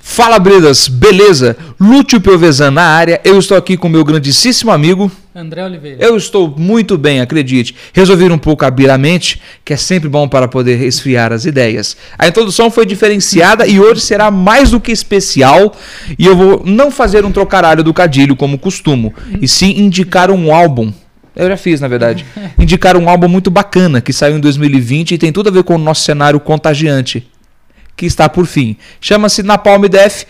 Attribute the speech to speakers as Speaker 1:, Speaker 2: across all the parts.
Speaker 1: Fala Bredas, beleza? Lúcio Piovesan na área. Eu estou aqui com meu grandíssimo amigo.
Speaker 2: André Oliveira.
Speaker 1: Eu estou muito bem, acredite. Resolver um pouco abrir a mente, que é sempre bom para poder esfriar as ideias. A introdução foi diferenciada e hoje será mais do que especial. E eu vou não fazer um trocaralho do cadilho como costumo, e sim indicar um álbum. Eu já fiz, na verdade. Indicar um álbum muito bacana que saiu em 2020 e tem tudo a ver com o nosso cenário contagiante, que está por fim. Chama-se Napalm Death,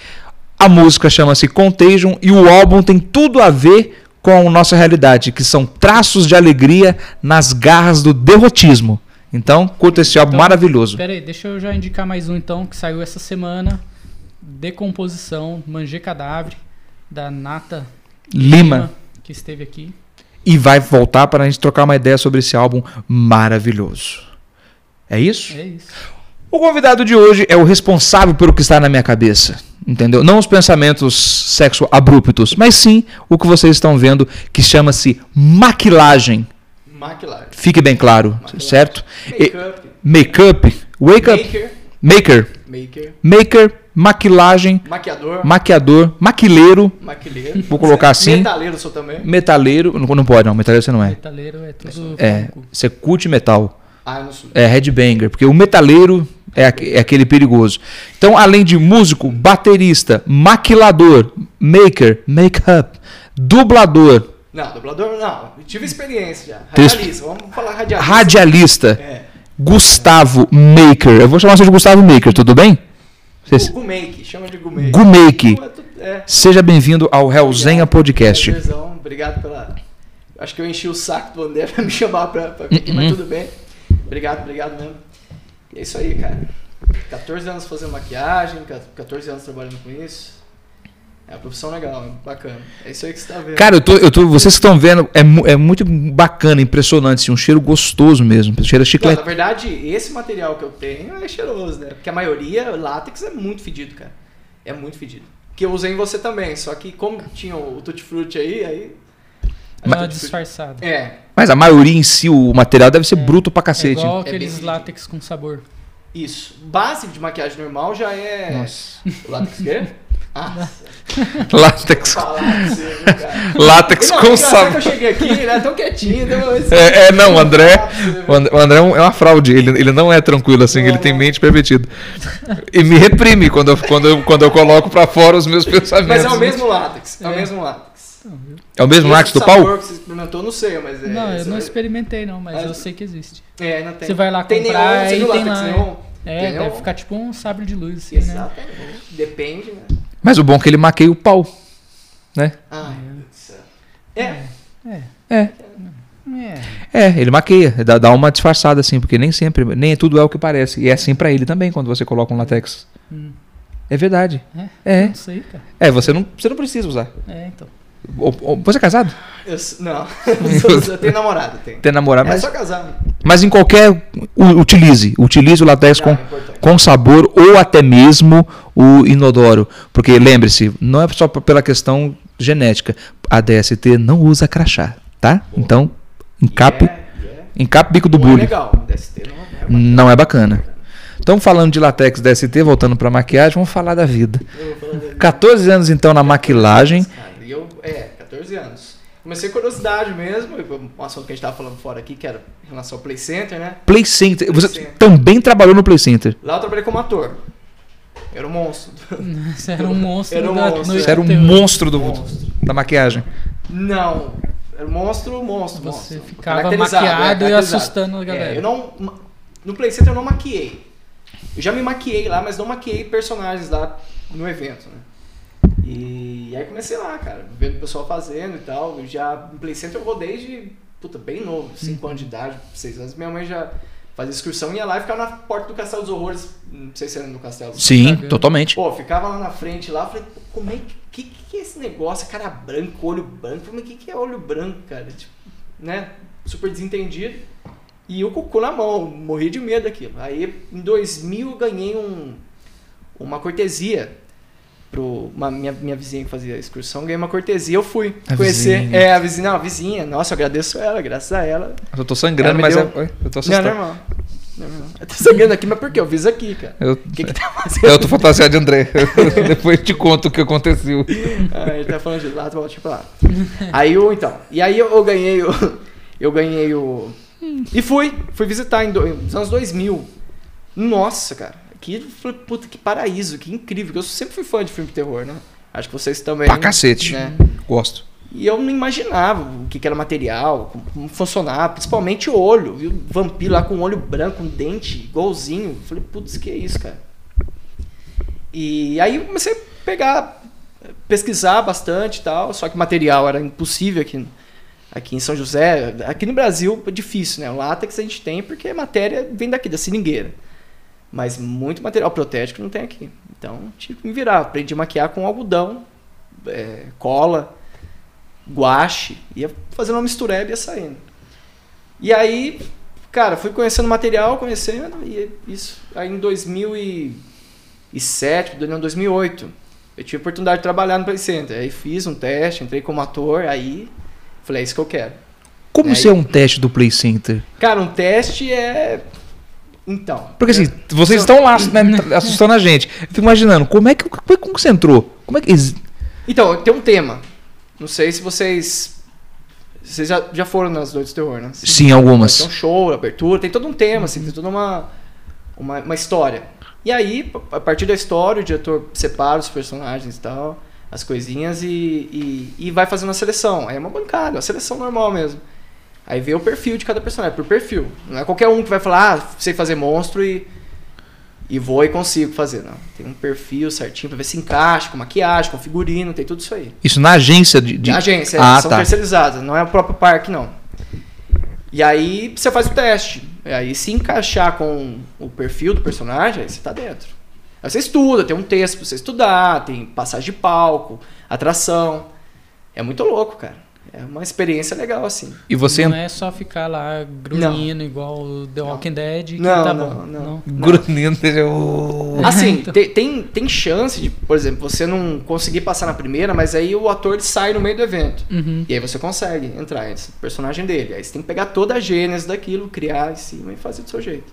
Speaker 1: a música chama-se Contagion e o álbum tem tudo a ver com a nossa realidade, que são traços de alegria nas garras do derrotismo. Então, curta esse álbum
Speaker 2: Então,
Speaker 1: maravilhoso.
Speaker 2: Pera aí, deixa eu já indicar mais um então, que saiu essa semana. Decomposição, Manjê Cadáver, da Nata
Speaker 1: Lima.
Speaker 2: que esteve aqui.
Speaker 1: E vai voltar para a gente trocar uma ideia sobre esse álbum maravilhoso. É isso?
Speaker 2: É isso.
Speaker 1: O convidado de hoje é o responsável pelo que está na minha cabeça. Entendeu? Não os pensamentos sexo abruptos, mas sim o que vocês estão vendo, que chama-se maquilagem.
Speaker 3: McLaren.
Speaker 1: Fique bem claro,
Speaker 3: Maquilagem.
Speaker 1: certo? E-
Speaker 3: Makeup.
Speaker 1: Make-up, wake up,
Speaker 3: Maker.
Speaker 1: maker,
Speaker 3: Maker.
Speaker 1: maker, maquilagem,
Speaker 3: Maquiador.
Speaker 1: maquiador, maquileiro,
Speaker 3: Maquileiro.
Speaker 1: Vou colocar assim.
Speaker 3: Metaleiro sou também.
Speaker 1: metaleiro. Não, não pode, não, metaleiro você não é.
Speaker 2: Metaleiro é tudo.
Speaker 1: É,
Speaker 2: pouco.
Speaker 1: você curte metal.
Speaker 3: Ah, eu não sou.
Speaker 1: É headbanger, porque o metaleiro é, aque- é aquele perigoso. Então, além de músico, baterista, maquilador, maker, make-up, dublador,
Speaker 3: Não, dublador não. Eu tive experiência já.
Speaker 1: Texto.
Speaker 3: Radialista. Vamos falar radialista.
Speaker 1: radialista,
Speaker 3: É.
Speaker 1: Gustavo Maker. Eu vou chamar você de Gustavo Maker, tudo bem? Vocês-
Speaker 3: Gu- Gumake. Chama de Gumake.
Speaker 1: Gumake.
Speaker 3: É, tu- É.
Speaker 1: Seja bem-vindo ao Hellzenha Podcast.
Speaker 3: Prazerzão. Obrigado pela... Acho que eu enchi o saco do André pra me chamar pra, pra vir, mas
Speaker 1: Uhum.
Speaker 3: tudo bem. Obrigado, obrigado mesmo. E é isso aí, cara. 14 anos fazendo maquiagem, 14 anos trabalhando com isso. É uma profissão legal, é bacana. É isso aí que você tá vendo.
Speaker 1: Cara, eu tô, eu tô, vocês que estão vendo, é, mu- é muito bacana, impressionante, assim, um cheiro gostoso mesmo. um Cheiro a
Speaker 3: Não, na
Speaker 1: chiclete.
Speaker 3: verdade, esse material que eu tenho é cheiroso, né? Porque a maioria, o látex é muito fedido, cara. É muito fedido. Que eu usei em você também, só que como tinha o Tutti Frutti aí, aí.
Speaker 2: Dá
Speaker 3: Mas-
Speaker 2: uma disfarçada.
Speaker 3: É,
Speaker 1: Mas a maioria em si, o material deve ser bruto pra
Speaker 2: É
Speaker 1: cacete.
Speaker 2: igual
Speaker 3: É
Speaker 2: aqueles
Speaker 3: bem-
Speaker 2: látex com sabor.
Speaker 3: isso. Base de maquiagem normal já é.
Speaker 1: Nossa.
Speaker 3: O látex o quê? Ah,
Speaker 1: Látex,
Speaker 3: falar de você, viu, cara?
Speaker 1: látex
Speaker 3: Não,
Speaker 1: com
Speaker 3: engraçado que
Speaker 1: sabor.
Speaker 3: Eu cheguei aqui, né? Tão quietinho, deu uma-
Speaker 1: É, é, não, o André, o
Speaker 3: Não,
Speaker 1: And- o André é um- é uma fraude, ele, ele não é tranquilo assim, ele tem mente pervertida. E me reprime quando eu, quando eu, quando eu coloco pra fora os meus pensamentos.
Speaker 3: Mas é o mesmo látex. É o
Speaker 2: É.
Speaker 3: mesmo látex.
Speaker 1: É o mesmo
Speaker 3: Esse
Speaker 1: látex do
Speaker 3: sabor
Speaker 1: pau?
Speaker 3: que você experimentou, eu não sei, mas é.
Speaker 2: não, eu
Speaker 3: esse
Speaker 2: não
Speaker 3: é-
Speaker 2: experimentei não, mas
Speaker 3: Mas-
Speaker 2: eu sei que existe.
Speaker 3: É, não tem.
Speaker 2: Você vai lá
Speaker 3: Tem neon,
Speaker 2: comprar
Speaker 3: você
Speaker 2: e
Speaker 3: viu
Speaker 2: tem
Speaker 3: látex
Speaker 2: lá.
Speaker 3: neon?
Speaker 2: É,
Speaker 3: Tem
Speaker 2: deve
Speaker 3: neon?
Speaker 2: ficar tipo um sabre de luz, assim, né?
Speaker 3: Exatamente. Depende, né?
Speaker 1: Mas o bom é que ele maqueia o pau. Né?
Speaker 3: Ai, meu Deus do céu. É,
Speaker 1: É,
Speaker 2: É.
Speaker 1: é ele maqueia, dá, dá uma disfarçada assim, porque nem sempre, nem tudo é o que parece. E é assim pra ele também quando você coloca um látex.
Speaker 2: Hum.
Speaker 1: É verdade.
Speaker 2: É.
Speaker 1: É,
Speaker 2: Não sei, cara.
Speaker 1: é você, não, você não precisa usar.
Speaker 2: É, então.
Speaker 1: Ou- ou- Você é casado?
Speaker 3: eu, s- não, eu, sou- eu tenho namorado, tem.
Speaker 1: Tem namorado,
Speaker 3: É
Speaker 1: Tá, mas,
Speaker 3: só casar.
Speaker 1: mas em qualquer. u- Utilize. Utilize o látex
Speaker 3: Não,
Speaker 1: com,
Speaker 3: é importante.
Speaker 1: com sabor ou até mesmo o inodoro. Porque lembre-se, não é só p- pela questão genética. A DST não usa crachá, tá? Então, encape,
Speaker 3: E é- e é-
Speaker 1: encape o bico do
Speaker 3: não é
Speaker 1: bule.
Speaker 3: legal, DST não é uma-
Speaker 1: Não é bacana. Então, falando de latex DST, voltando pra maquiagem, vamos falar da vida.
Speaker 3: Eu vou falar da-
Speaker 1: 14 anos então na maquilagem.
Speaker 3: Cara, e eu, é, 14 anos. Comecei com curiosidade mesmo, e foi um assunto que a gente tava falando fora aqui, que era em relação ao Play Center, né?
Speaker 1: Play Center. Você
Speaker 3: Play Center.
Speaker 1: também trabalhou no Play Center.
Speaker 3: Lá eu trabalhei como ator. Era um monstro.
Speaker 2: Você era um monstro
Speaker 3: Era um
Speaker 2: da
Speaker 3: monstro,
Speaker 2: noite
Speaker 1: Você era
Speaker 2: do
Speaker 1: um
Speaker 2: terror.
Speaker 1: monstro do
Speaker 3: Monstro.
Speaker 1: da maquiagem.
Speaker 3: Não. Era monstro, monstro,
Speaker 2: Você
Speaker 3: monstro.
Speaker 2: ficava
Speaker 3: Caracterizado,
Speaker 2: maquiado
Speaker 3: é,
Speaker 2: e
Speaker 3: caracterizado.
Speaker 2: assustando a galera.
Speaker 3: É, eu não, ma- no Play Center eu não maquiei. Eu já me maquiei lá, mas não maquiei personagens lá no evento, né? E, aí comecei lá, cara, vendo o pessoal fazendo e tal. Eu já no Play Center eu vou desde, puta, bem novo,
Speaker 2: Uhum.
Speaker 3: 5 anos de idade, 6 anos. Minha mãe já fazia excursão e ia lá e ficava na porta do Castelo dos Horrores. Não sei se era no Castelo dos
Speaker 1: Sim,
Speaker 2: Cagando.
Speaker 1: totalmente.
Speaker 3: Pô, ficava lá na frente lá, falei, "Pô, como é que, que, que é esse negócio? Cara branco, olho branco. Falei, mas o que, que é olho branco, cara? Tipo, né? Super desentendido. E o cocô na mão, morri de medo daquilo. Aí em 2000 eu ganhei um, uma cortesia. Pro, uma, minha, minha vizinha que fazia a excursão, ganhei uma cortesia, eu fui
Speaker 1: A
Speaker 3: conhecer.
Speaker 1: vizinha.
Speaker 3: É, a vizinha, não, a vizinha. Nossa, eu agradeço ela, graças a ela.
Speaker 1: Eu tô sangrando,
Speaker 3: Ela me
Speaker 1: mas
Speaker 3: deu-
Speaker 1: é. Oi, Eu tô
Speaker 3: Não, é
Speaker 1: assustado.
Speaker 3: normal. Eu tô sangrando aqui, mas por quê? Eu fiz aqui, cara.
Speaker 1: Eu,
Speaker 3: O que que tá fazendo?
Speaker 1: eu tô fantasiado de André. Depois te conto o que aconteceu.
Speaker 3: Ah, ele tá falando de lá, volta pra lá. Aí eu, então. E aí eu, eu ganhei o. Eu ganhei o. E fui, fui visitar em do, nos anos 2000. Nossa, cara. Que, puta, que paraíso, que incrível. porque Eu sempre fui fã de filme de terror, né? Acho que vocês também.
Speaker 1: Pra cacete.
Speaker 3: né?
Speaker 1: Gosto.
Speaker 3: E eu não imaginava o que, que era material, como funcionava, principalmente o olho. Viu? Vampiro lá com o olho branco, um dente, igualzinho. Falei, putz, que é isso, cara? E aí eu comecei a pegar, pesquisar bastante e tal, só que material era impossível aqui, aqui em São José. Aqui no Brasil é difícil, né? O látex a gente tem porque a matéria vem daqui, da seringueira. Mas muito material protético não tem aqui. Então tive que me virar. Aprendi a maquiar com algodão, é, cola, guache. Ia fazendo uma mistureba e ia saindo. E aí, cara, fui conhecendo o material, conhecendo, e isso. Aí em 2007, não, 2008, eu tive a oportunidade de trabalhar no Play Center. Aí fiz um teste, entrei como ator, aí falei, é isso que eu quero.
Speaker 1: Como
Speaker 3: É,
Speaker 1: ser um teste do Play Center?
Speaker 3: Cara, um teste é. Então.
Speaker 1: Porque assim, vocês estão lá né, assustando a gente. Eu fico imaginando, como é que, como é que você entrou? Como é que. ex-
Speaker 3: Então, tem um tema. Não sei se vocês. Vocês já, já foram nas Noites do Terror, né?
Speaker 1: Sim,
Speaker 3: Tem
Speaker 1: algumas.
Speaker 3: um show, abertura, tem todo um tema, assim, tem toda uma, uma, uma história. E aí, p- a partir da história, o diretor separa os personagens e tal, as coisinhas, e, e, e vai fazendo a seleção. Aí é uma bancada, uma seleção normal mesmo. Aí vê o perfil de cada personagem, por perfil. Não é qualquer um que vai falar, ah, sei fazer monstro e, e vou e consigo fazer. Não. Tem um perfil certinho pra ver se encaixa, com maquiagem, com figurino, tem tudo isso aí.
Speaker 1: Isso na agência de. de-
Speaker 3: Na agência,
Speaker 1: Ah,
Speaker 3: são
Speaker 1: tá.
Speaker 3: terceirizadas, não é o próprio parque, não. E aí você faz o teste. E aí se encaixar com o perfil do personagem, aí você tá dentro. Aí você estuda, tem um texto pra você estudar, tem passagem de palco, atração. É muito louco, cara. É uma experiência legal, assim.
Speaker 1: E você
Speaker 2: Não é só ficar lá grunhindo igual o The Walking Dead que
Speaker 3: Não,
Speaker 2: tá
Speaker 3: não,
Speaker 2: bom.
Speaker 3: não.
Speaker 1: Grunhindo, seja, "Oh".
Speaker 3: Assim,
Speaker 2: Então.
Speaker 3: te- tem, tem chance de, por exemplo, você não conseguir passar na primeira, mas aí o ator ele sai no meio do evento.
Speaker 2: Uhum.
Speaker 3: E aí você consegue entrar nesse personagem dele. Aí você tem que pegar toda a gênese daquilo, criar em cima e fazer do seu jeito.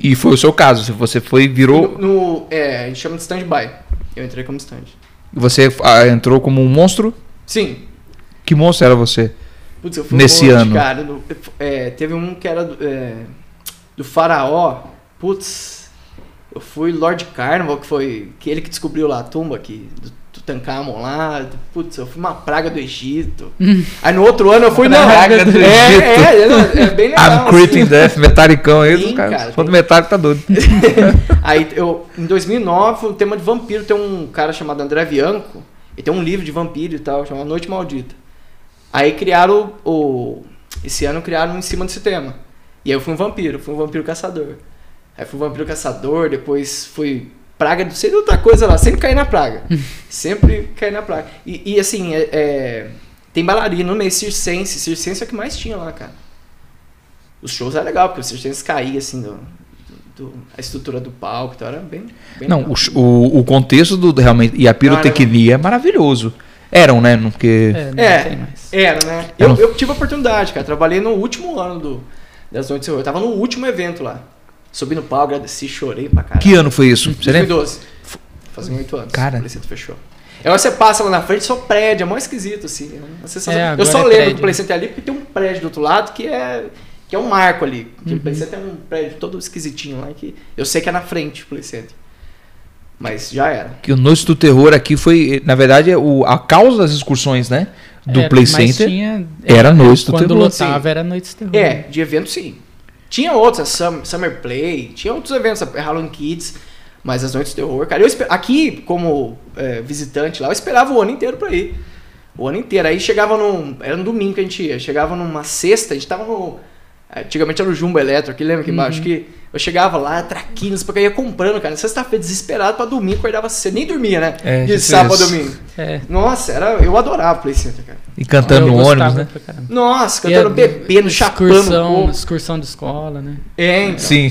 Speaker 1: E foi o seu caso. se Você foi, virou.
Speaker 3: No, no- é, a gente chama de stand-by. Eu entrei como stand.
Speaker 1: Você ah, entrou como um monstro.
Speaker 3: Sim.
Speaker 1: Que monstro era você?
Speaker 3: Putz, eu fui
Speaker 1: Nesse
Speaker 3: longe,
Speaker 1: ano.
Speaker 3: Cara, No- é, teve um que era do, é, do faraó. Putz, eu fui Lord Carnival, que foi que ele que descobriu lá a tumba aqui, do Tutankhamon lá. Putz, eu fui uma praga do Egito. Aí no outro ano eu fui não.
Speaker 1: Praga do
Speaker 3: é, é, é, é bem legal.
Speaker 1: I'm Creeping
Speaker 3: assim.
Speaker 1: Death, Metallicão aí,
Speaker 3: Sim,
Speaker 1: cara.
Speaker 3: cara.
Speaker 1: Quando Metallica tá doido.
Speaker 3: Aí eu, em 2009, o tema de vampiro tem um cara chamado André Bianco, e tem um livro de vampiro e tal, chamado Noite Maldita. Aí criaram o, o- esse ano criaram em cima desse tema. E aí eu fui um vampiro, fui um vampiro caçador. Aí fui um vampiro caçador, depois fui praga, não sei de outra coisa lá, sempre caí na praga. sempre caí na praga. E, e assim, é- é, tem bailarina no meio, circense, circense é o que mais tinha lá, cara. Os shows era legal, porque os circenses caíam assim do, do- a estrutura do palco, então era bem. bem
Speaker 1: Não,
Speaker 3: legal.
Speaker 1: o, o, o contexto do do realmente. E a pirotecnia é maravilhoso. Eram, né? não- Porque.
Speaker 2: É, não
Speaker 3: É.
Speaker 2: tem mais.
Speaker 3: Era, né?
Speaker 1: Era
Speaker 3: Eu,
Speaker 1: um-
Speaker 3: eu tive a oportunidade, cara. Trabalhei no último ano do, das Noites do Terror. Eu tava no último evento lá. Subi no palco, agradeci, chorei pra caralho.
Speaker 1: Que ano foi isso? Você lembra?
Speaker 3: 2012. Fazem oito anos.
Speaker 1: Cara.
Speaker 3: O Playcenter fechou. Aí você passa lá na frente, só prédio, é mó esquisito, assim. é uma sensação.
Speaker 2: É, agora
Speaker 3: eu só
Speaker 2: é
Speaker 3: lembro
Speaker 2: prédio,
Speaker 3: do Playcenter ali porque tem um prédio do outro lado que é. Que é um marco ali. Que O Playcenter é um prédio todo esquisitinho lá que. Eu sei que é na frente o Playcenter. Mas já era.
Speaker 1: Que o Noite do Terror aqui foi, na verdade, é o, a causa das excursões, né? Do
Speaker 2: Era-
Speaker 1: Play
Speaker 2: É, mas
Speaker 1: Center.
Speaker 2: tinha- é,
Speaker 1: era Noite do
Speaker 2: Quando
Speaker 1: Terror,
Speaker 2: lotava era Noites do Terror.
Speaker 3: É, de evento sim. Tinha outros, a Sum- Summer Play, tinha outros eventos, a Halloween Kids, mas as noites do terror, cara. Eu espe- aqui, como é, visitante lá, eu esperava o ano inteiro pra ir. O ano inteiro. Aí chegava num. Era um domingo que a gente ia. Chegava numa sexta, a gente tava no. Antigamente era o Jumbo Electro, que
Speaker 2: Uhum.
Speaker 3: lembra aqui embaixo? Que eu chegava lá, traquinas, porque eu ia comprando, cara. Sexta-feira, desesperado pra domingo, acordava cedo. Nem dormia, né?
Speaker 1: É,
Speaker 3: de
Speaker 1: isso,
Speaker 3: sábado a
Speaker 1: isso.
Speaker 3: domingo.
Speaker 2: É.
Speaker 3: Nossa, era, eu adorava o Play Center, cara.
Speaker 1: E cantando
Speaker 2: Eu
Speaker 1: no
Speaker 2: gostava
Speaker 1: ônibus, né?
Speaker 2: pra caramba.
Speaker 3: Nossa,
Speaker 2: E a
Speaker 3: cantando, bebendo, chapando. o
Speaker 2: Excursão,
Speaker 3: povo.
Speaker 2: excursão de escola, né?
Speaker 3: É, então.
Speaker 1: Sim.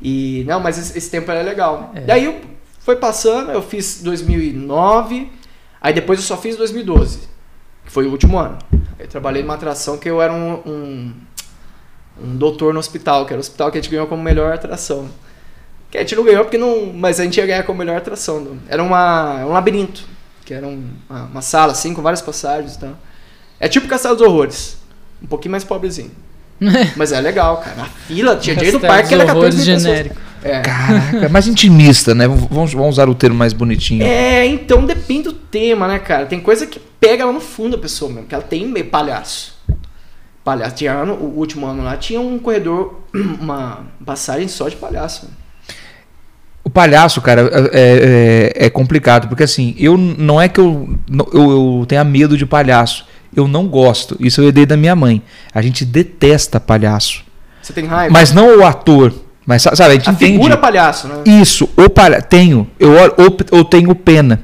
Speaker 3: E não, mas esse, esse tempo era legal.
Speaker 2: É.
Speaker 3: Daí eu- foi passando, eu fiz 2009, aí depois eu só fiz 2012, que foi o último ano. Eu trabalhei numa atração que eu era um, um, um doutor no hospital, que era o hospital que a gente ganhou como melhor atração. Que a gente não ganhou porque não. Mas a gente ia ganhar como melhor atração. não. Era uma, um labirinto, que era um- uma, uma sala assim, com várias passagens e tal. É tipo Castelo dos Horrores. Um pouquinho mais pobrezinho. Mas é legal, cara. Na fila, tinha dia do
Speaker 2: Castelo
Speaker 3: parque que era
Speaker 2: dos
Speaker 3: 14 mil
Speaker 2: Horrores
Speaker 3: pessoas.
Speaker 2: genérico.
Speaker 3: É.
Speaker 1: Caraca, mais intimista, né? Vamos, vamos- vamos usar o termo mais bonitinho.
Speaker 3: É, então depende do tema, né, cara? Tem coisa que pega lá no fundo a pessoa mesmo, que ela tem meio palhaço. Palhaço. Tinha ano, o último ano lá tinha um corredor, uma passagem só de palhaço.
Speaker 1: O palhaço, cara, é, é- é complicado, porque assim, eu n- não é que eu, não- eu, eu tenha medo de palhaço. Eu não gosto. Isso eu herdei da minha mãe. A gente detesta palhaço.
Speaker 3: Você tem raiva?
Speaker 1: Mas não o ator. Mas sa- sabe, a gente
Speaker 3: a
Speaker 1: entende.
Speaker 3: figura palhaço, né?
Speaker 1: Isso, ou palha... tenho, eu, olho- ou, ou tenho pena.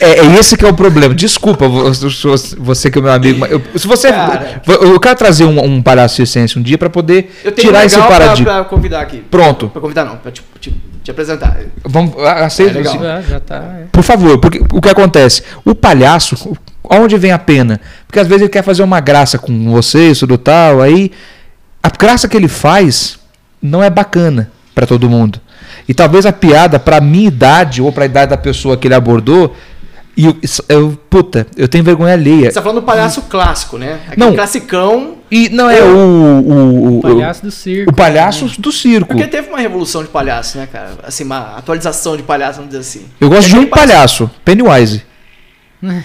Speaker 1: É, é esse que é o problema. Desculpa, vo- vo- você que é meu amigo. mas eu- se você,
Speaker 3: Cara.
Speaker 1: eu, eu quero trazer um, um palhaço circense um dia pra poder
Speaker 3: Eu tenho
Speaker 1: tirar
Speaker 3: um
Speaker 1: esse
Speaker 3: legal pra-
Speaker 1: paradigma.
Speaker 3: pra, convidar aqui.
Speaker 1: Pronto,
Speaker 3: Pra convidar não, pra te, te, te apresentar.
Speaker 1: vamos a- aceita.
Speaker 3: É legal.
Speaker 1: assim.
Speaker 2: Já, já tá. é.
Speaker 1: Por favor, porque o que acontece? O palhaço, onde vem a pena? Porque às vezes ele quer fazer uma graça com você, isso do tal, aí a graça que ele faz não é bacana pra todo mundo. E talvez a piada pra minha idade ou pra idade da pessoa que ele abordou, e eu, isso- eu- puta, eu tenho vergonha alheia.
Speaker 3: Você tá falando do palhaço clássico, né? Aquele
Speaker 1: Não.
Speaker 3: classicão.
Speaker 1: E não é o o, o,
Speaker 2: O palhaço do
Speaker 1: o
Speaker 2: circo.
Speaker 1: palhaço do circo.
Speaker 3: Porque teve uma revolução de palhaço, né, cara? Assim, uma atualização de palhaço, vamos dizer assim.
Speaker 1: Eu gosto de um
Speaker 3: Aquele
Speaker 1: palhaço, Pennywise.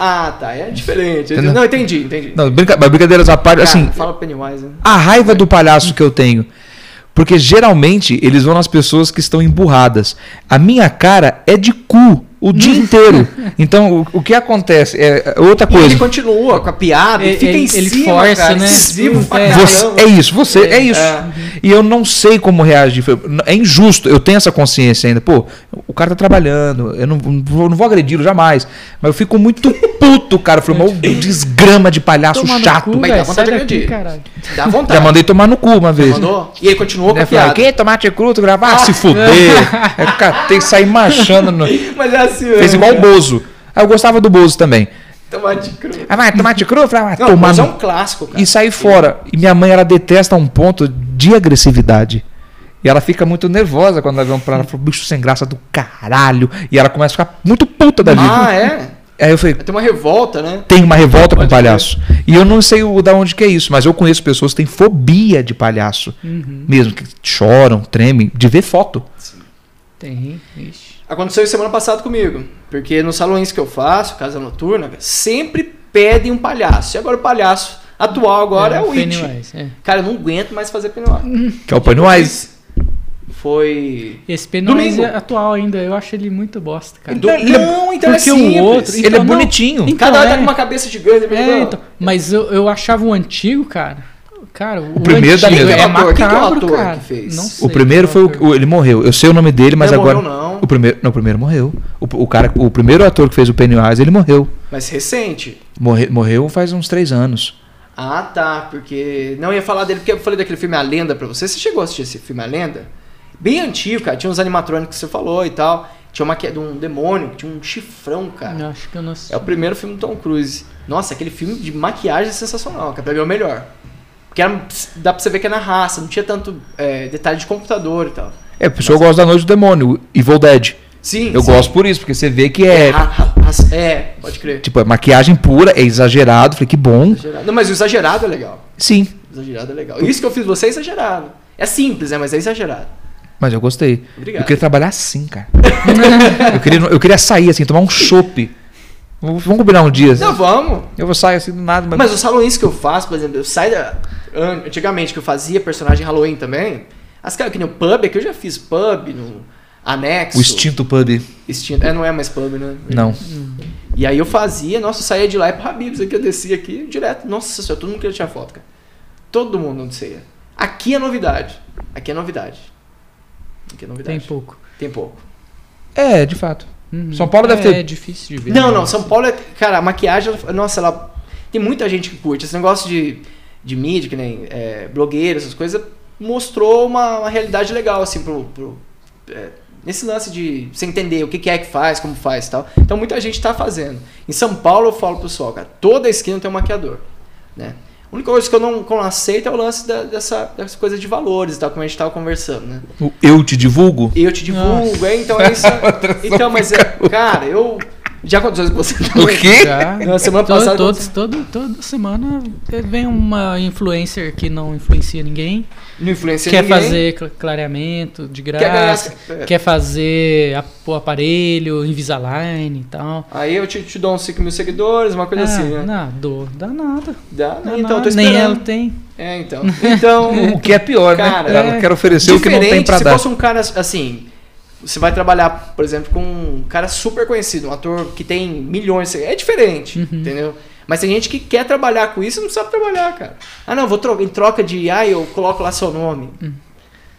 Speaker 3: Ah, tá. É diferente.
Speaker 1: Entendeu?
Speaker 3: Não, entendi, entendi.
Speaker 1: Não, brinca- mas brincadeiras à parte,
Speaker 3: Cara,
Speaker 1: assim,
Speaker 3: fala Pennywise, né?
Speaker 1: A raiva do palhaço que eu tenho. Porque geralmente eles vão nas pessoas que estão emburradas. A minha cara é de cu o dia inteiro. Então, o, o que acontece? É é outra
Speaker 3: E ele
Speaker 1: coisa.
Speaker 3: continua com a piada, ele,
Speaker 2: Ele-
Speaker 3: fica em
Speaker 2: ele- ele
Speaker 3: cima,
Speaker 2: força,
Speaker 3: cara,
Speaker 2: né?
Speaker 3: incisivo pra
Speaker 2: É.
Speaker 3: caramba.
Speaker 1: Você- é isso, você é, isso.
Speaker 3: é.
Speaker 1: E eu não sei como reagir. Foi- É injusto, eu tenho essa consciência ainda. Pô, o cara tá trabalhando, eu não, não vou, não vou agredi-lo jamais. Mas eu fico muito puto, cara. Eu Falei, "Mas o desgrama de palhaço
Speaker 2: Toma no
Speaker 1: chato.
Speaker 2: cu,
Speaker 3: Mas dá
Speaker 2: velho,
Speaker 3: vontade
Speaker 2: sai
Speaker 3: de
Speaker 2: daqui,
Speaker 3: agredir.
Speaker 2: caralho.
Speaker 3: Dá vontade.
Speaker 1: é Já mandei tomar no cu uma
Speaker 3: Você
Speaker 1: vez.
Speaker 3: mandou? E ele continuou com
Speaker 1: Né?
Speaker 3: a
Speaker 1: Falar,
Speaker 3: piada.
Speaker 1: quem tomate cru, tu gravar? Ah, se fuder. é, cara, tem que sair machando. No...
Speaker 3: Mas é assim,
Speaker 1: Fez
Speaker 3: né,
Speaker 1: igual o
Speaker 3: cara?
Speaker 1: Bozo. Ah, eu gostava do Bozo também.
Speaker 3: Tomate cru.
Speaker 1: Ah, vai, tomate cru? Eu Falava, ah,
Speaker 3: Não,
Speaker 1: tomar
Speaker 3: mas é
Speaker 1: no...
Speaker 3: um clássico, cara.
Speaker 1: E sair fora. E minha mãe, ela detesta um ponto de agressividade. E ela fica muito nervosa quando ela vê um pra ela fala, bicho sem graça do caralho. E ela começa a ficar muito puta da vida.
Speaker 3: Ah, é?
Speaker 1: Aí eu falei,
Speaker 3: Tem uma revolta, né?
Speaker 1: tem uma revolta com
Speaker 3: Pode
Speaker 1: palhaço. E eu não sei o, da onde que é isso, mas eu conheço pessoas que têm fobia de palhaço. Mesmo, que choram, tremem, de ver foto.
Speaker 2: Tem. Ixi.
Speaker 3: Aconteceu isso semana passada comigo. Porque nos salões que eu faço, casa noturna, cara, sempre pedem um palhaço. E agora o palhaço atual agora é, o It.
Speaker 2: Pennywise, é.
Speaker 3: Cara, eu não aguento mais fazer Pennywise.
Speaker 1: Que é o Pennywise.
Speaker 3: Foi...
Speaker 2: Esse Pennywise
Speaker 3: Domingo.
Speaker 2: é atual ainda, eu acho ele muito bosta, cara.
Speaker 3: Do-
Speaker 1: ele é-
Speaker 3: Não, então é
Speaker 2: porque o
Speaker 3: simples.
Speaker 2: outro-
Speaker 1: ele é
Speaker 2: Então, não.
Speaker 1: bonitinho.
Speaker 2: Então,
Speaker 3: Cada um tá
Speaker 2: é.
Speaker 3: com uma cabeça gigante.
Speaker 2: É, então. Mas eu, eu achava o antigo, cara. Cara, o,
Speaker 1: primeiro da
Speaker 2: antigo
Speaker 1: mesa.
Speaker 2: é
Speaker 3: Quem que é o ator?
Speaker 2: macabro,
Speaker 3: Quem que é o ator
Speaker 2: cara.
Speaker 3: que fez?
Speaker 2: Não
Speaker 3: O
Speaker 1: O
Speaker 2: sei
Speaker 1: primeiro
Speaker 2: quem é
Speaker 1: foi
Speaker 2: o
Speaker 1: o,
Speaker 2: ator.
Speaker 1: o- ele morreu. Eu sei o nome dele, mas
Speaker 3: Não
Speaker 1: agora
Speaker 3: morreu, não.
Speaker 1: o primeiro, não, o primeiro morreu. O, o cara, o primeiro ator que fez o Pennywise, ele morreu.
Speaker 3: Mas recente.
Speaker 1: Morre, morreu faz uns três anos.
Speaker 3: Ah, tá, porque. Não eu ia falar dele, porque eu falei daquele filme A Lenda pra você. Você chegou a assistir esse filme A Lenda? Bem antigo, cara. Tinha uns animatrônicos que você falou e tal. Tinha uma que é de um demônio, que tinha um chifrão, cara.
Speaker 2: Eu Acho que eu não assisti.
Speaker 3: É o primeiro filme do Tom Cruise. Nossa, aquele filme de maquiagem é sensacional, cara. Pra mim é o melhor. Porque era- dá pra você ver que é na raça, não tinha tanto é, detalhe de computador e tal.
Speaker 1: É, por isso eu gosto da Noite do Demônio, Evil Dead.
Speaker 3: Sim.
Speaker 1: Eu
Speaker 3: sim.
Speaker 1: gosto por isso, porque você vê que é,
Speaker 3: Ra- ra- raça- É, pode crer.
Speaker 1: tipo, é maquiagem pura, é exagerado, falei que bom.
Speaker 3: Exagerado. Não, mas o exagerado é legal.
Speaker 1: Sim,
Speaker 3: Exagerado é legal. Isso que eu fiz você é exagerado. É simples, né? Mas é exagerado.
Speaker 1: mas eu gostei.
Speaker 3: Obrigado.
Speaker 1: Eu queria trabalhar assim, cara. eu queria eu queria sair assim, tomar um chopp. Vamos vamos combinar um dia.
Speaker 3: Não, vamos.
Speaker 1: Eu vou sair assim do nada, mas,
Speaker 3: Mas os Halloweens que eu faço, por exemplo, eu saio da... an- Antigamente que eu fazia personagem Halloween também, as caras que nem o pub, é que eu já fiz pub no anexo.
Speaker 1: o instinto pub
Speaker 3: Extinto. É, não é mais pub, né?
Speaker 1: não.
Speaker 2: Hum.
Speaker 3: E aí eu fazia, nossa, eu saía de lá e pro Habib's, aqui eu descia aqui direto. Nossa senhora, todo mundo queria tirar foto, cara. Todo mundo não sei. Aqui é novidade. Aqui é novidade. Aqui é novidade.
Speaker 2: Tem pouco.
Speaker 3: Tem pouco.
Speaker 1: É, de fato.
Speaker 2: Uhum.
Speaker 1: São Paulo deve
Speaker 2: é,
Speaker 1: ter-
Speaker 2: É difícil de ver.
Speaker 3: Não, não, São Paulo é. Cara, a maquiagem, ela- nossa, ela. Tem muita gente que curte. Esse negócio de, de mídia, que nem é, blogueiro, essas coisas, mostrou uma, uma realidade legal, assim, pro. pro- é, nesse lance de você entender o que, que é que faz, como faz e tal. Então muita gente tá fazendo. Em São Paulo eu falo pro pessoal, cara, toda esquina tem um maquiador. Né? A única coisa que eu não, que eu não aceito é o lance da- dessa, dessa coisa de valores, e tal, como a gente tava conversando, né?
Speaker 1: O Eu te divulgo?
Speaker 3: E eu te divulgo, é, então é isso. então, mas, é, cara, eu. Já aconteceu com você
Speaker 1: O
Speaker 3: também?
Speaker 1: quê?
Speaker 2: Já.
Speaker 3: Na semana
Speaker 2: Todo-
Speaker 3: passada-
Speaker 2: todos- todo- toda semana vem uma influencer que não influencia ninguém.
Speaker 3: Não influencia
Speaker 2: quer
Speaker 3: ninguém.
Speaker 2: fazer cl- clareamento de
Speaker 3: ganhar
Speaker 2: graça.
Speaker 3: se-
Speaker 2: Quer,
Speaker 3: é.
Speaker 2: fazer a- o aparelho, Invisalign e tal.
Speaker 3: Aí eu te, te dou uns 5 mil seguidores, uma coisa
Speaker 2: Ah,
Speaker 3: assim, né?
Speaker 2: Não, dou, dá nada.
Speaker 3: Dá?
Speaker 2: Dá
Speaker 3: então, eu tô
Speaker 2: nada. Nem ela
Speaker 3: esperando.
Speaker 2: tem.
Speaker 3: É, então. Então.
Speaker 1: O que é pior,
Speaker 3: Cara,
Speaker 1: né? Ela
Speaker 2: é
Speaker 1: quer oferecer o que não tem
Speaker 3: Diferente
Speaker 1: pra
Speaker 3: se
Speaker 1: dar.
Speaker 3: fosse um cara assim. Você vai trabalhar, por exemplo, com um cara super conhecido, um ator que tem milhões. de- É diferente,
Speaker 2: Uhum.
Speaker 3: entendeu? Mas tem gente que quer trabalhar com isso e não sabe trabalhar, cara. Ah, não, vou trocar em troca de. Ah, eu coloco lá seu nome.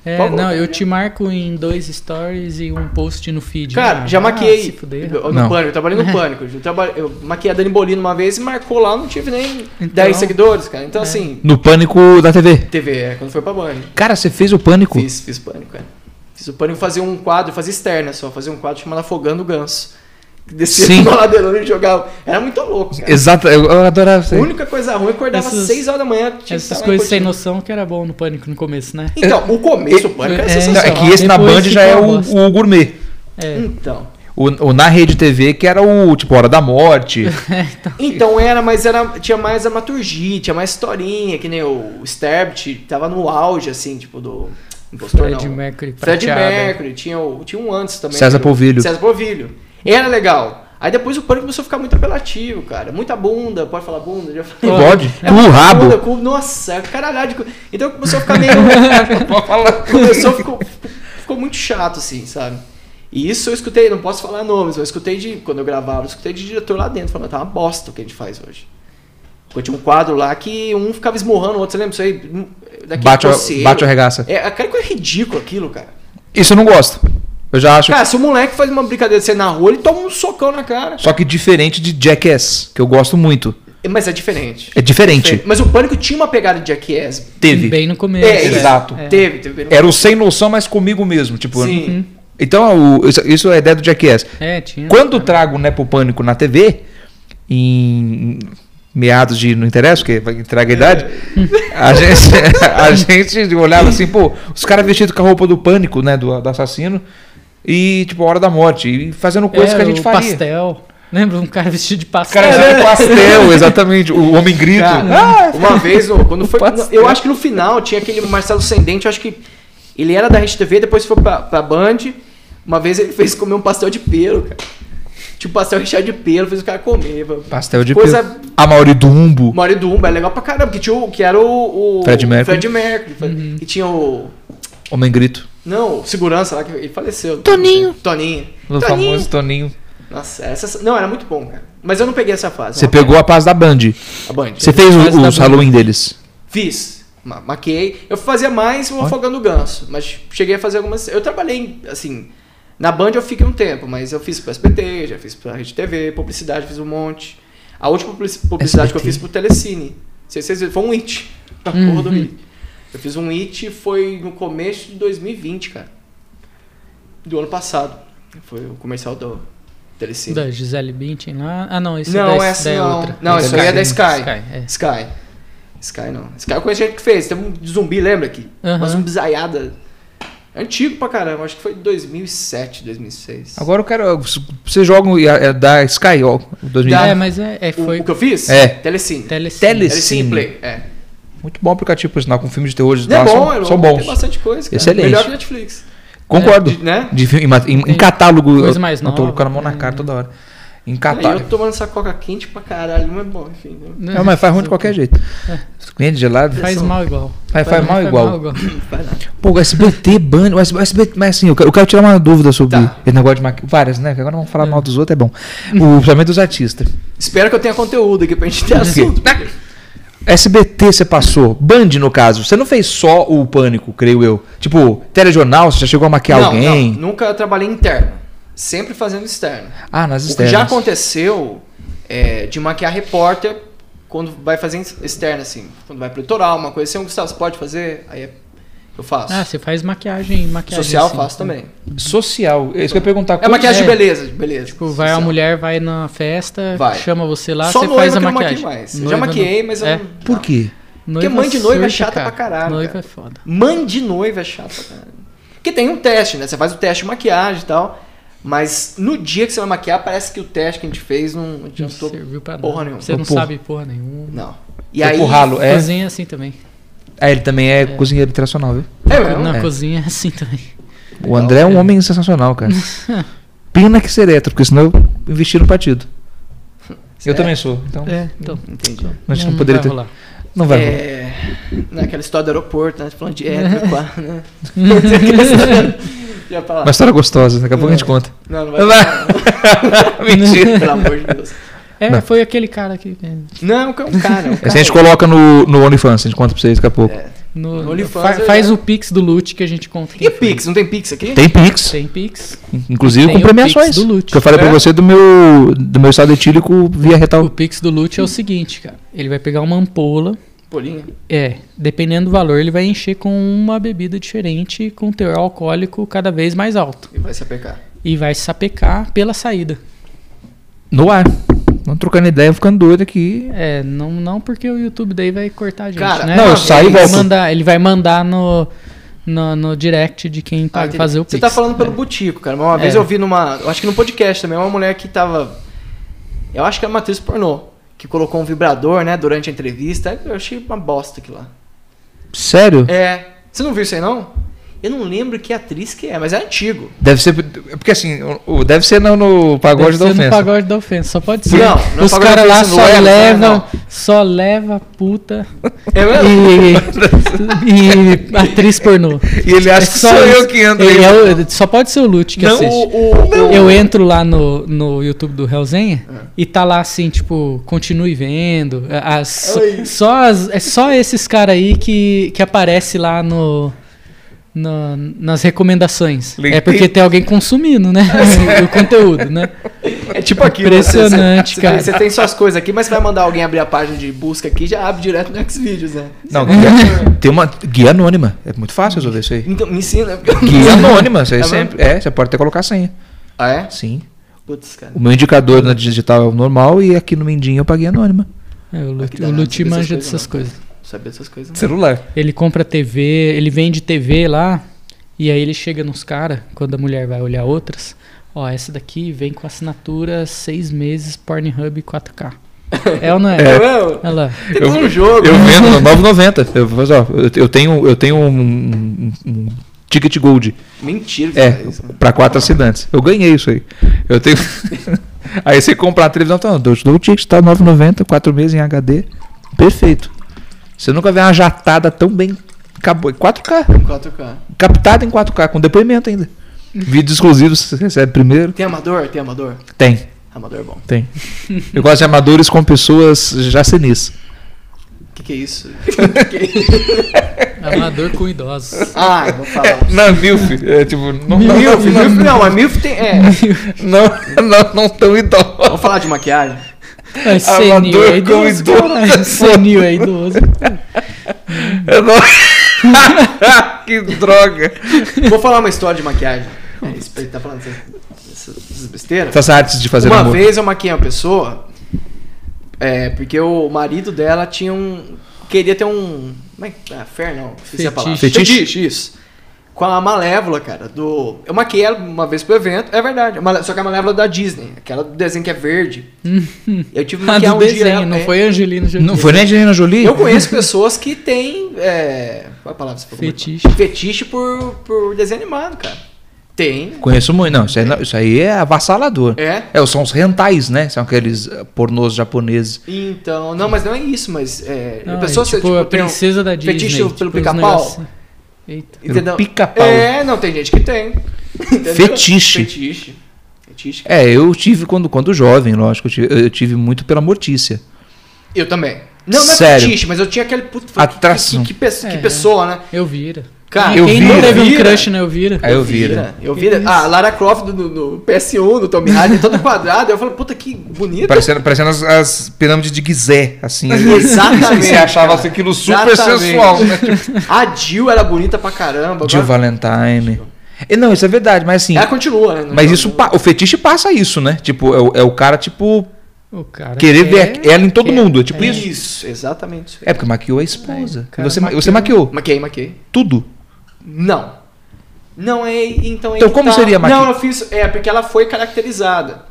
Speaker 2: É,
Speaker 3: Qual-
Speaker 2: não, eu te marco em dois stories e um post no feed.
Speaker 3: Cara,
Speaker 2: Ah,
Speaker 3: já
Speaker 2: ah,
Speaker 3: maquiei.
Speaker 2: se fuder.
Speaker 3: Eu- no
Speaker 1: Não.
Speaker 3: pânico, eu trabalhei no pânico. Eu, traba- eu maquiei a Dani Bolino uma vez e marcou lá, eu não tive nem
Speaker 2: Então-
Speaker 3: 10 seguidores, cara.
Speaker 2: É.
Speaker 3: Então, assim,
Speaker 1: No pânico da TV.
Speaker 3: TV, é, quando foi pra Band.
Speaker 1: Cara, você fez o pânico?
Speaker 3: Fiz, fiz pânico, cara. Fiz o pânico fazer um quadro, fazia externa só, fazia um quadro chamado Afogando o Ganso. Que Descia
Speaker 1: Sim.
Speaker 3: uma ladeirona e jogava. Era muito louco, cara.
Speaker 1: Exato, eu, eu adorava
Speaker 3: A
Speaker 1: você.
Speaker 3: única coisa ruim, eu acordava às
Speaker 2: Essas-
Speaker 3: 6 horas da manhã. tinha que estar
Speaker 2: Essas
Speaker 3: lá
Speaker 2: coisas sem
Speaker 3: curtindo.
Speaker 2: noção que era bom no pânico no começo, né?
Speaker 3: Então, o começo do pânico era
Speaker 2: É,
Speaker 1: Não, é
Speaker 3: sensacional.
Speaker 1: que esse na
Speaker 2: Depois
Speaker 1: Band já é
Speaker 2: ficou uma
Speaker 1: o,
Speaker 2: bosta.
Speaker 1: o gourmet.
Speaker 2: É.
Speaker 3: Então.
Speaker 1: O, o na rede TV, que era o tipo Hora da Morte.
Speaker 3: Então era, mas era, tinha mais dramaturgia, tinha mais historinha, que nem o Sterbit tava no auge, assim, tipo, do. Impostor,
Speaker 2: Fred
Speaker 3: não.
Speaker 2: Mercury
Speaker 3: Fred
Speaker 2: prateado.
Speaker 3: Mercury, tinha, o- tinha um antes também.
Speaker 1: César
Speaker 3: que era o-
Speaker 1: Polvilho.
Speaker 3: César Polvilho. Era legal. Aí depois o pânico começou a ficar muito apelativo, cara. Muita bunda, pode falar bunda? Já falei.
Speaker 1: Pode.
Speaker 3: É, muita
Speaker 1: Cu,
Speaker 3: bunda,
Speaker 1: rabo.
Speaker 3: cu, nossa, caralhada de. cu. Então começou a ficar meio. é,
Speaker 1: Pode falar.
Speaker 3: começou, ficou, ficou muito chato, assim, sabe? E isso eu escutei, não posso falar nomes, mas eu escutei de. Quando eu gravava, eu escutei de diretor lá dentro, falando, tá uma bosta o que a gente faz hoje. Porque tinha um quadro lá que um ficava esmurrando o outro, você lembra isso aí? Daqui
Speaker 1: Bate,
Speaker 3: coceiro.
Speaker 1: o- bate o arregaça.
Speaker 3: É, aquela coisa ridícula aquilo, cara.
Speaker 1: Isso eu não gosto. Eu já acho.
Speaker 3: Cara, se o moleque faz uma brincadeira de ser na rua, ele toma um socão na cara.
Speaker 1: Só que diferente de Jackass, que eu gosto muito.
Speaker 3: Mas é diferente.
Speaker 1: É diferente.
Speaker 3: Mas o pânico tinha uma pegada de Jackass.
Speaker 1: Teve.
Speaker 2: Bem no começo.
Speaker 3: É,
Speaker 2: né?
Speaker 1: exato.
Speaker 2: É.
Speaker 3: Teve, teve.
Speaker 1: Era o sem noção, mas comigo mesmo. Tipo,
Speaker 3: Sim.
Speaker 1: Então, o- isso, isso é a ideia do Jackass.
Speaker 2: É, tinha.
Speaker 1: Quando trago né, pro pânico na TV, em meados de não interessa, porque vai entrega a idade, a gente, a
Speaker 2: É.
Speaker 1: gente olhava assim, pô, os caras vestidos com a roupa do pânico, né, do, do assassino, e tipo, a hora da morte, e fazendo coisas
Speaker 2: É,
Speaker 1: que a gente
Speaker 2: o
Speaker 1: faria.
Speaker 2: pastel. É. Lembra um cara vestido de
Speaker 1: Os
Speaker 2: pastel?
Speaker 1: caras de pastel, exatamente, o homem grito.
Speaker 3: Cara, uma vez, ô, quando foi.
Speaker 1: pastel.
Speaker 3: Eu acho que no final tinha aquele Marcelo Sendente, eu acho que ele era da Rede TV, depois foi pra, pra Band. Uma vez ele fez comer um pastel de pelo, cara. Tipo, pastel recheado de pelo, fez o cara comer. mano.
Speaker 1: pastel de
Speaker 3: Coisa-
Speaker 1: pelo. A Mauri Dumbo.
Speaker 3: Uma hora do Umba é legal pra caramba, porque tinha o. Que era o. o
Speaker 1: Fred Mercury.
Speaker 3: Fred Mercury. E tinha o.
Speaker 1: Homem grito.
Speaker 3: Não, o segurança lá que ele faleceu.
Speaker 1: Toninho.
Speaker 3: Toninho.
Speaker 1: O famoso Toninho.
Speaker 3: Nossa, essa, não, era muito bom, cara. Mas eu não peguei essa fase.
Speaker 1: Você
Speaker 3: não.
Speaker 1: pegou a paz da Band.
Speaker 3: a Band.
Speaker 1: Você fez
Speaker 2: a paz
Speaker 1: o-
Speaker 2: da
Speaker 1: os
Speaker 2: Band.
Speaker 1: Halloween deles.
Speaker 3: Fiz. ma- Maquei. Eu fazia mais o Afogando o Ganso, mas cheguei a fazer algumas. Eu trabalhei, assim. Na Band eu fiquei um tempo, mas eu fiz pro SBT, já fiz pra Rede TV, publicidade, fiz um monte. A última publici- publicidade que eu
Speaker 2: SBT.
Speaker 3: fiz pro Telecine. Não sei se vocês viram, foi um IT. A porra
Speaker 2: Uhum.
Speaker 3: do IT. Eu fiz um IT foi no começo de 2020, cara. Do ano passado. Foi o comercial do Telecine.
Speaker 2: Da Gisele Bündchen lá. Ah, não, esse
Speaker 3: Não,
Speaker 2: é da,
Speaker 3: essa
Speaker 2: da
Speaker 3: não.
Speaker 2: outra.
Speaker 3: Não,
Speaker 1: Esse
Speaker 3: isso aí é da Sky.
Speaker 2: é.
Speaker 3: Sky. Sky não. Sky eu conheço gente que fez. Tem um zumbi, lembra aqui?
Speaker 2: Aham.
Speaker 3: Uma zumbizaiada. Antigo pra caramba. Acho que foi 2007, 2006.
Speaker 1: Agora eu quero. Você joga o- é da Sky, ó, 2000.
Speaker 2: É, mas é, é,
Speaker 3: o,
Speaker 2: foi
Speaker 3: o que eu fiz?
Speaker 1: É.
Speaker 3: Telecine.
Speaker 2: Telecine.
Speaker 1: Tele-
Speaker 3: Telecine Play. É.
Speaker 1: Muito bom aplicativo, por sinal, com filmes de terror.
Speaker 3: Não
Speaker 1: lá,
Speaker 3: é bom,
Speaker 1: são,
Speaker 3: é bom.
Speaker 1: são
Speaker 3: Tem
Speaker 1: bons.
Speaker 3: bastante coisa. Cara.
Speaker 1: Excelente.
Speaker 3: Melhor que Netflix.
Speaker 1: Concordo.
Speaker 3: De- né?
Speaker 1: De filme- em, em
Speaker 2: Tem
Speaker 1: catálogo.
Speaker 2: coisa
Speaker 1: eu-
Speaker 2: mais
Speaker 1: eu tô
Speaker 2: nova,
Speaker 1: colocando a mão na
Speaker 2: é.
Speaker 1: cara toda hora. Em
Speaker 3: Aí eu
Speaker 1: catálogo.
Speaker 3: tomando essa coca quente pra caralho. Não é bom, enfim. né?
Speaker 1: É, mas faz ruim de qualquer jeito. Cliente gelado.
Speaker 2: Faz mal igual.
Speaker 1: Faz- faz mal igual.
Speaker 3: Não faz nada.
Speaker 1: Pô, o SBT, Band, o SBT, mas assim, eu quero, eu quero tirar uma dúvida sobre
Speaker 3: Tá.
Speaker 1: esse negócio de maquiagem. Várias, né? Que agora vamos falar mal dos outros, é bom. O, principalmente dos artistas.
Speaker 3: Espero que eu tenha conteúdo aqui pra gente ter
Speaker 1: quê?
Speaker 3: assunto.
Speaker 1: SBT você passou, Band no caso, você não fez só o Pânico, creio eu. Tipo, telejornal, você já chegou a maquiar
Speaker 3: Não,
Speaker 1: alguém.
Speaker 3: não, nunca trabalhei interno. Sempre fazendo externo.
Speaker 1: Ah, nas
Speaker 3: O que
Speaker 1: externas.
Speaker 3: já aconteceu é, de maquiar repórter quando vai fazer externa, assim. Quando vai pro litoral, uma coisa assim, "Ô, Gustavo, você pode fazer? Aí é, eu faço.
Speaker 2: Ah, você faz maquiagem, maquiagem.
Speaker 3: Social
Speaker 2: assim.
Speaker 3: eu faço também.
Speaker 1: Social, é isso que eu ia perguntar.
Speaker 3: É
Speaker 1: como-
Speaker 3: maquiagem de
Speaker 2: é.
Speaker 3: beleza, de beleza.
Speaker 2: Tipo, vai a
Speaker 3: social.
Speaker 2: mulher, vai na festa,
Speaker 3: Vai.
Speaker 2: chama você lá,
Speaker 3: Só
Speaker 2: você
Speaker 3: noiva
Speaker 2: faz a
Speaker 3: que eu não
Speaker 2: maquiagem.
Speaker 3: maquio mais. Eu
Speaker 2: Noiva
Speaker 3: já
Speaker 2: não-
Speaker 3: maquiei, mas eu
Speaker 2: É.
Speaker 3: não...
Speaker 1: Por quê?
Speaker 3: Porque mãe de noiva é chata pra caralho,
Speaker 2: Noiva
Speaker 3: cara.
Speaker 2: é foda.
Speaker 3: Mãe de noiva é chato pra caralho. Porque tem um teste, né? Você faz o teste de maquiagem e tal. Mas no dia que você vai maquiar, parece que o teste que a gente fez não
Speaker 2: Não
Speaker 3: adiantou
Speaker 2: serviu pra nada.
Speaker 3: porra nenhuma.
Speaker 2: Você não
Speaker 1: Porra.
Speaker 2: sabe porra nenhuma.
Speaker 3: Não. E
Speaker 1: E
Speaker 3: aí.
Speaker 1: ralo, é.
Speaker 2: Cozinha é assim também.
Speaker 1: Ah, ele também é, cozinheiro internacional, viu?
Speaker 3: É, mesmo?
Speaker 2: Na
Speaker 1: É.
Speaker 2: cozinha é assim também.
Speaker 1: o André é um
Speaker 2: cara.
Speaker 1: homem sensacional, cara. Pena que ser hétero, porque senão eu investi no partido. Eu
Speaker 3: Certo.
Speaker 1: também sou, então
Speaker 2: É, então.
Speaker 3: Entendi.
Speaker 1: a gente não, poderia
Speaker 2: vai
Speaker 1: ter.
Speaker 2: rolar.
Speaker 1: Não vai. rolar.
Speaker 3: É, naquela história do aeroporto, né? Falando de hétero, pá, né? Já pra lá.
Speaker 1: Uma história gostosa, daqui a pouco a
Speaker 3: É.
Speaker 1: gente conta.
Speaker 3: Não, não vai.
Speaker 1: Mentira.
Speaker 3: Pelo amor de Deus.
Speaker 2: É,
Speaker 1: Não.
Speaker 2: foi aquele cara que. é,
Speaker 3: Não, é um cara. É um cara.
Speaker 1: Essa a gente coloca no, no OnlyFans, a gente conta pra vocês daqui a pouco.
Speaker 3: É.
Speaker 2: No,
Speaker 3: No OnlyFans
Speaker 2: fa-
Speaker 3: eu
Speaker 2: faz
Speaker 3: já-
Speaker 2: o Pix do loot que a gente conta. quem
Speaker 3: E
Speaker 2: foi.
Speaker 3: Pix? Não tem Pix aqui?
Speaker 1: Tem Pix,
Speaker 2: Tem Pix.
Speaker 1: inclusive
Speaker 2: Tem
Speaker 1: com
Speaker 2: o
Speaker 1: premiações.
Speaker 2: Pix do loot.
Speaker 1: Que eu falei pra
Speaker 3: É.
Speaker 1: você do meu, do meu estado etílico via
Speaker 2: O
Speaker 1: retal.
Speaker 2: Pix do loot é o seguinte, cara. Ele vai pegar uma ampola.
Speaker 3: Bolinha.
Speaker 2: É, dependendo do valor, ele vai encher com uma bebida diferente com teor alcoólico cada vez mais alto.
Speaker 3: E vai se apecar.
Speaker 2: E vai sapecar pela saída.
Speaker 1: No ar. Não trocando ideia, ficando doido aqui.
Speaker 2: É, não, não porque o YouTube daí vai cortar a gente,
Speaker 3: Cara,
Speaker 2: né?
Speaker 1: não, eu
Speaker 2: Ele
Speaker 1: saí e
Speaker 2: vai
Speaker 1: volto.
Speaker 2: mandar, Ele vai mandar no, no, no direct de quem
Speaker 3: Ah,
Speaker 2: paga
Speaker 3: entendi.
Speaker 2: fazer o Pix.
Speaker 3: Você tá falando pelo Butico, cara. Mas uma vez
Speaker 2: É.
Speaker 3: eu vi numa. Eu acho que num podcast também, uma mulher que tava. Eu acho que era uma atriz pornô. Que colocou um vibrador, né, durante a entrevista. Eu achei uma bosta aquilo lá.
Speaker 1: Sério?
Speaker 3: É. Você não viu isso aí, não? Eu não lembro que atriz que é, mas é antigo.
Speaker 1: Deve ser. Porque assim, o- o- deve ser no, no pagode
Speaker 2: Deve
Speaker 1: da
Speaker 2: ser no
Speaker 1: ofensa.
Speaker 2: É. pagode da ofensa, só pode ser.
Speaker 3: Não, não é
Speaker 2: Os
Speaker 3: pagode
Speaker 2: caras
Speaker 3: da
Speaker 2: lá só
Speaker 3: ofensa, não é, não é,
Speaker 2: levam,
Speaker 3: não.
Speaker 2: só leva puta
Speaker 3: É mesmo?
Speaker 2: e, e atriz pornô. É
Speaker 1: E ele acha que sou eu que entro
Speaker 2: ele
Speaker 1: aí.
Speaker 2: é o- Só pode ser o Lute que
Speaker 1: Não,
Speaker 2: assiste.
Speaker 3: O, o,
Speaker 2: Eu entro lá no, no YouTube do Hellzenha
Speaker 3: É.
Speaker 2: e tá lá assim, tipo, continue vendo. a- As,
Speaker 3: Oi.
Speaker 2: só as- é só esses caras aí que, que aparece lá no, no- nas recomendações.
Speaker 1: Link-
Speaker 2: É porque tem alguém consumindo, né? o conteúdo, né?
Speaker 3: É tipo aqui.
Speaker 2: Impressionante,
Speaker 3: você, você,
Speaker 2: cara.
Speaker 3: Você tem suas coisas aqui, mas você vai mandar alguém abrir a página de busca aqui já abre direto no Xvideos, né?
Speaker 1: Não, guia- tem uma guia anônima. É muito fácil resolver isso aí.
Speaker 3: Então, me ensina.
Speaker 1: Guia anônima, você
Speaker 3: É
Speaker 2: Tá
Speaker 1: sempre. É, você pode até colocar a senha.
Speaker 3: Ah, é?
Speaker 1: Sim.
Speaker 3: Putz, cara.
Speaker 1: O meu indicador na digital é o normal e aqui no Mindinho eu paguei anônima.
Speaker 2: É, o Lute,
Speaker 3: Aqui tá dá
Speaker 2: o
Speaker 3: nada,
Speaker 2: Lute
Speaker 3: não
Speaker 2: manja
Speaker 3: sei
Speaker 2: dessas
Speaker 3: dessas
Speaker 2: coisas.
Speaker 3: Não sabia dessas coisas. não.
Speaker 1: Celular.
Speaker 2: Ele compra TV, ele vende TV lá, e aí ele chega nos caras, quando a mulher vai olhar outras, ó, essa daqui vem com assinatura seis meses, Pornhub 4K. É ou não é?
Speaker 3: É mesmo?
Speaker 2: Olha lá.
Speaker 3: Tem
Speaker 1: Eu-
Speaker 3: todo um jogo.
Speaker 1: Eu vendo no 990. Eu, mas, ó, eu, eu tenho, eu tenho um, um- um ticket gold.
Speaker 3: Mentira que
Speaker 1: É,
Speaker 3: você faz isso, mano.
Speaker 1: pra quatro acidentes. Eu ganhei isso aí. Eu tenho. aí você comprar a televisão, então, eu te dou o ticket, tá 990, quatro meses em HD. Perfeito. Você nunca vê uma jatada tão bem. Acabou. 4K.
Speaker 3: 4K.
Speaker 1: Captada em 4K, com depoimento ainda. Vídeos exclusivos você recebe primeiro.
Speaker 3: Tem amador? Tem amador?
Speaker 1: Tem,
Speaker 3: Amador é bom.
Speaker 1: tem. Eu gosto de amadores com pessoas já senis.
Speaker 3: O que, que é isso? Que que é isso?
Speaker 2: Amador com idosos.
Speaker 3: ah, eu vou falar.
Speaker 1: Não, MILF. É, tipo, não,
Speaker 3: Milf, Milf, não, mas Milf tem. É,
Speaker 1: Não, não, não tão idosa.
Speaker 3: vamos falar de maquiagem?
Speaker 2: É, senil é
Speaker 1: Amador com
Speaker 2: idoso,
Speaker 1: idoso.
Speaker 2: caralho. Senil é idoso.
Speaker 1: Eu não- que droga.
Speaker 3: Vou falar uma história de maquiagem. É, esse ele tá falando essas, essas besteiras.
Speaker 1: Essas artes Tá de fazer
Speaker 3: Uma
Speaker 1: amor.
Speaker 3: vez eu maquiei uma pessoa, é, porque o marido dela tinha um. Queria ter um. Como é que. Ah, fer não, esqueci a palavra.
Speaker 1: Fetiche.
Speaker 3: isso. Com a malévola, cara, do. Eu maquiei ela uma vez pro evento, é verdade. a Malé- Só que a malévola é da Disney, aquela do desenho que é verde. eu tive que
Speaker 2: Ah,
Speaker 3: maquiar
Speaker 2: do
Speaker 3: um dia.
Speaker 2: desenho,
Speaker 3: ela-
Speaker 2: não
Speaker 3: é.
Speaker 2: foi Angelina Jolie.
Speaker 1: Não foi nem a Angelina Jolie?
Speaker 3: Eu conheço pessoas que têm. É... Qual é a palavra? que você falou?
Speaker 2: Fetiche.
Speaker 3: Fetiche por, por desenho animado, cara. Tem.
Speaker 1: Conheço muito. Não, isso aí, não- isso aí é avassalador.
Speaker 3: É.
Speaker 1: É, são os rentais, né? São aqueles eh, pornôs japoneses.
Speaker 3: Então, não, mas não é isso, mas é,
Speaker 2: Não,
Speaker 3: a pessoa
Speaker 2: é, tipo,
Speaker 3: tipo,
Speaker 2: a
Speaker 3: tem um-
Speaker 2: princesa da Disney.
Speaker 3: fetiche
Speaker 2: tipo,
Speaker 3: pelo
Speaker 2: os
Speaker 3: pica-pau?
Speaker 2: negócio- Eita.
Speaker 1: Pelo
Speaker 3: Entendeu?
Speaker 1: pica-pau.
Speaker 3: É, não, tem gente que tem. Entendeu?
Speaker 1: Fetiche.
Speaker 3: Fetiche. Fetiche. cara.
Speaker 1: É, eu tive quando, quando jovem, lógico. Eu tive, eu tive muito pela Mortícia.
Speaker 3: Eu também. Não, não é
Speaker 1: Sério?
Speaker 3: fetiche, mas eu tinha aquele puto.
Speaker 1: Atração.
Speaker 3: Que, que, que, pesso- que
Speaker 2: É.
Speaker 3: pessoa, né?
Speaker 2: Elvira.
Speaker 3: Cara,
Speaker 1: Eu É.
Speaker 2: Quem
Speaker 1: vi,
Speaker 2: não
Speaker 1: né?
Speaker 2: teve um
Speaker 3: Elvira.
Speaker 2: crush na Elvira?
Speaker 1: Aí eu né? vira.
Speaker 3: Eu vi. Ah, a Lara Croft do, do- do PS1, do Tommy Hardy, toda quadrada. Eu falo, puta que bonita.
Speaker 1: Parecendo, parecendo as, as pirâmides de Gizé, assim.
Speaker 3: Exatamente,
Speaker 1: Você achava
Speaker 3: cara.
Speaker 1: assim, aquilo super
Speaker 3: Exatamente.
Speaker 1: sensual, né? Tipo,
Speaker 3: A Jill era bonita pra caramba.
Speaker 1: Jill
Speaker 3: agora-
Speaker 1: Valentine. E não, isso é verdade, mas assim.
Speaker 3: Ela continua, né? no
Speaker 1: Mas
Speaker 3: jogo.
Speaker 1: isso, pa- o fetiche passa isso, né? Tipo, é o, é o cara, tipo,
Speaker 2: O cara
Speaker 1: Querer ver
Speaker 2: é-
Speaker 1: ela em todo
Speaker 2: quer-
Speaker 1: mundo, é tipo
Speaker 2: é.
Speaker 1: isso.
Speaker 3: Isso, exatamente isso.
Speaker 1: É porque maquiou a esposa.
Speaker 2: É, cara,
Speaker 1: você, ma-
Speaker 2: maquiou.
Speaker 1: você maquiou
Speaker 3: Maquei, maquei.
Speaker 1: tudo.
Speaker 3: Não. Não é. Então, é
Speaker 1: Então
Speaker 3: que
Speaker 1: como
Speaker 3: tá-
Speaker 1: seria a maqui-
Speaker 3: Não, eu fiz. É, porque ela foi caracterizada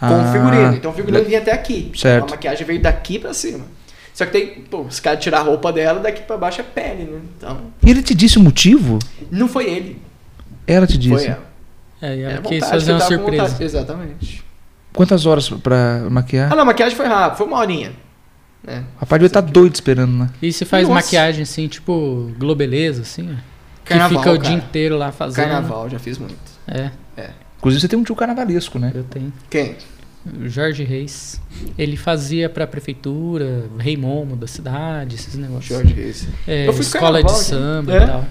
Speaker 3: com
Speaker 1: Ah,
Speaker 3: o figurino. Então o figurino
Speaker 1: le-
Speaker 3: vinha até aqui.
Speaker 1: Certo.
Speaker 3: A maquiagem veio daqui pra cima. Só que tem. Pô, os caras tirar a roupa dela, daqui pra baixo é pele, né? Então.
Speaker 1: E ele te disse o motivo?
Speaker 3: Não foi ele.
Speaker 1: Ela te disse.
Speaker 3: Foi ela.
Speaker 2: É, e ela
Speaker 3: Era
Speaker 2: quis
Speaker 3: vontade,
Speaker 2: fazer
Speaker 3: eu
Speaker 2: uma
Speaker 3: tava com
Speaker 2: surpresa.
Speaker 3: vontade. Exatamente.
Speaker 1: Quantas horas pra maquiar?
Speaker 3: Ah, não, a maquiagem foi rápida, foi uma horinha. né?
Speaker 1: O rapaz devia estar tá doido esperando, né?
Speaker 2: E se faz
Speaker 3: Nossa.
Speaker 2: maquiagem assim, tipo Globeleza, assim? ó? que
Speaker 3: Carnaval,
Speaker 2: fica o
Speaker 3: cara.
Speaker 2: dia inteiro né? lá fazendo.
Speaker 3: Carnaval, já fiz muito.
Speaker 2: É,
Speaker 1: Inclusive você tem um tio carnavalesco, né?
Speaker 2: eu tenho.
Speaker 3: Quem?
Speaker 2: O Jorge Reis. Ele fazia pra prefeitura, o Rei Momo da cidade, esses negócios.
Speaker 3: Jorge Reis.
Speaker 2: É,
Speaker 3: Eu fui
Speaker 2: escola de
Speaker 3: carnaval,
Speaker 2: samba
Speaker 3: gente. É.
Speaker 2: e tal.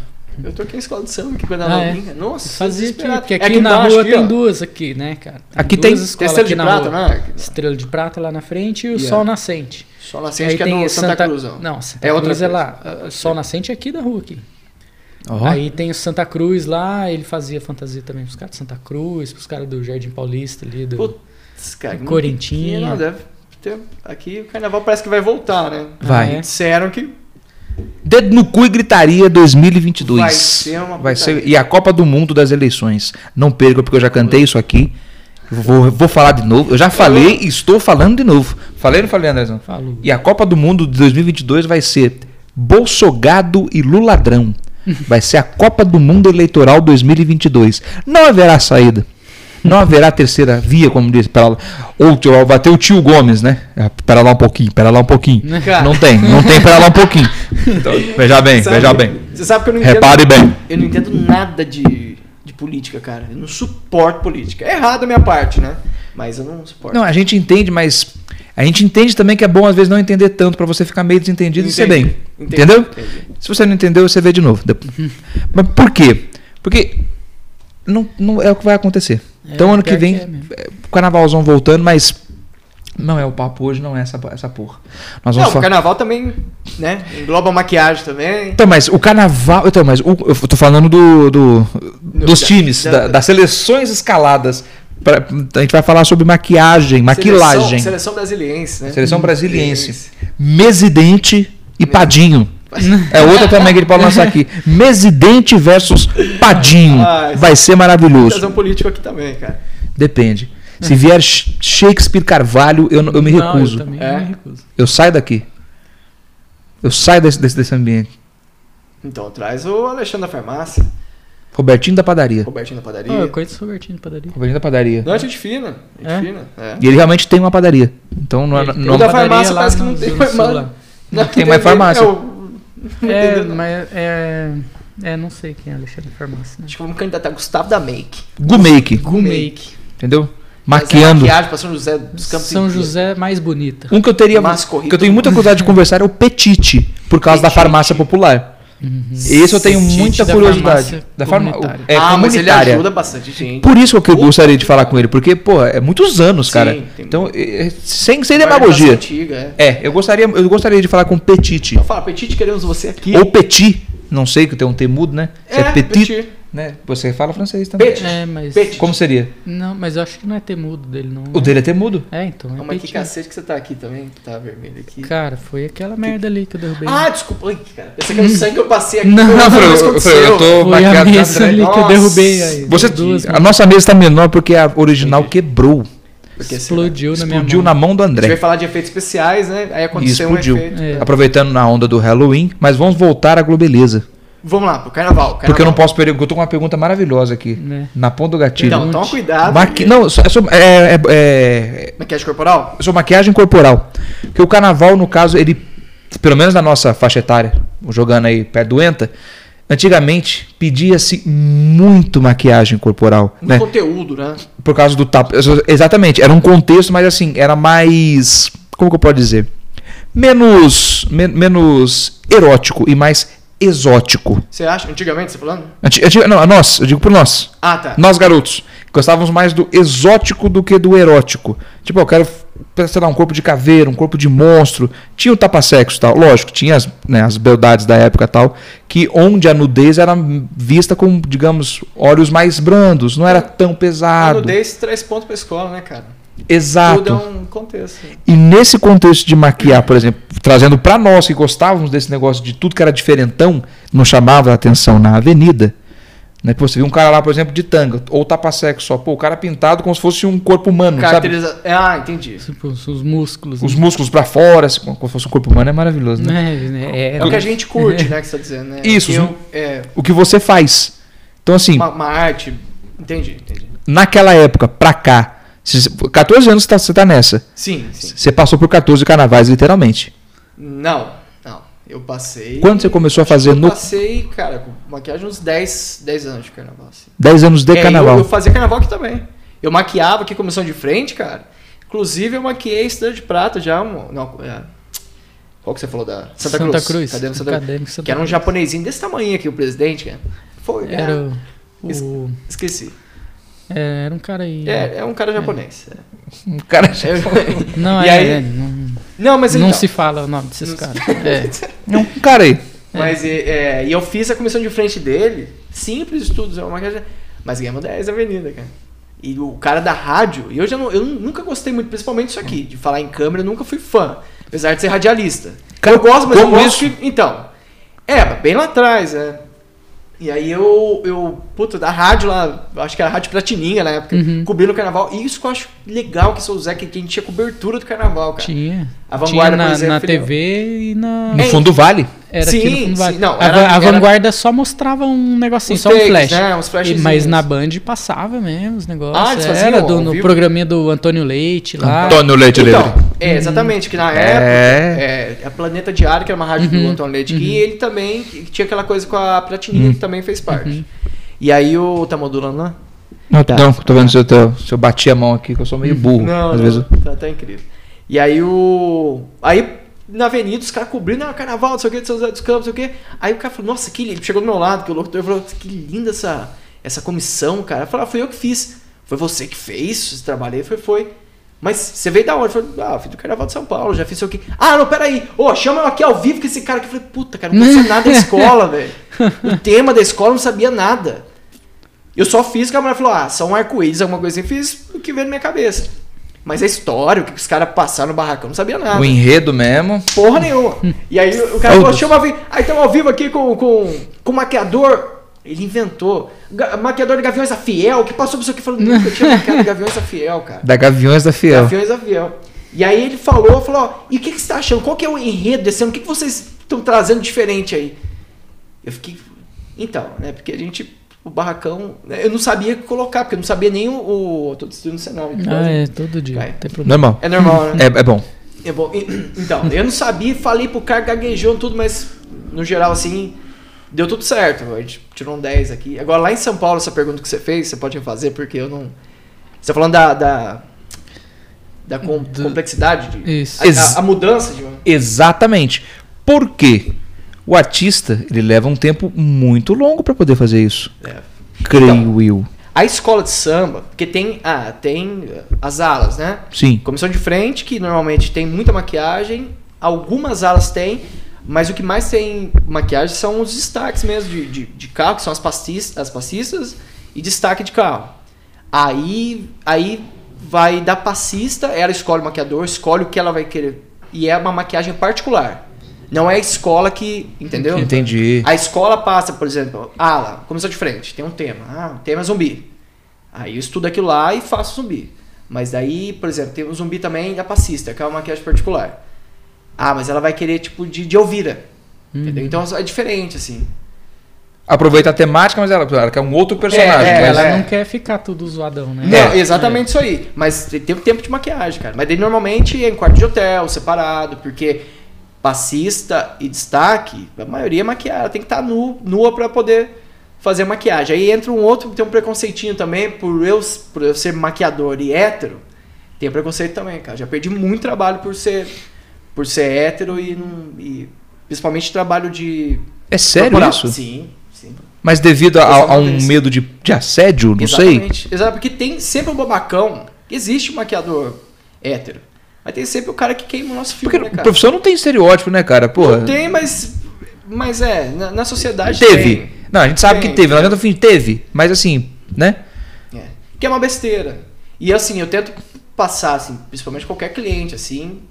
Speaker 3: Eu tô aqui em escola de samba, aqui quando eu
Speaker 2: Ah,
Speaker 3: era
Speaker 2: é?
Speaker 3: novinha. Nossa,
Speaker 2: Fazia aqui,
Speaker 3: desesperado.
Speaker 2: porque
Speaker 3: É
Speaker 2: aqui, na
Speaker 3: embaixo,
Speaker 2: rua
Speaker 3: aqui,
Speaker 2: tem
Speaker 3: ó.
Speaker 2: duas aqui, né, cara?
Speaker 1: Aqui tem
Speaker 2: duas escolas
Speaker 3: Estrela
Speaker 2: aqui
Speaker 3: de
Speaker 2: na
Speaker 3: prata,
Speaker 2: rua.
Speaker 3: né?
Speaker 2: Estrela de prata lá na frente e o
Speaker 3: Yeah.
Speaker 2: Sol Nascente.
Speaker 3: Só
Speaker 2: E
Speaker 3: nascente que é
Speaker 2: tem
Speaker 3: no Santa, Cruz, ó.
Speaker 2: Não, Santa
Speaker 3: É outra
Speaker 2: Cruz é
Speaker 3: coisa.
Speaker 2: lá. O Sol Nascente é aqui da rua, aqui.
Speaker 1: Ó.
Speaker 2: Aí tem o Santa Cruz lá, ele fazia fantasia também pros caras de Santa Cruz, pros caras do Jardim Paulista ali. Do...
Speaker 3: Putz, cara.
Speaker 2: Corentinha.
Speaker 3: Não, deve ter... Aqui o carnaval parece que vai voltar, né?
Speaker 1: Vai.
Speaker 2: Ah, é?
Speaker 3: Disseram que
Speaker 1: Dedo no cu e gritaria 2022.
Speaker 3: Vai ser uma
Speaker 1: Vai ser-
Speaker 3: putaria.
Speaker 1: E a Copa do Mundo das eleições. Não perca, porque eu já cantei isso aqui. Vou, vou falar de novo. Eu já falei e estou falando de novo. Falei ou não falei, Anderson?
Speaker 2: Falou.
Speaker 1: E a Copa do Mundo de 2022 vai ser Bolsogado e Luladrão. Vai ser a Copa do Mundo Eleitoral 2022. Não haverá saída. Não haverá terceira via, como diz para ou tio- bateu o tio Gomes, né? É, Para lá um pouquinho, para lá um pouquinho.
Speaker 3: Cara.
Speaker 1: Não tem, não tem para lá um pouquinho. Então, veja bem,
Speaker 3: Sabe-
Speaker 1: veja bem.
Speaker 3: Você sabe que eu não entendo.
Speaker 1: Repare bem.
Speaker 3: Eu não entendo nada de, de política, cara. Eu não suporto política. É errado a minha parte, né? Mas eu não suporto.
Speaker 1: Não, é a gente entende, mas a gente entende também que é bom às vezes não entender tanto para você ficar meio desentendido e ser
Speaker 3: Entendi.
Speaker 1: bem.
Speaker 3: Entendi,
Speaker 1: entendeu?
Speaker 3: entendi.
Speaker 1: Se você não entendeu, você vê de novo. depois.
Speaker 2: Uhum.
Speaker 1: mas por quê? Porque não, não é o que vai acontecer.
Speaker 2: É,
Speaker 1: então ano que
Speaker 2: pior que
Speaker 1: vem,
Speaker 2: é mesmo.
Speaker 1: é, o carnavalzão voltando, mas não é o papo hoje, não é essa, essa porra. Nós
Speaker 3: Não,
Speaker 1: vamos
Speaker 3: o
Speaker 1: falar.
Speaker 3: carnaval também, né? Engloba maquiagem também.
Speaker 1: Então, mas o carnaval. Então, mas o- eu tô falando do, do- dos
Speaker 3: da-
Speaker 1: times,
Speaker 3: da-
Speaker 1: da- das seleções escaladas. Pra- a gente vai falar sobre maquiagem, maquilagem.
Speaker 3: Seleção, seleção brasiliense, né?
Speaker 1: Seleção brasiliense. Mesidente e Padinho.
Speaker 3: Brasiliense.
Speaker 1: É outra também que ele pode lançar aqui. Mesidente versus Padinho.
Speaker 3: Ah, isso Então,
Speaker 1: Vai ser
Speaker 3: Seleção
Speaker 1: maravilhoso.
Speaker 3: política aqui também, cara.
Speaker 1: Depende. Se vier Sh- Shakespeare Carvalho, eu, n- eu me
Speaker 2: Não, então.
Speaker 1: recuso.
Speaker 2: Eu também
Speaker 3: É?
Speaker 2: me recuso.
Speaker 1: Eu saio daqui. Eu saio desse, desse, desse ambiente.
Speaker 3: Então traz o Alexandre da farmácia,
Speaker 1: Robertinho da padaria.
Speaker 3: Robertinho da padaria.
Speaker 2: Oh, eu conheço o Robertinho de padaria.
Speaker 1: Robertinho da padaria.
Speaker 3: Não, é gente fina. Gente
Speaker 2: É?
Speaker 3: fina. É.
Speaker 1: E ele realmente tem uma padaria. Então não, é-
Speaker 2: Ele tem
Speaker 1: não-
Speaker 2: uma
Speaker 3: Da
Speaker 2: padaria
Speaker 3: farmácia
Speaker 2: lá
Speaker 3: parece que
Speaker 2: no
Speaker 3: não tem
Speaker 2: Zona Sul,
Speaker 3: mais-
Speaker 2: lá.
Speaker 1: né?
Speaker 3: Não,
Speaker 1: Tem mais farmácia.
Speaker 3: é o- Não
Speaker 2: É,
Speaker 3: entendeu, não.
Speaker 2: mas é. É, não sei quem é Alexandre Farmácia. Né?
Speaker 3: Acho que vamos candidatar Gustavo da Make.
Speaker 1: Gumake,
Speaker 2: Gumake.
Speaker 1: um entendeu?
Speaker 3: Fazer uma
Speaker 1: Maquiando.
Speaker 3: Maquiagem pra São José dos Campos.
Speaker 2: São
Speaker 3: inteiros.
Speaker 2: José mais bonita.
Speaker 1: Um que eu teria
Speaker 3: Mas corri
Speaker 1: que eu tenho muita curiosidade de conversar é o Petite, por causa da
Speaker 3: Petite. Uhum.
Speaker 1: farmácia popular. Esse eu tenho
Speaker 2: Petite
Speaker 1: muita
Speaker 2: da
Speaker 1: curiosidade.
Speaker 2: farmácia
Speaker 1: Da farma,
Speaker 2: comunitária.
Speaker 1: é
Speaker 3: ah, mas ele
Speaker 1: comunitária.
Speaker 3: ajuda bastante gente.
Speaker 1: Por isso que eu gostaria de falar com ele, porque, pô, é muitos anos,
Speaker 3: Sim,
Speaker 1: cara.
Speaker 3: tem-
Speaker 1: então, é- é- sem, sem
Speaker 3: Guarda
Speaker 1: demagogia.
Speaker 3: Antiga, é.
Speaker 1: É, eu gostaria, eu gostaria de falar com o Petite.
Speaker 3: Então fala, Petit, queremos você aqui.
Speaker 1: Ou Petit, não sei, que tem um T mudo, né? Se é,
Speaker 3: É,
Speaker 1: Petit,
Speaker 3: Petit.
Speaker 1: né? Você fala francês também.
Speaker 3: Petit.
Speaker 2: É, mas.
Speaker 3: Petit.
Speaker 1: Como seria?
Speaker 2: Não, mas eu acho que não é temudo dele, não.
Speaker 1: O
Speaker 2: né?
Speaker 1: dele é T mudo.
Speaker 2: É, então. É
Speaker 3: Ah, mas que
Speaker 2: Petit.
Speaker 3: cacete que você tá aqui também? que Tá vermelho aqui.
Speaker 2: Cara, foi aquela merda ali que eu derrubei.
Speaker 3: Ah, desculpa. Ai, cara. Pensei que era o sangue que eu passei aqui.
Speaker 2: Não,
Speaker 3: Foi uma
Speaker 2: eu-
Speaker 3: coisa que
Speaker 1: eu-
Speaker 3: aconteceu.
Speaker 1: eu tô-
Speaker 2: Foi a
Speaker 1: Maquiado
Speaker 2: mesa
Speaker 1: atrás.
Speaker 2: ali que eu
Speaker 3: né, Nossa.
Speaker 2: derrubei aí.
Speaker 1: Você,
Speaker 2: duas
Speaker 1: a nossa mesa está menor porque a original quebrou.
Speaker 3: Porque, assim, né?
Speaker 2: explodiu, na minha
Speaker 1: Explodiu
Speaker 2: mão.
Speaker 1: na mão do
Speaker 3: A gente
Speaker 1: André.
Speaker 3: vai falar de efeitos especiais, né? Aí
Speaker 1: E
Speaker 3: aconteceu
Speaker 1: explodiu.
Speaker 3: um efeito.
Speaker 2: É.
Speaker 1: Aproveitando na onda do Halloween, mas vamos voltar à Globeleza.
Speaker 3: Vamos lá, pro carnaval. carnaval.
Speaker 1: Porque eu não posso perder, porque eu tô com uma pergunta maravilhosa aqui.
Speaker 2: Né?
Speaker 1: Na ponta do gatilho. Hum.
Speaker 3: Então, toma cuidado.
Speaker 1: Maqui... Não, só- é sobre- é, é- é-
Speaker 3: Maquiagem corporal?
Speaker 1: é sobre maquiagem corporal. Porque o carnaval, no caso, ele, pelo menos na nossa faixa etária, jogando aí pé doenta, antigamente pedia-se muito maquiagem corporal.
Speaker 3: No
Speaker 1: né?
Speaker 3: conteúdo, né?
Speaker 1: Por causa do tapa. Exatamente. Era um contexto, mas assim, era mais. Como que eu posso dizer? Menos. men- menos erótico e mais exótico.
Speaker 3: Você acha? Antigamente, você falando?
Speaker 1: Anti- anti- não, nós, eu digo por nós.
Speaker 3: Ah, tá.
Speaker 1: Nós, garotos, gostávamos mais do exótico do que do erótico. Tipo, eu quero, sei lá, um corpo de caveira, um corpo de monstro. Tinha o tapa-sexo e tal. Lógico, tinha as, né, as beldades da época e tal, que onde a nudez era vista com, digamos, olhos mais brandos, não era tão
Speaker 3: A é
Speaker 1: pesado.
Speaker 3: um nudez traz ponto pra escola, né, cara?
Speaker 1: Exato. Hum,
Speaker 3: Tudo é um contexto.
Speaker 1: E nesse contexto de maquiar, por exemplo, trazendo para nós que gostávamos desse negócio de tudo que era diferentão, não chamava a atenção na avenida. Né? Pô, você viu um cara lá, por exemplo, de tanga, ou tapa sexo só, pô, o cara é pintado como se fosse um corpo humano, sabe?
Speaker 3: Caracteriza... Ah, entendi.
Speaker 2: Tipo, os os músculos.
Speaker 1: Os músculos para fora, assim, como se fosse um corpo humano, é maravilhoso, né?
Speaker 2: né? É, é,
Speaker 3: É o que a gente curte, né? Que você tá dizendo, né?
Speaker 1: Uhum. Isso,
Speaker 3: Que Eu, é,
Speaker 1: O que você faz. Então, assim,
Speaker 3: uma, uma arte. Entendi, entendi.
Speaker 1: naquela época, pra cá, se- 14 anos você tá, você tá nessa.
Speaker 3: Sim, sim.
Speaker 1: Você passou por 14 carnavais, literalmente.
Speaker 3: Não, não. Eu passei.
Speaker 1: Quando você começou a fazer
Speaker 3: Eu
Speaker 1: no
Speaker 3: passei, cara, com maquiagem uns 10, 10 anos de carnaval, assim.
Speaker 1: 10 anos de
Speaker 3: É,
Speaker 1: carnaval.
Speaker 3: Eu, eu fazia carnaval aqui também. Eu maquiava aqui comissão de frente, cara. Inclusive, eu maquiei Estrela de Prata já. Um, não, é, qual que você falou da Santa, Cruz? Cadê o Santa Cruz?
Speaker 2: Acadêmico Santa
Speaker 3: Que era um
Speaker 2: Cruz.
Speaker 3: japonesinho desse tamanho aqui, o presidente, cara. Foi,
Speaker 2: Era
Speaker 3: cara.
Speaker 2: o-
Speaker 3: Isso.
Speaker 2: o-
Speaker 3: Esqueci.
Speaker 2: é, era um cara aí.
Speaker 3: É, é um cara japonês. é.
Speaker 1: O Um cara já-
Speaker 3: Eu-
Speaker 2: Não,
Speaker 3: E
Speaker 2: é,
Speaker 3: aí-
Speaker 2: é, não,
Speaker 3: não, mas
Speaker 2: não
Speaker 3: então,
Speaker 2: se fala o nome desses
Speaker 3: Não se-
Speaker 2: caras. É.
Speaker 1: É um cara aí.
Speaker 3: Mas e, é, e eu fiz a comissão de frente dele, simples tudo, é uma maquiagem, mas ganhamos 10 avenida, cara. E o cara da rádio, e eu já não, eu nunca gostei muito, principalmente isso aqui, de falar em câmera, eu nunca fui fã, apesar de ser radialista.
Speaker 1: Cara,
Speaker 3: eu gosto, mas eu
Speaker 1: como
Speaker 3: gosto
Speaker 1: isso?
Speaker 3: que, então. É, mas bem lá atrás, né? E aí eu, eu, puta, da rádio lá, acho que era a Rádio Platininha na época,
Speaker 2: Uhum.
Speaker 3: cobrindo o carnaval. E isso que eu acho legal que sou o Zé, que que a gente tinha cobertura do carnaval, cara.
Speaker 2: Tinha.
Speaker 3: A Vanguarda,
Speaker 2: tinha
Speaker 3: por
Speaker 2: na,
Speaker 3: exemplo,
Speaker 2: na
Speaker 3: filho.
Speaker 2: TV e na.
Speaker 1: No fundo do vale.
Speaker 2: Era
Speaker 3: Sim,
Speaker 2: aqui no fundo
Speaker 3: sim,
Speaker 2: vale.
Speaker 3: não,
Speaker 2: a,
Speaker 3: era-
Speaker 2: va- a
Speaker 3: era-
Speaker 2: vanguarda só mostrava um negocinho,
Speaker 3: Os
Speaker 2: só um
Speaker 3: takes,
Speaker 2: flash.
Speaker 3: né, uns
Speaker 2: E-
Speaker 3: flashzinhos.
Speaker 2: mas na Band passava mesmo os negócios.
Speaker 3: Ah, eles faziam
Speaker 2: era do-
Speaker 3: ao
Speaker 2: no
Speaker 3: vivo?
Speaker 2: programinha do Antônio Leite lá.
Speaker 1: Antônio Leite
Speaker 3: Então,
Speaker 1: Livre.
Speaker 3: é, exatamente, que na época, é, a Planeta Diário, que era uma rádio do Antônio Leite, que ele também que tinha aquela coisa com a Platininha, que também fez parte. E aí o... Tá modulando lá?
Speaker 1: Não, não, tô vendo se eu, tô- se eu bati a mão aqui, que eu sou meio burro.
Speaker 3: Não,
Speaker 1: às
Speaker 3: não,
Speaker 1: vezes. eu-
Speaker 3: tá, tá incrível. E aí o... Aí na avenida os caras cobrindo, ah, carnaval, não sei o que, de São José dos Campos, não sei o que. Aí o cara falou, nossa, que lindo. Chegou do meu lado, que o locutor falou, que linda essa, essa comissão, cara. Eu falei, ah, foi eu que fiz. Foi você que fez, você trabalhei, foi, foi. Mas você veio da onde? Eu falei, ah, fiz do Carnaval de São Paulo, já fiz isso aqui. Ah, não, peraí. Ô, chama eu aqui ao vivo com esse cara aqui. Eu falei, puta, cara, não conhecia nada da escola, velho. O tema da escola eu não sabia nada. Eu só fiz que a mulher falou, ah, são arco-íris, alguma coisa assim, fiz o que veio na minha cabeça. Mas a história, o que os caras passaram no barracão, eu não sabia nada.
Speaker 1: O enredo mesmo.
Speaker 3: Porra nenhuma. E aí o cara falou,
Speaker 1: Todos.
Speaker 3: chama ao vivo. Aí estamos ao vivo aqui com, com, com o maquiador. Ele inventou. Ga- maquiador de Gaviões da Fiel, que passou por isso aqui falando, nunca tinha maquiado Gaviões da Fiel, cara.
Speaker 1: Da Gaviões da Fiel.
Speaker 3: Gaviões da Fiel. E aí ele falou, falou, ó, e o que, que você tá achando? Qual que é o enredo desse ano? O que, que vocês estão trazendo diferente aí? Eu fiquei. Então, né? Porque a gente. O barracão. né, Eu não sabia colocar, porque eu não sabia nem o. o tô destruindo o cenário. aqui,
Speaker 2: Ah,
Speaker 3: quase.
Speaker 2: é, todo dia.
Speaker 3: Vai.
Speaker 2: Não tem problema.
Speaker 1: Normal.
Speaker 3: É normal, né?
Speaker 1: É, é bom.
Speaker 3: É bom. e- Então, eu não sabia, falei pro cara, gaguejou tudo, mas no geral, assim, deu tudo certo. A gente tirou um 10 aqui. Agora, lá em São Paulo, essa pergunta que você fez, você pode refazer, porque eu não. Você tá falando da. da, da com-
Speaker 2: Uhum. Do-
Speaker 3: complexidade de.
Speaker 2: Isso.
Speaker 3: A, a- a mudança de. um-
Speaker 1: Exatamente. Por quê? O artista, ele leva um tempo muito longo pra poder fazer isso.
Speaker 3: É.
Speaker 1: Creio
Speaker 3: Então.
Speaker 1: eu.
Speaker 3: A escola de samba, porque tem, ah, tem as alas, né?
Speaker 1: Sim.
Speaker 3: Comissão de frente, que normalmente tem muita maquiagem, algumas alas tem, mas o que mais tem maquiagem são os destaques mesmo de, de, de carro, que são as passistas, as passistas e destaque de carro. Aí, aí vai da passista, ela escolhe o maquiador, escolhe o que ela vai querer. E é uma maquiagem particular. Não é a escola que. Entendeu?
Speaker 1: Entendi.
Speaker 3: A escola passa, por exemplo, ala, começou de frente, tem um tema. Ah, o tema é zumbi. Aí eu estudo aquilo lá e faço zumbi. Mas daí, por exemplo, tem um zumbi também da passista, que é uma maquiagem particular. Ah, mas ela vai querer tipo de, de Elvira. Entendeu? Então é diferente, assim.
Speaker 1: Aproveita a temática, mas ela, ela quer um outro personagem.
Speaker 3: É,
Speaker 1: mas-
Speaker 2: Ela
Speaker 3: é.
Speaker 2: não quer ficar tudo zoadão,
Speaker 1: É.
Speaker 2: né?
Speaker 3: Não, exatamente isso aí. Mas tem tem tempo de maquiagem, cara. Mas daí normalmente é em quarto de hotel, separado, porque passista e destaque, a maioria é maquiada, tem que estar nu, nua pra poder fazer maquiagem. Aí entra um outro, tem um preconceitinho também, por eu, s- por eu ser maquiador e hétero, tem um preconceito também, cara. Já perdi muito trabalho por ser, por ser hétero e, não, e principalmente trabalho de.
Speaker 1: É sério
Speaker 3: corporal.
Speaker 1: isso?
Speaker 3: Sim, sim.
Speaker 1: Mas devido a, a um
Speaker 3: Exatamente.
Speaker 1: medo de, de assédio, não sei.
Speaker 3: Exatamente. Exato, porque tem sempre um babacão. Existe um maquiador hétero. Mas tem sempre o cara que queima o nosso filme,
Speaker 1: Porque
Speaker 3: né,
Speaker 1: o
Speaker 3: cara?
Speaker 1: profissão não tem estereótipo, né, cara? Porra.
Speaker 3: Não tem, mas. Mas é, na, na sociedade.
Speaker 1: Teve.
Speaker 3: Tem.
Speaker 1: Não, a gente sabe
Speaker 3: Tem.
Speaker 1: que teve. Não adianta fim, teve. Mas assim, né?
Speaker 3: É. Que é uma besteira. E assim, eu tento passar, assim, principalmente qualquer cliente, assim,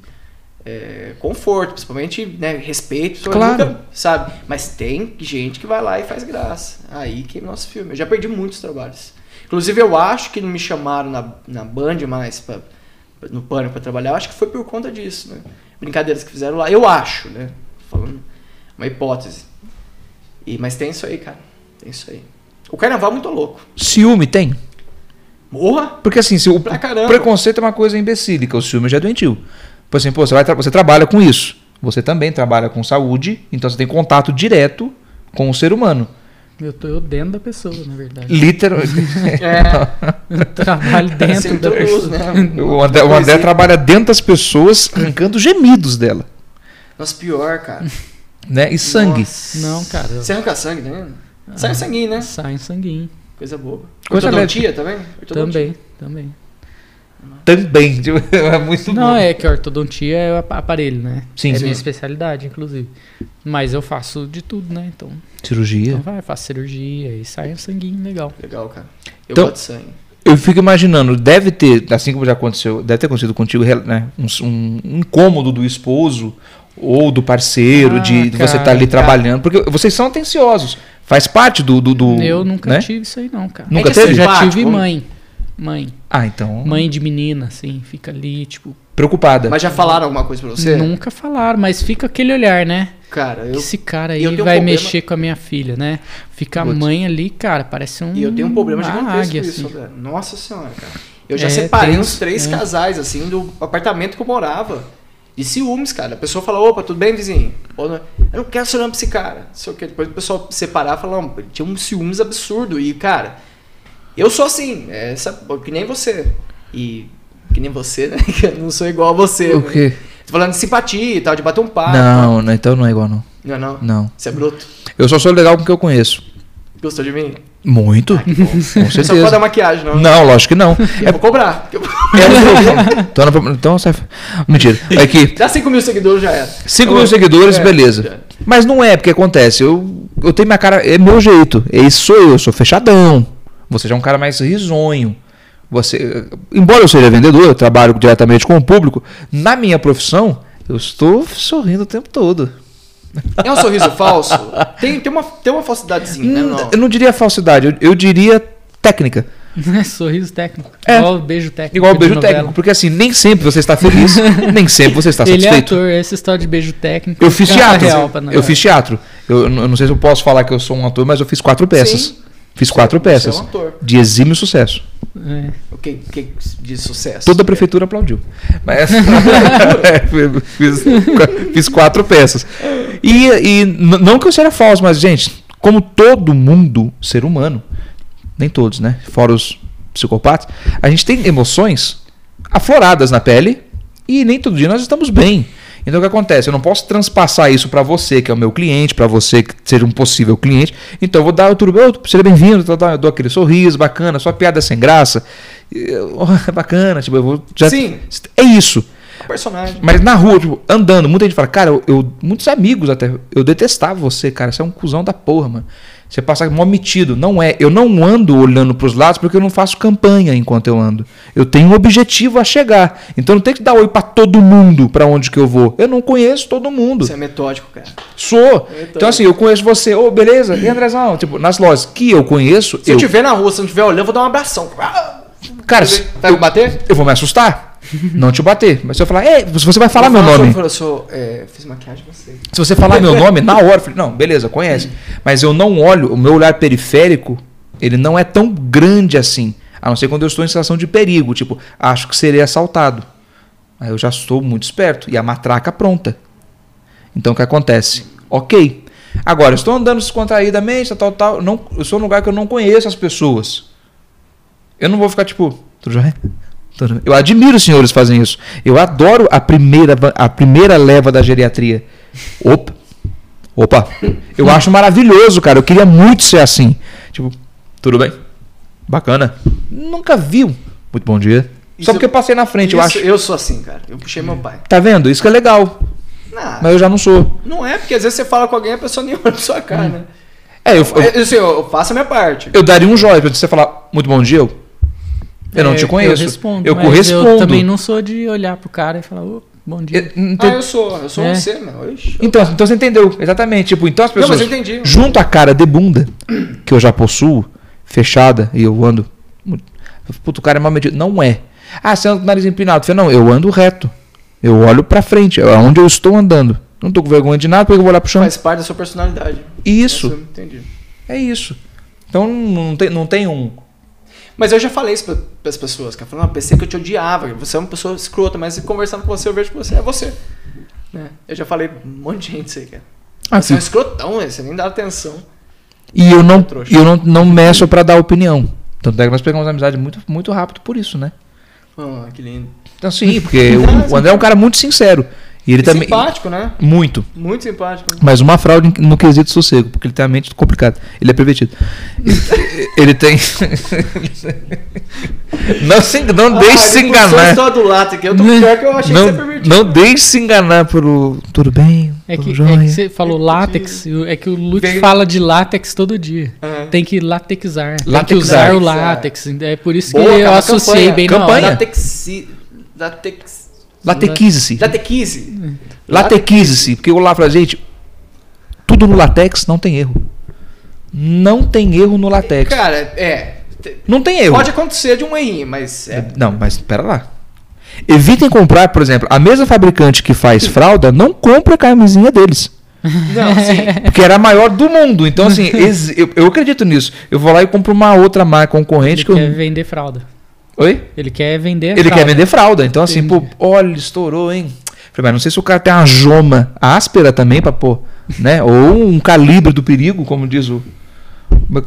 Speaker 3: é, conforto, principalmente né, respeito,
Speaker 1: Claro.
Speaker 3: nunca- sabe? Mas tem gente que vai lá e faz graça. Aí que é nosso filme. Eu já perdi muitos trabalhos. Inclusive, eu acho que não me chamaram na, na Band mais pra, pra- no pânico pra trabalhar. Eu acho que foi por conta disso, né? Brincadeiras que fizeram lá. Eu acho, né? Falando uma hipótese. E, mas tem isso aí, cara. Tem isso aí. O carnaval é muito louco.
Speaker 1: Ciúme tem?
Speaker 3: Morra!
Speaker 1: Porque assim, se o
Speaker 3: Pra caramba.
Speaker 1: preconceito é uma coisa imbecílica, o ciúme já é doentio. Por exemplo, pô, você, vai tra- você trabalha com isso. Você também trabalha com saúde, então você tem contato direto com o ser humano.
Speaker 2: É. Eu tô eu dentro da pessoa, na verdade.
Speaker 1: Literalmente.
Speaker 3: É,
Speaker 2: Eu trabalho dentro
Speaker 3: sempre
Speaker 2: da
Speaker 3: introduz,
Speaker 2: pessoa.
Speaker 3: né?
Speaker 1: o André, o André
Speaker 3: Coisinha.
Speaker 1: trabalha dentro das pessoas, arrancando gemidos dela.
Speaker 3: Nossa, pior, cara.
Speaker 1: Né? E sangue.
Speaker 3: Nossa.
Speaker 2: Não, cara. Ah.
Speaker 3: Você arranca sangue, né? Sai sanguinho, né?
Speaker 2: Sai um sanguinho.
Speaker 3: Coisa boba.
Speaker 1: Coisa
Speaker 3: Ortodontia também? Ortodontia.
Speaker 2: Também, também.
Speaker 1: Também. tipo, É muito
Speaker 2: Não,
Speaker 1: bom.
Speaker 2: é que a ortodontia é o ap- aparelho, né?
Speaker 1: Sim,
Speaker 2: é
Speaker 1: sim.
Speaker 2: minha especialidade, inclusive. Mas eu faço de tudo, né? Então, então
Speaker 1: Cirurgia.
Speaker 2: vai, faço cirurgia e sai um sanguinho legal.
Speaker 3: Legal, cara. Eu
Speaker 1: Então-
Speaker 3: gosto de sangue.
Speaker 1: Eu fico imaginando, deve ter, assim como já aconteceu, deve ter acontecido contigo, né, um, um incômodo do esposo ou do parceiro,
Speaker 2: Ah,
Speaker 1: de você estar
Speaker 2: cara,
Speaker 1: ali
Speaker 2: cara.
Speaker 1: trabalhando, porque vocês são atenciosos, faz parte do... do, do
Speaker 2: eu nunca
Speaker 1: né?
Speaker 2: tive isso aí, não, cara.
Speaker 1: Nunca
Speaker 3: É que assim,
Speaker 1: teve?
Speaker 2: Eu já
Speaker 3: simpático,
Speaker 2: tive
Speaker 3: vamos-
Speaker 2: mãe. Mãe.
Speaker 1: Ah, então,
Speaker 2: Mãe de menina, assim, fica ali, tipo.
Speaker 1: preocupada.
Speaker 3: Mas já falaram alguma coisa pra você?
Speaker 2: Nunca falaram, mas fica aquele olhar, né?
Speaker 3: Cara, eu,
Speaker 2: Esse cara aí
Speaker 3: eu tenho um
Speaker 2: vai
Speaker 3: problema-
Speaker 2: mexer com a minha filha, né? Fica a
Speaker 1: Putz.
Speaker 2: mãe ali, cara, parece um.
Speaker 3: e eu tenho um problema
Speaker 2: uma
Speaker 3: gigantesco com
Speaker 2: águia,
Speaker 3: isso,
Speaker 2: assim.
Speaker 3: velho. Nossa senhora, cara. Eu já
Speaker 2: É,
Speaker 3: separei
Speaker 2: tem
Speaker 3: uns
Speaker 2: isso,
Speaker 3: três
Speaker 2: é.
Speaker 3: casais, assim, do apartamento que eu morava. De ciúmes, cara. A pessoa fala, opa, tudo bem, vizinho? Ou não- eu não quero seu nome pra esse cara. Não sei o quê. Depois o pessoal separar e falar, "Não, ele tinha um ciúmes absurdo. E, cara, eu sou assim, é, essa- que nem você. E que nem você, né? Que eu não sou igual a você.
Speaker 1: O
Speaker 3: né?
Speaker 1: quê?
Speaker 3: Tô falando de simpatia e tal, de bater um papo.
Speaker 1: não, não, então não é igual não,
Speaker 3: Não, é não.
Speaker 1: não.
Speaker 3: Você é bruto.
Speaker 1: Eu só sou legal com o que eu conheço.
Speaker 3: Gostou de mim?
Speaker 1: Muito,
Speaker 3: Ah, que bom.
Speaker 1: com
Speaker 3: Só pode dar
Speaker 1: certeza.
Speaker 3: maquiagem, não.
Speaker 1: Não, lógico que não.
Speaker 3: Eu vou cobrar.
Speaker 1: É- então, não- então, sai- mentira. Aqui,
Speaker 3: Dá 5 mil seguidores já era.
Speaker 1: 5 mil seguidores,
Speaker 3: é,
Speaker 1: beleza. Mas não é, porque acontece, eu, eu tenho minha cara, é meu jeito, é isso sou eu, sou fechadão. Você já é um cara mais risonho. Você, embora eu seja vendedor, eu trabalho diretamente com o público, na minha profissão, eu estou sorrindo o tempo todo.
Speaker 3: É um sorriso falso? Tem, tem, uma, tem uma falsidadezinha, né?
Speaker 1: Hum,
Speaker 3: Não.
Speaker 1: Eu não diria falsidade, eu, eu diria técnica.
Speaker 2: assim. Sorriso técnico.
Speaker 1: É.
Speaker 2: Igual beijo técnico.
Speaker 1: Igual o
Speaker 2: de
Speaker 1: beijo
Speaker 2: novela.
Speaker 1: técnico, porque assim, nem sempre você está feliz, nem sempre você está
Speaker 2: Ele é
Speaker 1: satisfeito.
Speaker 2: ator, essa história de beijo técnico.
Speaker 1: Eu fiz
Speaker 2: é
Speaker 1: teatro.
Speaker 2: real pra nós.
Speaker 1: eu fiz teatro. Eu, eu não sei se eu posso falar que eu sou um ator, mas eu fiz quatro peças.
Speaker 3: Sim.
Speaker 1: Fiz quatro
Speaker 3: Você
Speaker 1: peças.
Speaker 3: é um ator.
Speaker 1: De exímio sucesso.
Speaker 2: É.
Speaker 3: O que, que de sucesso?
Speaker 1: Toda a prefeitura aplaudiu. Mas, É, fiz, fiz quatro peças. E, e n- não que eu seja falso, mas, gente, como todo mundo, ser humano, nem todos, né? Fora os psicopatas, a gente tem emoções afloradas na pele e nem todo dia nós estamos bem. Então o que acontece? Eu não posso transpassar isso para você, que é o meu cliente, para você que seja um possível cliente. Então eu vou dar o tudo bem, seja bem-vindo, tal, tal, eu dou aquele sorriso bacana, sua piada sem graça. eu- bacana, tipo, eu vou já
Speaker 3: Sim.
Speaker 1: É isso.
Speaker 3: um Personagem.
Speaker 1: Mas na rua, tipo, andando, muita gente fala, cara, eu, eu- muitos amigos até, eu detestava você, cara, você é um cuzão da porra, mano. Você passa mó metido. Não é, eu não ando olhando pros lados porque eu não faço campanha enquanto eu ando. Eu tenho um objetivo a chegar. Então não tem que dar oi pra todo mundo pra onde que eu vou. Eu não conheço todo mundo.
Speaker 3: Você é metódico, cara.
Speaker 1: Sou.
Speaker 3: Eu tô-
Speaker 1: Então assim, eu conheço você. Ô, beleza? E Andrezão? Tipo, nas lojas que eu conheço,
Speaker 3: Se eu,
Speaker 1: eu,
Speaker 3: te ver na rua, se eu não estiver olhando, eu vou dar um abração. Ah,
Speaker 1: cara,
Speaker 3: Vai Tá me bater?
Speaker 1: eu vou me assustar. não te bater. Mas se eu falar, ei, você vai falar meu
Speaker 3: Eu
Speaker 1: nome.
Speaker 3: sou- Eu sou, é, fiz maquiagem pra você.
Speaker 1: Se você falar meu nome, na hora, eu falei, não, beleza, conhece. Mas eu não olho, o meu olhar periférico, ele não é tão grande assim. A não ser quando eu estou em situação de perigo, tipo, acho que serei assaltado. Aí eu já estou muito esperto e a matraca pronta. Então o que acontece? Ok. Agora, eu estou andando descontraídamente, tal, tal, não, eu sou num lugar que eu não conheço as pessoas. Eu não vou ficar tipo, tudo jóia? Tudo bem. Eu admiro os senhores fazem isso. Eu adoro a primeira, va- a primeira leva da geriatria. Opa. Opa. Eu acho maravilhoso, cara. Eu queria muito ser assim. Tipo, tudo bem? Bacana. Nunca viu. Muito bom dia.
Speaker 3: Isso-
Speaker 1: Só porque eu passei na frente, eu acho.
Speaker 3: Isso- Eu sou assim, cara. Eu puxei meu pai.
Speaker 1: Tá vendo? Isso que é legal.
Speaker 3: Não,
Speaker 1: Mas eu já não sou.
Speaker 3: não é, porque às vezes você fala com alguém e a pessoa nem olha pra sua cara, né?
Speaker 1: É, eu,
Speaker 3: Eu,
Speaker 1: eu,
Speaker 3: eu, assim, eu- eu faço a minha parte.
Speaker 1: eu daria um joia pra você falar muito bom dia. Eu, Eu não
Speaker 2: É,
Speaker 1: te conheço.
Speaker 2: Eu respondo.
Speaker 1: Eu
Speaker 2: mas
Speaker 1: correspondo.
Speaker 2: Eu também não sou de olhar pro cara e falar, ô, bom dia.
Speaker 1: Eu- não
Speaker 3: Ah,
Speaker 1: tem-
Speaker 3: eu sou, eu sou
Speaker 2: É.
Speaker 3: você, meu. Ixi, eu-
Speaker 1: Então, então você entendeu, exatamente. Tipo, então as
Speaker 3: Não,
Speaker 1: pessoas
Speaker 3: mas eu entendi.
Speaker 1: junto a cara de bunda que eu já possuo, fechada, e eu ando. muito- Puto, o cara é mal medido. Não é. Ah, você anda com o nariz empinado. Eu falei, Não, eu ando reto. Eu olho pra frente, é onde eu estou andando. Não tô com vergonha de nada, porque eu vou olhar pro chão.
Speaker 3: Faz parte da sua personalidade.
Speaker 1: Isso.
Speaker 3: Nossa, eu entendi.
Speaker 1: É isso. Então não tem, não tem um.
Speaker 3: Mas eu já falei isso pra, pras pessoas, cara. Falando, ah, pensei que eu te odiava, você é uma pessoa escrota, mas conversando com você, eu vejo que você é você. Né? Eu já falei pra um monte de gente isso aí, cara. Você é um escrotão, né? você nem dá atenção.
Speaker 1: E eu não,
Speaker 3: Trouxa.
Speaker 1: eu não, não meço pra dar opinião. Tanto é que nós pegamos amizade muito, muito rápido por isso, né?
Speaker 3: Ah, que lindo.
Speaker 1: Então, sim, porque o, o André é um cara muito sincero. E ele
Speaker 3: E
Speaker 1: também.
Speaker 3: Simpático, né?
Speaker 1: Muito.
Speaker 3: Muito simpático.
Speaker 1: Mas uma fraude em- no quesito sossego, porque ele tem a mente complicada. Ele é pervertido. ele tem. não se, engan-
Speaker 3: Ah,
Speaker 1: não deixe se enganar.
Speaker 3: só do lado aqui. Eu tô pior que eu achei que
Speaker 1: não,
Speaker 3: você é permitiu.
Speaker 1: não deixe se enganar pelo. Tudo bem?
Speaker 2: É que,
Speaker 1: tudo
Speaker 2: é
Speaker 1: jóia?"
Speaker 2: que você falou látex, e o- é que o Lute
Speaker 3: Vem-
Speaker 2: fala de látex todo dia.
Speaker 3: Aham.
Speaker 2: Tem que latexar. Tem que
Speaker 1: Latexar.
Speaker 2: usar o látex. É por isso que
Speaker 3: Boa,
Speaker 2: eu
Speaker 3: cara,
Speaker 2: associei
Speaker 3: campanha.
Speaker 2: bem na
Speaker 1: Campanha.
Speaker 2: hora.
Speaker 3: Latexi... Latex...
Speaker 1: Latequize-se.
Speaker 3: Latequise.
Speaker 1: Latequize-se. Porque eu lá pra gente. Tudo no latex não tem erro. Não tem erro no latex.
Speaker 3: Cara, é... te-
Speaker 1: Não tem erro.
Speaker 3: Pode acontecer de um errinho, mas... É,
Speaker 1: Não, mas pera lá. Evitem comprar, por exemplo, a mesma fabricante que faz fralda não compra a camisinha deles.
Speaker 3: não, assim, sim.
Speaker 1: Porque era a maior do mundo. Então, assim, ex- eu, eu acredito nisso. Eu vou lá e compro uma outra marca concorrente
Speaker 2: Ele
Speaker 1: que eu.
Speaker 2: quer vender fralda.
Speaker 1: Oi?
Speaker 2: Ele quer vender
Speaker 1: Ele quer
Speaker 2: fralda.
Speaker 1: vender fralda. Então, assim, pô,
Speaker 2: Entendi.
Speaker 1: olha, estourou, hein? Falei, mas não sei se o cara tem uma joma áspera também pra pôr, né? Ou um calibre do perigo, como diz o,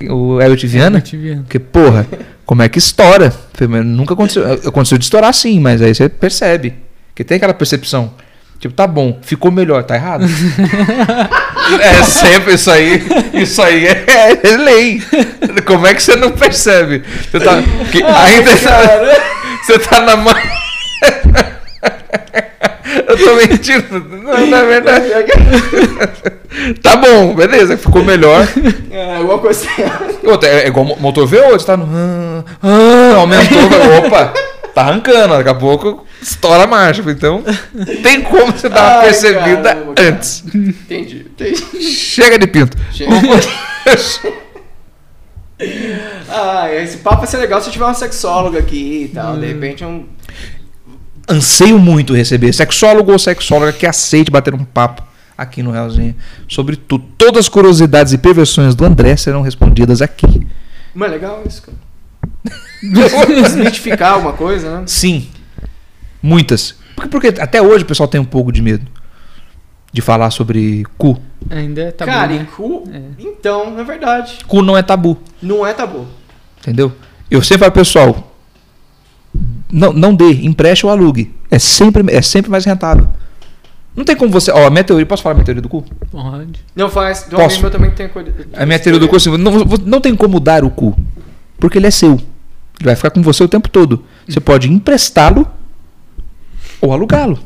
Speaker 1: o Elliot Viana.
Speaker 2: Eu te vi.
Speaker 1: Porque, porra, como é que estoura? Falei, mas Nunca aconteceu. Aconteceu de estourar sim, mas aí você percebe. Porque tem aquela percepção. Tipo, tá bom, ficou melhor, tá errado. é sempre isso aí. Isso aí é, é lei. Como é que você não percebe? Você tá. que ainda tá, você tá na mão. Eu tô mentindo. Não, na verdade. Tá bom, beleza, ficou melhor.
Speaker 3: É, alguma coisa...
Speaker 1: Outra, é é igual mo- motor V8, tá no. ah, ah, aumentou, vai, opa! Tá arrancando, daqui a pouco estoura a marcha. Então, tem como você dar uma
Speaker 3: Ai,
Speaker 1: percebida
Speaker 3: caramba, cara.
Speaker 1: antes.
Speaker 3: Entendi, entendi.
Speaker 1: Chega de pinto.
Speaker 3: Chega. Ah, esse papo vai ser legal se tiver uma sexóloga aqui e
Speaker 1: Hum.
Speaker 3: tal. De repente um.
Speaker 1: Anseio muito receber sexólogo ou sexóloga que aceite bater um papo aqui no Realzinho. Sobre tudo. Todas as curiosidades e perversões do André serão respondidas aqui.
Speaker 3: Mas é legal isso, cara. Desmitificar alguma coisa, né?
Speaker 1: Sim. Muitas. Porque, porque até hoje o pessoal tem um pouco de medo de falar sobre cu.
Speaker 2: Ainda tá
Speaker 3: cara,
Speaker 2: bom,
Speaker 3: e
Speaker 2: né?
Speaker 3: cu.
Speaker 2: É.
Speaker 3: Então, na verdade,
Speaker 1: Cu não é tabu.
Speaker 3: não é tabu.
Speaker 1: Entendeu? Eu sempre falo, pessoal, não, não dê, empreste ou alugue. É sempre, é sempre mais rentável. Não tem como você. Ó, a minha teoria, posso falar a minha teoria do cu?
Speaker 2: Pode.
Speaker 3: Não faz. Do
Speaker 1: Posso?
Speaker 3: amigo meu também tem coisa.
Speaker 1: A minha teoria do cu, assim, não, não tem como dar o cu. Porque ele é seu. Ele vai ficar com você o tempo todo. Você pode emprestá-lo ou alugá-lo.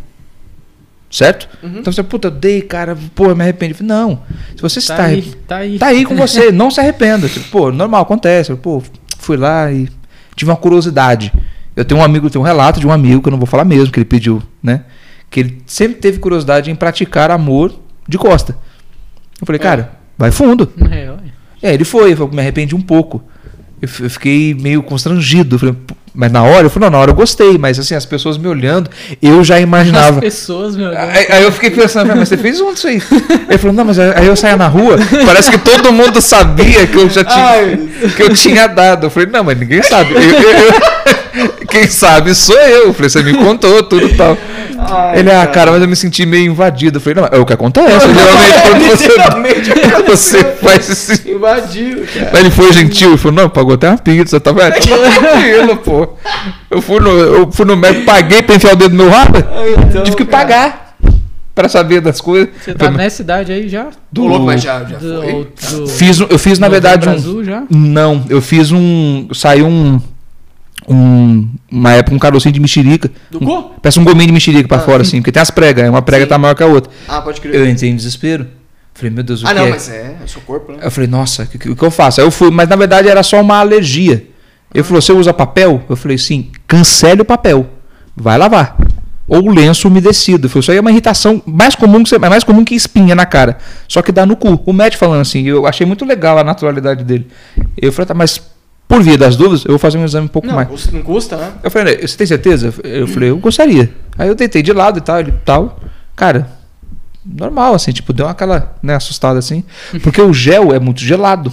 Speaker 1: Certo?
Speaker 2: Uhum.
Speaker 1: Então você, puta, eu dei, cara, pô, eu me arrependi. Não. Se você
Speaker 2: Tá,
Speaker 1: está
Speaker 2: aí, tá aí.
Speaker 1: Tá aí com você, não se arrependa. Tipo, pô, normal, acontece. Pô, fui lá e tive uma curiosidade. Eu tenho um amigo, tenho um relato de um amigo, que eu não vou falar mesmo, que ele pediu, né? Que ele sempre teve curiosidade em praticar amor de costa. Eu falei, cara, vai fundo.
Speaker 2: É, olha.
Speaker 1: É, ele foi, eu me arrependi um pouco. Eu, f- eu fiquei meio constrangido. Eu falei, "Pô", mas na hora, eu falei, não, na hora eu gostei, mas assim, as pessoas me olhando, eu já
Speaker 2: As
Speaker 1: imaginava. Ah,
Speaker 2: pessoas, meu Deus.
Speaker 1: Aí, aí eu fiquei pensando, "Ah, mas você fez onde isso aí? Ele falou, não, mas aí eu saía na rua, parece que todo mundo sabia que eu já
Speaker 3: Ai,
Speaker 1: tinha, que eu tinha dado. Eu falei, não, mas ninguém sabe. Eu- eu- eu- quem sabe sou eu. Eu falei, você me contou tudo e tal.
Speaker 3: Ai,
Speaker 1: Ele, ah, cara, mas eu me senti meio invadido. Eu falei, não, é o que acontece. Geralmente,
Speaker 3: Literalmente
Speaker 1: quando você, você faz esse
Speaker 3: Invadiu, cara.
Speaker 1: Aí ele foi gentil, ele falou, não, pagou até uma pizza, tá vendo? tranquilo, pô. Eu fui no, eu fui no médico, paguei pra enfiar o dedo no meu rabo,
Speaker 3: Então,
Speaker 1: tive que
Speaker 3: cara.
Speaker 1: pagar pra saber das coisas.
Speaker 2: Você tá
Speaker 1: Falei,
Speaker 2: nessa idade aí já?
Speaker 1: do-
Speaker 3: Ô, louco, mas já, já
Speaker 2: Do-
Speaker 3: foi.
Speaker 2: do-
Speaker 1: Fiz, um- eu fiz, na
Speaker 2: do
Speaker 1: verdade, um...
Speaker 2: Azul já?
Speaker 1: Não, eu fiz um... Saiu um... um- uma época, um carocinho de mexerica.
Speaker 3: Do
Speaker 1: Um-
Speaker 3: cu?
Speaker 1: Parece um gominho de mexerica pra
Speaker 3: Ah.
Speaker 1: fora, assim, porque tem as pregas, uma prega
Speaker 3: Sim.
Speaker 1: tá maior que a outra.
Speaker 3: Ah, pode
Speaker 1: Eu
Speaker 3: crer.
Speaker 1: entrei em desespero. Falei, meu Deus, o
Speaker 3: Ah,
Speaker 1: que
Speaker 3: não,
Speaker 1: é?
Speaker 3: mas é. É o seu corpo, né?
Speaker 1: Eu falei, nossa, o que, o que eu faço? Aí eu fui, mas na verdade era só uma alergia. Ele falou: você usa papel? Eu falei: sim, cancele o papel. Vai lavar. Ou lenço umedecido. Ele falou, Isso aí é uma irritação mais comum que você- é mais comum que espinha na cara. Só que dá no cu. O médico falando assim, eu achei muito legal a naturalidade dele. Eu falei, tá, mas por via das dúvidas, eu vou fazer um exame um pouco
Speaker 3: Não,
Speaker 1: mais.
Speaker 3: custa- não custa, né?
Speaker 1: Eu falei, André, você tem certeza? Eu falei, eu gostaria. Aí eu deitei de lado e tal, ele tal. Cara, normal, assim, tipo, deu aquela né, assustada assim. Porque o gel é muito gelado.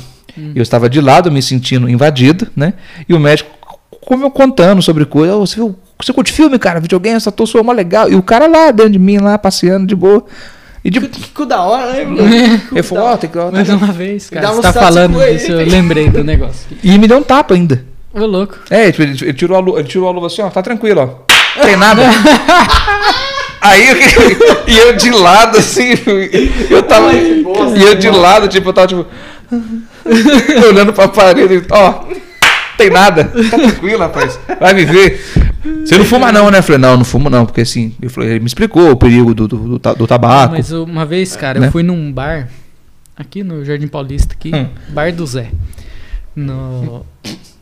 Speaker 1: Eu estava de lado, me sentindo invadido, né? E o médico, como eu contando sobre coisa, "Ô, você viu. Você curte filme, cara? Videogame, essa torção é mó legal. E o cara lá dentro de mim, lá, passeando de boa. E de.
Speaker 3: Que, que cu da hora, né? mano? Que
Speaker 1: Ele
Speaker 3: cu
Speaker 1: falou,
Speaker 3: da
Speaker 1: ó,
Speaker 3: hora.
Speaker 1: tem que. ó, tem
Speaker 2: Mais
Speaker 1: que-"
Speaker 2: uma vez,
Speaker 3: Me dá
Speaker 2: cara.
Speaker 3: um
Speaker 2: Você tá
Speaker 3: saco
Speaker 2: falando
Speaker 3: com ele.
Speaker 2: disso, eu lembrei do negócio.
Speaker 1: E me deu um tapa ainda.
Speaker 2: Ô, louco.
Speaker 1: É, tipo, ele, ele tirou a luva, ele tirou a luva assim, ó, tá tranquilo, ó. Não tem nada. Aí eu, e eu de lado, assim, eu tava.
Speaker 3: Ai, que bosta,
Speaker 1: e eu de lado, tipo, eu tava tipo. olhando pra parede, assim, ó. Tem nada. Tá tranquilo, rapaz. Vai me ver. Você não fuma, não, né? Eu falei, não, não fumo, não, porque assim. Eu falei, ele me explicou o perigo do, do, do ta- do tabaco.
Speaker 2: Mas uma vez, cara,
Speaker 1: Né?
Speaker 2: eu fui num bar aqui no Jardim Paulista, aqui,
Speaker 1: Hum.
Speaker 2: Bar do Zé. No...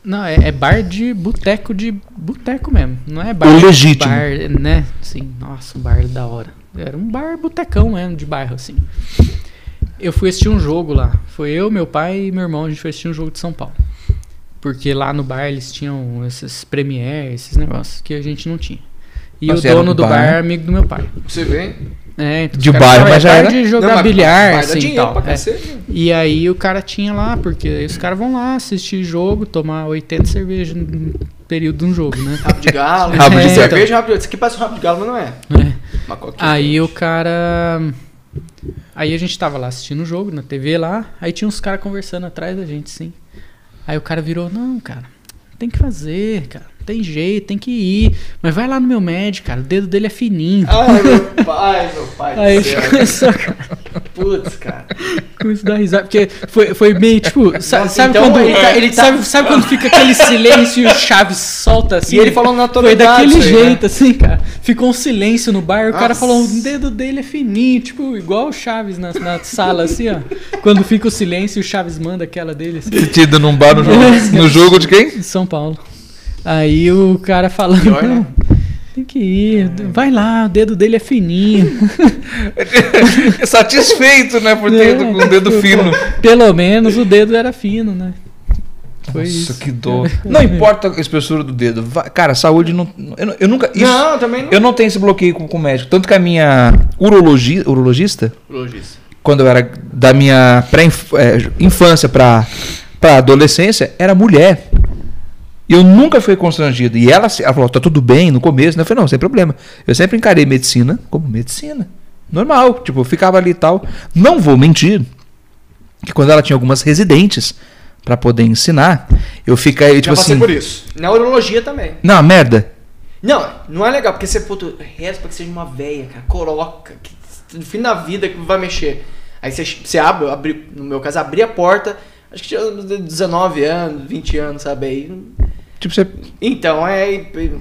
Speaker 2: Não, é, é bar de boteco de boteco mesmo. Não é bar.
Speaker 1: O legítimo.
Speaker 2: Bar, né? Sim, nossa, um bar da hora. Era um bar botecão mesmo, de bairro, assim. Eu fui assistir um jogo lá. Foi eu, meu pai e meu irmão, a gente foi assistir um jogo de São Paulo. Porque lá no bar eles tinham esses premier, esses negócios que a gente não tinha. E
Speaker 1: Mas
Speaker 2: o
Speaker 1: era um
Speaker 2: dono do
Speaker 1: bar?
Speaker 2: bar é amigo do meu pai.
Speaker 3: Você vê, hein?
Speaker 2: É, então os
Speaker 1: De
Speaker 2: caras
Speaker 1: bairro,
Speaker 2: ficavam
Speaker 1: mas já
Speaker 2: tarde
Speaker 1: era-
Speaker 2: de
Speaker 3: Não,
Speaker 2: jogar
Speaker 3: mas
Speaker 2: bilhar,
Speaker 3: vai dar
Speaker 2: assim, e
Speaker 3: dinheiro
Speaker 2: tal.
Speaker 3: pra
Speaker 2: é.
Speaker 3: cacete, né?
Speaker 2: E aí o cara tinha lá, porque aí os caras vão lá assistir jogo, tomar 80 cervejas no período de um jogo, né?
Speaker 3: Rabo de galo.
Speaker 1: Rabo de
Speaker 3: É,
Speaker 1: galo.
Speaker 3: cerveja, rabo de galo. Isso aqui parece um rabo de galo, mas não é.
Speaker 2: É.
Speaker 3: Uma coquinha.
Speaker 2: Aí o cara. Aí a gente tava lá assistindo o jogo na TV lá, aí tinha uns caras conversando atrás da gente, sim. Aí o cara virou, não, cara, tem que fazer, cara, tem jeito, tem que ir. Mas vai lá no meu médico, cara, o dedo dele é fininho.
Speaker 3: Ai, meu pai, meu pai. do
Speaker 2: Aí a
Speaker 3: céu.
Speaker 2: gente começou a
Speaker 3: Putz, cara.
Speaker 2: Começou a dar risada, porque foi, foi meio tipo. sa-
Speaker 3: Nossa,
Speaker 2: sabe
Speaker 3: então
Speaker 2: quando.
Speaker 3: ele tá- ele tá-
Speaker 2: sabe, sabe quando fica aquele silêncio e o Chaves solta assim?
Speaker 3: E ele falou na
Speaker 2: Foi
Speaker 3: tonalidade né?
Speaker 2: daquele
Speaker 3: isso aí,
Speaker 2: jeito, assim, cara. Ficou um silêncio no bar, o cara
Speaker 3: Nossa.
Speaker 2: falou, o dedo dele é fininho, tipo, igual o Chaves na, na sala, assim, ó. Quando fica o silêncio, o Chaves manda aquela dele, assim.
Speaker 1: Tido num bar no jogo, no jogo de quem?
Speaker 2: Em São Paulo. Aí o cara falando.
Speaker 3: Pior, né?
Speaker 2: "Não, Tem que ir, vai lá, o dedo dele é fininho.
Speaker 1: Satisfeito, né? Por ter
Speaker 2: É,
Speaker 1: ido com o dedo
Speaker 2: tipo,
Speaker 1: fino.
Speaker 2: Pelo menos o dedo era fino, né? Foi
Speaker 1: Nossa,
Speaker 2: isso.
Speaker 1: que dor. Não importa a espessura do dedo. vai- Cara, saúde não. Eu, não- eu nunca. isso-
Speaker 3: Não, também não.
Speaker 1: eu não tenho esse bloqueio com, com o médico. Tanto que a minha urologi, urologista,
Speaker 3: Urologista.
Speaker 1: quando eu era da minha pré-infância pra, pra adolescência, era mulher. E Eu nunca fui constrangido. E ela, se- ela falou: tá tudo bem no começo, né? Eu falei: não, sem problema. Eu sempre encarei medicina como medicina. Normal. Tipo, eu ficava ali e tal. Não vou mentir que quando ela tinha algumas residentes pra poder ensinar, eu fiquei tipo
Speaker 4: Já passei
Speaker 1: assim.
Speaker 4: por isso.
Speaker 3: Na urologia também.
Speaker 1: Não, merda.
Speaker 3: Não, não é legal, porque você, puto, reza pra que seja uma véia, cara, coroca, que no fim da vida que vai mexer. Aí você, você abre, eu abri, no meu caso, abri a porta, acho que tinha uns 19 anos, 20 anos, sabe? Aí,
Speaker 1: Tipo, você.
Speaker 3: então é. e-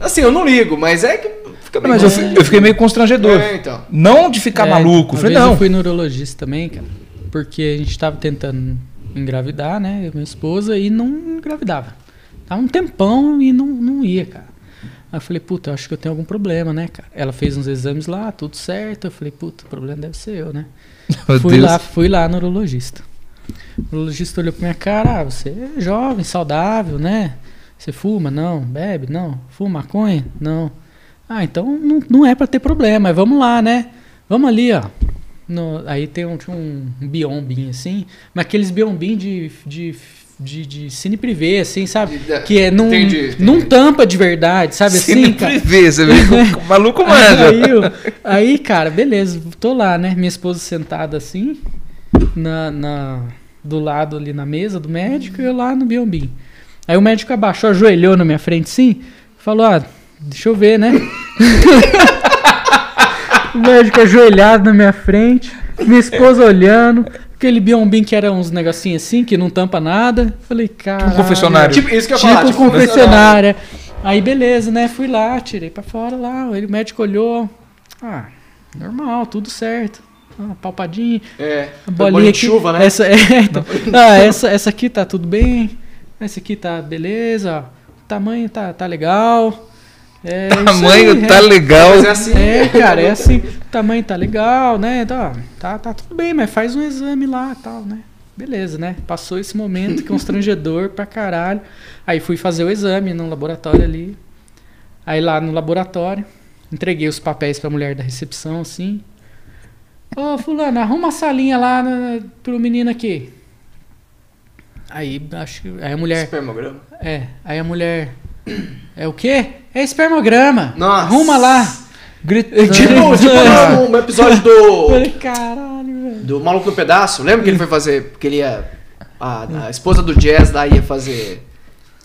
Speaker 3: Assim, eu não ligo, mas é que fica
Speaker 1: Não,
Speaker 3: bem.
Speaker 1: mas eu, fi- eu fiquei meio constrangedor.
Speaker 3: É, então.
Speaker 1: Não de ficar
Speaker 2: É,
Speaker 1: maluco.
Speaker 2: uma
Speaker 1: Falei,
Speaker 2: vez
Speaker 1: não.
Speaker 2: Eu fui neurologista também, cara. Porque a gente tava tentando engravidar, né? eu e Minha esposa, e não engravidava. Tava um tempão e não, não ia, cara. Aí eu falei, puta, eu acho que eu tenho algum problema, né, cara? Ela fez uns exames lá, tudo certo. Eu falei, puta, o problema deve ser eu, né?
Speaker 1: Meu
Speaker 2: fui
Speaker 1: Deus.
Speaker 2: lá, fui lá no urologista. O urologista olhou pra minha cara, ah, você é jovem, saudável, né? Você fuma? Não. Bebe? Não. Fuma maconha? Não. Ah, então não, não é pra ter problema, mas vamos lá, né? Vamos ali, ó. No- aí tem um, tinha um biombinho assim, mas aqueles biombinho de, de, de, de cine privê, assim, sabe?
Speaker 3: De- da-
Speaker 2: Que é, não,
Speaker 3: entendi, entendi.
Speaker 2: não tampa de verdade, sabe
Speaker 1: Cine
Speaker 2: assim, cara?
Speaker 1: privê, você vê que o maluco manja.
Speaker 2: Aí, eu- aí, cara, beleza, tô lá, né? Minha esposa sentada assim, na, na- do lado ali na mesa do médico, e eu lá no Biombim. Aí o médico abaixou, ajoelhou na minha frente assim, falou: Ah, deixa eu ver, né? o médico ajoelhado na minha frente, minha esposa olhando. Aquele biombim que era uns negocinhos assim, que não tampa nada. Falei, cara.
Speaker 1: confessionário.
Speaker 3: Tipo, isso que eu ia
Speaker 2: Tipo
Speaker 3: falar,
Speaker 2: confessionária. Aí beleza, né? Fui lá, tirei pra fora lá. O médico olhou. Ah, normal, tudo certo. Ah, palpadinha.
Speaker 3: É,
Speaker 2: A
Speaker 3: bolinha,
Speaker 2: bolinha aqui, é,
Speaker 3: de chuva, né?
Speaker 2: Essa, é, então. ah, essa, essa aqui tá tudo bem. Esse aqui tá beleza, ó. O tamanho tá, tá legal. É isso
Speaker 1: Tamanho
Speaker 2: aí,
Speaker 1: tá
Speaker 2: é.
Speaker 1: legal.
Speaker 3: Mas é assim.
Speaker 2: É, cara, é assim, o tamanho tá legal, né? Tá, tá, tá tudo bem, mas faz um exame lá e tal, né? Beleza, né? Passou esse momento constrangedor pra caralho. Aí fui fazer o exame no laboratório ali. Aí lá no laboratório, entreguei os papéis pra mulher da recepção, assim. Ô, fulano, arruma a salinha lá na- pro menino aqui. Aí, acho que... Aí a mulher...
Speaker 3: Espermograma.
Speaker 2: É, aí a mulher... É o quê? É espermograma.
Speaker 3: Nossa.
Speaker 2: Arruma lá.
Speaker 1: Gritando.
Speaker 3: Tipo, tipo
Speaker 2: Ah.
Speaker 3: no, no episódio do.
Speaker 2: Falei,
Speaker 1: tipo,
Speaker 2: caralho, velho.
Speaker 3: Do Maluco no Pedaço, lembra que ele foi fazer. Que ele ia. A, a esposa do Jazz lá ia fazer.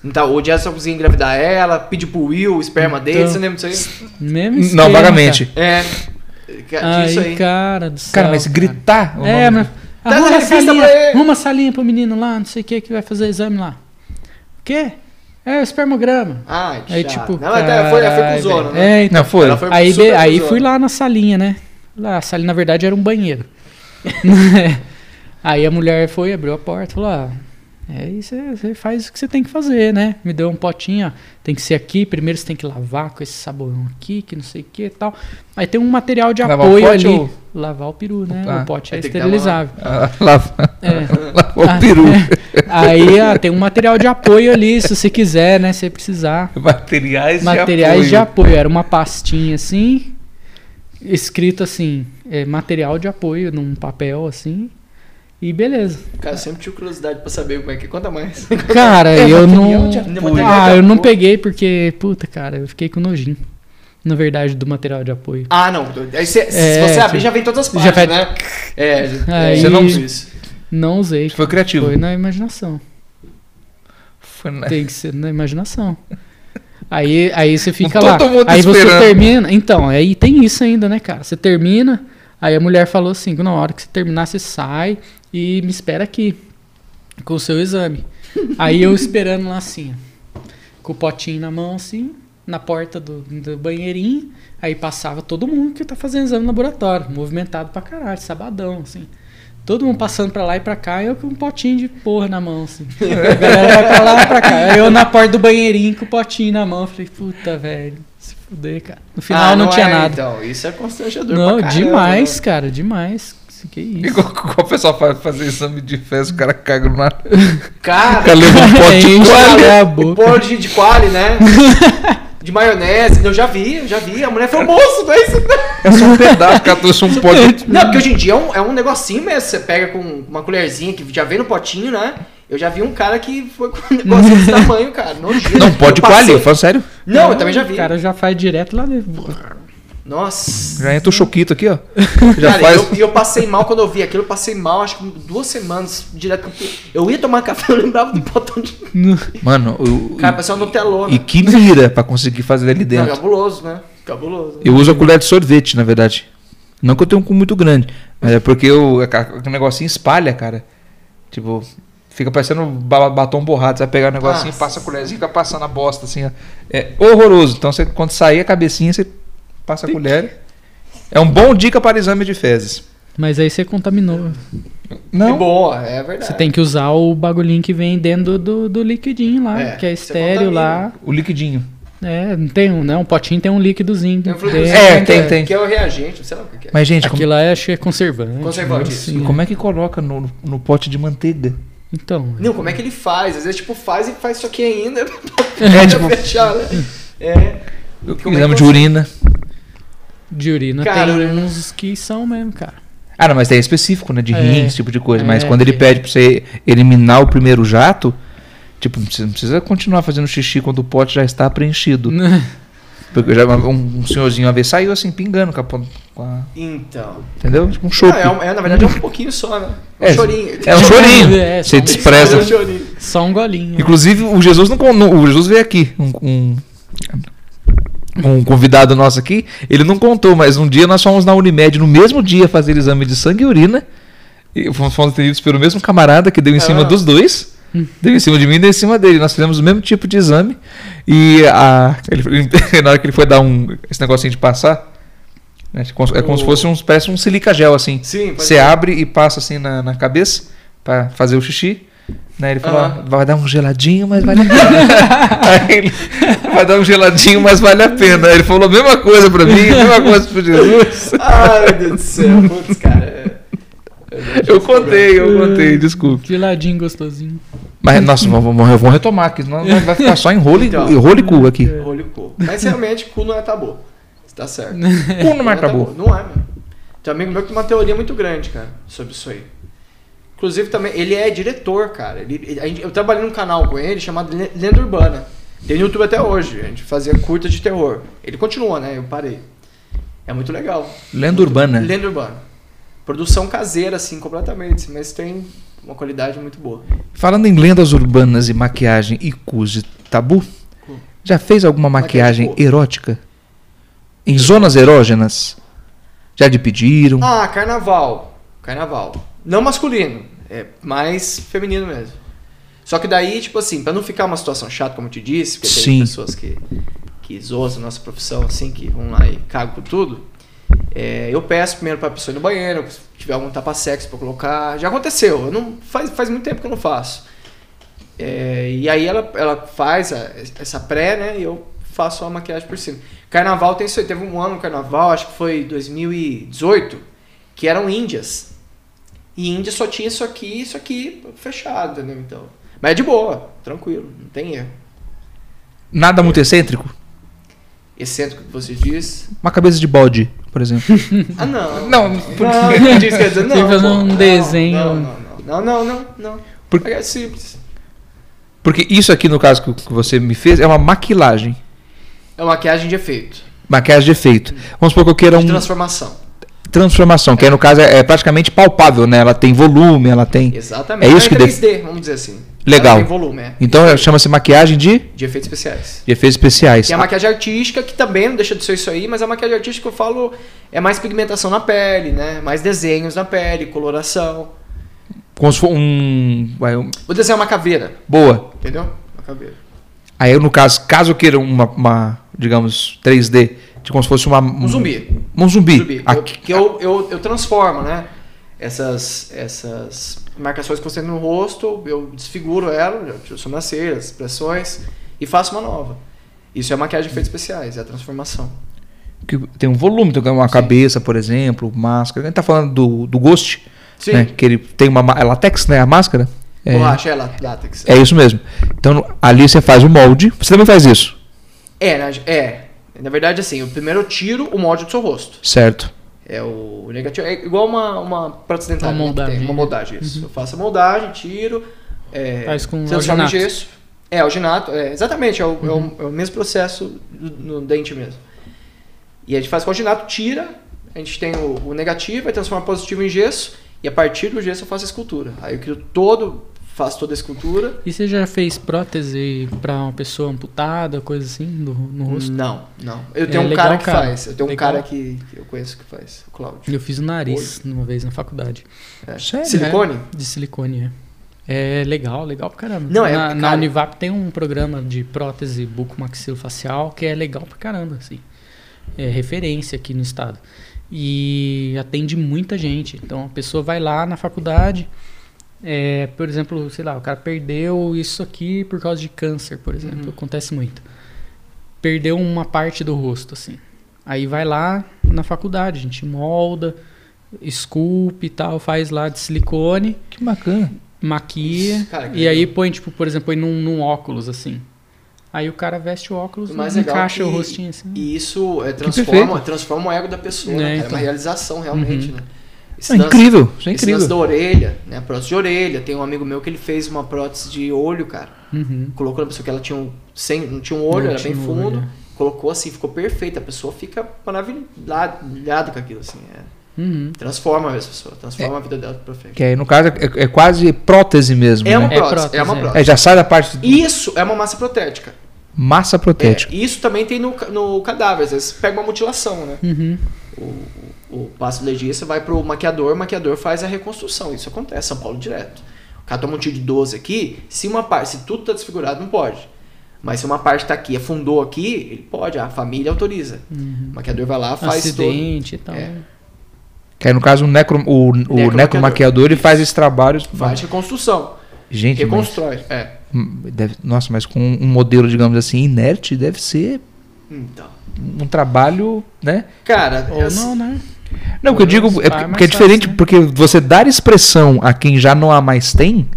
Speaker 3: Então, o Jazz só conseguia engravidar ela, pediu pro Will o esperma dele,
Speaker 2: Então.
Speaker 3: você lembra disso aí?
Speaker 2: Mesmo
Speaker 1: Não,
Speaker 2: esquema,
Speaker 1: vagamente.
Speaker 3: É. é, Tinha
Speaker 2: Cara.
Speaker 3: isso
Speaker 2: Aí,
Speaker 3: aí.
Speaker 2: cara do céu.
Speaker 1: Cara, mas gritar. o
Speaker 2: É,
Speaker 1: nome-
Speaker 2: mas.
Speaker 3: Dá
Speaker 2: Arruma
Speaker 3: essa
Speaker 2: a
Speaker 3: revista
Speaker 2: salinha,
Speaker 3: pra ele.
Speaker 2: arruma a salinha pro menino lá, não sei o que, que vai fazer exame lá. O quê? É o espermograma.
Speaker 3: Ah, que
Speaker 2: Aí,
Speaker 3: chato.
Speaker 2: tipo.
Speaker 3: Não, mas até foi, foi com
Speaker 2: carai,
Speaker 3: zona,
Speaker 2: velho.
Speaker 3: né?
Speaker 2: É, então.
Speaker 1: Não, foi.
Speaker 3: Ela foi
Speaker 2: aí,
Speaker 3: super
Speaker 2: be- aí
Speaker 3: com
Speaker 2: fui
Speaker 3: zona.
Speaker 2: lá na salinha, né? Lá, a salinha, na verdade, era um banheiro. aí a mulher foi, abriu a porta e falou: ah, é isso, você faz o que você tem que fazer, né? Me deu um potinho, ó. Tem que ser aqui, primeiro você tem que lavar com esse sabão aqui, que não sei o que e tal. Aí tem um material de
Speaker 1: Lavar o
Speaker 2: apoio
Speaker 1: pote
Speaker 2: ali.
Speaker 1: ou-
Speaker 2: Lavar o peru, né?
Speaker 1: Ah.
Speaker 2: o pote é
Speaker 3: Aí tem que dar
Speaker 2: esterilizável.
Speaker 1: Ah, Lá,
Speaker 2: É.
Speaker 1: lá foi
Speaker 2: Ah,
Speaker 1: o peru.
Speaker 2: Aí ó, tem um material de apoio ali, se você quiser, né? Se você precisar.
Speaker 1: Materiais,
Speaker 2: Materiais de
Speaker 1: de apoio.
Speaker 2: apoio. Era uma pastinha assim, escrito assim, é, material de apoio num papel assim. E beleza.
Speaker 3: Cara, eu sempre tive curiosidade pra saber como é que é. Conta mais.
Speaker 2: Cara,
Speaker 1: É, material
Speaker 2: eu não.
Speaker 1: de apoio.
Speaker 2: Ah, eu não
Speaker 3: Material de apoio.
Speaker 2: peguei porque, puta, cara, eu fiquei com nojinho. Na verdade, do material de apoio.
Speaker 3: Ah, não. Aí cê, se
Speaker 2: É,
Speaker 3: você abrir,
Speaker 2: tipo,
Speaker 3: já vem todas as
Speaker 2: já
Speaker 3: partes,
Speaker 2: vai-
Speaker 3: né? É,
Speaker 2: Aí-
Speaker 3: você não isso.
Speaker 2: Não usei.
Speaker 1: Foi criativo.
Speaker 2: Foi na imaginação.
Speaker 1: Foi né? na-
Speaker 2: Tem que ser na imaginação. Aí, aí você fica
Speaker 1: Todo
Speaker 2: lá.
Speaker 1: mundo
Speaker 2: aí você
Speaker 1: esperando.
Speaker 2: termina. Então, aí tem isso ainda, né, cara? Você termina, aí a mulher falou assim: na hora que você terminar, você sai e me espera aqui com o seu exame. Aí eu esperando lá assim, ó, com o potinho na mão, assim, na porta do, do banheirinho. Aí passava todo mundo que tá fazendo exame no laboratório, movimentado pra caralho, sabadão, assim. Todo mundo passando pra lá e pra cá, eu com um potinho de porra na mão, assim. A galera vai pra lá e pra cá. Eu na porta do banheirinho com o potinho na mão, falei, puta, velho, se fuder, cara. No final
Speaker 3: Ah,
Speaker 2: não, tinha
Speaker 3: é,
Speaker 2: nada.
Speaker 3: Então, isso é constrangedor
Speaker 2: não,
Speaker 3: pra caramba,
Speaker 2: demais,
Speaker 3: né?
Speaker 2: cara, demais. Assim, Que isso.
Speaker 1: Igual igual o pessoal faz fazer exame de fezes, o cara caga no nariz.
Speaker 3: Cara,
Speaker 2: É
Speaker 1: Cara, levou um potinho.
Speaker 2: Enche
Speaker 1: olha.
Speaker 2: a
Speaker 3: Um
Speaker 2: boca.
Speaker 3: pó de, de quali, né? De maionese. Eu já vi, eu já vi. A mulher falou, moço, não é isso não."
Speaker 1: É só um pedaço, o cara trouxe um pó de...
Speaker 3: Não, porque hoje em dia é um, é um negocinho mesmo. Você pega com uma colherzinha que já vem no potinho, né? Eu já vi um cara que foi com um negocinho desse tamanho, cara. Nojento.
Speaker 1: Não, pode
Speaker 3: Eu passei-
Speaker 1: coalhar, eu falo sério.
Speaker 3: Não, eu também já
Speaker 2: O
Speaker 3: vi.
Speaker 2: cara já faz direto lá dentro.
Speaker 3: Nossa.
Speaker 1: Já entra o choquito aqui, ó. Já
Speaker 3: Cara, e
Speaker 1: faz...
Speaker 3: eu, e eu passei mal quando eu vi aquilo, eu passei mal, acho que duas semanas direto. Eu ia tomar café, eu lembrava do potão de.
Speaker 1: Mano, o...
Speaker 3: Cara, parecia um Nutelô,
Speaker 1: e
Speaker 3: né?
Speaker 1: que mira pra conseguir fazer ali
Speaker 3: Não,
Speaker 1: dentro.
Speaker 3: cabuloso, né? Cabuloso.
Speaker 1: Eu uso a colher de sorvete, na verdade. Não que eu tenha um cu muito grande, mas é porque eu, a- a- o negocinho espalha, cara. Tipo, fica parecendo ba- batom borrado. Você vai pegar o negocinho,
Speaker 3: Nossa.
Speaker 1: passa a colherzinha, fica passando a bosta, assim. ó. É horroroso. Então, você, quando sair a cabecinha, você passa a colher. É um bom dica para exame de fezes.
Speaker 2: Mas aí você contaminou.
Speaker 3: É
Speaker 1: Não,
Speaker 3: bom, é verdade.
Speaker 2: Você tem que usar o bagulhinho que vem dentro do, do, do liquidinho lá,
Speaker 3: É,
Speaker 2: que é
Speaker 3: você
Speaker 2: estéreo lá.
Speaker 1: o liquidinho.
Speaker 2: É, não tem um, né? Um potinho tem um líquidozinho.
Speaker 3: Tem um
Speaker 2: dentro.
Speaker 3: fluidozinho,
Speaker 1: É,
Speaker 3: né,
Speaker 1: tem,
Speaker 3: que-
Speaker 1: tem.
Speaker 3: Que é o reagente, sei lá o que que é.
Speaker 1: Mas, gente, como,
Speaker 2: Aquilo lá eu acho que é conservante.
Speaker 3: Conservante,
Speaker 2: né?
Speaker 3: isso.
Speaker 2: Sim.
Speaker 1: como é que coloca no, no pote de manteiga?
Speaker 2: Então,
Speaker 3: Não, como é que ele faz? Às vezes, tipo, faz e faz isso aqui ainda.
Speaker 1: É,
Speaker 3: pra
Speaker 1: tipo,
Speaker 3: fechar, né? É. Como é
Speaker 1: exame
Speaker 3: que
Speaker 1: de
Speaker 3: eu-
Speaker 1: urina.
Speaker 2: de urina
Speaker 3: Cara, né?
Speaker 2: tem
Speaker 3: eu-
Speaker 2: uns que são mesmo, cara.
Speaker 1: Ah, não, mas daí é específico, né? De
Speaker 2: É.
Speaker 1: rim, esse tipo de coisa. mas
Speaker 2: É,
Speaker 1: quando ele
Speaker 2: que-
Speaker 1: pede pra você eliminar o primeiro jato, tipo, não precisa, não precisa continuar fazendo xixi quando o pote já está preenchido. Porque já, um, um senhorzinho uma vez saiu assim, pingando com a, pon- com a-
Speaker 3: Então.
Speaker 1: Entendeu? Tipo um
Speaker 3: Não,
Speaker 1: chope.
Speaker 3: é, um- é, na verdade, é um pouquinho só, né? Um
Speaker 1: É,
Speaker 3: chorinho.
Speaker 1: É um chorinho.
Speaker 2: É,
Speaker 1: você
Speaker 2: só-
Speaker 1: despreza.
Speaker 3: É um chorinho.
Speaker 2: Só um golinho.
Speaker 1: Inclusive, o Jesus não, con- não- o Jesus veio aqui. Um, um, um convidado nosso aqui, ele não contou, mas um dia nós fomos na Unimed no mesmo dia fazer exame de sangue e urina. E fomos fomos atendidos pelo mesmo camarada que deu em cima
Speaker 3: Ah.
Speaker 1: dos dois. Deu em cima de mim e deu em cima dele. Nós fizemos o mesmo tipo de exame. E a, ele- na hora que ele foi dar um, esse negocinho de passar, né, é como, é como se fosse um, parece um silica gel assim.
Speaker 3: Sim, pode
Speaker 1: Você abre e passa assim na, na cabeça pra fazer o xixi. Né? Ele falou,
Speaker 3: Aham.
Speaker 1: "Ó, vai dar um geladinho, mas vale a pena. Aí ele, vai dar um geladinho, mas vale a pena. Aí Ele falou a mesma coisa pra mim, a mesma coisa pro Jesus.
Speaker 3: Ai, meu Deus do céu. Putz, cara. é-
Speaker 1: Eu contei, eu contei, desculpa.
Speaker 2: Geladinho Uh, gostosinho.
Speaker 1: Mas, nossa, vamos, vamos- vamos retomar aqui, senão vai ficar só em rolo, e-
Speaker 3: Então.
Speaker 1: e rolo e cu aqui.
Speaker 3: Olho e cu. Mas realmente, cu não é tabu. Você tá certo.
Speaker 1: Cu não mais acabou.
Speaker 3: Não é, meu. Tem um amigo meu que tem uma teoria muito grande, cara, sobre isso aí. Inclusive também, ele é diretor, cara. Ele- ele- a gente- eu trabalhei num canal com ele chamado Le- Lenda Urbana. Tem no YouTube até hoje. A gente fazia curta de terror. Ele continua, né? Eu parei. É muito legal.
Speaker 1: Lenda urbana.
Speaker 3: Lenda Urbana. Produção caseira, assim, completamente, mas tem uma qualidade muito boa.
Speaker 1: Falando em lendas urbanas e maquiagem e cus de tabu, já fez alguma
Speaker 3: Maquiagem
Speaker 1: maquiagem
Speaker 3: cu.
Speaker 1: erótica? Em zonas erógenas? Já te pediram?
Speaker 3: Ah, carnaval. Carnaval. Não masculino, é mais feminino mesmo. Só que daí, tipo assim, pra não ficar uma situação chata, como eu te disse, porque
Speaker 1: Sim.
Speaker 3: tem pessoas que, que zoam a nossa profissão, assim, que vão lá e cagam com tudo, é, eu peço primeiro pra pessoa ir no banheiro, se tiver algum tapa-sexo pra colocar. Já aconteceu, eu não, faz, faz muito tempo que eu não faço. É, e aí ela, ela faz a- essa pré, né? E eu faço a maquiagem por cima. Carnaval tem isso aí. Teve um ano no carnaval, acho que foi 2018, que eram índias. E índia só tinha isso aqui e isso aqui fechado, entendeu? Então. Mas é de boa, tranquilo, não tem erro.
Speaker 1: Nada muito excêntrico?
Speaker 3: Excêntrico que você diz.
Speaker 1: Uma cabeça de bode, por exemplo.
Speaker 3: Ah, não.
Speaker 1: Não,
Speaker 3: não, não diz, quer dizer, não.
Speaker 2: Tem que fazer
Speaker 3: pô,
Speaker 2: um
Speaker 3: não,
Speaker 2: desenho.
Speaker 3: Não, não, não, não, não. não.
Speaker 1: Por-
Speaker 3: É simples.
Speaker 1: Porque isso aqui, no caso que que você me fez, é uma maquilagem.
Speaker 3: É uma maquiagem de efeito,
Speaker 1: Maquiagem de efeito. Vamos supor que eu queira
Speaker 3: de
Speaker 1: uma
Speaker 3: transformação.
Speaker 1: transformação, que aí no caso é, é praticamente palpável, né? Ela tem volume, ela tem.
Speaker 3: Exatamente.
Speaker 1: É isso
Speaker 3: Ela
Speaker 1: que
Speaker 3: é 3D, vamos dizer assim.
Speaker 1: Legal.
Speaker 3: Ela tem volume, é.
Speaker 1: Então é- chama-se maquiagem de,
Speaker 3: De efeitos especiais.
Speaker 1: de efeitos especiais.
Speaker 3: Tem a maquiagem artística, que também não deixa de ser isso aí, mas a maquiagem artística eu falo é mais pigmentação na pele, né? Mais desenhos na pele, coloração.
Speaker 1: Como se for um. vai, um-
Speaker 3: Vou desenhar uma caveira,
Speaker 1: Boa.
Speaker 3: entendeu? Uma caveira.
Speaker 1: Aí no caso, caso eu queira uma, uma, digamos, 3D, de como se fosse uma. Um,
Speaker 3: zumbi.
Speaker 1: Um zumbi.
Speaker 3: Zumbi. Eu-
Speaker 1: Aqui-
Speaker 3: que eu, eu, eu transformo, né? Essas, essas marcações que você tem no rosto, eu desfiguro ela, eu sobrancelhas, expressões, e faço uma nova. Isso é maquiagem de efeitos especiais, é a transformação.
Speaker 1: que tem um volume, tem uma cabeça, por exemplo, máscara. A gente tá falando do, do Ghost,
Speaker 3: Sim.
Speaker 1: né? Que ele tem uma. ma- É látex, né? A máscara. É,
Speaker 3: Borracha, é lá- látex.
Speaker 1: é isso mesmo. Então no- ali você faz o molde. Você também faz isso,
Speaker 3: É, na, é. Na verdade, assim, eu primeiro tiro o molde do seu rosto.
Speaker 1: certo?
Speaker 3: É o negativo. É igual uma, uma prótese dentária.
Speaker 2: Uma
Speaker 3: né, que tem,
Speaker 2: moldagem,
Speaker 3: Uma
Speaker 2: né?
Speaker 3: moldagem, isso. Eu faço a moldagem, tiro. É,
Speaker 2: Faz com
Speaker 3: transformo em
Speaker 2: alginato.
Speaker 3: gesso. É, alginato. É, exatamente, é o, é o- é o mesmo processo do- no dente mesmo. E a gente faz com alginato, tira. A gente tem o, o negativo, aí transforma positivo em gesso. E a partir do gesso eu faço a escultura. Aí eu crio todo, faço toda a escultura.
Speaker 2: E você já fez prótese pra uma pessoa amputada, coisa assim, no, no rosto?
Speaker 3: Não, não. Eu
Speaker 2: É
Speaker 3: tenho um
Speaker 2: legal,
Speaker 3: cara que
Speaker 2: cara.
Speaker 3: faz. Eu tenho um
Speaker 2: Legal. Né,
Speaker 3: cara que, que eu conheço que faz, o Cláudio.
Speaker 2: Eu fiz o nariz uma vez na faculdade.
Speaker 3: É.
Speaker 2: né?
Speaker 1: Sério?
Speaker 3: Silicone?
Speaker 2: De silicone, é. É legal, legal pra caramba.
Speaker 3: Não, é-
Speaker 2: na, na
Speaker 3: cara-
Speaker 2: Univap tem um programa de prótese bucomaxilofacial que é legal pra caramba, assim. É referência aqui no estado. E atende muita gente. Então a pessoa vai lá na faculdade, é, por exemplo, sei lá, o cara perdeu isso aqui por causa de câncer, por exemplo.
Speaker 3: Uhum.
Speaker 2: Acontece muito. Perdeu uma parte do rosto, assim. Aí vai lá na faculdade, a gente molda, esculpe e tal, faz lá de silicone
Speaker 1: Que bacana.
Speaker 2: maquia
Speaker 3: Cara, que
Speaker 2: e aí
Speaker 3: legal.
Speaker 2: põe, tipo, por exemplo, põe num, num óculos, assim. Aí o cara veste o óculos
Speaker 3: O
Speaker 2: e
Speaker 3: mais legal é
Speaker 2: encaixa o
Speaker 3: que-
Speaker 2: rostinho assim.
Speaker 3: E isso é, transforma,
Speaker 1: perfeito.
Speaker 3: transforma o ego da pessoa,
Speaker 2: Né,
Speaker 3: né, cara? É
Speaker 2: então.
Speaker 3: uma realização realmente, né? Esse
Speaker 1: É
Speaker 3: lance-
Speaker 1: incrível, isso é
Speaker 3: esse lance da
Speaker 1: incrível.
Speaker 3: orelha, né? Prótese de orelha. Tem um amigo meu que ele fez uma prótese de olho, cara.
Speaker 2: Uhum.
Speaker 3: Colocou na pessoa que ela tinha um, sem, não tinha um olho,
Speaker 2: Não
Speaker 3: era bem
Speaker 2: tinha um
Speaker 3: fundo.
Speaker 2: olho.
Speaker 1: é.
Speaker 3: Colocou assim, ficou perfeita. A pessoa fica maravilhada com aquilo, assim. é.
Speaker 2: Uhum.
Speaker 3: Transforma mesmo a pessoa, transforma a vida dela pra frente.
Speaker 1: É. Que aí no caso é, é quase prótese mesmo,
Speaker 3: É uma
Speaker 1: né?
Speaker 2: É
Speaker 3: prótese, é uma
Speaker 2: prótese, é.
Speaker 3: prótese.
Speaker 1: É, já sai da parte de
Speaker 3: Isso é uma massa protética.
Speaker 1: massa
Speaker 3: É,
Speaker 1: protética.
Speaker 3: isso também tem no, ca- no cadáver, às vezes pega uma mutilação, né?
Speaker 2: Uhum.
Speaker 3: O, o, o passo-legista vai pro maquiador, o maquiador faz a reconstrução. Isso acontece, São Paulo direto. O cara toma um tiro de 12 aqui, se uma parte, se tudo tá desfigurado, não pode. Mas se uma parte tá aqui, afundou aqui, ele pode, a família autoriza. O maquiador vai lá, faz tudo.
Speaker 2: uhum. Acidente e tal.
Speaker 3: É.
Speaker 1: Que aí no caso o, necro, o, o
Speaker 3: Necromaquiador.
Speaker 1: necromaquiador ele faz esse trabalho.
Speaker 3: Faz reconstrução.
Speaker 1: Gente, mas,
Speaker 3: Reconstrói. É.
Speaker 1: hum, deve- nossa, mas com um modelo, digamos assim, inerte, deve ser
Speaker 3: Então.
Speaker 1: um trabalho, né?
Speaker 3: Cara,
Speaker 2: Ou
Speaker 3: eu-
Speaker 2: não, né?
Speaker 1: Não, o que eu
Speaker 2: Pelo
Speaker 1: digo
Speaker 2: menos
Speaker 1: é
Speaker 2: pá, é
Speaker 1: porque
Speaker 2: mais
Speaker 1: porque é
Speaker 2: fácil,
Speaker 1: diferente,
Speaker 2: né?
Speaker 1: porque você dar expressão a quem já não há mais tem,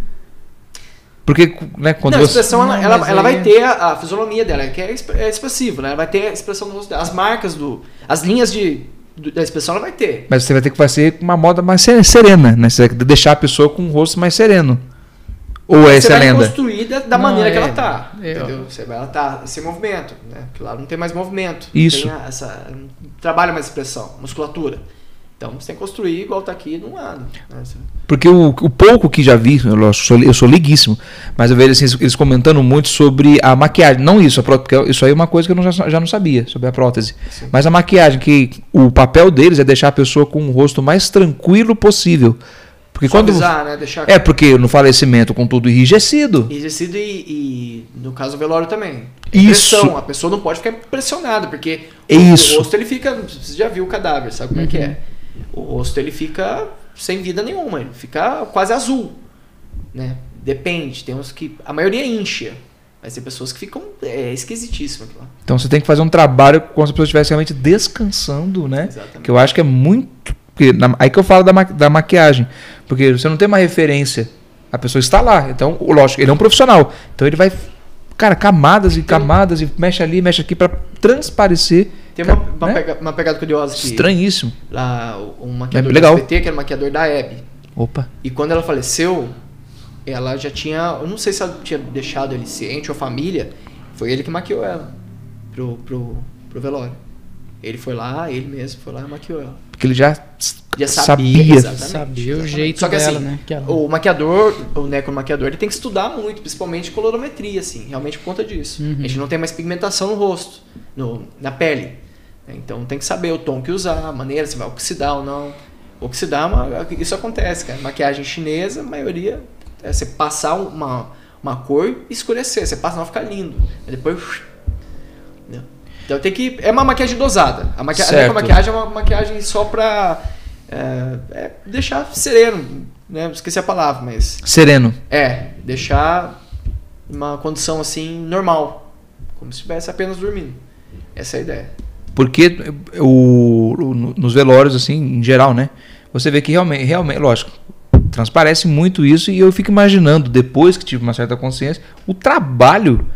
Speaker 1: porque né, quando
Speaker 3: não, a
Speaker 1: você...
Speaker 3: expressão ela,
Speaker 2: Não,
Speaker 3: ela,
Speaker 2: mas
Speaker 3: ela
Speaker 2: aí- é
Speaker 3: vai ter a, a fisionomia dela, que é, exp- é expressiva, né? Ela vai ter a expressão do rosto dela. As marcas do. As linhas de, do- da expressão ela vai ter.
Speaker 1: Mas você vai ter que fazer uma moda mais se- serena, né? Você vai deixar a pessoa com o rosto mais sereno. Ou é essa
Speaker 3: você
Speaker 1: a
Speaker 3: vai
Speaker 1: lenda?
Speaker 3: construir da, da
Speaker 2: Não,
Speaker 3: maneira que
Speaker 2: é,
Speaker 3: ela tá.
Speaker 2: eu-
Speaker 3: Entendeu? Você vai, ela tá sem movimento, né? Porque lá não tem mais movimento. não
Speaker 1: Isso.
Speaker 3: Tem a- essa, não trabalha mais expressão, musculatura. Então você tem que construir igual tá aqui de um lado. né? Você-
Speaker 1: Porque o, o pouco que já vi, eu lo- sou, eu sou liguíssimo, mas eu vejo assim, eles comentando muito sobre a maquiagem. Não isso, a pró- porque isso aí é uma coisa que eu não, já, já não sabia, sobre a prótese.
Speaker 3: Sim.
Speaker 1: Mas a maquiagem, que o papel deles é deixar a pessoa com o rosto mais tranquilo possível. Porque quando.
Speaker 3: Suavizar, né? Deixar
Speaker 1: É, porque no falecimento, com tudo enrijecido.
Speaker 3: Enrijecido e, e, no caso, o velório também. É
Speaker 1: Isso.
Speaker 3: Pressão, a pessoa não pode ficar impressionada, porque
Speaker 1: É
Speaker 3: o,
Speaker 1: isso.
Speaker 3: o rosto ele fica. Você já viu o cadáver, sabe como é que é?
Speaker 1: Uhum.
Speaker 3: O rosto ele fica sem vida nenhuma, ele fica quase azul. Né? Depende, tem uns que. A maioria incha, mas tem pessoas que ficam é, esquisitíssimas aquilo lá.
Speaker 1: Então você tem que fazer um trabalho como se a pessoa estivesse realmente descansando, né?
Speaker 3: Exatamente.
Speaker 1: Que eu acho que é muito. porque na- Aí que eu falo da, ma- da maquiagem. Porque você não tem uma referência. A pessoa está lá. Então, o- lógico, ele é um profissional. Então ele vai. Cara, camadas e camadas e mexe ali, mexe aqui para transparecer.
Speaker 3: Tem uma,
Speaker 1: Ca-
Speaker 3: uma,
Speaker 1: né?
Speaker 3: pega- uma pegada curiosa que
Speaker 1: Estranhíssimo.
Speaker 3: lá o- um maquiador
Speaker 1: legal.
Speaker 3: do SBT, que era o maquiador da Hebe.
Speaker 1: Opa.
Speaker 3: E quando ela faleceu, ela já tinha. Eu não sei se ela tinha deixado ele ciente ou a família. Foi ele que maquiou ela pro, pro, pro velório. Ele foi lá, ele mesmo foi lá e maquiou ela.
Speaker 1: Porque ele já,
Speaker 3: Já sabia,
Speaker 1: sabia.
Speaker 3: exato. Exatamente,
Speaker 2: Sabia é o
Speaker 3: exatamente.
Speaker 2: jeito
Speaker 3: Só que
Speaker 2: dela,
Speaker 3: assim,
Speaker 2: né? Que ela-
Speaker 3: O maquiador, o necromaquiador, ele tem que estudar muito, principalmente colorometria, assim, realmente por conta disso.
Speaker 2: Uhum.
Speaker 3: A gente não tem mais pigmentação no rosto, no, na pele. né? Então tem que saber o tom que usar, a maneira, se vai oxidar ou não. Oxidar, é uma- isso acontece, cara. Maquiagem chinesa, a maioria é você passar uma, uma cor e escurecer. Você passa, não fica lindo. Aí depois. entendeu? Então tem que. É uma maquiagem dosada. A maquiagem,
Speaker 1: Certo.
Speaker 3: maquiagem é uma maquiagem só pra é, é deixar sereno, né? Esqueci a palavra, mas.
Speaker 1: sereno.
Speaker 3: É, deixar uma condição assim normal. Como se estivesse apenas dormindo. Essa é a ideia.
Speaker 1: Porque eh, o, o- no- nos velórios, assim, em geral, né? Você vê que realmente, realmente, lógico, transparece muito isso e eu fico imaginando, depois que tive uma certa consciência, o trabalho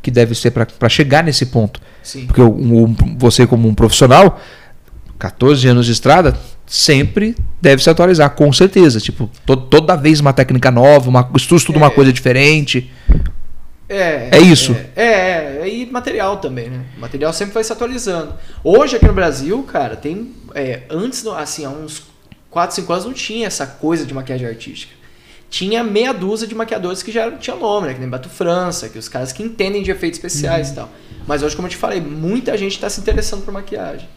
Speaker 1: que deve ser para chegar nesse ponto.
Speaker 3: Sim.
Speaker 1: Porque o- o- você, como um profissional, 14 anos de estrada, sempre deve se atualizar, com certeza. Tipo, to- toda vez uma técnica nova, uma, estuda tudo uma
Speaker 3: É.
Speaker 1: coisa diferente.
Speaker 3: É,
Speaker 1: É isso?
Speaker 3: É, é, é, e material também, né? O material sempre vai se atualizando. Hoje aqui no Brasil, cara, tem. é, antes, no- assim, há uns 4, 5 anos não tinha essa coisa de maquiagem artística. Tinha meia dúzia de maquiadores que já tinham nome, né? Que nem Bato França, que os caras que entendem de efeitos especiais
Speaker 1: Uhum.
Speaker 3: e tal. Mas hoje, como eu te falei, muita gente está se interessando por maquiagem.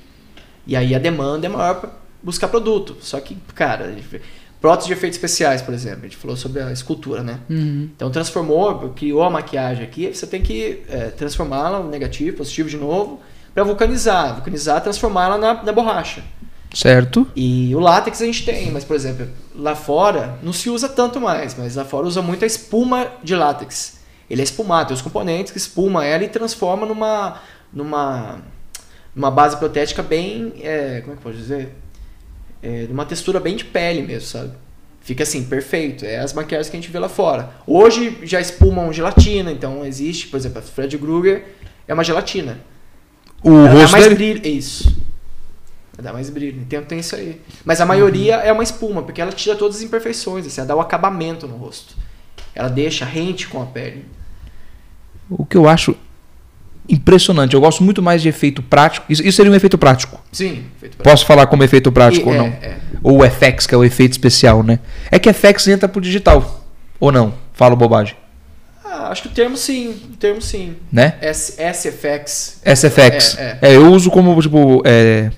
Speaker 3: E aí a demanda é maior para buscar produto. Só que, cara, a gente vê- prótese de efeitos especiais, por exemplo, a gente falou sobre a escultura, né?
Speaker 2: Uhum.
Speaker 3: Então transformou, criou a maquiagem aqui, você tem que é, transformá-la no negativo, positivo de novo, para vulcanizar. Vulcanizar, transformá-la na, na borracha.
Speaker 1: Certo?
Speaker 3: E o látex a gente tem, mas por exemplo, lá fora não se usa tanto mais, mas lá fora usa muito a espuma de látex. Ele é espumado, tem os componentes que espuma ela e transforma numa numa numa base protética bem, é, como é que eu posso dizer? É, numa textura bem de pele mesmo, sabe? Fica assim, perfeito. É as maquiagens que a gente vê lá fora. Hoje já espumam gelatina, então existe, por exemplo, a Fred Krueger é uma gelatina.
Speaker 1: O
Speaker 3: Ela dá
Speaker 1: rosto
Speaker 3: mais
Speaker 1: dele.
Speaker 3: brilho. é Isso. Ela Dá mais brilho. Então tem isso aí. Mas a maioria é uma espuma, porque ela tira todas as imperfeições, assim, ela dá o acabamento no rosto. Ela deixa rente com a pele.
Speaker 1: O que eu acho impressionante, eu gosto muito mais de efeito prático. Isso, isso seria um efeito prático.
Speaker 3: Sim, feito pra
Speaker 1: Posso falar como efeito prático
Speaker 3: E-
Speaker 1: ou
Speaker 3: é,
Speaker 1: não?
Speaker 3: é.
Speaker 1: Ou o FX, que é o efeito especial, né? É que FX entra pro digital. Ou não? Falo bobagem.
Speaker 3: Ah, acho que o termo sim, o termo sim.
Speaker 1: Né?
Speaker 3: S, SFX.
Speaker 1: SFX.
Speaker 3: É, é.
Speaker 1: É, eu uso como, tipo, é,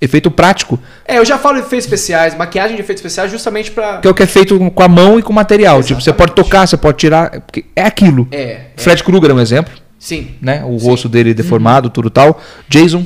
Speaker 1: efeito prático,
Speaker 3: É, eu já falo efeitos especiais, maquiagem de efeitos especiais justamente pra.
Speaker 1: que é o que é feito com a mão e com material. Tipo, você pode
Speaker 3: Exatamente.
Speaker 1: tocar, você pode tirar. porque É aquilo.
Speaker 3: É, é.
Speaker 1: Fred Krueger é um exemplo,
Speaker 3: Sim.
Speaker 1: né? O
Speaker 3: Sim.
Speaker 1: rosto dele deformado, tudo tal. Jason,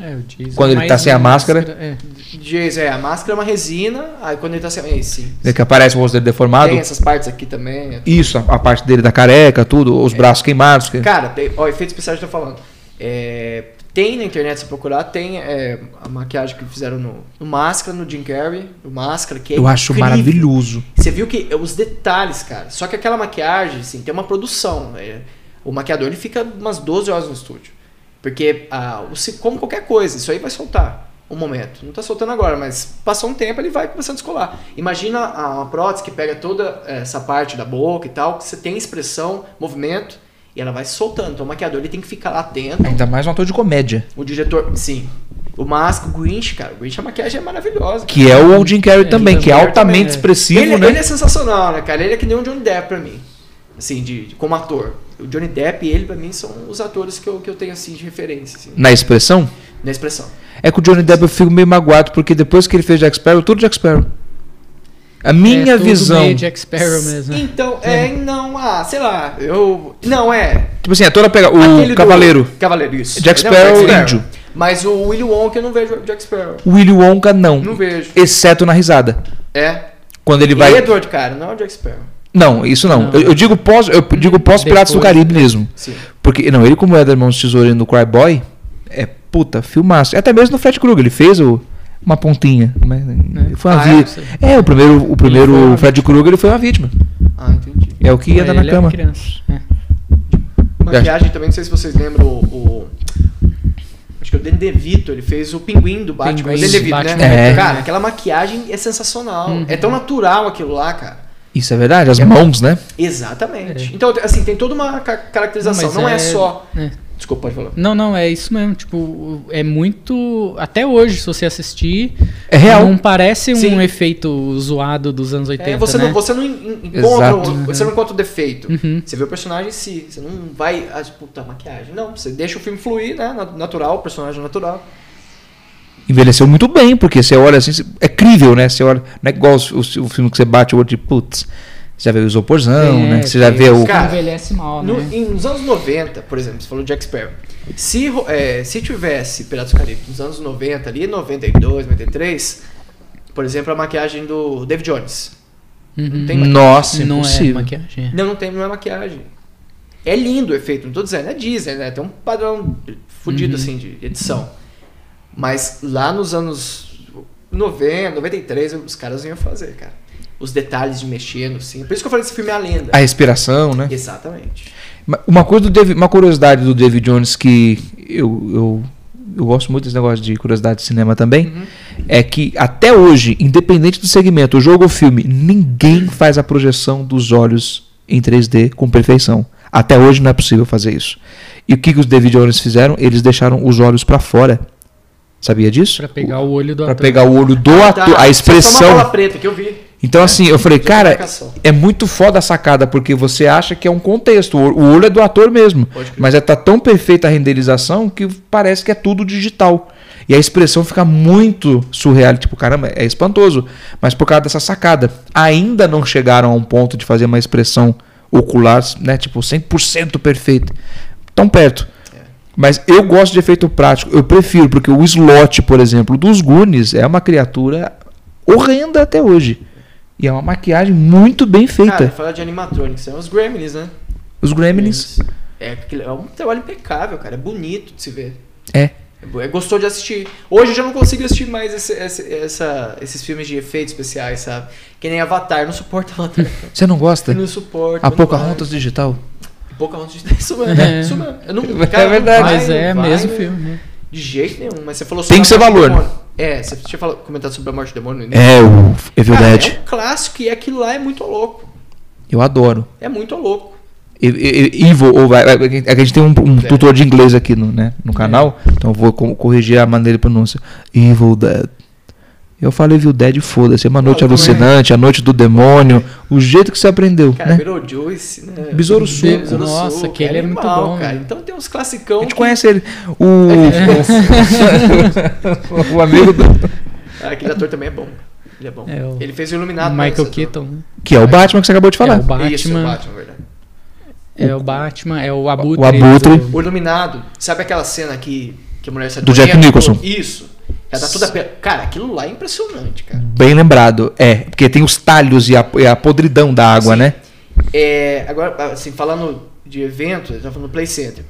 Speaker 2: É, o Jason
Speaker 1: Quando ele
Speaker 2: mais
Speaker 1: tá sem a máscara.
Speaker 2: é.
Speaker 3: Jason, é, a máscara é uma resina, aí quando ele tá sem. Aí, sim.
Speaker 1: É que aparece o rosto dele deformado.
Speaker 3: Tem essas partes aqui também. é
Speaker 1: Isso, a, a parte dele da careca, tudo, os braços queimados. que-
Speaker 3: Cara, tem, ó, efeito especial que eu tô falando. É, tem na internet, se procurar, tem é, a maquiagem que fizeram no, no Máscara, no Jim Carrey, no Máscara, que é
Speaker 1: Eu acho
Speaker 3: incrível.
Speaker 1: maravilhoso.
Speaker 3: Você viu que é, os detalhes, cara. Só que aquela maquiagem, assim, tem uma produção. é, o maquiador, ele fica umas 12 horas no estúdio. Porque, ah, o se- como qualquer coisa, isso aí vai soltar um momento. Não tá soltando agora, mas passou um tempo, ele vai começando a descolar. Imagina ah, uma prótese que pega toda eh, essa parte da boca e tal, que você tem expressão, movimento, e ela vai soltando. Então o maquiador, ele tem que ficar lá atento.
Speaker 1: Ainda mais um ator de comédia.
Speaker 3: O diretor, sim. O Mask, o Grinch, cara. O Grinch, a maquiagem é maravilhosa.
Speaker 1: Que é o Jim Carrey
Speaker 2: É,
Speaker 1: também,
Speaker 2: Jim
Speaker 1: que é
Speaker 2: Carrey
Speaker 1: altamente
Speaker 2: também, é.
Speaker 1: expressivo,
Speaker 3: ele,
Speaker 1: né?
Speaker 3: ele é sensacional, né, cara? Ele é que nem o Johnny Depp pra mim. Assim, de, de- como ator. O Johnny Depp e ele, pra mim, são os atores que eu, que eu tenho, assim, de referência, assim,
Speaker 1: Na expressão.
Speaker 3: na expressão.
Speaker 1: É que o Johnny Depp eu fico meio magoado, porque depois que ele fez Jack Sparrow, tudo Jack Sparrow. A minha
Speaker 2: É tudo
Speaker 1: visão.
Speaker 2: meio Jack Sparrow mesmo. né?
Speaker 3: Então, é, não, ah, sei lá, eu... Não, é...
Speaker 1: Tipo assim, a toda pega. O
Speaker 3: aquele do-
Speaker 1: Cavaleiro.
Speaker 3: Cavaleiro, isso.
Speaker 1: Jack
Speaker 3: Ele é um
Speaker 1: Sparrow, índio.
Speaker 3: Mas o Willy Wonka eu não vejo o Jack Sparrow.
Speaker 1: O Willy Wonka, não.
Speaker 3: Não vejo.
Speaker 1: Exceto na risada.
Speaker 3: É.
Speaker 1: Quando ele
Speaker 3: Ele
Speaker 1: vai.
Speaker 3: é Edward, cara, não é o Jack Sparrow.
Speaker 1: Não, isso não.
Speaker 2: Não.
Speaker 1: Eu, eu digo pós, eu digo pós Piratas do
Speaker 2: Depois.
Speaker 1: Caribe mesmo.
Speaker 3: Sim.
Speaker 1: Porque não, ele como é do irmão do tesoureiro no Cry Boy, é puta, filmaço. Até mesmo no Fred Krueger, ele fez o- uma pontinha, mas foi uma
Speaker 3: Ah, é?
Speaker 1: vítima. É, o primeiro, o
Speaker 2: foi
Speaker 1: primeiro
Speaker 2: uma
Speaker 1: Fred Krueger ele foi uma vítima.
Speaker 3: Ah, entendi.
Speaker 1: É o que ia
Speaker 2: Ele
Speaker 1: dar na
Speaker 2: é
Speaker 1: cama.
Speaker 2: criança. É.
Speaker 3: Maquiagem também, não sei se vocês lembram o. o- acho que é o Danny DeVito, ele fez o pinguim do Batman.
Speaker 2: Pinguim
Speaker 3: o Danny
Speaker 2: do
Speaker 3: DeVito,
Speaker 2: Batman. Uhum.
Speaker 3: né?
Speaker 1: É.
Speaker 3: Cara, aquela maquiagem é sensacional. É tão natural aquilo lá, cara.
Speaker 1: Isso é verdade, as mãos, né?
Speaker 3: Exatamente. Então, assim, tem toda uma ca- caracterização.
Speaker 2: É. Mas
Speaker 3: Não, é... só.
Speaker 2: é.
Speaker 3: Desculpa, pode falar.
Speaker 2: Não, não, é isso mesmo. Tipo, o- é muito. Até hoje, se você assistir.
Speaker 1: É real.
Speaker 2: Não parece um
Speaker 3: Sim. efeito
Speaker 2: efeito zoado dos anos 80.
Speaker 3: É, você,
Speaker 2: né?
Speaker 3: não, você não en- encontra
Speaker 1: Exato.
Speaker 3: o, você não encontra o defeito.
Speaker 2: Uhum.
Speaker 3: Você vê o personagem em si. Você não vai. Ah, tipo, puta, maquiagem. Não, você deixa o filme fluir, né? na- Natural, o personagem natural.
Speaker 1: Envelheceu muito bem, porque você olha assim, você- é crível, né? Você olha, não é igual os- os- o, filme que você bate o olho de putz. Você já vê o isoporzão,
Speaker 2: É,
Speaker 1: né? Você já vê o.
Speaker 3: Cara,
Speaker 2: envelhece mal,
Speaker 3: No-
Speaker 2: né?
Speaker 3: em- nos anos 90, por exemplo, você falou de Jack Sparrow. Se, ro- é, se tivesse Piratas do Caribe nos anos 90 ali, 92, 93, por exemplo, a maquiagem do David Jones.
Speaker 2: Uhum.
Speaker 3: Não tem maquiagem.
Speaker 1: Nossa,
Speaker 2: não é
Speaker 1: impossível.
Speaker 2: maquiagem. é.
Speaker 3: Não, não tem, não é maquiagem. É lindo o efeito, não tô dizendo, é Disney, né? Tem um padrão fudido,
Speaker 1: Uhum.
Speaker 3: assim, de edição. Mas lá nos anos 90, 93, os caras iam fazer, cara. Os detalhes de mexendo, assim. Por isso que eu falei desse filme é a lenda.
Speaker 1: A respiração, né?
Speaker 3: Exatamente.
Speaker 1: Ma- Uma coisa do David- uma curiosidade do David Jones que eu, eu, eu gosto muito desse negócio de curiosidade de cinema também,
Speaker 2: Uhum.
Speaker 1: é que até hoje, independente do segmento, jogo ou filme, ninguém faz a projeção dos olhos em 3D com perfeição. Até hoje não é possível fazer isso. E o que, que os David Jones fizeram? Eles deixaram os olhos pra fora. Sabia disso?
Speaker 2: Pra pegar o olho do
Speaker 1: Pra
Speaker 2: ator.
Speaker 1: pegar o olho do
Speaker 3: Ah,
Speaker 1: ator, a
Speaker 3: tá. Só uma bola
Speaker 1: expressão.
Speaker 3: preta que eu vi.
Speaker 1: Então assim, eu falei, cara,
Speaker 3: Marcação.
Speaker 1: é muito foda a sacada, porque você acha que é um contexto. O o olho é do ator mesmo.
Speaker 3: Pode crer.
Speaker 1: Mas é, tá tão perfeita a renderização que parece que é tudo digital. E a expressão fica muito surreal. Tipo, caramba, é espantoso. Mas por causa dessa sacada. Ainda não chegaram a um ponto de fazer uma expressão ocular, né? Tipo, 100% perfeita. Tão perto. Mas eu gosto de efeito prático. Eu prefiro, porque o slot, por exemplo, dos Goonies é uma criatura horrenda até hoje. E é uma maquiagem muito bem feita.
Speaker 3: Cara, falar de animatronics, são os Gremlins, né?
Speaker 1: Os Gremlins.
Speaker 3: É, aquele- é um trabalho impecável, cara. É bonito de se ver.
Speaker 1: É.
Speaker 3: É bo- É gostou de assistir. Hoje eu já não consigo assistir mais esse- esse- essa- esses filmes de efeitos especiais, sabe? Que nem Avatar, não suporta Avatar. cara.
Speaker 1: Você não gosta?
Speaker 3: Eu não suporto.
Speaker 1: A
Speaker 3: eu não
Speaker 1: Pocahontas digital?
Speaker 3: gosto. Pocahontas de isso mesmo.
Speaker 2: É.
Speaker 3: Isso mesmo. Eu não,
Speaker 1: É
Speaker 3: cara, não
Speaker 1: verdade.
Speaker 3: vai,
Speaker 2: Mas
Speaker 3: não
Speaker 2: é
Speaker 3: vai,
Speaker 2: mesmo
Speaker 3: não-
Speaker 2: filme, né?
Speaker 3: De jeito nenhum, mas você falou
Speaker 1: Tem que
Speaker 3: sobre a
Speaker 1: ser
Speaker 3: morte do
Speaker 1: valor. né?
Speaker 3: demônio. É, você tinha falado, comentado sobre a morte do demônio, né?
Speaker 1: É, o Evil
Speaker 3: Cara,
Speaker 1: Dead.
Speaker 3: é um clássico e aquilo lá é muito louco.
Speaker 1: Eu adoro.
Speaker 3: É muito louco.
Speaker 1: E- e- e- Evil, ou vai- vai- é que a gente tem um, um
Speaker 3: É.
Speaker 1: tutor de inglês aqui no, né, no canal, então eu vou co- corrigir a maneira de pronúncia. Evil Dead. Eu falo Evil Dead, foda-se. É uma noite
Speaker 3: Não, também.
Speaker 1: alucinante, a noite do demônio. O jeito que você aprendeu,
Speaker 3: Cara,
Speaker 1: né?
Speaker 3: virou Juice, né?
Speaker 1: Besouro Sul.
Speaker 3: Besouro Sul,
Speaker 2: Nossa,
Speaker 3: cara,
Speaker 2: aquele é muito
Speaker 3: animal,
Speaker 2: bom,
Speaker 3: Cara.
Speaker 2: né?
Speaker 3: Então tem uns
Speaker 1: A
Speaker 3: classicão.
Speaker 1: gente
Speaker 3: que-
Speaker 1: conhece ele. O, o amigo do...
Speaker 3: Ah, aquele ator também é bom. Ele é bom.
Speaker 2: É o
Speaker 3: Ele fez o Iluminado. né,
Speaker 2: Michael
Speaker 3: esse ator.
Speaker 2: Keaton, né?
Speaker 1: Que é o Batman que você acabou de falar.
Speaker 2: É o Batman.
Speaker 3: Isso, o Batman, verdade.
Speaker 2: É o Batman, é o Abutre.
Speaker 1: Abutre.
Speaker 2: do-
Speaker 3: O Iluminado, sabe aquela cena que, que Que a mulher sai
Speaker 1: Do Jack
Speaker 3: banheiro,
Speaker 1: Nicholson.
Speaker 3: tudo- Isso. Já tá tudo a pé. Cara, aquilo lá é impressionante, cara.
Speaker 1: Bem lembrado, é. Porque tem os talhos e a, e a podridão da água,
Speaker 3: Sim.
Speaker 1: né?
Speaker 3: É, agora, assim, falando de evento, eu tava tá falando do Play Center.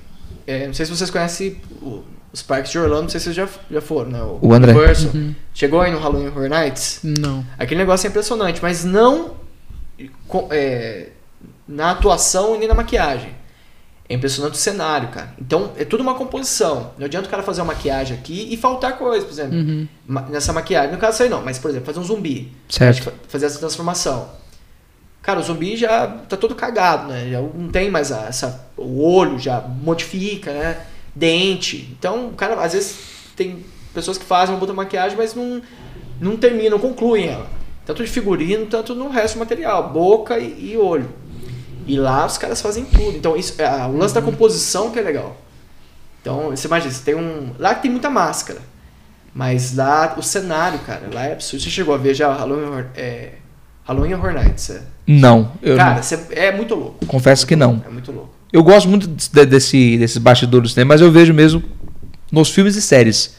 Speaker 3: É, não sei se vocês conhecem o- os parques de Orlando, não sei se vocês já, já foram, né?
Speaker 1: O André.
Speaker 3: Universal. Chegou aí no Halloween Horror Nights?
Speaker 2: Não.
Speaker 3: Aquele negócio é impressionante, mas não co- é, na atuação e nem na maquiagem. É impressionante o cenário, cara. Então, é tudo uma composição. Não adianta o cara fazer uma maquiagem aqui e faltar coisa, por exemplo.
Speaker 2: Uhum.
Speaker 3: Ma- Nessa maquiagem, no caso isso aí não, mas por exemplo, fazer um zumbi.
Speaker 1: Certo.
Speaker 3: Fa- Fazer essa transformação. Cara, o zumbi já tá todo cagado, né? Já não tem mais a- essa, o olho, já modifica, né? Dente. Então, o cara, às vezes tem pessoas que fazem uma puta maquiagem, mas não, não terminam, não concluem ela. Tanto de figurino, tanto no resto do material, boca e, e olho. E lá os caras fazem tudo. Então, isso, é, o lance da composição que é legal. Então, você imagina, você tem um. Lá que tem muita máscara. Mas lá, o cenário, cara, lá é absurdo. Você chegou a ver já Halloween Horror, é, Halloween Horror Nights? é?
Speaker 1: Não, eu
Speaker 3: Cara, você- é muito louco.
Speaker 1: confesso que não.
Speaker 3: É muito louco.
Speaker 1: Eu gosto muito de- desse, desses bastidores, né? mas eu vejo mesmo nos filmes e séries.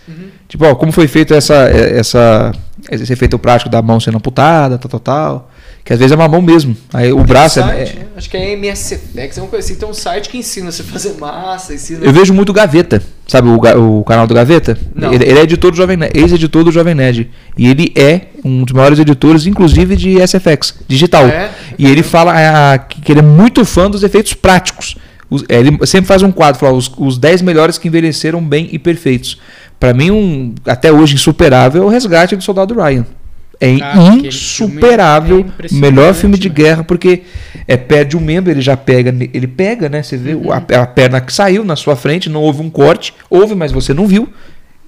Speaker 1: Tipo, ó, como foi feito essa, é, essa, esse efeito prático da mão sendo amputada, tal, tal, tal. Que às vezes é uma mão mesmo. Aí o braço
Speaker 3: Tem um
Speaker 1: é,
Speaker 3: site, né? Acho que é MSFX, é uma coisa assim. Tem um site que ensina você a fazer massa, ensina.
Speaker 1: Eu vejo muito Gaveta. Sabe o, ga- o canal do Gaveta?
Speaker 3: Não.
Speaker 1: Ele, ele é editor do Jovem Nerd, ex-editor do Jovem Nerd. E ele é um dos maiores editores, inclusive, de SFX, digital.
Speaker 3: É?
Speaker 1: E ele fala ah, que que ele é muito fã dos efeitos práticos. Os- é, ele sempre faz um quadro, fala os, os 10 melhores que envelheceram bem e perfeitos. Pra mim, um até hoje insuperável é o resgate do soldado Ryan. É
Speaker 2: Cara, Ah, aquele
Speaker 1: insuperável,
Speaker 2: filme é impressionante,
Speaker 1: melhor filme de
Speaker 2: né?
Speaker 1: guerra, porque é, perde um membro, ele já pega, ne- ele pega, né? Você vê
Speaker 2: Uhum.
Speaker 1: o- a, a perna que saiu na sua frente, não houve um corte, houve, mas você não viu.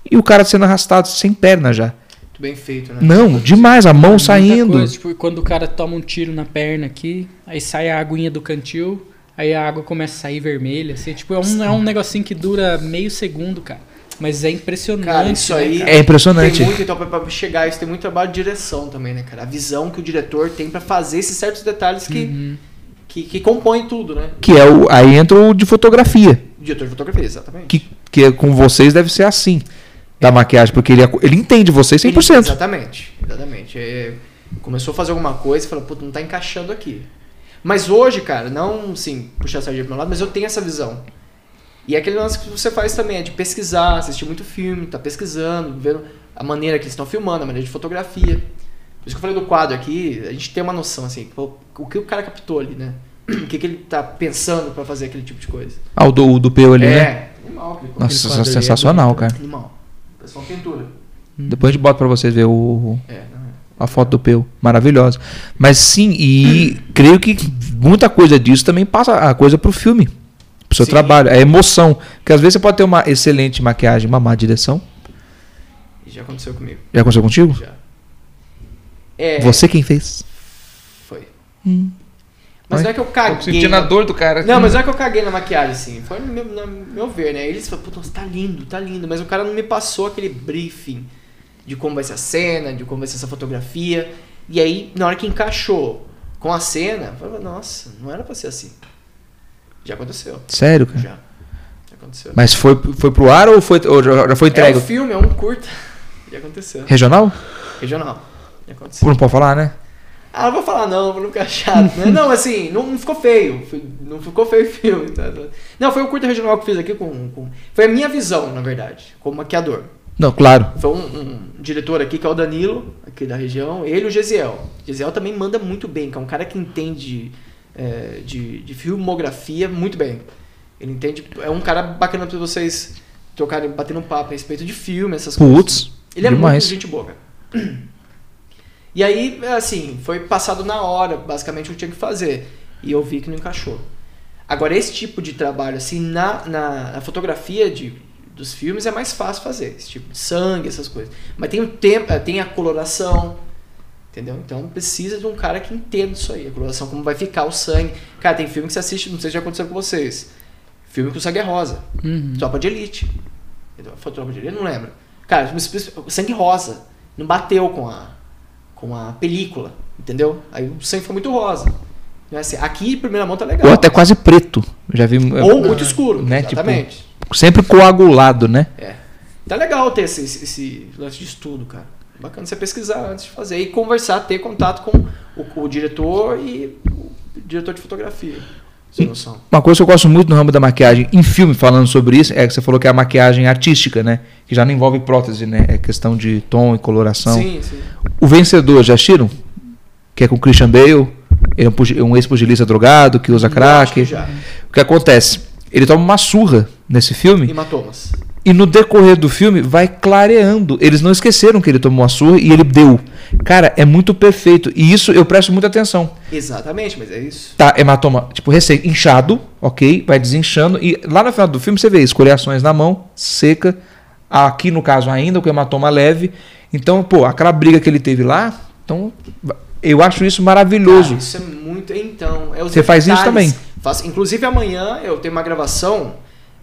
Speaker 1: E o cara sendo arrastado sem perna já.
Speaker 3: Muito bem feito, né?
Speaker 1: Não, demais, a mão
Speaker 2: Uhum. Muita
Speaker 1: saindo.
Speaker 2: coisa, tipo, quando o cara toma um tiro na perna aqui, aí sai a aguinha do cantil, aí a água começa a sair vermelha, assim, tipo, é um, é um negocinho que dura meio segundo, cara. Mas é impressionante.
Speaker 3: Cara, isso
Speaker 2: né,
Speaker 3: aí
Speaker 2: cara?
Speaker 1: É impressionante.
Speaker 3: Tem muito, então, pra, pra chegar a isso, tem muito trabalho de direção também, né, cara? A visão que o diretor tem pra fazer esses certos detalhes que,
Speaker 1: Uhum.
Speaker 3: que, que compõem tudo, né?
Speaker 1: Que é o. Aí entra o de fotografia.
Speaker 3: Diretor de fotografia, exatamente.
Speaker 1: Que, que é com vocês deve ser assim. Da maquiagem, porque ele, é ele entende vocês 100%.
Speaker 3: Ele- exatamente, exatamente. É, começou a fazer alguma coisa e falou, puta, não tá encaixando aqui. Mas hoje, cara, não, sim, puxar a sardinha pro meu lado, mas eu tenho essa visão. E é aquele lance que você faz também, é de pesquisar, assistir muito filme, tá pesquisando, vendo a maneira que eles estão filmando, a maneira de fotografia. Por isso que eu falei do quadro aqui, a gente tem uma noção, assim, pô, o que o cara captou ali, né? O que, que ele tá pensando pra fazer aquele tipo de coisa.
Speaker 1: Ah, o do, o do Peu ali, né?
Speaker 3: é, animal, aquele quadro.
Speaker 1: Nossa,
Speaker 2: Aquele quadro ali é
Speaker 1: sensacional, cara.
Speaker 3: animal. Parece uma pintura.
Speaker 1: Depois a gente bota pra vocês ver o,
Speaker 3: É, não é.
Speaker 1: a foto do Peu. Maravilhosa. Mas sim, e creio que muita coisa disso também passa a coisa pro filme. Pro seu
Speaker 3: Sim.
Speaker 1: trabalho. A emoção. Porque às vezes você pode ter uma excelente maquiagem, uma má direção.
Speaker 3: E já aconteceu comigo.
Speaker 1: Já aconteceu contigo?
Speaker 3: Já. É,
Speaker 1: Você quem fez.
Speaker 3: Foi. Mas
Speaker 1: Vai.
Speaker 3: não é que eu caguei. na-
Speaker 1: do cara.
Speaker 3: Não, mas não é que eu caguei na maquiagem, assim. Foi no meu, no meu ver, né? Eles falaram, puta, tá lindo, tá lindo. Mas o cara não me passou aquele briefing de como vai ser a cena, de como vai ser essa fotografia. E aí, na hora que encaixou com a cena, eu falei, nossa, não era pra ser assim. Já aconteceu.
Speaker 1: Sério, cara.
Speaker 3: Já. Já aconteceu.
Speaker 1: Uhum. Mas foi, foi pro ar ou, foi, ou já já foi
Speaker 3: é
Speaker 1: entregue?
Speaker 3: um filme, é um curta. Já aconteceu.
Speaker 1: Regional?
Speaker 3: Regional. Já aconteceu.
Speaker 1: Não pode falar, né?
Speaker 3: Ah, não vou falar não, vou não ficar chato, né? Não, assim, não, não ficou feio. fi- Não ficou feio o filme. tá? Não, foi o curta regional que eu fiz aqui com, com- Foi a minha visão, na verdade, como maquiador.
Speaker 1: Não, claro.
Speaker 3: Foi um, um diretor aqui, que é o Danilo, aqui da região, ele e o Gesiel. Gesiel também manda muito bem, que é um cara que entende é, de, de filmografia muito bem. Ele entende. É um cara bacana pra vocês trocarem, bater um papo a respeito de filme, essas coisas.
Speaker 1: Putz.
Speaker 3: Ele é
Speaker 1: demais.
Speaker 3: muito gente boa, cara. E aí, assim, foi passado na hora, basicamente eu tinha que fazer. E eu vi que não encaixou. Agora, esse tipo de trabalho, assim, na, na, na fotografia de, dos filmes é mais fácil fazer. Esse tipo de sangue, essas coisas. Mas tem o tempo, eh, tem a coloração. Entendeu? Então precisa de um cara que entenda isso aí. A coloração, como vai ficar o sangue. Cara, tem filme que você assiste, não sei se já aconteceu com vocês. Filme que o sangue é rosa.
Speaker 2: Uhum.
Speaker 3: Tropa de Elite. Foi Tropa de Elite? Eu não lembro. Cara, tipo, espe- sangue rosa. Não bateu com a, com a película, entendeu? Aí o sangue ficou muito rosa. Não é assim, aqui, primeira mão, tá legal.
Speaker 1: Ou até quase preto. Já vi. é,
Speaker 3: Ou muito escuro,
Speaker 1: Né, tipo-
Speaker 3: exatamente.
Speaker 1: Sempre coagulado, né?
Speaker 3: É. Tá legal ter esse, esse- esse lance de estudo, cara. Bacana você pesquisar antes de fazer e conversar, ter contato com o, o diretor e o diretor de fotografia. Sem noção.
Speaker 1: Uma coisa que eu gosto muito no ramo da maquiagem, em filme, falando sobre isso, é que você falou que é a maquiagem artística, né? Que já não envolve prótese, né? É questão de tom e coloração.
Speaker 3: Sim, sim.
Speaker 1: O Vencedor, já assistiram? Que é com o Christian Bale, ele é um, pugi- um ex-pugilista drogado que usa
Speaker 3: Acho que
Speaker 1: crack.
Speaker 3: já.
Speaker 1: O que acontece? Ele toma uma surra nesse filme
Speaker 3: Hematomas.
Speaker 1: e no decorrer do filme vai clareando. Eles não esqueceram que ele tomou uma surra e ele deu. Cara, é muito perfeito. E isso eu presto muita atenção.
Speaker 3: Exatamente, mas é isso.
Speaker 1: Tá, hematoma, tipo, recém, inchado, ok? Vai desinchando. E lá no final do filme você vê escoriações na mão, seca. Aqui, no caso, ainda com hematoma leve. Então, pô, aquela briga que ele teve lá, então, eu acho isso maravilhoso.
Speaker 3: Ah, isso é muito. Então, é os
Speaker 1: Você faz isso
Speaker 3: detalhes.
Speaker 1: também?
Speaker 3: Faço- Inclusive amanhã eu tenho uma gravação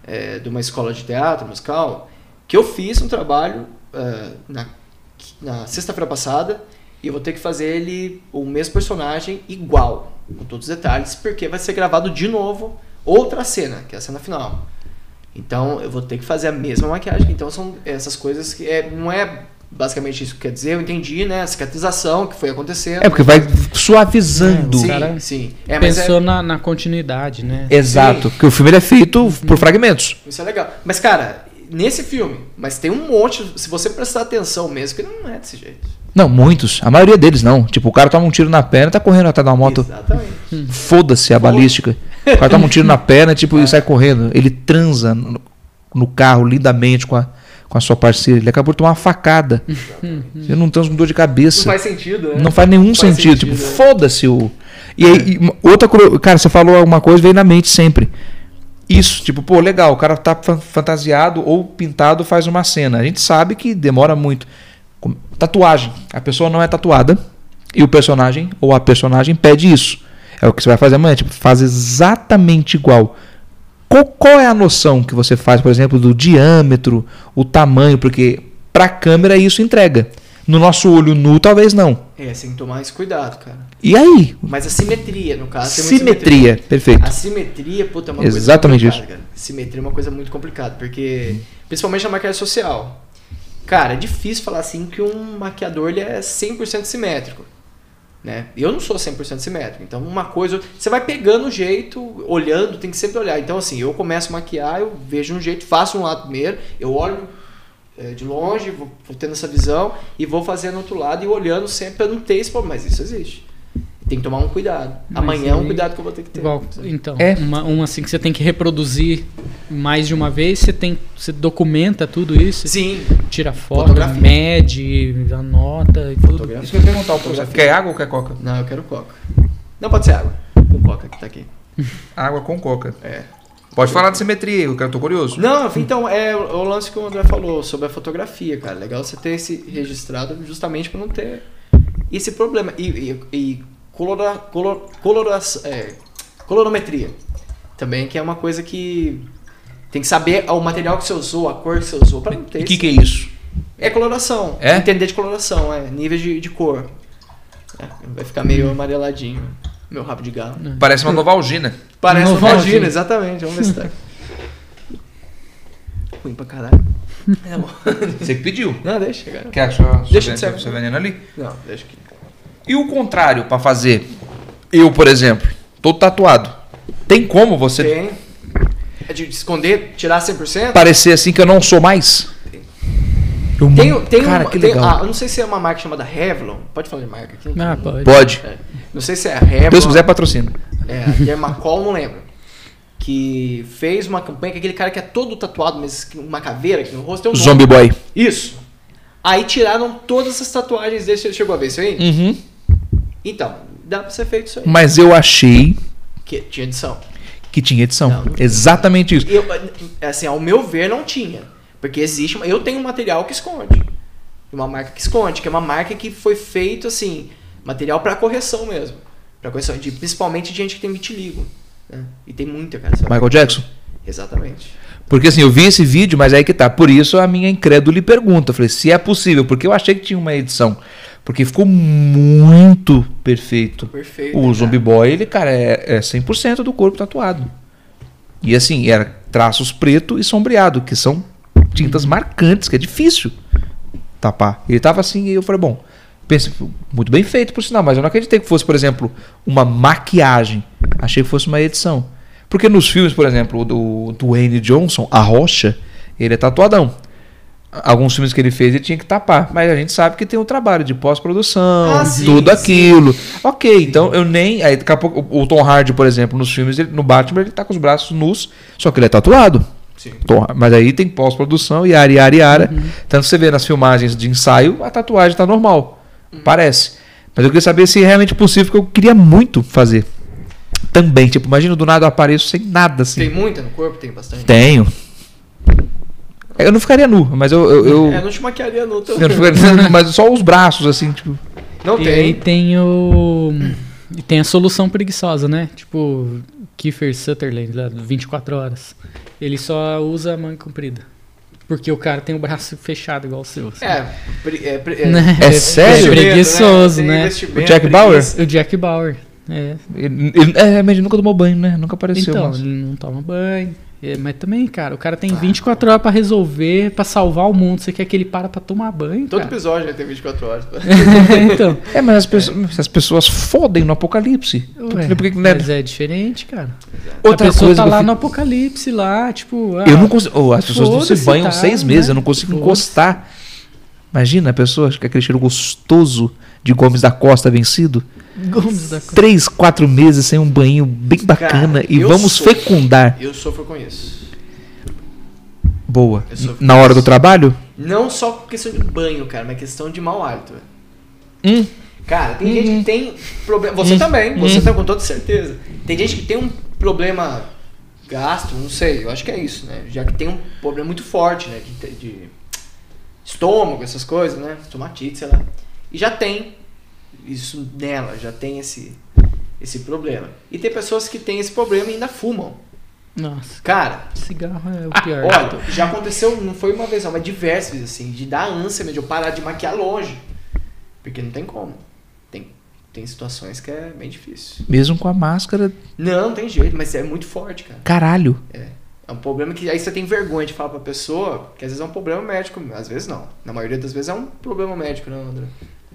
Speaker 3: é, de uma escola de teatro musical que eu fiz um trabalho é, na, na sexta-feira passada e eu vou ter que fazer ele o mesmo personagem igual com todos os detalhes porque vai ser gravado de novo outra cena que é a cena final. Então eu vou ter que fazer a mesma maquiagem. Então são essas coisas que é, não é basicamente isso que quer dizer. Eu entendi, né? A cicatrização que foi acontecendo.
Speaker 1: É porque vai suavizando.
Speaker 2: do
Speaker 3: Sim,
Speaker 2: cara
Speaker 3: sim. É, mas é-
Speaker 2: Pensou na, na continuidade, né?
Speaker 1: Exato, porque o filme ele é feito por fragmentos.
Speaker 3: isso é legal. Mas, cara, nesse filme, mas tem um monte, se você prestar atenção mesmo, que não é desse jeito.
Speaker 1: Não, muitos. A maioria deles não. Tipo, o cara toma um tiro na perna, tá correndo atrás da moto.
Speaker 3: Exatamente.
Speaker 1: Foda-se a balística. O cara toma um tiro na perna tipo, e sai correndo. Ele transa no, no carro lindamente com a, com a sua parceira. Ele acabou de tomar uma facada. Ele não transa com dor de
Speaker 3: Não
Speaker 1: cabeça.
Speaker 3: faz sentido, né?
Speaker 1: Não faz nenhum
Speaker 3: faz
Speaker 1: sentido.
Speaker 3: sentido,
Speaker 1: Tipo,
Speaker 3: é.
Speaker 1: foda-se o. E aí, e uma- outra coisa. Cara, você falou alguma coisa, veio na mente sempre. Isso, tipo, pô, legal, o cara tá fan- fantasiado ou pintado, faz uma cena. A gente sabe que demora muito. Com- Tatuagem. A pessoa não é tatuada e o personagem ou a personagem pede isso. É o que você vai fazer amanhã, tipo, faz exatamente igual. Qual, qual é a noção que você faz, por exemplo, do diâmetro, o tamanho? Porque pra câmera isso entrega. No nosso olho nu, talvez não.
Speaker 3: É, tem que tomar esse cuidado, cara.
Speaker 1: E aí?
Speaker 3: Mas a simetria, no caso. Ah, tem muita
Speaker 1: Simetria, perfeito.
Speaker 3: A simetria, puta, é uma
Speaker 1: Exatamente
Speaker 3: coisa complicada, cara. Simetria é uma coisa muito complicada, porque. Principalmente na maquiagem social. Cara, é difícil falar assim que um maquiador ele é 100% simétrico. Né? Eu não sou 100% simétrico. Então, uma coisa. Você vai pegando o jeito, olhando, tem que sempre olhar. Então, assim, eu começo a maquiar, eu vejo um jeito, faço um lado primeiro, eu olho eh, de longe, vou, vou tendo essa visão e vou fazendo outro lado e olhando sempre pra não ter esse problema. Mas isso existe. Tem que tomar um cuidado.
Speaker 2: Mas
Speaker 3: Amanhã é um
Speaker 2: aí-
Speaker 3: cuidado que eu vou ter que ter.
Speaker 2: Igual, então,
Speaker 1: É.
Speaker 2: uma, um assim que você tem que reproduzir mais de uma vez, você tem, você documenta tudo isso,
Speaker 3: Sim,
Speaker 2: tira foto,
Speaker 3: Fotografia.
Speaker 2: mede, anota e tudo.
Speaker 3: Fotografia.
Speaker 1: Isso que eu ia perguntar, o projeto. Quer água ou quer coca?
Speaker 3: Não, eu quero coca. Não pode ser água. O coca que tá aqui.
Speaker 1: Água com coca.
Speaker 3: É.
Speaker 1: Pode falar de simetria, eu quero- tô curioso.
Speaker 3: Não, então, é o o lance que o André falou sobre a fotografia, cara. Legal você ter esse registrado justamente pra não ter esse problema. E, e, e colora, color, coloração- é, colorometria também, que é uma coisa que tem que saber o material que você usou, a cor que você usou, pra não ter
Speaker 1: E o
Speaker 3: esse-
Speaker 1: que, que é isso?
Speaker 3: É coloração.
Speaker 1: É?
Speaker 3: Entender de coloração, é. Níveis de, de cor. É, vai ficar
Speaker 1: Hum.
Speaker 3: meio amareladinho. Meu rabo de galo.
Speaker 1: Parece uma novalgina.
Speaker 3: Parece um
Speaker 2: Novalgina.
Speaker 3: Valdina, exatamente. Vamos ver se tá. Ruim pra caralho. É bom.
Speaker 1: Você que pediu.
Speaker 3: Não, deixa, cara.
Speaker 1: Quer a sua,
Speaker 3: Deixa
Speaker 1: sua,
Speaker 3: de
Speaker 1: sua,
Speaker 3: ser.
Speaker 1: sua veneno ali?
Speaker 3: Não, deixa aqui.
Speaker 1: E o contrário pra fazer? Eu, por exemplo, tô tatuado. Tem como você
Speaker 3: Tem. É de esconder, tirar 100%?
Speaker 1: parecer assim que eu não sou mais? Eu
Speaker 3: Tem, um,
Speaker 1: mo-
Speaker 3: tem
Speaker 1: Cara,
Speaker 3: uma,
Speaker 1: que
Speaker 3: tem-
Speaker 1: legal.
Speaker 3: ah, eu não sei se é uma marca chamada Revlon. Pode falar de marca aqui?
Speaker 2: Ah, pode.
Speaker 1: Pode.
Speaker 3: É. Não sei se é a Revlon.
Speaker 1: Deus quiser, patrocina.
Speaker 3: É, a Dermacol, não lembro. Que fez uma campanha com aquele cara que é todo tatuado, mas com uma caveira aqui no rosto. Tem um nome.
Speaker 1: Zombie Boy.
Speaker 3: Isso. Aí tiraram todas as tatuagens dele. Você chegou a ver isso aí?
Speaker 1: Uhum.
Speaker 3: Então, dá pra ser feito isso aí.
Speaker 1: Mas eu achei
Speaker 3: Que tinha edição.
Speaker 1: que tinha edição.
Speaker 3: Não, não tem.
Speaker 1: Exatamente isso.
Speaker 3: Eu, assim, ao meu ver, não tinha. Porque existe. uma- Eu tenho um material que esconde. Uma marca que esconde, que é uma marca que foi feito, assim, material pra correção mesmo. Pra correção, de, principalmente de gente que tem vitiligo. né? E tem muita, cara. sabe?
Speaker 1: Michael Jackson?
Speaker 3: Exatamente.
Speaker 1: Porque assim, eu vi esse vídeo, mas aí que tá. Por isso a minha incrédula pergunta. Eu falei, se é possível, porque eu achei que tinha uma edição. Porque ficou muito perfeito.
Speaker 3: Perfeito. né?
Speaker 1: O
Speaker 3: cara.
Speaker 1: Zombie Boy, ele, cara, é, é 100% é do corpo tatuado. E assim, era traços preto e sombreado, que são tintas marcantes, que é difícil tapar. Ele tava assim e eu falei, bom, pensa, muito bem feito por sinal, mas eu não acreditei que fosse, por exemplo, uma maquiagem. Achei que fosse uma edição. Porque nos filmes, por exemplo, do do Dwayne Johnson, a rocha, ele é tatuadão. Alguns filmes que ele fez ele tinha que tapar, mas a gente sabe que tem o trabalho de pós-produção,
Speaker 3: Ah, sim,
Speaker 1: tudo
Speaker 3: sim.
Speaker 1: aquilo. Ok, então eu nem. Aí, daqui a pouco, o o Tom Hardy, por exemplo, nos filmes, ele- no Batman, ele tá com os braços nus, só que ele é tatuado.
Speaker 3: Sim.
Speaker 1: Tom- Mas aí tem pós-produção e área, área, área.
Speaker 2: Uhum.
Speaker 1: Tanto que você vê nas filmagens de ensaio, a tatuagem tá normal.
Speaker 2: Uhum.
Speaker 1: Parece. Mas eu queria saber se é realmente possível, porque eu queria muito fazer. Também. Tipo, imagina do nada eu apareço sem nada, assim.
Speaker 3: Tem muita no corpo? Tem bastante.
Speaker 1: Tenho. Eu não ficaria nu, mas eu. eu, eu-
Speaker 3: É, não te maquiaria não
Speaker 1: eu não
Speaker 3: também.
Speaker 1: ficaria nu, mas só os braços, assim, tipo.
Speaker 3: Não
Speaker 2: E aí
Speaker 3: tem.
Speaker 2: tem o. E tem a solução preguiçosa, né? Tipo, Kiefer Sutherland, lá do 24 horas. Ele só usa a manga comprida. Porque o cara tem o braço fechado igual o seu. assim.
Speaker 3: É, pre- é, pre- é,
Speaker 2: Né?
Speaker 1: É sério?
Speaker 3: investimento,
Speaker 2: Preguiçoso,
Speaker 3: Tem
Speaker 2: né?
Speaker 3: investimento, é
Speaker 1: O Jack
Speaker 3: preguiça.
Speaker 1: Bauer?
Speaker 2: O Jack Bauer. É.
Speaker 1: Ele, ele- é, realmente nunca tomou banho, né? Nunca apareceu.
Speaker 2: Então,
Speaker 1: mas-
Speaker 2: ele não toma banho. É, mas também, cara, o cara
Speaker 1: Tá.
Speaker 2: tem 24 horas pra resolver, pra salvar o mundo. Você quer que ele para pra tomar banho?
Speaker 3: Todo
Speaker 2: cara?
Speaker 3: episódio né, tem 24 horas.
Speaker 2: então,
Speaker 1: É, mas as pessoas, as pessoas fodem no apocalipse.
Speaker 2: ué,
Speaker 1: Por que que não é-
Speaker 2: mas é diferente, cara.
Speaker 1: Outra
Speaker 2: a pessoa
Speaker 1: coisa
Speaker 2: tá
Speaker 1: que eu
Speaker 2: lá
Speaker 1: fico-
Speaker 2: no apocalipse, lá, tipo... ah,
Speaker 1: Eu não consigo. oh, as pessoas não se
Speaker 2: foda-se,
Speaker 1: banham
Speaker 2: tá,
Speaker 1: seis
Speaker 2: né?
Speaker 1: meses, eu não consigo
Speaker 2: Foda-se.
Speaker 1: encostar. Imagina a pessoa com aquele cheiro gostoso de Gomes da Costa vencido.
Speaker 2: Gomes da Costa.
Speaker 1: Três, quatro meses sem um banho bem bacana
Speaker 3: Cara,
Speaker 1: e
Speaker 3: eu
Speaker 1: vamos
Speaker 3: sou-
Speaker 1: fecundar.
Speaker 3: Eu sofro com isso.
Speaker 1: Boa.
Speaker 3: Eu sou-
Speaker 1: Na hora do trabalho?
Speaker 3: Não só por questão de banho, cara, mas questão de mau hálito. velho.
Speaker 1: Hum.
Speaker 3: Cara, tem gente que tem problema. Você também, você
Speaker 1: Uhum.
Speaker 3: tá com toda certeza. Tem gente que tem um problema gasto, não sei, eu acho que é isso, né? Já que tem um problema muito forte, né? que tem De, estômago, essas coisas, né? Estomatite, sei lá. E já tem isso nela, já tem esse, esse problema. E tem pessoas que têm esse problema e ainda fumam.
Speaker 2: Nossa,
Speaker 3: Cara,
Speaker 2: cigarro é o
Speaker 3: Ah,
Speaker 2: pior.
Speaker 3: Olha, já aconteceu, não foi uma vez só, mas diversas vezes, assim, de dar ânsia mesmo, de eu parar de maquiar longe. Porque não tem como. Tem, tem situações que é bem difícil.
Speaker 1: Mesmo com a máscara,
Speaker 3: Não, não tem jeito, mas é muito forte, cara.
Speaker 1: caralho.
Speaker 3: É um problema que aí você tem vergonha de falar pra pessoa, que às vezes é um problema médico, às vezes não. Na maioria das vezes é um problema médico, né, André?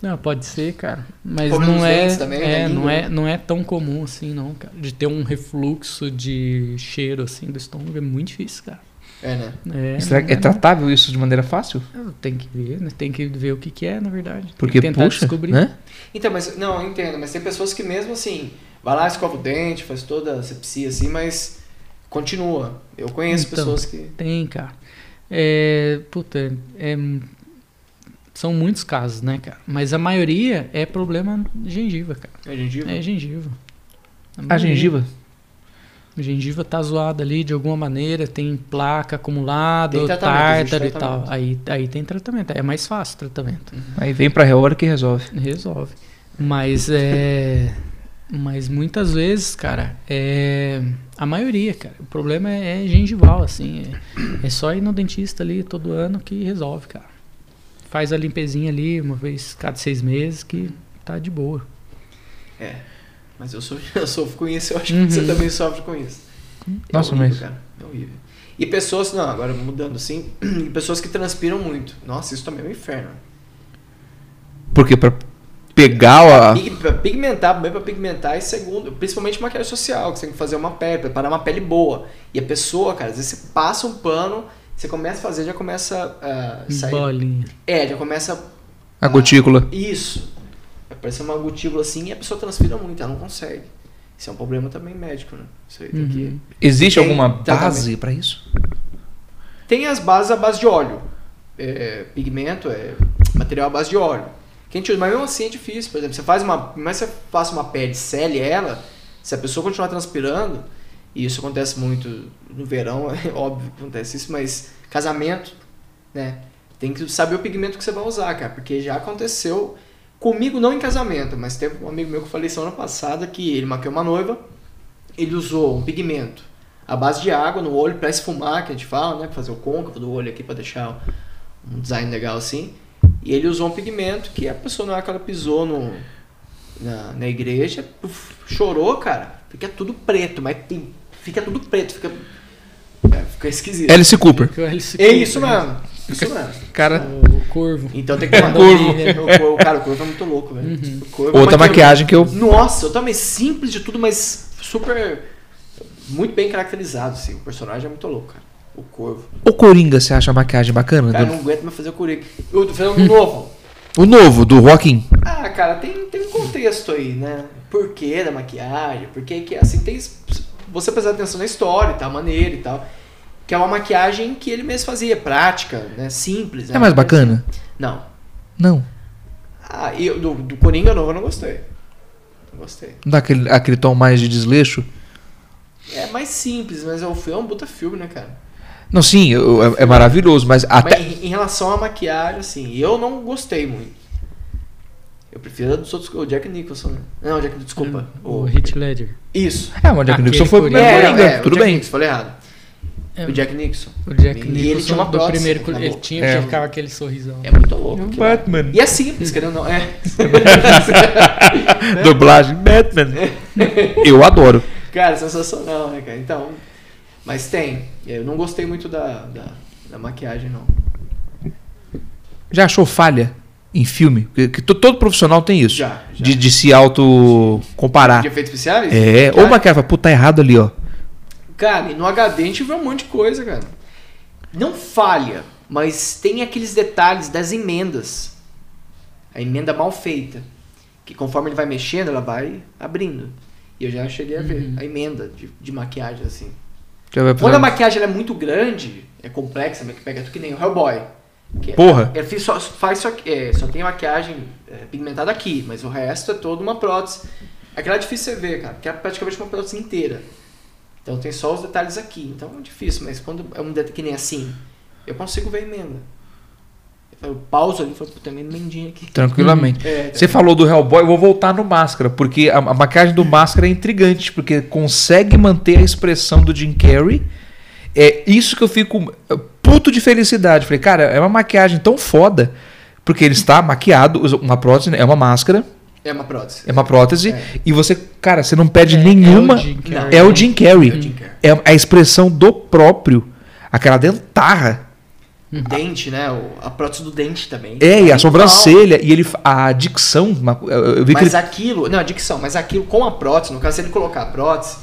Speaker 2: Não, pode ser, cara. Mas
Speaker 3: Problema
Speaker 2: não
Speaker 3: nos
Speaker 2: é,
Speaker 3: dentes também,
Speaker 2: é,
Speaker 3: na língua,
Speaker 2: não é,
Speaker 3: né?
Speaker 2: não é tão comum assim, não, cara. De ter um refluxo de cheiro assim do estômago é muito difícil, cara.
Speaker 3: É, né?
Speaker 2: É,
Speaker 1: Será
Speaker 2: não
Speaker 1: que é tratável isso de maneira fácil?
Speaker 2: não. Tem que ver, né? Tem que ver o que, que é, na verdade. Tem
Speaker 1: Porque
Speaker 2: que tentar
Speaker 1: puxa,
Speaker 2: descobrir.
Speaker 1: né?
Speaker 3: Então, mas não, eu entendo, mas tem pessoas que mesmo assim, vai lá, escova o dente, faz toda a sepsia assim, mas continua. Eu conheço
Speaker 2: Então.
Speaker 3: pessoas que.
Speaker 2: Tem, cara. É, puta, é, são muitos casos, né, cara? Mas a maioria é problema gengiva, cara.
Speaker 3: Hoje em dia.
Speaker 2: É gengiva.
Speaker 1: A
Speaker 2: maioria.
Speaker 1: Ah, gengiva?
Speaker 2: A gengiva tá zoada ali de alguma maneira, tem placa acumulada,
Speaker 3: Tem
Speaker 2: ou
Speaker 3: tratamento, existe
Speaker 2: tártaro e tal.
Speaker 3: tratamento.
Speaker 2: Aí, aí tem tratamento, é mais fácil o tratamento.
Speaker 1: Aí vem pra hora que resolve.
Speaker 2: Resolve. Mas é. Mas muitas vezes, cara, é. A maioria, cara. O problema é, é gengival, assim. É, é só ir no dentista ali todo ano que resolve, cara. Faz a limpezinha ali uma vez cada seis meses que tá de boa.
Speaker 3: É. Mas eu, sou, eu sofro com isso, eu acho
Speaker 2: Uhum.
Speaker 3: que você também sofre com isso.
Speaker 1: Nossa,
Speaker 3: é horrível,
Speaker 1: mas-
Speaker 3: cara. É horrível. E pessoas, não, agora mudando assim, e pessoas que transpiram muito. Nossa, isso também é um inferno.
Speaker 1: Porque pra pegar a.
Speaker 3: Pig, pra pigmentar, primeiro pra pigmentar, e segundo, principalmente maquiagem social, que você tem que fazer uma pele, preparar uma pele boa. E a pessoa, cara, às vezes você passa um pano, você começa a fazer, já começa
Speaker 2: Um
Speaker 3: a sair.
Speaker 2: Bolinha.
Speaker 3: É, já começa
Speaker 2: Ah.
Speaker 1: a cutícula.
Speaker 3: Isso. Vai parecer uma gotícula assim e a pessoa transpira muito, ela não consegue. Isso é um problema também médico, né? Isso aí tem
Speaker 2: Uhum.
Speaker 3: que.
Speaker 1: Existe
Speaker 3: Tem
Speaker 1: alguma
Speaker 3: tratamento.
Speaker 1: base pra isso?
Speaker 3: Tem as bases à base de óleo. É, pigmento é material à base de óleo. Que a gente usa, mas mesmo assim é difícil. Por exemplo, você faz uma. Mas você passa uma pele, sele ela, se a pessoa continuar transpirando, e isso acontece muito no verão, é óbvio que acontece isso, mas casamento, né? Tem que saber o pigmento que você vai usar, cara, porque já aconteceu comigo, não em casamento, mas teve um amigo meu que eu falei isso ano passado que ele maquiou uma noiva, ele usou um pigmento à base de água no olho pra esfumar, que a gente fala, né? Pra fazer o côncavo do olho aqui pra deixar um design legal assim. E ele usou um pigmento que a pessoa na hora que ela pisou no, na, na igreja, puf, chorou, cara. Fica tudo preto, mas tem- fica tudo preto, fica, é, fica Fica esquisito.
Speaker 1: Alice Cooper.
Speaker 2: Que o Alice
Speaker 3: É isso
Speaker 2: Cooper,
Speaker 3: mesmo. Isso mesmo.
Speaker 1: Cara,
Speaker 2: O, o corvo.
Speaker 3: Então
Speaker 1: É
Speaker 3: tem que tomar
Speaker 1: Corvo.
Speaker 3: O cor- Cara, o corvo é muito louco, velho. O corvo é
Speaker 1: Uhum. outra
Speaker 3: uma-
Speaker 1: maquiagem que eu.
Speaker 3: Nossa, eu também simples de tudo, mas super. Muito bem caracterizado, assim. O personagem é muito louco, cara. O corvo.
Speaker 1: O Coringa, você acha a maquiagem bacana?
Speaker 3: Cara, eu
Speaker 1: Do-
Speaker 3: não aguento mais fazer o Coringa. Eu tô fazendo um novo.
Speaker 1: O novo, do Joaquim.
Speaker 3: Ah, cara, tem, tem um contexto aí, né? Por que da maquiagem? Por que que é assim? Tem, es- você prestar atenção na história e tal, maneira e tal. Que é uma maquiagem que ele mesmo fazia, prática, né? Simples.
Speaker 1: É
Speaker 3: né?
Speaker 1: mais bacana?
Speaker 3: Não.
Speaker 1: Não.
Speaker 3: Ah, e eu- do, do Coringa novo eu não gostei. Não gostei.
Speaker 1: Não dá aquele, aquele tom mais de desleixo?
Speaker 3: É mais simples, mas é um filme, é um puta filme, né, cara?
Speaker 1: Não, sim, eu- é, é maravilhoso, mas até.
Speaker 3: Mas em, em relação à maquiagem, assim, eu não gostei muito. Eu prefiro a dos outros, o Jack Nicholson, né? Não, Jack, desculpa.
Speaker 2: O, Hit Ledger.
Speaker 3: Isso. É,
Speaker 1: É, Hum. mas o Jack
Speaker 2: Aquele
Speaker 1: Nicholson foi o
Speaker 2: Coringa.
Speaker 1: primeiro Coringa,
Speaker 3: o
Speaker 1: tudo
Speaker 3: Jack
Speaker 1: bem.
Speaker 3: Nicholson, falei errado.
Speaker 2: É.
Speaker 3: O Jack Nixon.
Speaker 2: O Jack
Speaker 3: E ele
Speaker 2: Nicholson
Speaker 3: tinha uma
Speaker 2: do
Speaker 3: prótese tá
Speaker 2: primeiro.
Speaker 3: na
Speaker 2: Ele
Speaker 3: boca.
Speaker 2: tinha
Speaker 1: É.
Speaker 2: que ficar aquele sorrisão.
Speaker 3: É muito louco. aquilo lá.
Speaker 1: Batman.
Speaker 3: E é simples, querendo ou não. É.
Speaker 1: Dublagem Batman. Eu adoro.
Speaker 3: Cara, sensacional, né, cara? Então. Mas tem. Eu não gostei muito da, da, da maquiagem, não.
Speaker 1: Já achou falha em filme? Porque que to- todo profissional tem isso.
Speaker 3: Já, já.
Speaker 1: De, de se auto-comparar.
Speaker 3: De efeitos especiais?
Speaker 1: É, ou
Speaker 3: Cara,
Speaker 1: uma cara fala, pô, tá errado ali, ó.
Speaker 3: Cara, e no HD a gente vê um monte de coisa, cara. Não falha, mas tem aqueles detalhes das emendas. A emenda mal feita. Que conforme ele vai mexendo, ela vai abrindo. E eu já cheguei a ver a emenda de, de maquiagem, assim.
Speaker 1: Já vai
Speaker 3: Quando a
Speaker 1: fazer- um
Speaker 3: maquiagem ela é muito grande, é complexa, meio que pega tudo que nem o Hellboy. Que é-
Speaker 1: Porra.
Speaker 3: Ele fez só, faz só, é, só tem a maquiagem é, pigmentada aqui, mas o resto é toda uma prótese. Aquela é difícil você ver, cara, porque é praticamente uma prótese inteira. Então tem só os detalhes aqui. Então é difícil, mas quando é um detalhe que nem assim, eu consigo ver a emenda. Eu pauso ali e falo, puta, tem uma emendinha aqui.
Speaker 1: Tranquilamente.
Speaker 3: É,
Speaker 1: Você falou do Hellboy, eu vou voltar no Máscara, porque a, a maquiagem do Máscara é intrigante, porque consegue manter a expressão do Jim Carrey. É isso que eu fico eh, puto de felicidade. Falei, cara, é uma maquiagem tão foda, porque ele está maquiado, usa uma prótese, né? é uma máscara,
Speaker 3: é uma prótese.
Speaker 1: é uma prótese,
Speaker 3: É.
Speaker 1: e você, cara, você não pede
Speaker 2: É- é o
Speaker 1: nenhuma.
Speaker 2: Jim Carrey.
Speaker 1: É o Jim Carrey.
Speaker 3: É o Jim Carrey.
Speaker 1: É a expressão do próprio. Aquela dentarra.
Speaker 3: O dente, né? o- A prótese do dente também.
Speaker 1: É, e a
Speaker 3: Igual.
Speaker 1: sobrancelha, e ele. fa- A dicção. uma- Eu eu vi que
Speaker 3: Mas
Speaker 1: ele.
Speaker 3: aquilo, não, a dicção, mas aquilo com a prótese, no caso, se ele colocar a prótese,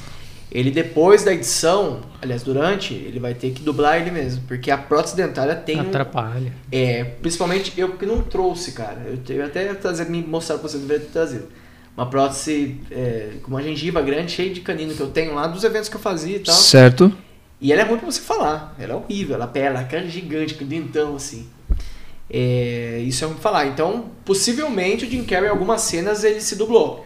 Speaker 3: ele depois da edição, aliás, durante, ele vai ter que dublar ele mesmo, porque a prótese dentária tem. um-
Speaker 2: Atrapalha.
Speaker 3: é, principalmente eu que não trouxe, cara. Eu, te- eu até trazer, me mostrar pra vocês, eu deveria ter trazido. Uma prótese é, com uma gengiva grande, cheia de canino que eu tenho lá, dos eventos que eu fazia e tal.
Speaker 1: Certo.
Speaker 3: E ela é ruim pra você falar. Ela é horrível. Ela pega, ela cara gigante, com dentão, assim. É, isso é ruim pra falar. Então, possivelmente o Jim Carrey, em algumas cenas, ele se dublou.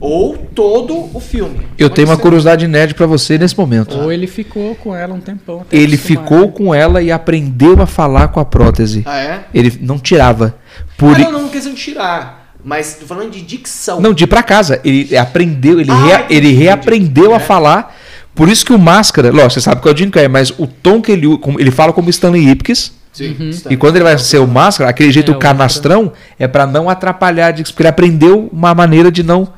Speaker 3: Ou todo o filme.
Speaker 1: Eu tenho uma
Speaker 3: Aconteceu.
Speaker 1: curiosidade nerd pra você nesse momento.
Speaker 3: Ah.
Speaker 2: Ou ele ficou com ela um tempão. até
Speaker 1: Ele
Speaker 2: acostumar.
Speaker 1: ficou com ela e aprendeu a falar com a prótese.
Speaker 3: Ah, é?
Speaker 1: Ele não tirava. Por
Speaker 3: Ah,
Speaker 1: i-
Speaker 3: não, não, questão de tirar. Mas tô falando de dicção.
Speaker 1: não, de ir pra casa. Ele aprendeu, ele,
Speaker 3: Ah,
Speaker 1: rea-
Speaker 3: entendi,
Speaker 1: ele reaprendeu a
Speaker 3: entendi. É.
Speaker 1: falar. Por isso que o Máscara, lógico, você sabe que é o Jim Carrey, mas o tom que ele u- como- ele fala como Stanley Ipkiss.
Speaker 3: Sim, está.
Speaker 1: Uhum. E quando ele vai ser o Máscara, aquele jeito
Speaker 2: É, o
Speaker 1: canastrão é pra não atrapalhar a dicção, porque ele aprendeu uma maneira de não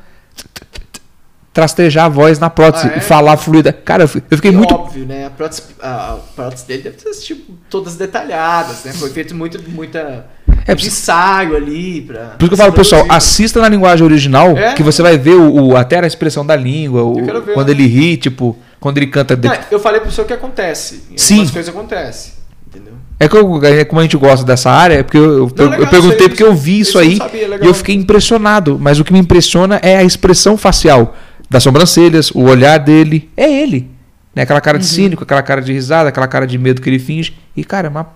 Speaker 1: trastejar a voz na prótese
Speaker 3: Ah, é?
Speaker 1: e falar fluida. Cara, eu fi- eu fiquei
Speaker 3: E
Speaker 1: muito
Speaker 3: óbvio, né? A prótese, a a prótese dele deve ser tipo, todas detalhadas, né? Foi feito muito, muita
Speaker 1: É,
Speaker 3: de ensaio ali pra.
Speaker 1: Por isso que eu falo, pessoal,
Speaker 3: produzir. um
Speaker 1: assista na linguagem original,
Speaker 3: É.
Speaker 1: que você vai ver o, o- até a expressão da língua, o-
Speaker 3: quero ver.
Speaker 1: quando ele ri, tipo, quando ele canta. de-
Speaker 3: Não, é- eu falei pro senhor o que acontece. E
Speaker 1: Sim.
Speaker 3: Algumas coisas acontecem. Entendeu?
Speaker 1: É que eu- é como a gente gosta dessa área, é porque eu, eu-
Speaker 3: Não,
Speaker 1: eu
Speaker 3: legal,
Speaker 1: perguntei
Speaker 3: isso aí,
Speaker 1: porque eu vi
Speaker 3: isso
Speaker 1: isso
Speaker 3: eu
Speaker 1: aí
Speaker 3: sabia,
Speaker 1: e
Speaker 3: legal.
Speaker 1: eu fiquei impressionado. Mas o que me impressiona é a expressão facial das sobrancelhas, o olhar dele. É ele. Né? Aquela cara
Speaker 3: Uhum.
Speaker 1: de cínico, aquela cara de risada, aquela cara de medo que ele finge. E, cara, é uma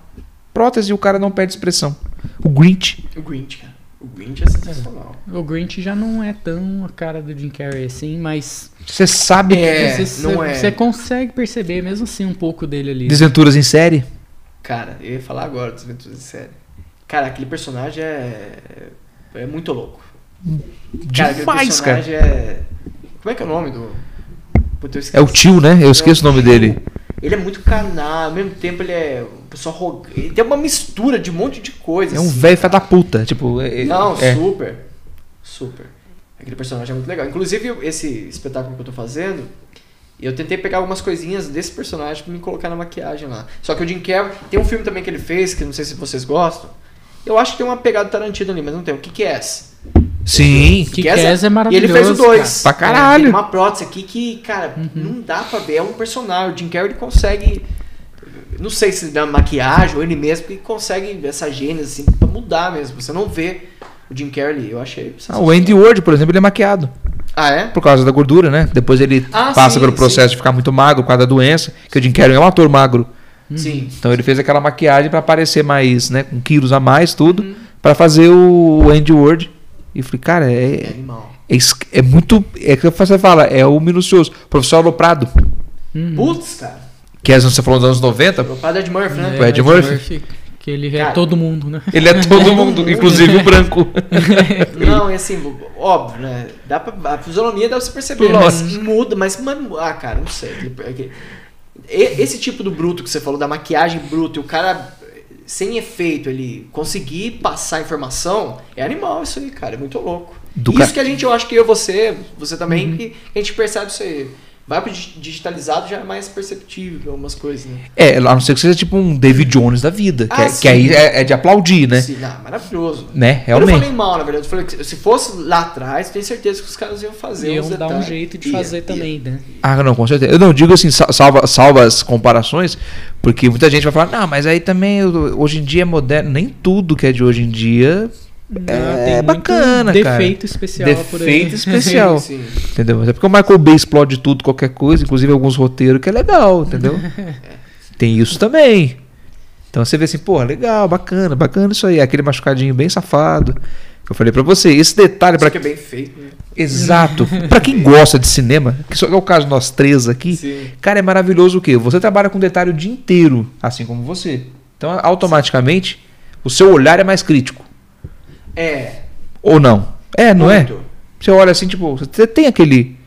Speaker 1: prótese e o cara não perde expressão. O Grinch.
Speaker 3: O Grinch, cara. O Grinch é sensacional.
Speaker 2: O Grinch já não é tão a cara do Jim Carrey assim, mas
Speaker 1: Você sabe
Speaker 3: É,
Speaker 2: você,
Speaker 3: não
Speaker 2: você-
Speaker 3: é.
Speaker 2: você consegue perceber mesmo assim um pouco dele ali.
Speaker 1: desventuras em série?
Speaker 3: Cara, eu ia falar agora dos Venturas de Série. Cara, aquele personagem é. É muito louco. Cara, aquele
Speaker 1: Demais, cara.
Speaker 3: personagem é. Como é que é o nome do. Puta, eu
Speaker 1: É o tio, né? Eu esqueço o nome dele.
Speaker 3: Ele é muito canal, ao mesmo tempo ele é um pessoal arrogante. Ele tem uma mistura de um monte de coisas.
Speaker 1: É um velho filho da puta. Tipo, é- é-
Speaker 3: Não,
Speaker 1: é.
Speaker 3: super. Super. Aquele personagem é muito legal. Inclusive, esse espetáculo que eu tô fazendo, E eu tentei pegar algumas coisinhas desse personagem pra me colocar na maquiagem lá. Só que o Jim Carrey... Tem um filme também que ele fez, que não sei se vocês gostam. Eu acho que tem uma pegada Tarantino ali, mas não tem. O que que é essa?
Speaker 1: Sim.
Speaker 2: Que Cass é
Speaker 3: E
Speaker 2: maravilhoso.
Speaker 3: ele fez o dois.
Speaker 1: cara. Pra
Speaker 3: Cara,
Speaker 1: caralho. Uhum.
Speaker 3: Tem uma prótese aqui que, cara, não dá pra ver. É um personagem. O Jim Carrey ele consegue. Não sei se dá maquiagem ou ele mesmo, que consegue essa gênese assim pra mudar mesmo. Você não vê o Jim Carrey ali. Eu achei.
Speaker 1: Ah, o Andy Ward, por exemplo, ele é maquiado.
Speaker 3: Ah, é?
Speaker 1: Por causa da gordura, né? Depois ele
Speaker 3: Ah,
Speaker 1: passa
Speaker 3: sim,
Speaker 1: pelo processo
Speaker 3: sim.
Speaker 1: de ficar muito magro por causa da doença, que o Jim Carrey é um ator magro.
Speaker 3: Sim.
Speaker 1: Então ele fez aquela maquiagem pra parecer mais, né? Com quilos a mais, tudo.
Speaker 3: Uhum.
Speaker 1: pra fazer o Andy Ward. E falei, cara,
Speaker 3: É
Speaker 1: é,
Speaker 3: animal.
Speaker 1: é, es- é muito. É o que você fala, é o minucioso. Professor Loprado,
Speaker 2: Uhum.
Speaker 1: Uhum.
Speaker 3: Putz, cara.
Speaker 1: que é, você falou dos anos 90,
Speaker 3: O padre Ed Murphy, né?
Speaker 1: É. Ed Murphy.
Speaker 2: Que ele é
Speaker 3: Cara.
Speaker 2: todo mundo, né?
Speaker 1: ele é todo mundo, inclusive o branco.
Speaker 3: Não, e assim, óbvio, né? Dá pra, a fisionomia dá pra você perceber.
Speaker 1: Nossa.
Speaker 3: Mas muda, mas. Mano, ah, cara, não sei. Ele- é que- e- Esse tipo do bruto que você falou, da maquiagem bruta, e o cara eh, sem efeito, ele conseguir passar informação, é animal isso aí, cara. É muito louco.
Speaker 1: Do Uhum.
Speaker 3: isso
Speaker 1: cara-
Speaker 3: que a gente, eu acho que eu, você, você também, que a gente percebe isso aí. Vai pro dig- digitalizado já é mais perceptível algumas coisas, né?
Speaker 1: É, a não ser que seja tipo um David Jones da vida, que,
Speaker 3: Ah,
Speaker 1: é-
Speaker 3: sim.
Speaker 1: que aí é, é de aplaudir, né?
Speaker 3: Assim, ah, maravilhoso.
Speaker 1: Né,
Speaker 3: Eu não
Speaker 1: realmente.
Speaker 3: falei mal, na verdade. Eu falei que se fosse lá atrás, tenho certeza que os caras iam fazer.
Speaker 2: Iam
Speaker 3: uns
Speaker 2: dar um
Speaker 3: detalhes.
Speaker 2: jeito de
Speaker 3: Ia,
Speaker 2: fazer
Speaker 3: ia.
Speaker 2: também, né?
Speaker 1: Ah, não, com certeza. Eu não digo assim, sa- salva, salva as comparações, porque muita gente vai falar, não, mas aí também eu- hoje em dia é moderno. Nem tudo que é de hoje em dia
Speaker 2: Ah,
Speaker 1: é bacana,
Speaker 2: defeito
Speaker 1: cara.
Speaker 2: especial por aí.
Speaker 1: Defeito especial.
Speaker 3: Sim, sim.
Speaker 1: Entendeu? Mas é porque o Michael Bay explode tudo, qualquer coisa, inclusive alguns roteiros, que é legal, entendeu? Tem isso também. Então você vê assim, pô, legal, bacana, bacana isso aí. Aquele machucadinho bem safado. que Eu falei pra você, esse detalhe
Speaker 3: Isso
Speaker 1: para
Speaker 3: que é bem feito, né?
Speaker 1: exato, pra quem gosta de cinema, que só é o caso de nós três aqui.
Speaker 3: Sim.
Speaker 1: Cara, é maravilhoso o quê? Você trabalha com detalhe o dia inteiro, assim como você. Então automaticamente o seu olhar é mais crítico
Speaker 3: É.
Speaker 1: ou não? É, não é?
Speaker 3: muito.
Speaker 1: Você olha assim, tipo, você tem aquele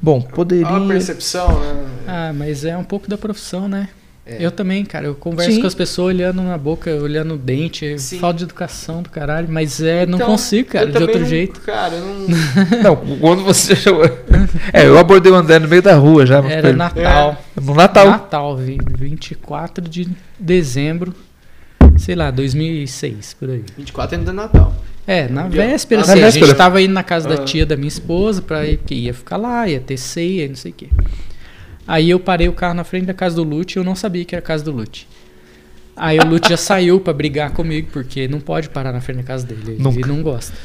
Speaker 1: bom, poderia
Speaker 3: Olha a É percepção, né?
Speaker 2: Ah, mas é um pouco da profissão, né?
Speaker 3: É.
Speaker 2: Eu também, cara. Eu converso
Speaker 1: Sim.
Speaker 2: com as pessoas olhando na boca, olhando o dente.
Speaker 3: Sim.
Speaker 2: Falta de educação do caralho. Mas é, não
Speaker 3: Então,
Speaker 2: consigo,
Speaker 3: eu
Speaker 2: cara, de
Speaker 3: também
Speaker 2: outro
Speaker 3: não-
Speaker 2: jeito.
Speaker 3: Cara, eu não.
Speaker 1: Não, quando você. é, eu abordei o André no meio da rua já. mas
Speaker 2: Era
Speaker 1: foi- É,
Speaker 2: Natal.
Speaker 1: No Natal.
Speaker 2: Natal, vi- 24 de dezembro. Sei lá, 2006, por aí.
Speaker 3: 24 ainda é Natal.
Speaker 2: É, na
Speaker 3: Dia-
Speaker 2: véspera,
Speaker 3: na
Speaker 2: assim, a
Speaker 1: véspera.
Speaker 2: gente tava indo na casa da
Speaker 3: Ah.
Speaker 2: tia da minha esposa, pra ir, que ia ficar lá, ia ter ceia, não sei o quê. Aí eu parei o carro na frente da casa do Lute e eu não sabia que era a casa do Lute. Aí o Lute já saiu pra brigar comigo, porque não pode parar na frente da casa dele. Ele
Speaker 1: Nunca.
Speaker 2: não gosta.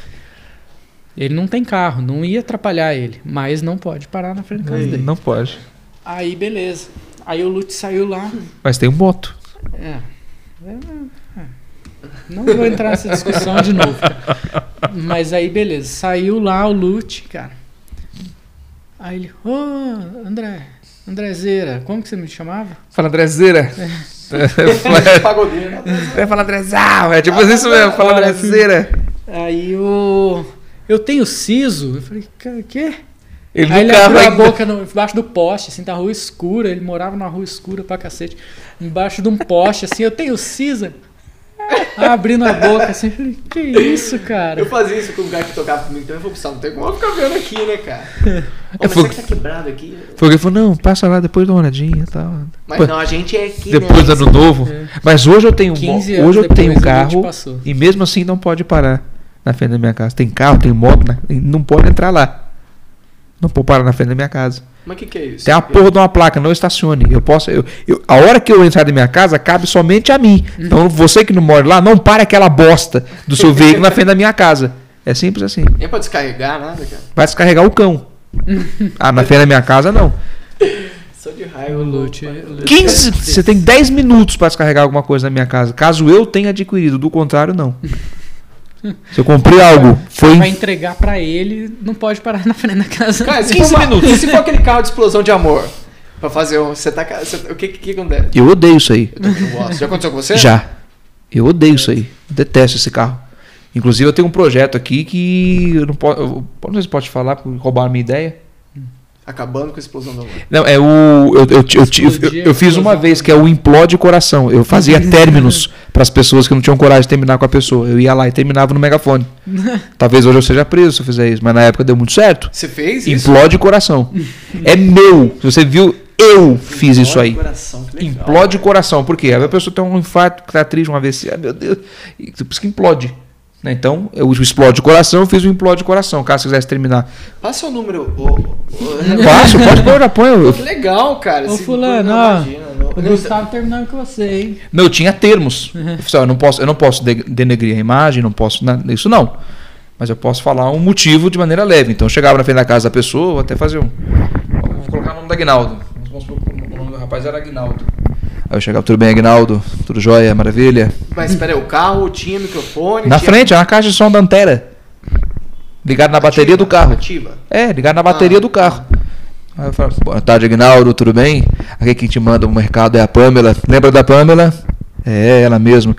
Speaker 2: Ele não tem carro, não ia atrapalhar ele, mas não pode parar na frente da casa dele.
Speaker 1: Não pode.
Speaker 2: Aí beleza. Aí o Lute saiu lá.
Speaker 1: Mas tem um moto.
Speaker 2: É. É, é. Não vou entrar nessa discussão de novo. Mas aí, beleza. Saiu lá o loot, cara. Aí ele, ô, André, Andrezeira, como que você me chamava?
Speaker 1: Fala Andrezeira. É,
Speaker 3: Pagodeiro. né?
Speaker 1: Vai falar Andrezal. É tipo isso mesmo, fala Andrezeira.
Speaker 2: Aí o. Eu tenho siso? Eu falei, "Ca- quê?
Speaker 1: Ele
Speaker 2: aí
Speaker 1: no
Speaker 2: ele
Speaker 1: carro
Speaker 2: abriu a
Speaker 1: ainda.
Speaker 2: boca no, embaixo do poste, assim, da rua escura. Ele morava numa rua escura pra cacete. Embaixo de um poste, assim, eu tenho Cisa. Abrindo a boca, assim, eu falei, que isso, cara?
Speaker 3: Eu fazia isso com o lugar que tocava comigo, então eu vou precisar, não tem como eu ficar vendo aqui, né, cara? Ô, mas
Speaker 1: fogo.
Speaker 3: será que tá quebrado aqui?
Speaker 1: Foi alguém que falou, não, passa lá, depois dá uma olhadinha e tal.
Speaker 3: Mas
Speaker 1: Pô,
Speaker 3: não, a gente é aqui,
Speaker 1: Depois do
Speaker 3: né?
Speaker 1: ano novo.
Speaker 2: É.
Speaker 1: Mas hoje eu tenho um mo-
Speaker 2: 15 anos
Speaker 1: Hoje eu
Speaker 2: depois
Speaker 1: tenho um
Speaker 2: a gente
Speaker 1: carro
Speaker 2: passou.
Speaker 1: e mesmo assim não pode parar na frente da minha casa. Tem carro, tem moto, né? E não pode entrar lá. Não pode parar na frente da minha casa.
Speaker 3: Mas o que, que é isso?
Speaker 1: Tem a porra de uma placa, não estacione. Eu posso. Eu, eu- a hora que eu entrar da minha casa, cabe somente a mim. Então você que não mora lá, não pare aquela bosta do seu veículo na frente da minha casa. É simples assim.
Speaker 3: Nem pra descarregar nada, cara.
Speaker 1: Vai descarregar o cão. Ah, na frente da minha casa não.
Speaker 3: Só de
Speaker 2: Aí
Speaker 3: raiva.
Speaker 2: o
Speaker 3: louco,
Speaker 2: Lute.
Speaker 3: pai.
Speaker 2: Lute-
Speaker 1: 15. Você tem 10 minutos para descarregar alguma coisa na minha casa. Caso eu tenha adquirido, do contrário, não. Se eu comprei algo, foi
Speaker 2: Vai
Speaker 1: em
Speaker 2: entregar pra ele, não pode parar na frente da casa.
Speaker 3: Cara, se
Speaker 1: 15
Speaker 3: for uma-
Speaker 1: minutos.
Speaker 3: Se for aquele carro de explosão de amor, pra fazer um. Você tá. ca- você- o que, que que acontece?
Speaker 1: Eu odeio isso aí.
Speaker 3: Eu também não gosto. Já aconteceu com você? é?
Speaker 1: Já. Eu odeio isso aí. Detesto esse carro. Inclusive, eu tenho um projeto aqui que eu não posso. eu- eu não sei se pode falar, porque roubaram a minha ideia.
Speaker 3: Acabando com a explosão da lua.
Speaker 1: Não, é o. Eu, eu, eu, eu- eu- eu fiz uma vez, que é o implode coração. Eu fazia términos para as pessoas que não tinham coragem de terminar com a pessoa. Eu ia lá e terminava no megafone. Talvez hoje eu seja preso se eu fizer isso, mas na época deu muito certo.
Speaker 3: Você fez isso?
Speaker 1: Implode coração. É meu. Se você viu, eu fiz isso aí.
Speaker 3: Coração, que legal.
Speaker 1: Implode o coração. Por quê? Aí a pessoa tem um infarto, que tá triste, uma vez, ah, meu Deus, e por isso que implode. né? Então, eu explode o coração, eu fiz o implode o coração, caso você quisesse terminar.
Speaker 3: Passa o número. ô, ô,
Speaker 1: Passo, pode pôr, já põe.
Speaker 3: ô,
Speaker 1: Eu-
Speaker 3: que legal, cara.
Speaker 2: Ô
Speaker 3: Se-
Speaker 2: fulano,
Speaker 3: não,
Speaker 2: ó,
Speaker 3: imagina, não-
Speaker 2: o
Speaker 3: não,
Speaker 2: Gustavo terminando com você, hein?
Speaker 1: Não, eu tinha termos. Eu, falei assim, ó, eu não posso, eu não posso de- denegrir a imagem, não posso. na- isso não. Mas eu posso falar um motivo de maneira leve. Então eu chegava na frente da casa da pessoa, vou até fazer um. Vou colocar o nome do Aguinaldo. Vamos supor que o nome do rapaz era Aguinaldo. Aí eu chegava, tudo bem, Aguinaldo? Tudo jóia, maravilha?
Speaker 3: Mas espera aí, o carro tinha microfone.
Speaker 1: Na
Speaker 3: tinha-
Speaker 1: frente, é uma caixa de som da Antera. Ligado na bateria do carro.
Speaker 3: Ativa.
Speaker 1: É, ligado na bateria do carro. Aí eu falo, boa tarde, Agnaldo, tudo bem? Aqui quem te manda um mercado é a Pamela. Lembra da Pamela? É, ela mesmo.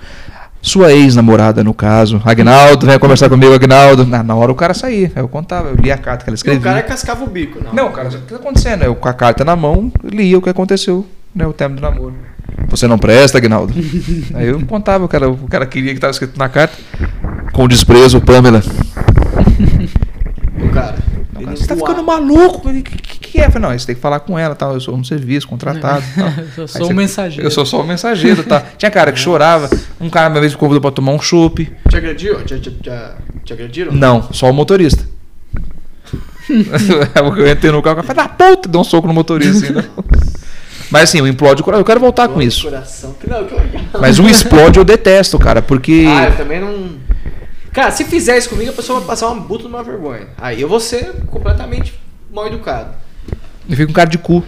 Speaker 1: Sua ex-namorada, no caso. Agnaldo, vem conversar comigo, Agnaldo. Na, na hora o cara saía. Aí eu contava, eu li a carta que ela
Speaker 3: E
Speaker 1: escrevia.
Speaker 3: o cara cascava o bico, não.
Speaker 1: Não, cara, o que tá acontecendo? Eu com a carta na mão, lia o que aconteceu, né? O término do namoro. Você não presta, Aguinaldo? Aí eu contava, o cara, o cara queria que estava escrito na carta. Com desprezo, Pamela.
Speaker 3: O cara.
Speaker 1: Não,
Speaker 3: Ele
Speaker 1: cara,
Speaker 3: não
Speaker 1: você tá
Speaker 3: voava.
Speaker 1: ficando maluco? O que, que- que é? Eu falei, não, você tem que falar com ela, tal. Eu sou um serviço, contratado. Tal.
Speaker 2: Eu
Speaker 1: Aí
Speaker 2: sou
Speaker 1: você-
Speaker 2: um mensageiro.
Speaker 1: Eu sou só um mensageiro, tá? Tinha cara que chorava. Um cara, uma vez, me convidou pra tomar um chopp.
Speaker 3: Te agrediu? Te, te, te, te agrediram?
Speaker 1: Não, só o motorista. É eu entrei no carro e falei, da puta, deu um soco no motorista. Assim, não. Mas assim, o implode o coração. Eu quero voltar com
Speaker 3: Olha o
Speaker 1: isso.
Speaker 3: Coração. Que não, que legal.
Speaker 1: Mas o explode eu detesto, cara, porque.
Speaker 2: é
Speaker 3: Ah, eu também não. Cara, se fizer isso comigo, a pessoa vai passar uma puta numa vergonha. Aí eu vou ser completamente mal educado.
Speaker 1: eu fico com cara de cu.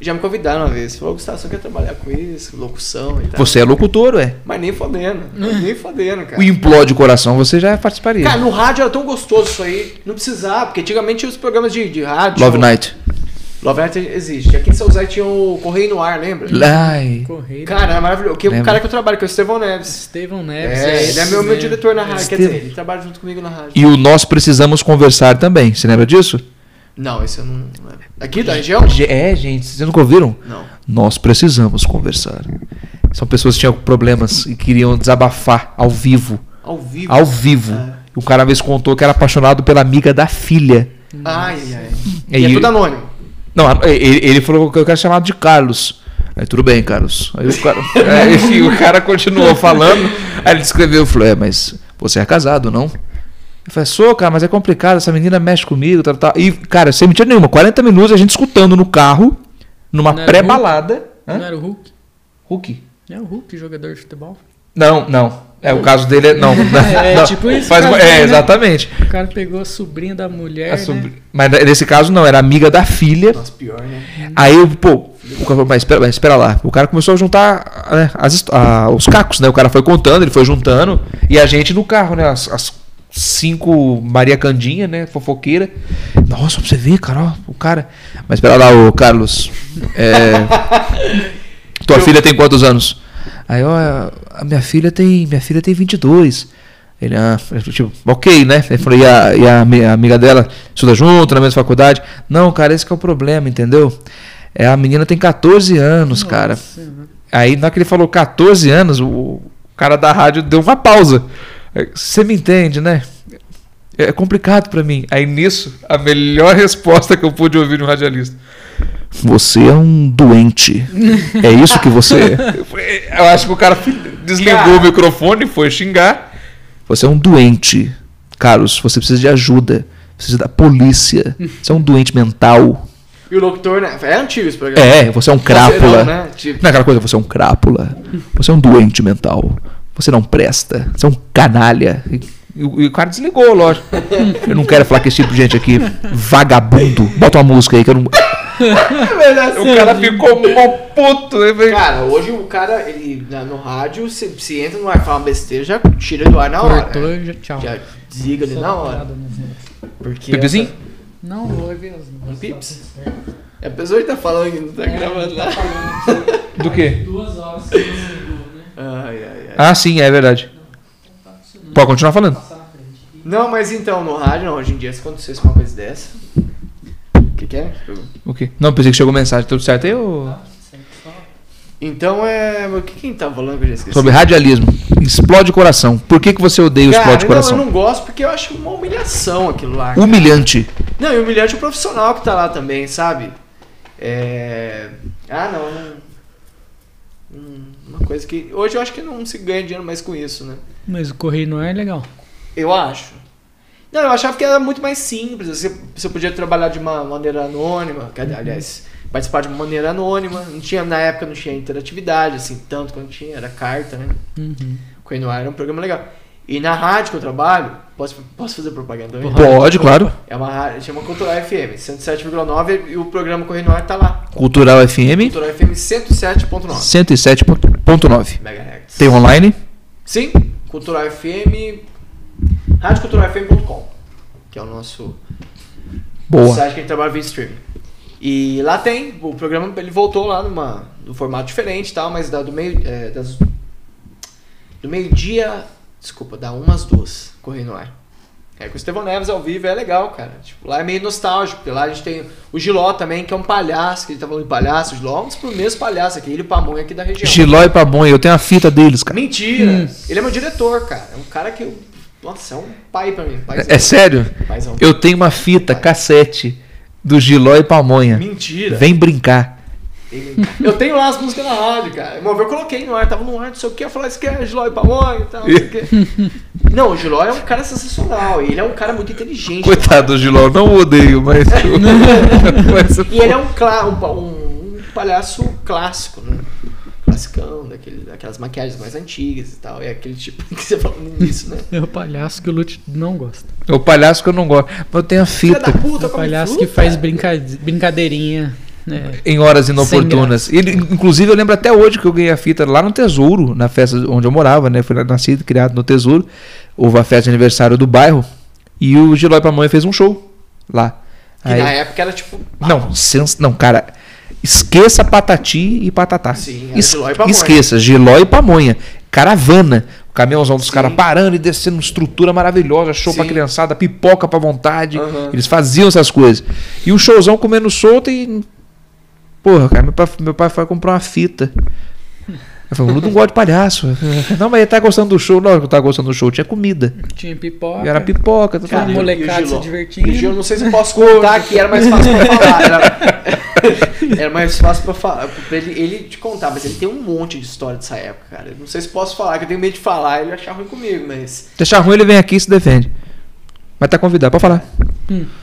Speaker 3: Já me convidaram uma vez. Falou, Gustavo, você quer trabalhar com isso? Locução e tal.
Speaker 1: Você é locutor, ué.
Speaker 3: Mas nem fodendo. nem fodendo, cara.
Speaker 1: O implode o coração, você já participaria.
Speaker 3: Cara, no rádio era tão gostoso isso aí. Não precisava, porque antigamente os programas de, de rádio.
Speaker 1: Love Night.
Speaker 3: Love Night existe. Aqui em São José tinha o Correio no Ar, lembra?
Speaker 1: Ai.
Speaker 2: Correio.
Speaker 3: Cara, era maravilhoso. Que o
Speaker 1: Lembro.
Speaker 3: cara que eu trabalho, que é o Estevão Neves.
Speaker 2: Estevão Neves.
Speaker 3: É, ele é meu, meu
Speaker 2: né?
Speaker 3: diretor na rádio. Quer
Speaker 1: Estevão.
Speaker 3: dizer, ele trabalha junto comigo na rádio.
Speaker 1: E o Nós Precisamos Conversar também. Você lembra disso?
Speaker 3: Não, esse eu não. não lembro. Aqui da região?
Speaker 1: Ge- É, gente, vocês nunca ouviram?
Speaker 3: Não.
Speaker 1: Nós precisamos conversar. São pessoas que tinham problemas e queriam desabafar ao vivo.
Speaker 3: Ao vivo.
Speaker 1: Ao vivo.
Speaker 3: É.
Speaker 1: O cara uma vez contou que era apaixonado pela amiga da filha.
Speaker 3: Ai, ai.
Speaker 1: E
Speaker 3: E é
Speaker 1: ele-
Speaker 3: tudo anônimo.
Speaker 1: Não, a- ele, ele falou que eu quero chamado de Carlos. Aí, tudo bem, Carlos. Aí o cara, aí, enfim, o cara continuou falando. Aí ele descreveu, falou, é, mas você é casado, não? Eu falei, sou, cara, mas é complicado, essa menina mexe comigo, tal, tal. E, cara, sem mentira nenhuma, 40 minutos a gente escutando no carro, numa
Speaker 2: Não era
Speaker 1: pré-balada. Hã?
Speaker 2: Não era o Hulk?
Speaker 1: Hulk?
Speaker 2: É o Hulk, jogador de futebol.
Speaker 1: Não, não. É, o caso dele é. Não.
Speaker 2: É,
Speaker 1: não.
Speaker 2: tipo isso,
Speaker 1: Faz,
Speaker 2: caso
Speaker 1: é,
Speaker 2: dele, né?
Speaker 1: exatamente.
Speaker 2: O cara pegou a sobrinha da mulher,
Speaker 1: A
Speaker 2: né?
Speaker 1: sobr- Mas nesse caso não, era amiga da filha.
Speaker 3: Nossa, pior, né?
Speaker 1: Aí eu, pô, o cara falou, mas espera, mas espera lá. O cara começou a juntar né, as histó- a- os cacos, né? O cara foi contando, ele foi juntando. E a gente no carro, né? As, as cinco Maria Candinha, né? Fofoqueira. Nossa, pra você ver, cara, ó, o cara. Mas espera lá, ô Carlos. É, tua filha tem quantos anos? Aí, ó, a minha filha tem. Minha filha tem 22. Ele, ah, tipo, ok, né? Ele falou, e a, e a ami- a amiga dela estuda junto, na mesma faculdade? Não, cara, esse que é o problema, entendeu? É, a menina tem 14 anos, cara. Aí, na hora que ele falou 14 anos, o, o cara da rádio deu uma pausa. É, Você me entende, né? É complicado pra mim. Aí, nisso, a melhor resposta que eu pude ouvir de um radialista. Você é um doente. É isso que você é. Eu acho que o cara desligou
Speaker 3: Cara.
Speaker 1: o microfone e foi xingar. Você é um doente. Carlos, você precisa de ajuda. Precisa da polícia. Você é um doente mental.
Speaker 3: E o locutor, né? É antigo esse programa.
Speaker 1: É, você é um
Speaker 3: Não,
Speaker 1: crápula.
Speaker 3: né? Tipo,
Speaker 1: Não é aquela coisa, você é um crápula. Você é um doente mental. Você não presta. Você é um canalha. E, e o- e o cara desligou, lógico. Eu não quero falar com esse tipo de gente aqui. Vagabundo. Bota uma música aí que eu não.
Speaker 3: é verdade.
Speaker 1: O cara ficou mó puto. Eu falei,
Speaker 3: Cara, hoje o cara, ele na- no rádio, se, se entra no ar e fala uma besteira, já tira do ar na hora. né?
Speaker 2: Cortou, já, tchau.
Speaker 3: Já desliga ali na hora. Porque
Speaker 1: Bebezinho?
Speaker 3: essa-
Speaker 2: Não, vou ver as
Speaker 3: Um pips? É a pessoa que tá falando que não tá gravando nada.
Speaker 1: Do quê?
Speaker 2: Duas horas É, que você ligou, né?
Speaker 3: Ai, ai, ai.
Speaker 1: Ah, sim, é verdade. Pode continuar falando.
Speaker 3: Ah. Não, mas então, no rádio, não, hoje em dia, se acontecesse uma coisa dessa, que, que é?
Speaker 1: O quê? Não, pensei que chegou mensagem. Tudo certo aí? ô?
Speaker 3: Então é. O que quem tava falando que eu já esqueci?
Speaker 1: Sobre radialismo. Explode o coração. Por que, que você odeia o
Speaker 3: Cara,
Speaker 1: explode o
Speaker 3: não, eu
Speaker 1: coração?
Speaker 3: não gosto porque eu acho uma humilhação aquilo lá. cara.
Speaker 1: Humilhante.
Speaker 3: Não, e humilhante o profissional que tá lá também, sabe? É. Ah, não. não- Hum, Uma coisa que. Hoje eu acho que não se ganha dinheiro mais com isso, né?
Speaker 2: Mas o correio não é legal.
Speaker 3: Eu acho. Não, eu achava que era muito mais simples. Você, você podia trabalhar de uma maneira anônima. que, Aliás, participar de uma maneira anônima. Não tinha, na época não tinha interatividade, assim, tanto quanto tinha, era carta, né?
Speaker 2: Uhum.
Speaker 3: Quando no ar era um programa legal. E na rádio que eu trabalho, posso, posso fazer propaganda? né?
Speaker 1: Pode, claro.
Speaker 3: É uma rádio, chama Cultural FM, 107,9 e o programa Correndo no Ar tá lá.
Speaker 1: Cultural FM
Speaker 3: Cultural FM 107.9
Speaker 1: 107.9.
Speaker 3: MHz.
Speaker 1: Tem um- online?
Speaker 3: Sim, Cultural FM, radioculturalfm.com, que é o nosso
Speaker 1: Boa.
Speaker 3: site que a gente trabalha via streaming. E lá tem, o programa ele voltou lá numa, num formato diferente e tal, mas da, do meio é, das- do meio-dia, desculpa, dá umas duas, correndo no ar. É com o Estevão Neves ao vivo, é legal, cara. Tipo, lá é meio nostálgico, porque lá a gente tem o Giló também, que é um palhaço, que ele tá falando de palhaço, o Giló é um dos primeiros palhaços aqui, ele e o Pamonha aqui da região.
Speaker 1: Giló e Pabonha, eu tenho a fita deles, cara. Hum.
Speaker 3: Mentira! Ele é meu diretor, cara. É um cara que eu. Nossa, é um pai pra mim. Paizão.
Speaker 1: É, é sério?
Speaker 3: Paizão.
Speaker 1: Eu tenho uma fita cassete do Giló e Pamonha.
Speaker 3: Mentira!
Speaker 1: Vem brincar.
Speaker 3: Eu tenho lá as músicas na rádio, cara. Uma vez eu coloquei no ar, tava no ar, não sei o que, eu falei, isso que é Giló e Pamonha e tal, não sei o que. Não, o Giló é um cara sensacional. Ele é um cara muito inteligente.
Speaker 1: Coitado do Giló, não o odeio, mas.
Speaker 3: E ele é um, cla- um, pa- um- um palhaço clássico, né? Classicão, daquele, daquelas maquiagens mais antigas e tal. É aquele tipo que você falou no início, né?
Speaker 2: É o palhaço que o Lute não gosta.
Speaker 1: É o palhaço que eu não gosto. Mas eu tenho a
Speaker 3: Filha da
Speaker 1: fita
Speaker 2: É
Speaker 3: puta,
Speaker 2: o
Speaker 3: come
Speaker 2: palhaço que
Speaker 3: fruta.
Speaker 2: faz brinca- brincadeirinha. né?
Speaker 1: em horas inoportunas. Ele, inclusive, eu lembro até hoje que eu ganhei a fita lá no Tesouro, na festa onde eu morava, né? Fui lá nascido e criado no Tesouro. Houve a festa de aniversário do bairro. E o Gilói Pamonha fez um show lá.
Speaker 3: Que
Speaker 1: Aí-
Speaker 3: na época era tipo.
Speaker 1: Não, sens... não, cara. Esqueça patati e patatá.
Speaker 3: Sim, era Giló e Pamonha.
Speaker 1: Esqueça, Giló e pamonha. Caravana. O caminhãozão dos
Speaker 3: Sim.
Speaker 1: caras parando e descendo uma estrutura maravilhosa, show pra
Speaker 3: Sim.
Speaker 1: criançada, pipoca pra vontade.
Speaker 3: Aham.
Speaker 1: Eles faziam essas coisas. E o showzão comendo solto e. Porra, cara, meu pai, meu pai foi comprar uma fita. Eu falei, eu não gosto de palhaço. Não, mas ele tá gostando do show. Lógico que eu tava gostando do show, tinha comida.
Speaker 2: Tinha pipoca.
Speaker 1: E era pipoca, tá
Speaker 2: Cara,
Speaker 1: tudo.
Speaker 3: Caralho,
Speaker 2: molecada
Speaker 3: e o Giló?
Speaker 2: se divertindo.
Speaker 3: E o Giló, não sei se eu posso contar Tá aqui, era mais fácil pra falar. Era, era mais fácil pra, falar, pra ele, ele te contar, mas ele tem um monte de história dessa época, cara. Eu não sei se posso falar, que eu tenho medo de falar, ele achar ruim comigo, mas.
Speaker 1: Deixar ruim, ele vem aqui e se defende. Mas tá convidado, pode falar.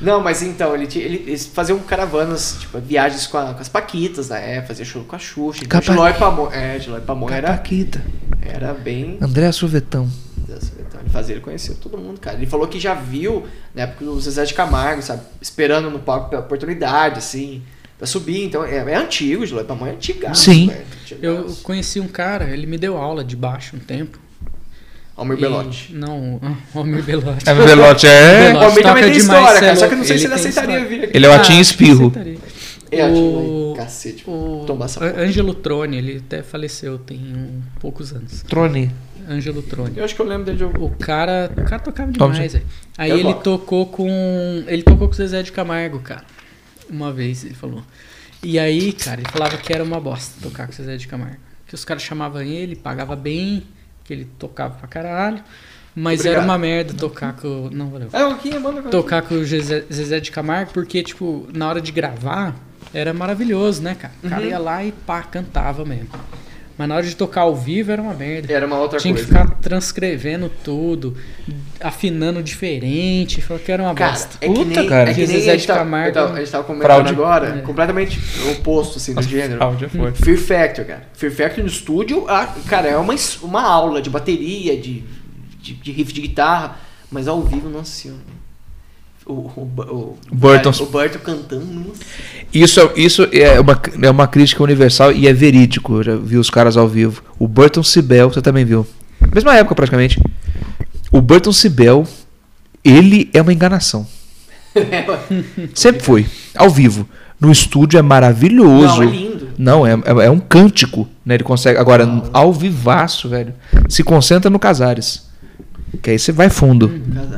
Speaker 3: Não, mas então, ele, tinha- ele, eles faziam caravanas, tipo, viagens com, a- com as Paquitas, né? Fazia show com a Xuxa. Então,
Speaker 1: Capa-
Speaker 3: Giló e Pamon, é, Giló e Pamon era,
Speaker 1: Paquita.
Speaker 3: era bem.
Speaker 1: André Sorvetão.
Speaker 3: Então, ele fazia, ele conheceu todo mundo, cara. Ele falou que já viu na época do Zezé de Camargo, sabe? Esperando no palco pela oportunidade, assim, pra subir. Então, é, é antigo, Giló, pra mãe é antigaço,
Speaker 1: Sim.
Speaker 3: velho,
Speaker 2: Eu
Speaker 3: antigaço.
Speaker 2: conheci um cara, ele me deu aula de baixo um tempo.
Speaker 3: Almir
Speaker 2: E-
Speaker 3: Belotti.
Speaker 2: Não, o Almir Belotti.
Speaker 1: É, Velote
Speaker 2: é-
Speaker 1: é.
Speaker 3: O Almir também
Speaker 2: toca
Speaker 3: tem
Speaker 2: demais,
Speaker 3: história,
Speaker 2: cê é
Speaker 3: cara. Só
Speaker 2: louco.
Speaker 3: que eu não sei
Speaker 2: Ele
Speaker 3: se ele
Speaker 2: tem
Speaker 3: aceitaria
Speaker 2: história.
Speaker 3: vir aqui.
Speaker 1: Ele é o Atim
Speaker 2: acho que
Speaker 1: Espirro.
Speaker 2: aceitaria.
Speaker 3: É,
Speaker 2: tá o-
Speaker 3: o... cacete.
Speaker 2: O
Speaker 3: Tomba essa
Speaker 2: An-
Speaker 3: porra.
Speaker 2: Ângelo Trone, ele até faleceu tem um, poucos anos.
Speaker 1: Trone.
Speaker 2: Ângelo Trone.
Speaker 3: Eu acho que eu lembro dele de algum.
Speaker 2: O cara, o cara tocava
Speaker 1: Toma,
Speaker 2: demais, velho. Aí
Speaker 3: Eu
Speaker 2: ele
Speaker 3: gosto.
Speaker 2: tocou com, ele tocou com o Zezé de Camargo, cara. Uma vez ele falou. E aí, cara, ele falava que era uma bosta tocar com o Zezé de Camargo, que os caras chamavam ele, pagava bem, que ele tocava pra caralho, mas era
Speaker 3: Obrigado.
Speaker 2: uma merda tocar com, o- não, valeu.
Speaker 3: É, o Quinha, manda agora.
Speaker 2: Tocar com o Zezé Zezé de Camargo, porque, tipo, na hora de gravar, era maravilhoso, né, cara? O cara
Speaker 3: Uhum.
Speaker 2: ia lá e pá, cantava mesmo. Mas na hora de tocar ao vivo era uma merda.
Speaker 3: Era uma outra
Speaker 2: Tinha que
Speaker 3: coisa.
Speaker 2: ficar transcrevendo tudo, afinando diferente, falou que era uma
Speaker 3: Cara,
Speaker 2: bosta.
Speaker 3: é que
Speaker 1: Puta,
Speaker 3: nem,
Speaker 1: cara.
Speaker 3: É que nem
Speaker 2: Zezé
Speaker 3: a gente
Speaker 2: de
Speaker 3: tava-
Speaker 2: Camargo.
Speaker 3: eu tava- a gente tava comentando
Speaker 1: Fraude.
Speaker 3: agora, completamente oposto, assim, do gênero. Hum.
Speaker 1: foi.
Speaker 3: Fear Factor, cara. Fear Factor no estúdio, ah, cara, é uma, es- uma aula de bateria, de, de, de riff de guitarra, mas ao vivo, nossa senhora. O, o, Bu- o,
Speaker 1: Burton.
Speaker 3: o Burton cantando, nossa.
Speaker 1: Isso, é- isso é, uma, é uma crítica universal e é verídico. Eu já vi os caras ao vivo. O Burton Sibel, você também viu. Mesma época, praticamente. O Burton Sibel, ele é uma enganação. Sempre foi. Ao vivo. No estúdio é maravilhoso.
Speaker 3: Não, é lindo.
Speaker 1: Não, é, é- é um cântico, né? Ele consegue. Agora, ao vivaço, velho. Se concentra no Casares. Que aí você vai fundo.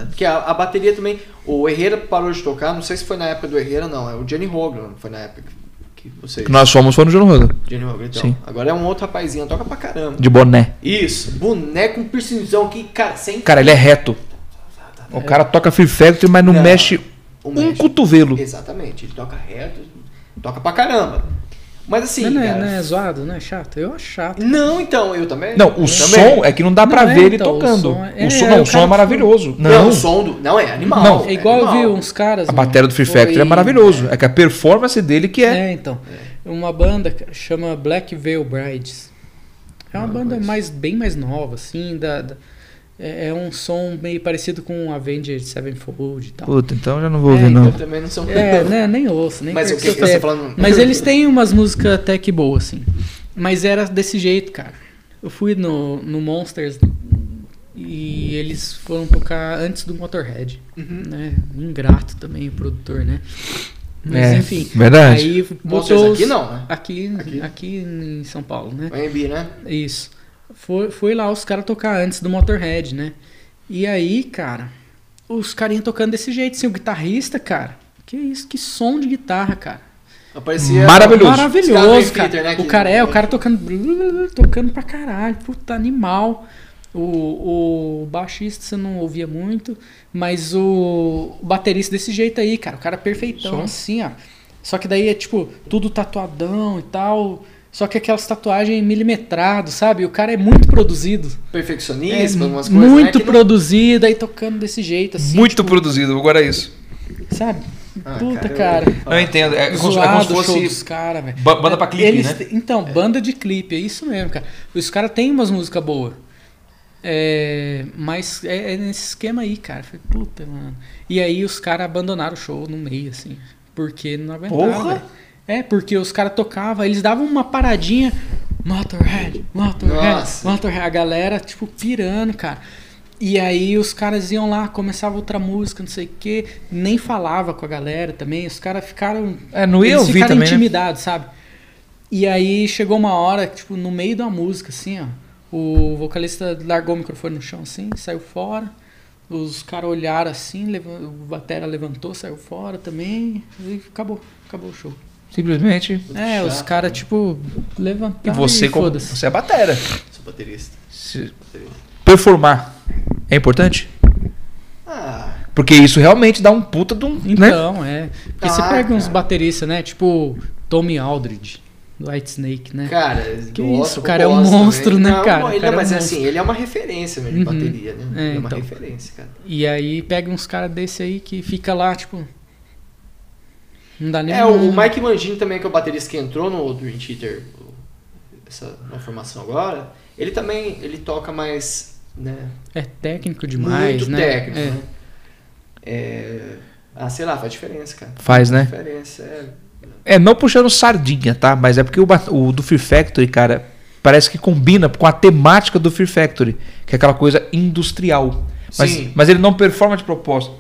Speaker 3: Porque a, a bateria também. O Herrera parou de tocar, não sei se foi na época do Herrera, não. É o Johnny Hoglan, foi na época que, que vocês.
Speaker 1: Que nós fomos foi no João Rodo.
Speaker 3: Johnny Hoglan, então.
Speaker 1: Sim.
Speaker 3: Agora é um outro rapazinho, toca pra caramba.
Speaker 1: De boné.
Speaker 3: Isso, boneco com piercingzão que, cara, sem.
Speaker 1: Cara, ele é reto. O cara toca Free Factory, mas não,
Speaker 3: Não.
Speaker 1: mexe
Speaker 3: o
Speaker 1: um
Speaker 3: mexe.
Speaker 1: cotovelo.
Speaker 3: Exatamente, ele toca reto, toca pra caramba. Mas assim.
Speaker 2: Mas não, é,
Speaker 3: cara,
Speaker 2: não é zoado, não é chato? Eu acho chato.
Speaker 3: Não, então, eu também.
Speaker 1: Não, o
Speaker 3: Eu
Speaker 1: som
Speaker 3: também.
Speaker 1: é que não dá pra
Speaker 2: Não,
Speaker 1: ver ele
Speaker 2: então, o
Speaker 1: tocando. O
Speaker 2: som
Speaker 1: som,
Speaker 2: é- é,
Speaker 1: não,
Speaker 2: o
Speaker 1: o som
Speaker 2: cara
Speaker 1: é maravilhoso.
Speaker 3: Não, o som do. Não, é animal.
Speaker 1: Não,
Speaker 2: É igual eu vi
Speaker 3: animal.
Speaker 2: uns caras.
Speaker 1: A
Speaker 2: mano.
Speaker 1: bateria do Free Factory é
Speaker 2: Foi-
Speaker 1: maravilhoso. É que a performance dele que é.
Speaker 2: É, então. Uma banda que chama Black Veil Brides. É uma
Speaker 3: Não,
Speaker 2: banda
Speaker 3: mas-
Speaker 2: mais, bem mais nova, assim. Da, da- é, é um som meio parecido com Avenged Sevenfold e tal.
Speaker 1: Puta, então já não vou
Speaker 2: É,
Speaker 1: ouvir,
Speaker 2: então-
Speaker 1: não.
Speaker 3: Eu também não sou
Speaker 2: É, né? Nem ouço, nem
Speaker 3: Mas o
Speaker 2: perco
Speaker 3: que que
Speaker 2: seu
Speaker 3: você
Speaker 2: tempo.
Speaker 3: tá falando?
Speaker 2: Mas eles têm umas músicas até que boas, assim. Mas era desse jeito, cara. Eu fui no, no Monsters e eles foram tocar antes do Motorhead.
Speaker 3: Uhum.
Speaker 2: Né? Ingrato também o produtor, né? Mas
Speaker 1: É,
Speaker 2: enfim.
Speaker 1: verdade.
Speaker 2: Aí
Speaker 3: Vocês
Speaker 2: botou. os-
Speaker 3: aqui não, né?
Speaker 2: Aqui,
Speaker 3: Aqui.
Speaker 2: aqui. em São Paulo, né?
Speaker 3: O AMB, né?
Speaker 2: Isso. Foi, foi lá os caras tocar antes do Motorhead, né? E aí, cara, os carinha tocando desse jeito, assim, o guitarrista, cara. Que isso, que som de guitarra, cara.
Speaker 3: Aparecia.
Speaker 1: Maravilhoso.
Speaker 3: Os caras do
Speaker 2: Maravilhoso, cara.
Speaker 3: Twitter, né, que-
Speaker 2: O cara é, o cara tocando. blu, blu, blu, Tocando pra caralho. Puta, animal. O, o baixista você não ouvia muito, mas o baterista desse jeito aí, cara. O cara perfeitão,
Speaker 3: Som.
Speaker 2: assim, ó. Só que daí é tipo, tudo tatuadão e tal. Só que aquelas tatuagens milimetrado, sabe? O cara é muito produzido. É
Speaker 3: Perfeccionista, algumas coisas. né,
Speaker 2: muito
Speaker 3: que não-
Speaker 2: produzido, aí tocando desse jeito, assim,
Speaker 1: Muito produzido, agora é isso.
Speaker 2: sabe?
Speaker 3: Ah,
Speaker 2: Puta,
Speaker 3: cara,
Speaker 2: cara.
Speaker 3: eu-
Speaker 1: Não eu entendo. É, como- é
Speaker 2: Ah, Zoado
Speaker 1: como
Speaker 2: o
Speaker 1: se
Speaker 2: show
Speaker 1: fosse.
Speaker 2: dos caras, velho.
Speaker 1: ba- banda pra clipe,
Speaker 2: Eles
Speaker 1: né?
Speaker 2: te- Então, banda de clipe, é isso mesmo, cara. Os caras têm umas músicas boas. É, mas é, é nesse esquema aí, cara. Falei, puta, mano. E aí os caras abandonaram o show no meio, assim. Porque não aguentaram.
Speaker 1: Porra!
Speaker 2: velho. É, porque os caras tocavam, eles davam uma paradinha. Motorhead, Motorhead,
Speaker 3: Nossa.
Speaker 2: Motorhead. A galera, tipo, pirando, cara. E aí os caras iam lá, começava outra música, não sei o quê. Nem falava com a galera também. Os caras ficaram
Speaker 1: É, não ia
Speaker 2: eles
Speaker 1: ouvir
Speaker 2: ficaram
Speaker 1: também. né?
Speaker 2: intimidados, sabe? E aí chegou uma hora, tipo, no meio da música, assim, ó. O vocalista largou o microfone no chão, assim, saiu fora. Os caras olharam assim, levan- o batera levantou, saiu fora também. E acabou, acabou o show.
Speaker 1: Simplesmente.
Speaker 2: é,
Speaker 3: chato,
Speaker 2: os caras, tipo,
Speaker 1: E
Speaker 2: levantaram.
Speaker 1: você,
Speaker 2: e
Speaker 1: como,
Speaker 2: foda-se.
Speaker 1: você é batera.
Speaker 3: Sou baterista.
Speaker 1: Se- Performar é importante?
Speaker 3: Ah,
Speaker 1: Porque isso realmente dá um puta de um. né?
Speaker 2: Então, é. Porque você
Speaker 3: Ah,
Speaker 2: pega uns
Speaker 3: cara.
Speaker 2: bateristas, né? Tipo, Tommy Aldridge, do White Snake, né?
Speaker 3: cara,
Speaker 2: Que
Speaker 3: gosto,
Speaker 2: isso, o cara é um
Speaker 3: gosto também.
Speaker 2: monstro, né,
Speaker 3: Não,
Speaker 2: cara? O
Speaker 3: Ele,
Speaker 2: cara é
Speaker 3: mas
Speaker 2: um
Speaker 3: assim, ele é uma referência mesmo de
Speaker 2: Uhum.
Speaker 3: bateria, né?
Speaker 2: É,
Speaker 3: ele é uma
Speaker 2: então.
Speaker 3: referência, cara.
Speaker 2: E aí pega uns caras desse aí que fica lá, tipo. Não dá nem.
Speaker 3: É, o,
Speaker 2: um-
Speaker 3: o Mike Mangini também, que é o baterista que entrou no Dream Theater, o- essa na formação agora, ele também, ele toca mais, né,
Speaker 2: É técnico demais,
Speaker 3: muito
Speaker 2: né?
Speaker 3: técnico,
Speaker 2: é.
Speaker 3: né? É, ah, sei lá, faz diferença, cara.
Speaker 1: Faz, né?
Speaker 3: Diferença, é...
Speaker 1: É, não puxando sardinha, tá? Mas é porque o, ba- o do Fear Factory, cara, parece que combina com a temática do Fear Factory, que é aquela coisa industrial. Mas,
Speaker 3: Sim.
Speaker 1: mas ele não performa de propósito.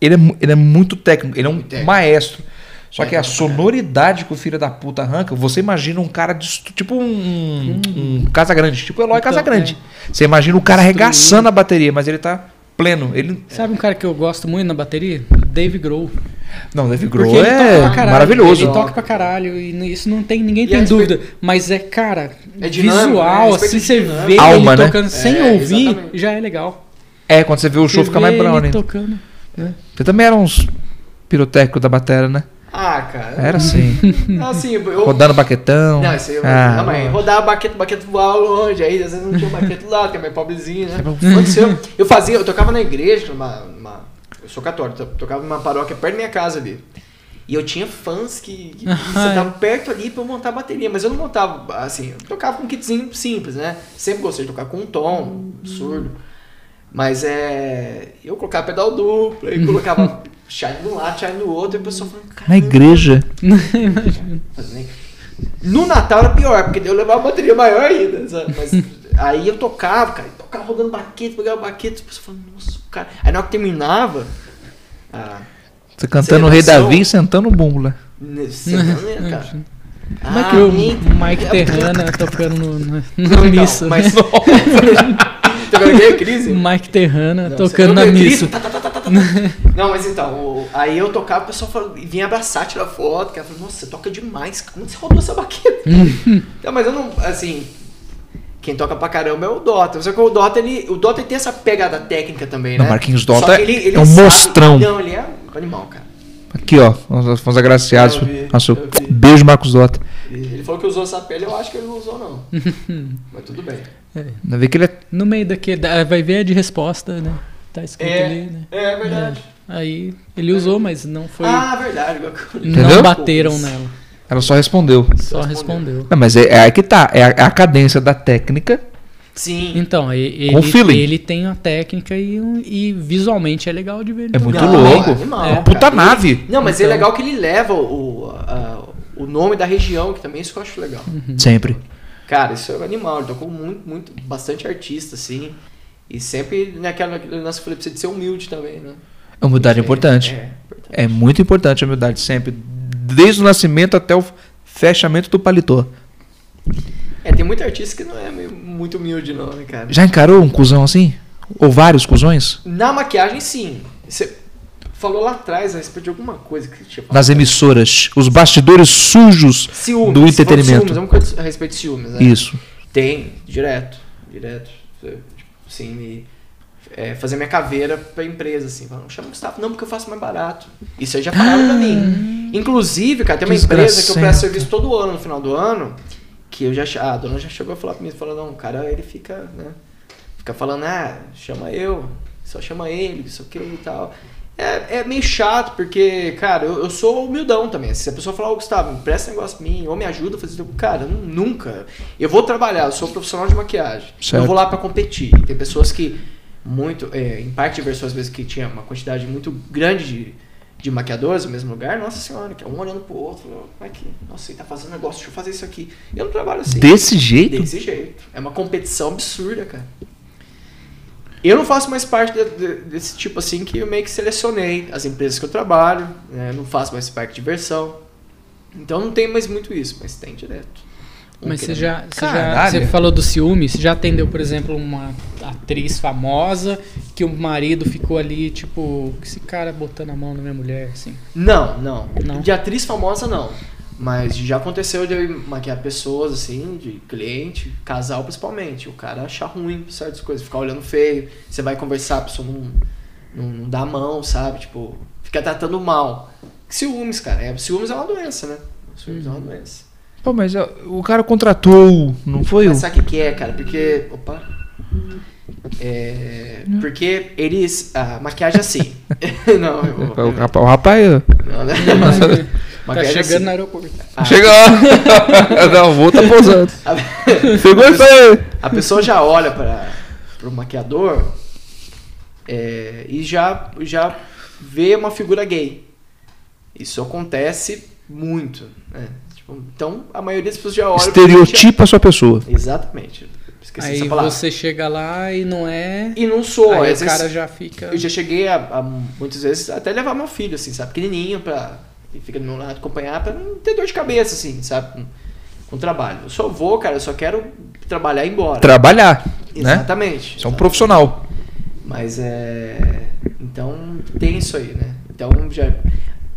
Speaker 1: Ele é, mu- ele é muito técnico, ele é um
Speaker 3: Muito técnico.
Speaker 1: maestro. Só que a
Speaker 3: Técnico pra
Speaker 1: sonoridade que o filho da puta arranca, você imagina um cara destru- tipo um, um Casa Grande, tipo o Eloy
Speaker 2: Hum. Então,
Speaker 1: Casa Grande. Você imagina o cara
Speaker 2: Destruindo.
Speaker 1: arregaçando a bateria, mas ele tá pleno. Ele
Speaker 3: É.
Speaker 2: Sabe um cara que eu gosto muito na bateria? Dave Grohl.
Speaker 1: não, Dave
Speaker 2: Porque
Speaker 1: Grohl é maravilhoso.
Speaker 2: Ele toca pra caralho e n- isso não tem, ninguém
Speaker 3: E
Speaker 2: tem
Speaker 3: a respeito-
Speaker 2: dúvida. Mas é, cara,
Speaker 3: É dinâmico,
Speaker 2: visual,
Speaker 3: né? A respeito
Speaker 2: assim,
Speaker 3: de
Speaker 2: você
Speaker 3: dinâmica.
Speaker 2: vê
Speaker 1: Alma, né?
Speaker 2: ele tocando sem
Speaker 3: É,
Speaker 2: ouvir,
Speaker 3: exatamente.
Speaker 2: já é legal.
Speaker 1: É, quando você vê o show
Speaker 2: Você
Speaker 1: fica
Speaker 2: vê
Speaker 1: mais brown,
Speaker 2: ele
Speaker 1: né?
Speaker 2: tocando.
Speaker 1: Você também era uns pirotécnicos da batera, né?
Speaker 3: Ah, cara.
Speaker 1: Era assim.
Speaker 3: Assim, eu...
Speaker 1: Rodando baquetão.
Speaker 3: Não, isso aí eu...
Speaker 1: Ah,
Speaker 3: não, mas rodar a baqueta, baqueta voar longe, aí às vezes não tinha um baqueta lá, porque é mais pobrezinho, né? Aconteceu. Eu fazia, eu tocava na igreja, numa, numa- eu sou católico, eu tocava numa paróquia perto da minha casa ali. E eu tinha fãs que, que estavam perto ali pra eu montar a bateria, mas eu não montava, assim, eu tocava com um kitzinho simples, né? Sempre gostei de tocar com um tom, surdo. Mas é. Eu colocava pedal duplo, aí colocava chave de um lado, chave do outro, e o pessoal falando,
Speaker 1: Na
Speaker 3: caramba,
Speaker 1: igreja.
Speaker 3: Fazer nem- No Natal era pior, porque eu levava uma bateria maior ainda, sabe? Mas aí eu tocava, cara, eu tocava rodando baquete, pegava baquete, as pessoas falavam, nossa, cara. Aí na hora que terminava, ah,
Speaker 1: Você cantando o Rei Davi e sentando o né? bumbo lá.
Speaker 3: ne- semana, né, cara.
Speaker 2: Como é que o
Speaker 3: nem-
Speaker 2: Mike Terrana tocando no, no, no
Speaker 3: Não,
Speaker 2: missa?
Speaker 3: mas- Tocando Gay Crise?
Speaker 2: Mike Terrana
Speaker 3: Não,
Speaker 2: tocando
Speaker 3: você
Speaker 2: na
Speaker 3: tocou Gay
Speaker 2: missa.
Speaker 3: Crise? Tá, tá, tá, tá, tá, tá. Não, mas então, o- aí eu tocava, o pessoal falou, e vinha abraçar, tirar foto. Cara, falou, nossa, você toca demais. Como você roubou essa baqueta? não, mas eu não, assim, quem toca pra caramba é o Dota. Só que o Dota, ele, o Dota ele tem essa pegada técnica também,
Speaker 1: Não,
Speaker 3: né?
Speaker 1: Marquinhos
Speaker 3: Só
Speaker 1: Dota
Speaker 3: que
Speaker 1: é um monstrão.
Speaker 3: Não, ele é animal, cara.
Speaker 1: Aqui, ó. Nós fomos agraciados.
Speaker 3: Eu vi,
Speaker 1: Nosso
Speaker 3: eu vi.
Speaker 1: beijo, Marcos Dota.
Speaker 3: Ele falou que usou essa pele, eu acho que ele não usou, não. Mas tudo bem.
Speaker 1: Ainda vê que ele é.
Speaker 2: No meio daquele. da- Vai ver a de resposta, né? Tá escrito ali, né?
Speaker 3: é verdade.
Speaker 2: Aí ele usou, mas não foi.
Speaker 3: Ah, verdade. igual que eu li.
Speaker 1: Entendeu?
Speaker 2: não bateram nela.
Speaker 1: Ela só respondeu.
Speaker 2: Só
Speaker 3: Só
Speaker 2: respondeu.
Speaker 1: Não, mas é, é aí que tá. É a, é a cadência da técnica.
Speaker 3: Sim.
Speaker 2: Então, e-
Speaker 1: Com feeling.
Speaker 2: ele, ele tem a técnica e, um- e visualmente é legal de ver. ele
Speaker 1: É muito
Speaker 2: tocar.
Speaker 3: Não,
Speaker 1: louco.
Speaker 3: é animal,
Speaker 1: É uma
Speaker 3: cara.
Speaker 1: puta nave.
Speaker 3: Não, mas é
Speaker 2: Então-
Speaker 3: legal que ele leva o, o, a- o nome da região, que também isso que eu acho legal.
Speaker 1: Sempre.
Speaker 3: Cara, isso é um animal. Ele tocou muito, muito, bastante artista, assim. E sempre né, naquela nossa eu falei pra você de ser humilde também, né?
Speaker 1: A humildade é importante.
Speaker 3: É, importante.
Speaker 1: É muito importante a humildade sempre. Desde o nascimento até o fechamento do paletó.
Speaker 3: É, tem muito artista que não é meio- muito humilde, não, né, cara?
Speaker 1: Já encarou um cuzão assim? Ou vários cuzões?
Speaker 3: Na maquiagem, sim. Você falou lá atrás a respeito de alguma coisa que você tinha falado.
Speaker 1: Nas emissoras. Os bastidores sujos do
Speaker 3: Ciúmes. você falou de
Speaker 1: entretenimento.
Speaker 3: Ciúmes, é uma coisa a respeito de ciúmes, né?
Speaker 1: Isso.
Speaker 3: Tem, direto, direto. Eu, Tipo, assim, me, é, fazer minha caveira pra empresa, assim. Falar, não chama o Gustavo, não, porque eu faço mais barato. Isso aí já falaram pra mim. Inclusive, cara, tem uma empresa que eu
Speaker 1: Desgracento.
Speaker 3: presto serviço todo ano, no final do ano, que eu já che- ah, a dona já chegou a falar pra mim, falou, não, o cara, ele fica, né? Fica falando, ah, chama eu, só chama ele, isso aqui e tal. É, é meio chato, porque, cara, eu, eu sou humildão também. Se a pessoa falar, ô Gustavo, empresta um negócio pra mim, ou me ajuda a fazer isso, eu digo, cara, eu nu- nunca. Eu vou trabalhar, eu sou um profissional de maquiagem.
Speaker 1: Certo.
Speaker 3: Eu vou lá pra competir. E Tem pessoas que, muito, é, em parte de versões, às vezes, que tinha uma quantidade muito grande de, de maquiadores no mesmo lugar, nossa senhora, que é um olhando pro outro, como é que, nossa, ele tá fazendo negócio, deixa eu fazer isso aqui. Eu não trabalho assim.
Speaker 1: Desse jeito?
Speaker 3: Desse jeito. É uma competição absurda, cara. Eu não faço mais parte de- de- desse tipo assim que eu meio que selecionei as empresas que eu trabalho, né? Não faço mais parte de versão. Então não tem mais muito isso, mas tem direto. Um
Speaker 2: Mas você
Speaker 3: querendo-
Speaker 2: já, você já
Speaker 1: né? Caralho.
Speaker 2: você falou do ciúme, você já atendeu, por exemplo, uma atriz famosa que o marido ficou ali, tipo, esse cara botando a mão na minha mulher, assim.
Speaker 3: Não, não,
Speaker 2: Não?
Speaker 3: De atriz famosa não. Mas já aconteceu de eu maquiar pessoas, assim, de cliente, casal principalmente. O cara achar ruim certas coisas, ficar olhando feio. Você vai conversar, a pessoa não, não, não dá a mão, sabe? Tipo, fica tratando mal. Ciúmes, cara. É, ciúmes é uma doença, né? Ciúmes é uma doença.
Speaker 1: Pô, mas ó, o cara contratou, não foi o.
Speaker 3: Mas sabe o que que é, cara? Porque. Opa. É, porque eles. A maquiagem é assim. não, eu,
Speaker 1: É O, rapa- o rapaz.
Speaker 3: não, né?
Speaker 2: Tá
Speaker 3: Maquiagem é
Speaker 2: chegando
Speaker 3: assim.
Speaker 2: no aeroporto.
Speaker 3: Ah.
Speaker 1: Chega lá! não, vou tá pousando. Pegou e foi.
Speaker 3: A pessoa já olha para o maquiador é, e já, já vê uma figura gay. Isso acontece muito. né? Tipo, então, a maioria das pessoas já olha... pra gente-
Speaker 1: Estereotipa a sua pessoa.
Speaker 3: Exatamente. Esqueci
Speaker 2: Aí
Speaker 3: essa palavra.
Speaker 2: você chega lá e não é.
Speaker 3: E não sou.
Speaker 2: aí o
Speaker 3: às vezes-
Speaker 2: cara já fica.
Speaker 3: Eu já cheguei a, a muitas vezes até levar meu filho, assim, sabe? Pequenininho, pra... Ele fica do meu lado, acompanhar, pra não ter dor de cabeça, assim, sabe? Com, com o trabalho. Eu só vou, cara, eu só quero trabalhar e ir embora.
Speaker 1: Trabalhar, né?
Speaker 3: Exatamente.
Speaker 1: Você é um
Speaker 3: exatamente.
Speaker 1: profissional.
Speaker 3: Mas é. Então tem isso aí, né? Então já.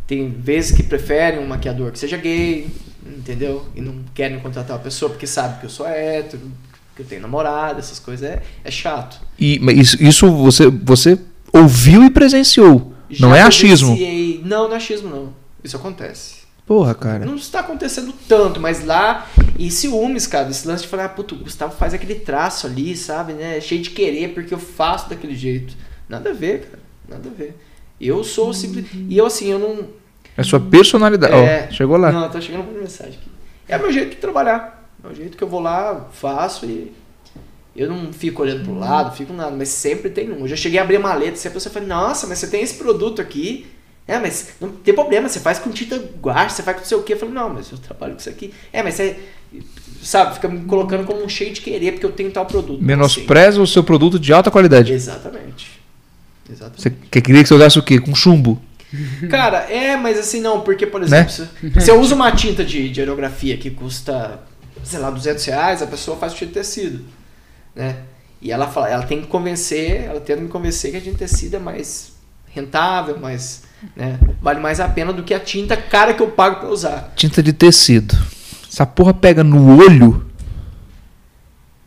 Speaker 3: Tem vezes que preferem um maquiador que seja gay, entendeu? E não querem contratar uma pessoa porque sabe que eu sou hétero, que eu tenho namorada, essas coisas. É, é chato.
Speaker 1: E mas isso, isso você, você ouviu e presenciou. não
Speaker 3: Já
Speaker 1: é achismo.
Speaker 3: presenciei- Não, não é achismo, não. Isso acontece.
Speaker 1: Porra, cara.
Speaker 3: Não está acontecendo tanto, mas lá. E ciúmes, cara. Esse lance de falar, ah, puto, o Gustavo faz aquele traço ali, sabe, né? Cheio de querer, porque eu faço daquele jeito. Nada a ver, cara. Nada a ver. Eu sou o simples. E eu, assim, eu não.
Speaker 1: É sua personalidade.
Speaker 3: É.
Speaker 1: Ó, chegou lá.
Speaker 3: Não, tá chegando uma mensagem aqui. É meu jeito de trabalhar. É o jeito que eu vou lá, faço e. Eu não fico olhando pro lado, fico nada, mas sempre tem um. Eu já cheguei a abrir a maleta e a pessoa fala, nossa, mas você tem esse produto aqui. É, mas não tem problema, você faz com tinta guache, você faz com não sei o quê. Eu falo, não, mas eu trabalho com isso aqui. É, mas você. Sabe, fica me colocando como um cheio de querer, porque eu tenho tal produto. Não
Speaker 1: Menospreza o seu produto de alta
Speaker 3: sei.
Speaker 1: qualidade.
Speaker 3: Exatamente. Exatamente.
Speaker 1: Você que- queria que você usasse o quê? Com chumbo.
Speaker 3: Cara, é, mas assim não, porque, por
Speaker 1: Né?
Speaker 3: exemplo, se, se eu uso uma tinta de, de aerografia que custa, sei lá, 200 reais, a pessoa faz o tinta de tecido, né? E ela fala, ela tem que convencer, ela tenta me convencer que a tinta é mais rentável, mais, né, vale mais a pena do que a tinta cara que eu pago pra usar.
Speaker 1: Tinta de tecido. Essa porra pega no olho.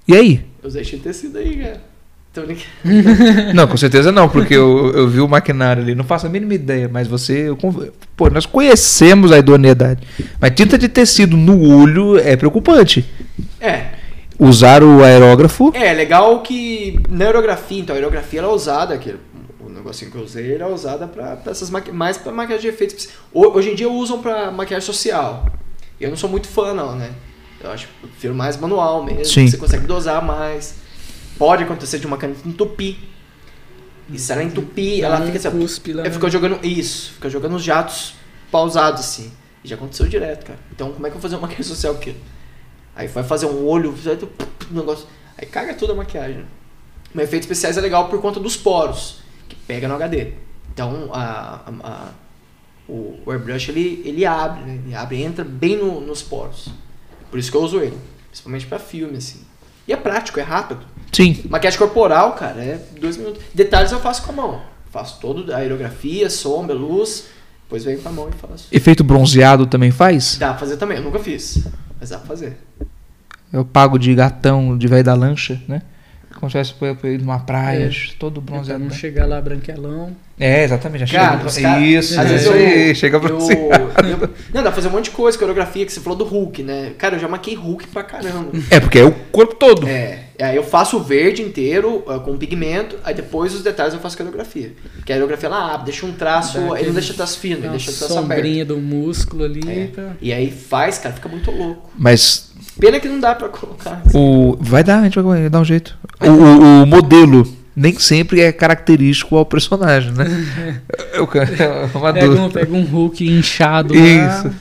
Speaker 1: E aí?
Speaker 3: Eu usei tinta tecido aí, cara. Tô brincando.
Speaker 1: Não, com certeza não, porque eu, eu vi o maquinário ali. Não faço a mínima ideia, mas você. eu con- Pô, nós conhecemos a idoneidade. Mas tinta de tecido no olho é preocupante.
Speaker 3: É,
Speaker 1: Usar o aerógrafo.
Speaker 3: É, é legal que na aerografia, então, a aerografia ela é usada, que o negocinho que eu usei ele é usada pra, pra essas maqui... mais pra maquiagem de efeitos. Ho- Hoje em dia usam pra maquiagem social. Eu não sou muito fã, não, né? Eu acho que eu prefiro mais manual mesmo.
Speaker 1: Sim.
Speaker 3: Você consegue dosar mais. Pode acontecer de uma caneta entupir. E se ela entupir, ela fica assim. ó,
Speaker 2: cuspe lá.
Speaker 3: é, fica jogando. Isso, fica jogando os jatos pausados, assim. E já aconteceu direto, cara. Então como é que eu vou fazer uma maquiagem social aqui? Aí vai fazer um olho, vai tu- um negócio. Aí caga toda a maquiagem. Mas efeitos especiais é legal por conta dos poros, que pega no HD. Então a, a- a- o, o airbrush ele, ele abre, né? Ele abre e entra bem no- nos poros. Por isso que eu uso ele. Principalmente pra filme, assim. E é prático, é rápido.
Speaker 1: Sim.
Speaker 3: Maquiagem corporal, cara, é dois minutos. Detalhes eu faço com a mão. Faço toda a aerografia, sombra, luz. Depois venho com a mão e faço.
Speaker 1: Efeito bronzeado também faz?
Speaker 3: Dá pra fazer também, eu nunca fiz. Mas dá pra fazer.
Speaker 1: Eu pago de gatão, de velho da lancha, né? Como se fosse pra pra ir numa praia, todo
Speaker 2: Pra
Speaker 1: bronzeado.
Speaker 3: né?
Speaker 2: não chegar lá branquelão.
Speaker 1: É, exatamente. Já
Speaker 3: Cara,
Speaker 1: chega.
Speaker 3: os caras-
Speaker 1: isso,
Speaker 3: às
Speaker 1: é
Speaker 3: vezes
Speaker 1: isso
Speaker 3: eu-
Speaker 1: aí. Chega pra
Speaker 3: eu-
Speaker 1: você.
Speaker 3: eu- não, dá pra fazer um monte de coisa, coreografia, que você falou do Hulk, né? Cara, eu já maquei Hulk pra caramba.
Speaker 1: É, porque é o corpo todo.
Speaker 3: É, aí eu faço o verde inteiro ah, com pigmento, aí depois os detalhes eu faço coreografia. Que a coreografia ela abre, deixa um traço,
Speaker 2: Dá
Speaker 3: ele
Speaker 2: aquele-
Speaker 3: não deixa traço fino, ele
Speaker 2: Dá uma
Speaker 3: deixa traço aberto.
Speaker 2: sombrinha do músculo ali.
Speaker 3: É.
Speaker 2: um, pra-
Speaker 3: E aí faz, cara, fica muito louco.
Speaker 1: Mas
Speaker 3: Pena que não dá pra colocar.
Speaker 1: o. Vai dar, a gente vai dar um jeito. O, o- o modelo nem sempre é característico ao personagem, né? Eu, eu, uma
Speaker 2: Pega um,
Speaker 1: dúvida.
Speaker 2: pega um Hulk inchado
Speaker 1: Isso.
Speaker 2: lá.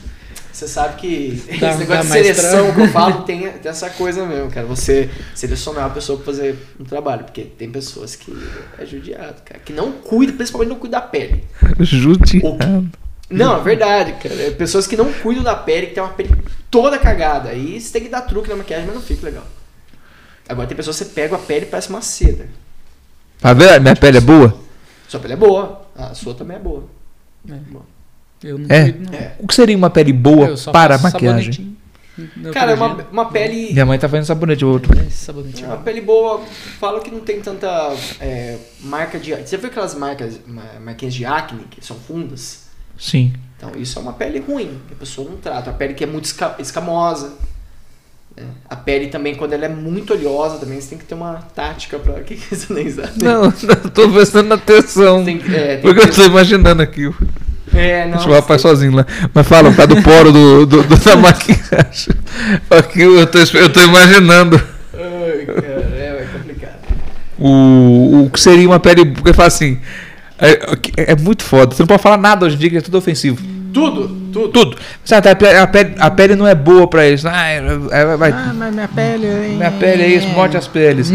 Speaker 3: Você sabe que
Speaker 2: Dá-
Speaker 3: esse
Speaker 2: dá
Speaker 3: negócio
Speaker 2: mais
Speaker 3: de seleção
Speaker 2: pra-
Speaker 3: que eu falo tem, tem essa coisa mesmo, cara. Você selecionar a pessoa pra fazer um trabalho. Porque tem pessoas que é judiado, cara. Que não cuida, principalmente não cuida da pele.
Speaker 1: Judiado.
Speaker 3: Não, é verdade, cara. É pessoas que não cuidam da pele, que tem uma pele toda cagada. Aí você tem que dar truque na maquiagem, mas não fica legal. Agora tem pessoas que você pega a pele e parece uma seda.
Speaker 1: Tá vendo? Minha pele é boa?
Speaker 3: Sua pele é boa. A sua também é boa.
Speaker 2: Eu não
Speaker 1: É.
Speaker 2: cuido, não.
Speaker 3: É.
Speaker 1: O que seria uma pele boa
Speaker 2: Eu só
Speaker 1: para a
Speaker 2: faço
Speaker 1: maquiagem?
Speaker 2: sabonetinho. Não,
Speaker 3: Cara, é uma, Ah,
Speaker 2: acredito.
Speaker 3: uma pele.
Speaker 1: Minha mãe tá fazendo sabonete, eu vou
Speaker 2: É, sabonetinho.
Speaker 3: Tipo, A pele boa, falo que não tem tanta é, marca de. Você viu aquelas marcas, ma- marquinhas de acne que são fundas?
Speaker 1: Sim.
Speaker 3: Então isso é uma pele ruim, que a pessoa não trata. A pele que é muito esca- escamosa. né? A pele também, quando ela é muito oleosa, também você tem que ter uma tática pra. O que que você nem sabe?
Speaker 1: Não, não, tô prestando atenção.
Speaker 3: Tem que- é, tem
Speaker 1: porque
Speaker 3: que-
Speaker 1: eu tô imaginando aqui.
Speaker 3: É, não.
Speaker 1: Deixa o rapaz sozinho lá. Mas fala, por causa do poro do, do- do- da maquiagem. Aqui eu tô, eu tô imaginando.
Speaker 3: Ai, cara, é, é complicado.
Speaker 1: O, o que seria uma pele. Porque fala assim. É, é muito foda. Você não pode falar nada hoje em dia, que é tudo ofensivo.
Speaker 3: Tudo, tudo.
Speaker 1: Tudo. Sabe, a pele, a pele, a pele não é boa pra eles. Ah, é- é- vai-
Speaker 2: mas minha pele.
Speaker 1: minha pele é isso, morte as peles.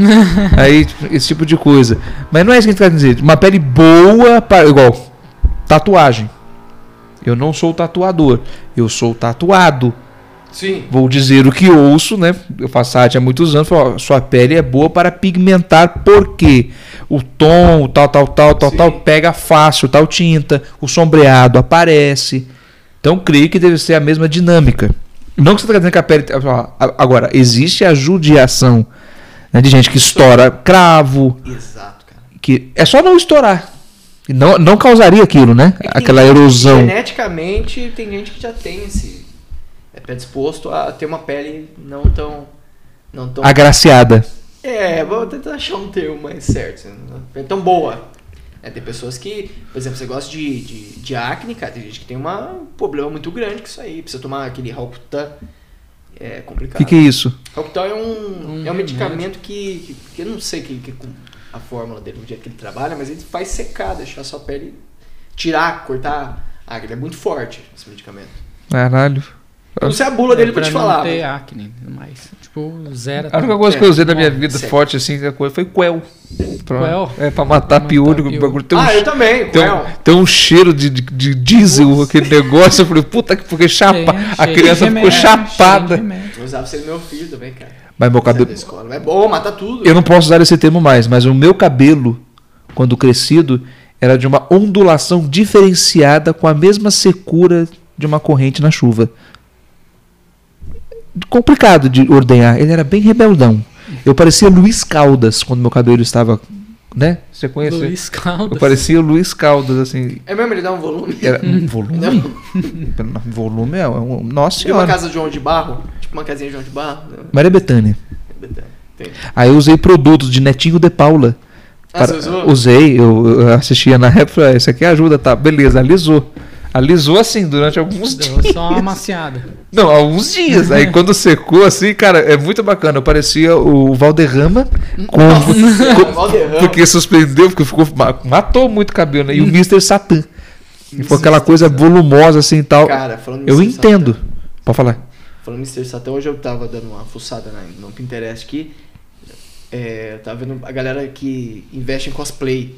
Speaker 1: Aí, tipo, esse tipo de coisa. Mas não é isso que a gente quer dizer. Uma pele boa para. Igual, tatuagem. Eu não sou tatuador. Eu sou tatuado.
Speaker 3: Sim.
Speaker 1: Vou dizer o que ouço, né? Eu faço arte há muitos anos. Falo, ó, sua pele é boa para pigmentar, porque o tom, o tal, tal, tal, tal,
Speaker 3: Sim.
Speaker 1: tal, pega fácil, tal tinta, o sombreado aparece. Então, creio que deve ser a mesma dinâmica. Não que você está dizendo que a pele. ó, a- Agora, existe a judiação né, de gente que estoura cravo,
Speaker 3: Exato, cara.
Speaker 1: que é só não estourar. E Não, não causaria aquilo, né? Aquela erosão.
Speaker 3: né? Geneticamente, tem gente que já tem esse. É predisposto a ter uma pele não tão. Não tão
Speaker 1: Agraciada.
Speaker 3: É, vou tentar achar um termo mais certo. né? É tão boa. É, tem pessoas que, por exemplo, você gosta de, de, de acne, cara, tem gente que tem uma- um problema muito grande com isso aí. Precisa tomar aquele Halkutan. É
Speaker 1: O
Speaker 3: complicado.
Speaker 1: que, que é isso?
Speaker 3: Halkutan é
Speaker 2: Um
Speaker 3: um, é um
Speaker 2: remédio.
Speaker 3: medicamento que, que, que eu não sei que, que, com a fórmula dele, o jeito que ele trabalha, mas ele faz secar, deixar a sua pele tirar, cortar a acne. É muito forte esse medicamento.
Speaker 1: Caralho.
Speaker 3: Eu Não sei a bula dele pra,
Speaker 2: É pra
Speaker 3: te
Speaker 2: não
Speaker 3: falar. né?
Speaker 2: ter
Speaker 3: mas-
Speaker 2: acne, mas tipo zero.
Speaker 1: A única coisa que eu usei na minha vida
Speaker 3: Sério.
Speaker 1: forte, assim, essa coisa, foi Quel. Pra,
Speaker 2: Quel?
Speaker 1: É, pra matar
Speaker 2: Pra
Speaker 1: piolho.
Speaker 2: matar
Speaker 1: que o
Speaker 2: piolho.
Speaker 1: bagulho Tem um,
Speaker 3: ah, eu também,
Speaker 1: tem,
Speaker 3: Coel.
Speaker 1: um, tem um cheiro de, de, de diesel, aquele negócio. Eu falei, puta que porque é chapa.
Speaker 2: Tem,
Speaker 1: a
Speaker 2: cheio de
Speaker 1: criança ficou
Speaker 2: remédio, cheio de
Speaker 1: chapada.
Speaker 2: remédio.
Speaker 3: Eu usava ser meu filho também, cara.
Speaker 1: Mas meu
Speaker 3: Sai da
Speaker 1: cabelo.
Speaker 3: escola. É bom, mata tudo.
Speaker 1: Eu não posso usar esse termo mais, mas o meu cabelo, quando crescido, era de uma ondulação diferenciada com a mesma secura de uma corrente na chuva. Complicado de ordenhar, ele era bem rebeldão. Eu parecia Luiz Caldas quando meu cabelo estava. Né? Você conhece?
Speaker 2: Luiz
Speaker 1: Eu
Speaker 2: Caldas. Hum.
Speaker 1: parecia Luiz Caldas, assim.
Speaker 3: É mesmo, ele dá um volume.
Speaker 1: Era um volume?
Speaker 3: Não.
Speaker 1: Pelo- Volume é um. Nossa
Speaker 3: Tinha uma
Speaker 1: senhora.
Speaker 3: casa de João de Barro, tipo uma casinha de João de Barro. né?
Speaker 1: Maria Bethânia.
Speaker 3: Tem.
Speaker 1: Aí eu usei produtos de Netinho de Paula.
Speaker 3: Ah,
Speaker 1: Para-
Speaker 3: você usou?
Speaker 1: Usei, eu eu assistia na época, falei, "Ah, isso aqui ajuda, tá? Beleza, alisou. Alisou assim durante alguns dias.
Speaker 2: Deu só uma amaciada.
Speaker 1: Não, alguns dias. Aí quando secou assim, cara, é muito bacana. Eu parecia o Valderrama com, com-
Speaker 3: Valderrama.
Speaker 1: porque suspendeu, porque ficou ma- matou muito cabelo, né? E o
Speaker 2: Uhum.
Speaker 1: Mr. Satan. E foi aquela coisa volumosa assim e tal.
Speaker 3: Cara, falando
Speaker 1: eu
Speaker 3: Mr.
Speaker 1: entendo. Pode falar.
Speaker 3: Satã- Falando Mr. Satã, hoje eu tava dando uma fuçada na- no Pinterest aqui. É, eu tava vendo a galera que investe em cosplay.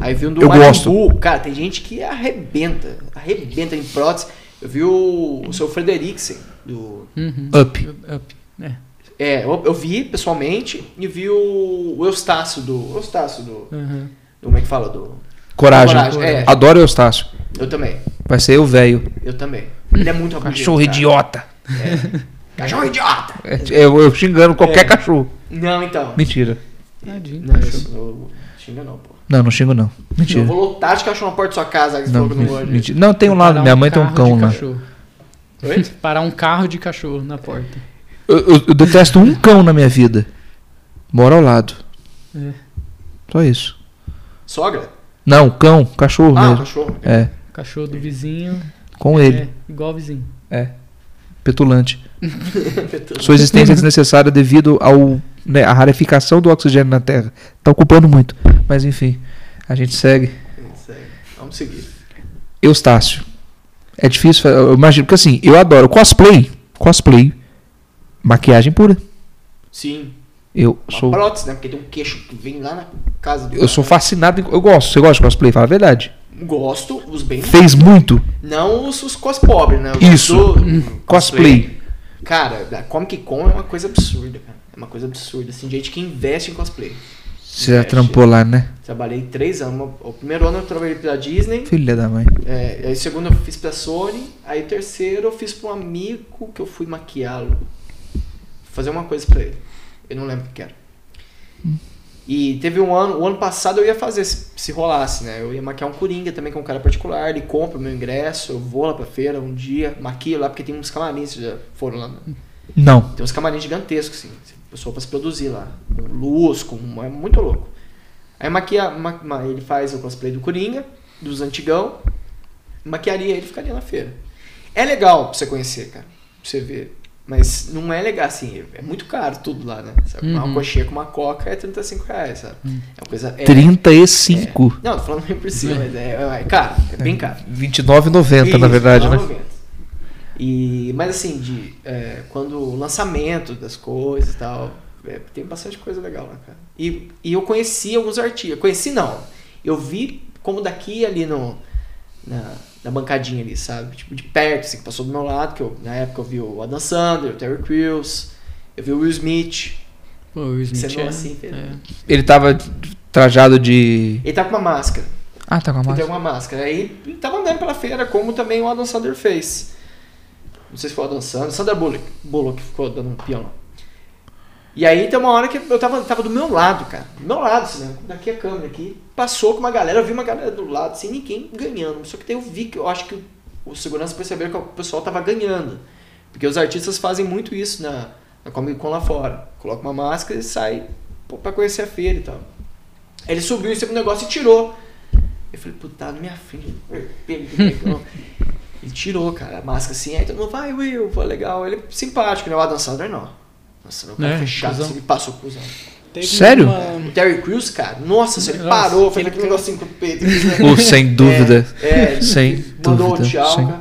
Speaker 3: Aí vi um do
Speaker 1: Eu
Speaker 3: Marimbu.
Speaker 1: gosto.
Speaker 3: Cara, tem gente que arrebenta. Arrebenta em prótese. Eu vi o, o seu Frederiksen, do.
Speaker 2: Uhum.
Speaker 1: Up.
Speaker 2: Up. É.
Speaker 3: É, eu, eu vi pessoalmente e vi o, o Eustácio do. o Eustácio do.
Speaker 2: Uhum.
Speaker 3: Como é que fala? Do.
Speaker 1: Coragem.
Speaker 3: Coragem, é.
Speaker 1: Adoro Eustácio.
Speaker 3: Eu também.
Speaker 1: Vai ser eu velho.
Speaker 3: Eu também. Ele é muito rabugento.
Speaker 1: Cachorro
Speaker 3: cara.
Speaker 1: idiota.
Speaker 3: Cachorro idiota!
Speaker 1: É, Eu, eu xingando qualquer
Speaker 3: É.
Speaker 1: cachorro.
Speaker 3: Não, então.
Speaker 1: Mentira.
Speaker 2: Tadinho.
Speaker 3: Não, isso não xinga não, pô.
Speaker 1: Não, não xingo não. Mentira.
Speaker 3: Eu vou lotar de cachorro na porta da sua casa, que você
Speaker 1: Não,
Speaker 3: falou que não gosta.
Speaker 1: mentira. Não, tem um lado.
Speaker 2: Parar
Speaker 1: Minha mãe tem um
Speaker 2: carro de
Speaker 1: cão lá.
Speaker 2: cachorro.
Speaker 3: Oi?
Speaker 2: Parar um carro de cachorro na porta.
Speaker 1: Eu, eu- eu detesto um cão na minha vida. Mora ao lado.
Speaker 2: É.
Speaker 1: Só isso.
Speaker 3: Sogra?
Speaker 1: Não, cão, cachorro
Speaker 3: Ah, o
Speaker 1: mesmo.
Speaker 3: cachorro.
Speaker 1: É,
Speaker 2: Cachorro do vizinho.
Speaker 1: com ele. É.
Speaker 2: É, igual vizinho.
Speaker 1: Petulante. Sua existência é desnecessária devido ao né, à rareficação do oxigênio na Terra. Tá ocupando muito. Mas enfim, a gente segue.
Speaker 3: Isso aí. Vamos seguir.
Speaker 1: Eustácio. É difícil, fa- eu imagino, porque assim, eu adoro cosplay, cosplay, maquiagem pura.
Speaker 3: Sim.
Speaker 1: Eu
Speaker 3: Uma
Speaker 1: sou
Speaker 3: prótese, né? Porque tem um queixo que vem lá na casa do.
Speaker 1: eu
Speaker 3: cara.
Speaker 1: sou fascinado, em- eu gosto. Você gosta de cosplay? Fala a verdade.
Speaker 3: Gosto, os bem.
Speaker 1: Fez muito
Speaker 3: Não os, os cos pobres, né? Os
Speaker 1: Isso. Hum,
Speaker 3: do-
Speaker 1: cosplay.
Speaker 3: Cara, a Comic Con é uma coisa absurda, cara. É uma coisa absurda. Assim, gente que investe em cosplay.
Speaker 1: Você já
Speaker 3: Investe.
Speaker 1: trampou lá, né?
Speaker 3: Trabalhei três anos. O primeiro ano eu trabalhei pela Disney.
Speaker 1: Filha da mãe.
Speaker 3: É, aí o segundo eu fiz pra Sony, aí o terceiro eu fiz pra um amigo que eu fui maquiá-lo. Fazer uma coisa pra ele. Eu não lembro o que era. E teve um ano, o ano passado eu ia fazer, se, se rolasse, né? Eu ia maquiar um Coringa também, que é um cara particular, ele compra o meu ingresso, eu vou lá pra feira um dia, maquio lá, porque tem uns camarins, vocês já foram lá, né?
Speaker 1: Não.
Speaker 3: Tem uns camarins gigantescos, assim. O pessoal pra se produzir lá. Luz, com, é muito louco. Aí maquia, ma- ma- ele faz o cosplay do Coringa, dos antigão. Maquiaria ele e ficaria na feira. É legal pra você conhecer, cara. Pra você ver. Mas não é legal, assim. É muito caro tudo lá, né? Sabe? Uma
Speaker 2: Uhum.
Speaker 3: coxinha com uma coca é 35 reais, sabe? É uma coisa. É,
Speaker 1: 35.
Speaker 3: É, não, tô falando bem por cima, mas é, é, é caro. É bem caro.
Speaker 1: 29,90 na
Speaker 3: Isso,
Speaker 1: verdade, né?
Speaker 3: 90. E, mas assim, de, é, quando o lançamento das coisas e tal, é, tem bastante coisa legal lá, cara. E, e eu conheci alguns artistas. Conheci não. Eu vi como daqui ali no, na, na bancadinha ali, sabe? Tipo, de perto, assim, que passou do meu lado, que eu, na época eu vi o Adam Sandler, o Terry Crews, eu vi o Will Smith.
Speaker 2: Pô, o Smith
Speaker 3: Você não
Speaker 2: é-
Speaker 3: assim, Pedro?
Speaker 2: é.
Speaker 1: Ele tava trajado de
Speaker 3: Ele tá com uma máscara.
Speaker 1: Ah, tá com a
Speaker 3: Ele tem
Speaker 1: máscara.
Speaker 3: uma máscara. Aí ele tava andando pela feira, como também o Adam Sandler fez. Não sei se foi o Adam Sandler, Sandra Bullock, Bullock ficou dando um peão lá. E aí tem uma hora que eu tava, tava do meu lado, cara. Do meu lado, assim, né? daqui a câmera aqui. Passou com uma galera, eu vi uma galera do lado, sem ninguém ganhando. Só que daí eu vi que eu acho que os seguranças perceberam que o pessoal tava ganhando. Porque os artistas fazem muito isso né? na, na Comic Con lá fora. Coloca uma máscara e sai pô, pra conhecer a feira e tal. Aí ele subiu em cima do negócio e tirou. Eu falei, puta, tá na minha frente, vermelho, negão. Ele tirou, cara, a máscara assim, aí todo mundo, vai, Will, pô, legal. Ele é simpático, né? O Adam Sandler não. Nossa, o cara
Speaker 2: É,
Speaker 3: fechado,
Speaker 2: cuzão.
Speaker 3: assim, ele passou o cuzão.
Speaker 2: Teve
Speaker 1: Sério?
Speaker 3: O Terry Crews, cara, nossa, se ele
Speaker 2: Nossa,
Speaker 3: parou, fez
Speaker 2: aquele
Speaker 3: aquele
Speaker 2: cara-
Speaker 3: negocinho com o peito.
Speaker 1: Oh, sem dúvida.
Speaker 3: É, é,
Speaker 1: Sem
Speaker 3: mandou
Speaker 1: dúvida,
Speaker 3: o tchau,
Speaker 1: sem-
Speaker 3: cara.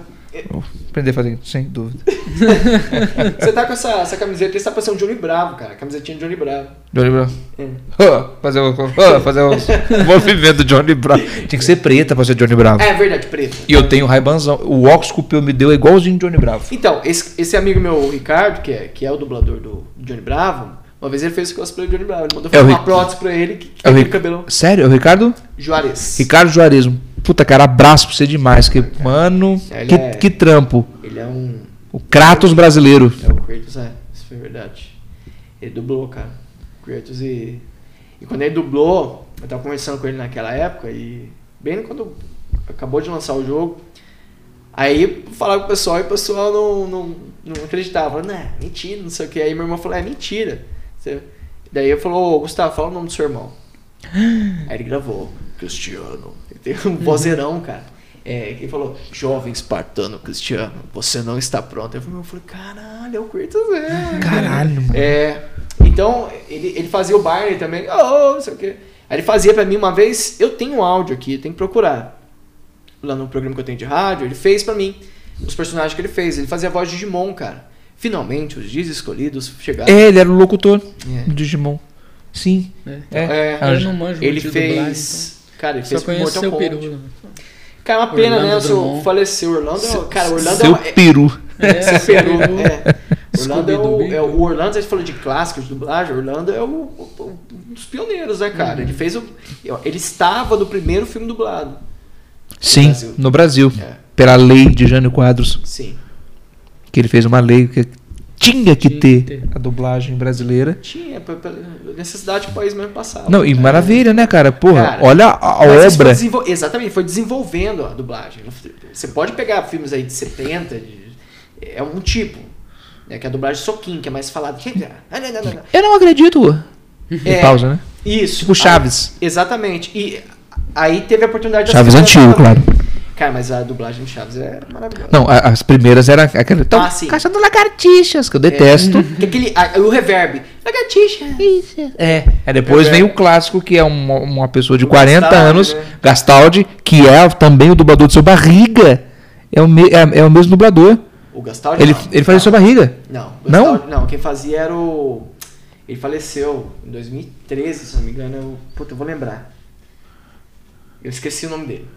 Speaker 1: Vou Aprender a fazer, sem dúvida.
Speaker 3: Você tá com essa, essa camiseta, aí, você tá parecendo o Johnny Bravo, cara, a camisetinha de Johnny Bravo.
Speaker 1: Johnny Brown.
Speaker 3: É.
Speaker 1: Ah, Fazer o ah, fazer o movimento do Johnny Brown. Tinha que ser preta pra ser Johnny
Speaker 2: Ah.
Speaker 1: Bravo.
Speaker 3: É verdade, preto.
Speaker 1: E eu tenho raibanzão. O óculos que o Peu me deu é igualzinho Johnny Bravo.
Speaker 3: Então, esse, esse amigo meu, o Ricardo, que é, que é o dublador do Johnny Bravo, Uma vez ele fez o cosplay do Johnny Bravo. Ele mandou
Speaker 1: É o
Speaker 3: fazer uma
Speaker 1: Ric-
Speaker 3: prótese pra ele que, que
Speaker 1: É o
Speaker 3: tem
Speaker 1: Ric-
Speaker 3: o cabelo
Speaker 1: Sério? É o Ricardo?
Speaker 3: Juarez.
Speaker 1: Ricardo Juarez. um Puta, cara, abraço pra você demais. Que, mano,
Speaker 3: Ele
Speaker 1: que,
Speaker 3: é-
Speaker 1: que trampo.
Speaker 3: Ele é um.
Speaker 1: O Kratos brasileiro.
Speaker 3: É o Kratos, é. Isso foi verdade. Ele dublou, cara. Kratos e. E quando ele dublou, eu tava conversando com ele naquela época e. Bem quando acabou de lançar o jogo. Aí falava com o pessoal e o pessoal não, não, não acreditava. Falando, né, mentira, não sei o que. Aí meu irmão falou, é mentira. Você- Daí eu falou, ô Gustavo, fala o nome do seu irmão. Aí ele gravou, Cristiano. Ele tem um vozeirão, cara. É, que ele falou, jovem espartano Cristiano, você não está pronto. Eu falei, eu falei caralho, é o Kratos mesmo.
Speaker 1: Caralho, mano.
Speaker 3: É, então, ele, ele fazia o Barney também. Oh, não sei o quê. Aí ele fazia pra mim uma vez. Eu tenho um áudio aqui, tem que procurar. Lá no programa que eu tenho de rádio, ele fez pra mim. Os personagens que ele fez. Ele fazia a voz de Digimon, cara. Finalmente, os dias escolhidos chegaram.
Speaker 1: É, ele era o locutor
Speaker 3: É.
Speaker 1: do Digimon. Sim.
Speaker 2: É.
Speaker 1: É.
Speaker 3: É,
Speaker 2: Eu não manjo
Speaker 3: ele
Speaker 2: de
Speaker 3: fez.
Speaker 2: dublagem,
Speaker 3: Cara, ele
Speaker 2: então.
Speaker 3: fez
Speaker 2: Só conheço
Speaker 3: Mortal
Speaker 2: seu
Speaker 3: Kombat.
Speaker 2: peru. né?
Speaker 3: Cara, uma pena,
Speaker 2: Orlando
Speaker 3: né? O seu
Speaker 2: Drummond.
Speaker 3: faleceu. Orlando é. o- Cara, Orlando é
Speaker 1: Seu
Speaker 3: uma- é,
Speaker 1: peru.
Speaker 2: É,
Speaker 3: Seu
Speaker 2: seu
Speaker 3: peru,
Speaker 2: peru.
Speaker 3: é. Orlando é o,
Speaker 2: Scooby-Doo,
Speaker 3: é o Orlando, a gente falou de clássicos de dublagem, Orlando é o, o- o- um dos pioneiros, né, cara? Ele fez o. Ele estava no primeiro filme dublado.
Speaker 1: Sim,
Speaker 3: Brasil.
Speaker 1: no Brasil.
Speaker 3: É.
Speaker 1: Pela lei de Jânio Quadros,
Speaker 3: Sim.
Speaker 1: que ele fez uma lei que tinha que
Speaker 2: Tinha que
Speaker 1: ter
Speaker 2: ter.
Speaker 1: a dublagem brasileira.
Speaker 3: Tinha, pe- pela necessidade que o país mesmo passava.
Speaker 1: Não, e
Speaker 3: né?
Speaker 1: maravilha, né, cara? Porra,
Speaker 3: Cara,
Speaker 1: olha a, a
Speaker 3: Mas isso foi
Speaker 1: obra.
Speaker 3: desenvol- Exatamente, foi desenvolvendo a dublagem. Você pode pegar filmes aí de 70, de- é um tipo. Né, que é a dublagem soquinho, que é mais falado.
Speaker 1: Eu não acredito.
Speaker 3: É.
Speaker 1: E pausa, né?
Speaker 3: Isso.
Speaker 1: Tipo Chaves.
Speaker 3: Aí- exatamente. E aí teve a oportunidade de
Speaker 1: Chaves
Speaker 3: assistir a
Speaker 1: antigo,
Speaker 3: dublagem.
Speaker 1: claro.
Speaker 3: Cara, mas a dublagem de Chaves é maravilhosa.
Speaker 1: Não, a- as primeiras eram aquela. Então,
Speaker 3: Ah, sim. É.
Speaker 1: caçando lagartixas, que eu detesto.
Speaker 3: Que aquele, a- o reverb. Lagartixa.
Speaker 1: É. Aí depois
Speaker 3: É.
Speaker 1: vem o clássico, que é uma, uma pessoa de
Speaker 3: O
Speaker 1: 40
Speaker 3: Gastaldi,
Speaker 1: anos,
Speaker 3: né?
Speaker 1: Gastaldi, que é também o dublador do seu barriga. É o, me- é, é o mesmo dublador.
Speaker 3: O Gastaldi.
Speaker 1: Ele,
Speaker 3: não.
Speaker 1: ele fazia o seu barriga.
Speaker 3: Não, o
Speaker 1: Não?
Speaker 3: Gastaldi, não, quem fazia era o. Ele faleceu em 2013, se não me engano. Eu, puta, eu vou lembrar. Eu esqueci o nome dele.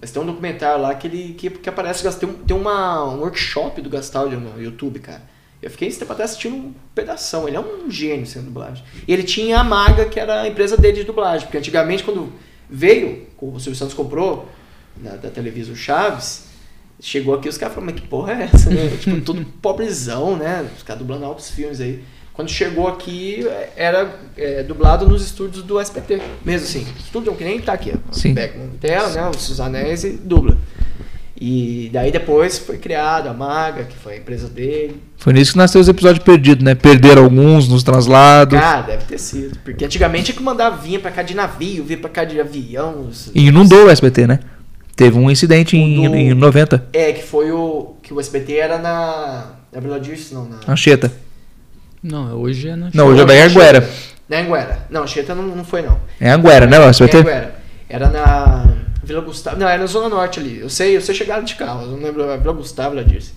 Speaker 3: Mas tem um documentário lá que ele que, que aparece. o Gas- Tem, um, tem uma, um workshop do Gastaldi no YouTube, cara. Eu fiquei esse tempo até assistindo um pedação. Ele é um gênio sendo dublagem. E ele tinha a Maga, que era a empresa dele de dublagem. Porque antigamente, quando veio, o Silvio Santos comprou na- da Televisa o Chaves, Chegou aqui os caras falaram, mas que porra é essa? né? tipo, tudo pobrezão, né? Os caras dublando altos filmes aí. Quando chegou aqui, era é, dublado nos estúdios do SPT. Mesmo assim, estúdio que nem tá aqui. ó.
Speaker 1: Sim.
Speaker 3: Pega uma tela, né? Os anéis e dubla. E daí depois foi criado a Maga, que foi a empresa dele.
Speaker 1: Foi nisso que nasceu os episódios perdidos, né? Perderam alguns nos translados.
Speaker 3: Cara, Ah, deve ter sido. Porque antigamente é que mandava vir pra cá de navio, vir pra cá de avião. os-
Speaker 1: E inundou o SBT, né? Teve um incidente em,
Speaker 3: Inundou.
Speaker 1: em 90,
Speaker 3: É, que foi o. Que o SBT era na. Na Vila Dirce, não, na.
Speaker 1: Anchieta.
Speaker 2: Não, hoje é no
Speaker 1: Não, hoje é bem Anguera.
Speaker 3: Na Anguera. Não, Anchieta não, não foi, não.
Speaker 1: É Anguera, né? O SBT?
Speaker 3: Em Anguera. Era na Vila Gustavo. Não, era na Zona Norte ali. Eu sei, eu sei chegar de carro, eu não lembro. era Vila Gustavo, ela disse.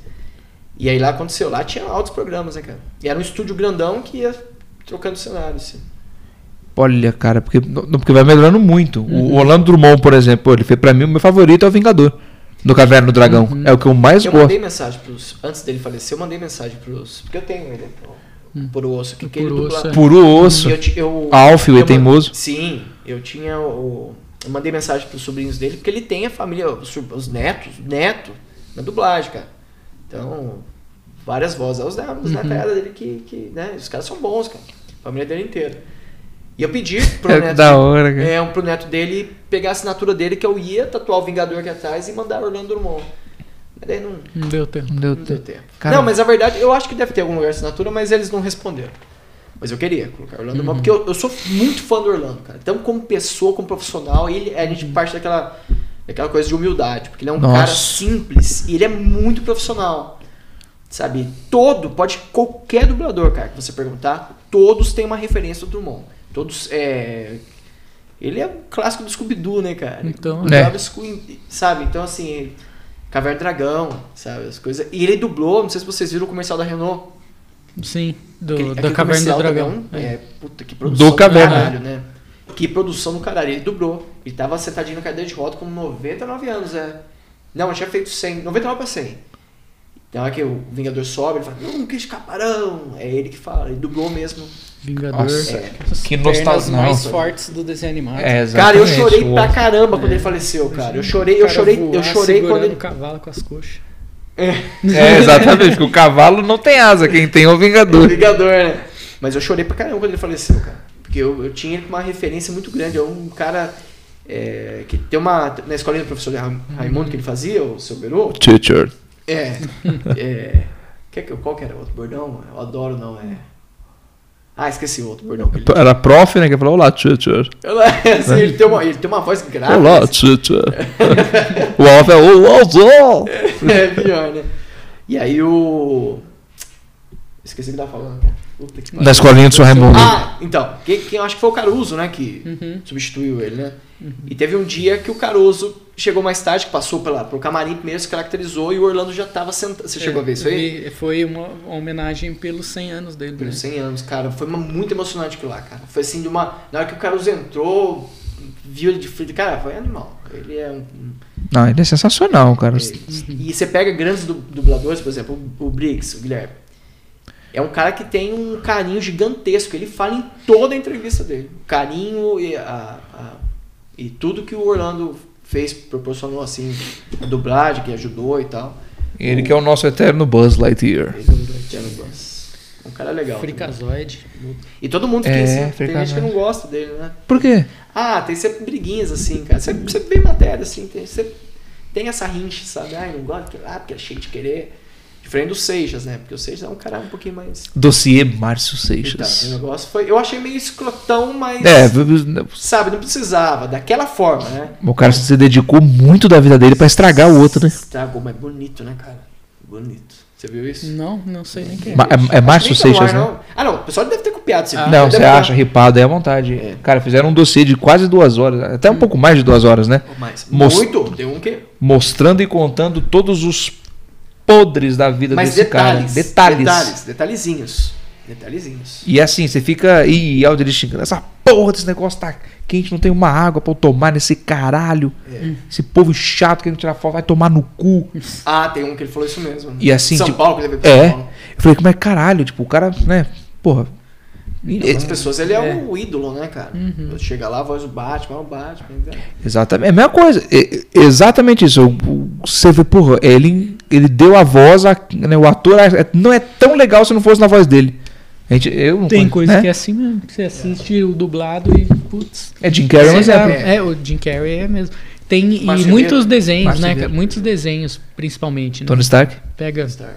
Speaker 3: E aí lá aconteceu. Lá tinha altos programas, né, cara? E era um estúdio grandão que ia trocando cenário, assim.
Speaker 1: Olha, cara, porque, não, porque vai melhorando muito. O Orlando Drummond, por exemplo, ele foi pra mim o meu favorito é o Vingador. Do Caverna do Dragão. É o que eu mais
Speaker 3: Uhum. Eu
Speaker 1: gosto.
Speaker 3: mandei mensagem pros. Antes dele falecer, eu mandei mensagem pros. Porque eu tenho ele. Por, por osso. Que, que ele
Speaker 2: Por osso,
Speaker 3: dubla-
Speaker 2: é.
Speaker 1: Puro osso.
Speaker 3: E Eu, ti- eu,
Speaker 1: Alfio e
Speaker 3: eu ma-
Speaker 1: teimoso.
Speaker 3: Sim, eu tinha o. Eu mandei mensagem pros sobrinhos dele, porque ele tem a família, os, sur- os netos, neto, na dublagem, cara. Então, várias vozes. É os netos,
Speaker 1: Uhum.
Speaker 3: né, cara, dele que, que, né, os caras são bons, cara. A família dele inteira. E eu pedi pro
Speaker 1: É
Speaker 3: neto.
Speaker 1: da hora, cara.
Speaker 3: É, um pro neto dele pegar a assinatura dele, que eu ia tatuar o Vingador aqui atrás e mandar Orlando Drummond. Mas daí não,
Speaker 2: Não deu tempo.
Speaker 1: Não deu
Speaker 3: não deu
Speaker 1: tempo.
Speaker 3: tempo.
Speaker 1: Cara-
Speaker 3: Não, mas a verdade, eu acho que deve ter algum lugar de assinatura, mas eles não responderam. Mas eu queria colocar Orlando Drummond, porque eu, eu sou muito fã do Orlando, cara. Então, como pessoa, como profissional, ele, é, a gente parte daquela, daquela coisa de humildade, porque ele é um
Speaker 1: Nossa.
Speaker 3: cara simples e ele é muito profissional. Sabe? Todo, pode qualquer dublador, cara, que você perguntar, todos têm uma referência do Drummond. Todos, é... Ele é um clássico do Scooby-Doo, né, cara?
Speaker 2: Então,
Speaker 3: O
Speaker 1: né?
Speaker 3: Diabo Scoo- sabe? Então, assim, Caverna do Dragão, sabe? As coisas. E ele dublou, não sei se vocês viram o comercial da Renault.
Speaker 2: Sim, do,
Speaker 3: Aquele-
Speaker 2: da
Speaker 3: aquele
Speaker 2: Caverna
Speaker 3: comercial
Speaker 2: do
Speaker 3: também é
Speaker 2: Dragão.
Speaker 3: um-
Speaker 2: É.
Speaker 3: É, puta, que produção
Speaker 1: Do Caverna.
Speaker 3: caralho, né? Que produção do caralho. Ele dublou. Ele tava sentadinho na cadeira de roda com 99 anos, é. Não, ele tinha feito 100. 99 pra 100. Tem hora que o Vingador sobe, ele fala, não, que escaparão! É ele que fala, ele dublou mesmo.
Speaker 2: Vingador.
Speaker 1: Nossa,
Speaker 3: É.
Speaker 2: As
Speaker 1: que
Speaker 2: pernas
Speaker 1: nostalgia.
Speaker 2: mais
Speaker 1: Nossa.
Speaker 2: fortes do desenho animado.
Speaker 1: É,
Speaker 3: Cara, eu
Speaker 1: exatamente,
Speaker 3: chorei
Speaker 1: o
Speaker 3: pra
Speaker 1: outro.
Speaker 3: caramba
Speaker 2: É.
Speaker 3: quando ele faleceu, cara. Eu chorei, eu chorei, eu chorei quando
Speaker 2: o
Speaker 3: ele.
Speaker 2: cavalo com as coxas.
Speaker 1: É, exatamente, porque o cavalo não tem asa, quem tem é o
Speaker 3: O
Speaker 1: Vingador.
Speaker 3: Vingador, né? Mas eu chorei pra caramba quando ele faleceu, cara. Porque eu, eu tinha ele com uma referência muito grande. É um cara é, que tem uma. Na escolinha do professor Ra- Raimundo que ele fazia, o seu Beru.
Speaker 1: Teacher.
Speaker 3: É. é quer que eu- qual que era o outro bordão? Eu adoro, não, é. Ah, esqueci o outro bordão. Que ele...
Speaker 1: Era prof, né? Que falou, olá, teacher.
Speaker 3: Assim, ele, tem uma, ele tem uma voz grave.
Speaker 1: Olá, teacher. o Alf é olá, olá.
Speaker 3: É pior, né? E aí o. Esqueci o que tava falando, cara. Puta que
Speaker 1: Da escolinha do seu Raimundo.
Speaker 3: Ah, então, quem, quem eu acho que foi o Caruso, né? Que substituiu ele, né? E teve um dia que o Caruso chegou mais tarde, que passou pela, pro camarim primeiro, se caracterizou e o Orlando já tava sentado. Você chegou a ver isso aí?
Speaker 2: É, Vi- Foi uma homenagem pelos 100 anos dele. né?
Speaker 3: Pelos 100 anos, cara. Foi uma- muito emocionante aquilo lá, cara. Foi assim, de uma. Na hora que o Caruso entrou, viu ele de frente. Cara, foi animal. Ele é um. um-
Speaker 1: Não, ele é sensacional, cara.
Speaker 3: é, e você pega grandes du- dubladores, por exemplo, o, o Briggs, o Guilherme. É um cara que tem um carinho gigantesco. Ele fala em toda a entrevista dele. O carinho e, a- a- e tudo que o Orlando fez, proporcionou, assim, a dublagem, que ajudou e tal.
Speaker 1: Ele que é o nosso eterno Buzz Lightyear.
Speaker 3: Ele é um cara legal.
Speaker 2: Fricazoide.
Speaker 3: E todo mundo que
Speaker 1: É,
Speaker 3: assim, tem gente
Speaker 1: Fricazoide.
Speaker 3: que não gosta dele, né?
Speaker 1: Por quê?
Speaker 3: Ah, tem sempre briguinhas assim, cara. Você, você vê matéria assim, tem, você tem essa rinche, sabe? Ai, não gosto daquele lá, porque é cheio de querer. Diferente do Seixas, né? Porque o Seixas é um cara um pouquinho mais.
Speaker 1: Dossiê Márcio
Speaker 3: Então, o
Speaker 1: Seixas.
Speaker 3: negócio foi. Eu achei meio escrotão, mas.
Speaker 1: É, v- v-
Speaker 3: Sabe, não precisava, daquela forma, né?
Speaker 1: o cara se dedicou muito da vida dele pra estragar o outro, né?
Speaker 3: Estragou, mas bonito, né, cara? Bonito. Você viu isso?
Speaker 2: Não, não sei nem quem é.
Speaker 1: Ma- é, é Márcio
Speaker 3: Acho que nem tá no
Speaker 1: Seixas,
Speaker 3: ar,
Speaker 1: né? Ah.
Speaker 3: não. Ah, não, o pessoal deve ter copiado esse vídeo.
Speaker 1: Não,
Speaker 3: Deve
Speaker 1: você
Speaker 3: ter-
Speaker 1: acha, ripado, é à vontade. Cara, fizeram um dossiê de quase duas horas, até
Speaker 3: Hum.
Speaker 1: um pouco mais de duas horas, né?
Speaker 3: Mas,
Speaker 1: Most-
Speaker 3: muito, tem um que.
Speaker 1: Mostrando e contando todos os podres da vida
Speaker 3: Mas
Speaker 1: desse
Speaker 3: detalhes,
Speaker 1: cara. né? Detalhes.
Speaker 3: Detalhes, detalhezinhos. Detalhezinhos.
Speaker 1: E assim, você fica. Ih, Aldo ele xingando. Essa porra desse negócio tá quente, não tem uma água pra eu tomar nesse caralho.
Speaker 3: É.
Speaker 1: Esse povo chato querendo tirar foto, vai tomar no cu.
Speaker 3: Ah, tem um que ele falou isso mesmo. né?
Speaker 1: E assim,
Speaker 3: São
Speaker 1: tipo,
Speaker 3: Paulo, que ele veio pra
Speaker 1: É.
Speaker 3: São Paulo.
Speaker 1: Eu falei, como é caralho? Tipo, o cara, né? Porra.
Speaker 3: As
Speaker 1: E-
Speaker 3: pessoas, ele é, um ídolo, né, cara? Chega lá, a voz do Batman, é o Batman. né?
Speaker 1: Exatamente, é a mesma coisa. É- é exatamente isso. O- o- Você vê, porra, ele, ele deu a voz, a- né, o ator a- não é tão legal se não fosse na voz dele. A gente, eu não
Speaker 2: Tem
Speaker 1: conheço,
Speaker 2: coisa
Speaker 1: né?
Speaker 2: que é assim mesmo. que Você assiste o dublado e, putz,
Speaker 1: é. Jim Carrey é um
Speaker 2: Sei lá,
Speaker 1: exemplo.
Speaker 2: é, o Jim Carrey é mesmo. Tem e
Speaker 3: Márcio
Speaker 2: muitos
Speaker 3: Ribeiro.
Speaker 2: desenhos,
Speaker 1: Márcio
Speaker 2: né?
Speaker 1: Ribeiro.
Speaker 2: cara? Muitos desenhos, principalmente. Né?
Speaker 1: Tony Stark.
Speaker 2: Pega
Speaker 3: Stark.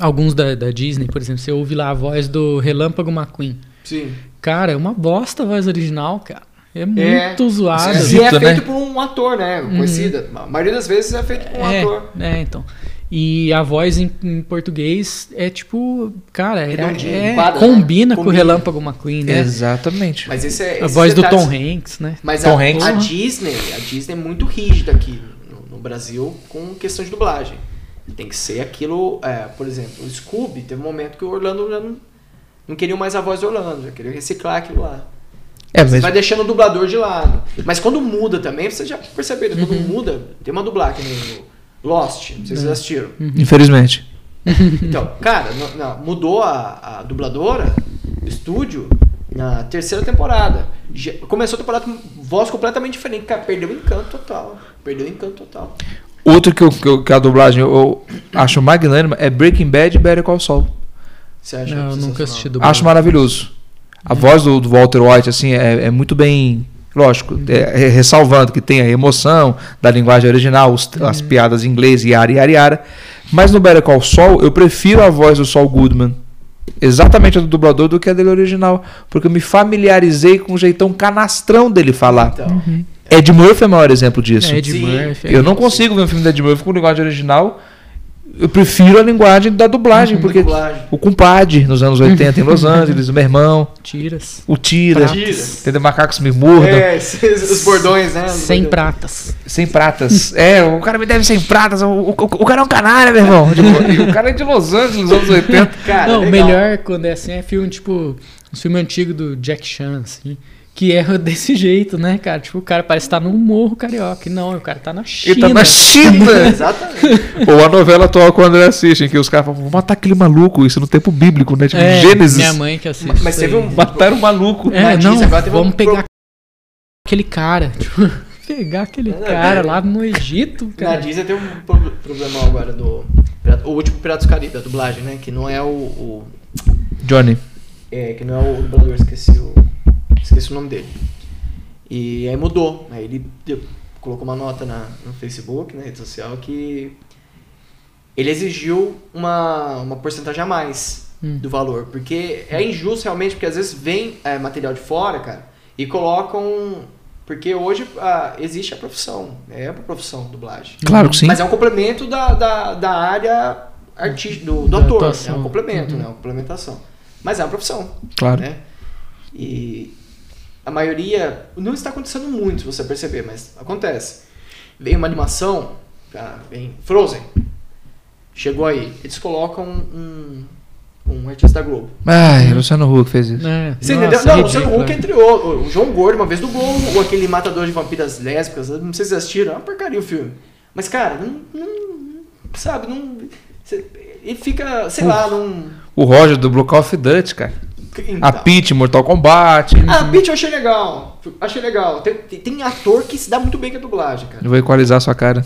Speaker 2: alguns da, da Disney, por exemplo. Você ouve lá a voz do Relâmpago McQueen.
Speaker 3: Sim.
Speaker 2: Cara, é uma bosta a voz original, cara. É muito zoado.
Speaker 1: Esquisito,
Speaker 3: e é feito
Speaker 1: né?
Speaker 3: por um ator, né? Conhecida. A maioria das vezes é feito por um ator.
Speaker 2: É, é, então. E a voz em, em português é tipo, cara, é,
Speaker 3: Redondinha,
Speaker 2: é-
Speaker 3: enquadra, né?
Speaker 2: combina com o
Speaker 3: Combina.
Speaker 2: Relâmpago McQueen, né?
Speaker 1: Exatamente.
Speaker 3: Mas esse é.
Speaker 2: A
Speaker 3: esses
Speaker 2: voz do
Speaker 3: detalhes-
Speaker 2: Tom Hanks, né?
Speaker 3: Mas
Speaker 1: Tom
Speaker 3: a,
Speaker 1: Hanks.
Speaker 3: a Disney, a Disney é muito rígida aqui no, no Brasil com questão de dublagem. Tem que ser aquilo, é, por exemplo, o Scooby, teve um momento que o Orlando já não, não queria mais a voz do Orlando, já queria reciclar aquilo lá.
Speaker 1: É,
Speaker 3: Você
Speaker 1: mas
Speaker 3: vai deixando o dublador de lado. Mas quando muda também, você já perceberam, quando
Speaker 2: Uhum.
Speaker 3: muda, tem uma dublagem no Lost, não sei se vocês
Speaker 2: É.
Speaker 3: assistiram.
Speaker 2: Uhum.
Speaker 1: infelizmente.
Speaker 3: Então, cara, no- na- mudou a, a dubladora do estúdio na terceira temporada. Já- começou a temporada com voz completamente diferente, cara, perdeu o encanto total. Perdeu o encanto total.
Speaker 1: Outro que, eu, que, eu- que a dublagem eu, eu acho magnânima é Breaking Bad e Better Call Saul.
Speaker 3: Você acha
Speaker 2: Não, eu nunca assisti
Speaker 3: sensacional?
Speaker 2: dublado.
Speaker 1: Acho maravilhoso. A voz do, do Walter White, assim, é, é muito bem. Lógico,
Speaker 2: Uhum.
Speaker 1: é- é ressalvando que tem a emoção da linguagem original, os-
Speaker 2: É.
Speaker 1: as piadas em inglês, yara, yara, yara. Mas no Better Call Sol, eu prefiro a voz do Saul Goodman, exatamente a do dublador, do que a dele original. Porque eu me familiarizei com o jeitão canastrão dele falar.
Speaker 3: Então,
Speaker 2: Uhum.
Speaker 1: Ed Murphy é o maior exemplo disso.
Speaker 2: É, Ed
Speaker 3: Sim.
Speaker 2: Murphy.
Speaker 1: Eu não consigo ver um filme da Ed Murphy com linguagem original. Eu prefiro a linguagem da dublagem,
Speaker 2: Uhum,
Speaker 1: porque
Speaker 3: é dublagem.
Speaker 1: o compadre nos anos 80 em Los Angeles, o meu irmão,
Speaker 2: Tiras.
Speaker 1: o Tira,
Speaker 3: Tiras.
Speaker 1: entendeu? Macacos me mordam,
Speaker 3: É, esses- os bordões, né? Os
Speaker 2: Sem
Speaker 3: bordões.
Speaker 2: pratas.
Speaker 1: sem pratas. É, o cara me deve sem pratas, o, o- o cara é um canalha, meu irmão. Tipo, e o cara é de Los Angeles, nos anos 80.
Speaker 3: Cara,
Speaker 2: não,
Speaker 3: legal.
Speaker 2: melhor quando é assim é filme tipo. Um filme antigo do Jack Chan, assim. que erra desse jeito, né, cara? Tipo, o cara parece estar tá num morro carioca. E Não, o cara tá na China.
Speaker 1: Ele tá na China!
Speaker 3: Exatamente.
Speaker 1: Ou a novela atual quando eles assistem, que os caras falam, vou matar aquele maluco, isso no tempo bíblico, né? Tipo,
Speaker 2: É,
Speaker 1: Gênesis.
Speaker 2: Minha mãe que assiste.
Speaker 3: Mas
Speaker 2: isso
Speaker 3: teve
Speaker 2: aí.
Speaker 3: um-
Speaker 1: Mataram o maluco.
Speaker 2: É,
Speaker 3: Mas diz,
Speaker 2: não,
Speaker 3: agora teve um
Speaker 2: vamos
Speaker 3: pro-
Speaker 2: pegar aquele cara. Tipo, pegar aquele
Speaker 3: é.
Speaker 2: cara lá no Egito,
Speaker 3: Na
Speaker 2: cara.
Speaker 3: Disney tem um pro- problemão agora do. Pirata- O último Piratas do Caribe, a dublagem, né? Que não é o. o-
Speaker 1: Johnny.
Speaker 3: é, que não é o dublador, esqueci o. Esqueci o nome dele. E aí mudou. Aí ele deu- colocou uma nota na, no Facebook, na rede social, que ele exigiu uma, uma porcentagem a mais
Speaker 2: Hum.
Speaker 3: do valor. Porque é injusto realmente, porque às vezes vem é, material de fora, cara, e colocam. Porque hoje ah, existe a profissão. É uma profissão dublagem.
Speaker 1: Claro que sim.
Speaker 3: Mas é um complemento da, da, da área arti- do, do
Speaker 2: Da
Speaker 3: ator.
Speaker 2: atuação.
Speaker 3: É um complemento, né? Uma complementação. Mas é uma profissão,
Speaker 1: Uhum. Claro.
Speaker 3: né? E a maioria... Não está acontecendo muito, se você perceber, mas acontece. Vem uma animação, tá? vem Frozen. Chegou aí. Eles colocam um, um artista da Globo.
Speaker 1: Ai, Luciano Huck fez isso.
Speaker 2: É,
Speaker 3: Você
Speaker 2: nossa,
Speaker 3: entendeu? Não,
Speaker 2: ridículo,
Speaker 3: o Luciano Huck
Speaker 2: é.
Speaker 3: entrou. O João Gordo uma vez dublou o- aquele matador de vampiras lésbicas. Não sei se vocês assistiram. É uma porcaria o filme. Mas, cara, não. não- sabe, não. cê- ele fica, sei lá, num.
Speaker 1: O Roger do Block of Duty, cara.
Speaker 3: então.
Speaker 1: A Pete, Mortal Kombat.
Speaker 3: Ah, Beat eu achei legal. Achei legal. Tem, tem- tem ator que se dá muito bem com a dublagem, cara.
Speaker 1: Eu vou equalizar sua cara.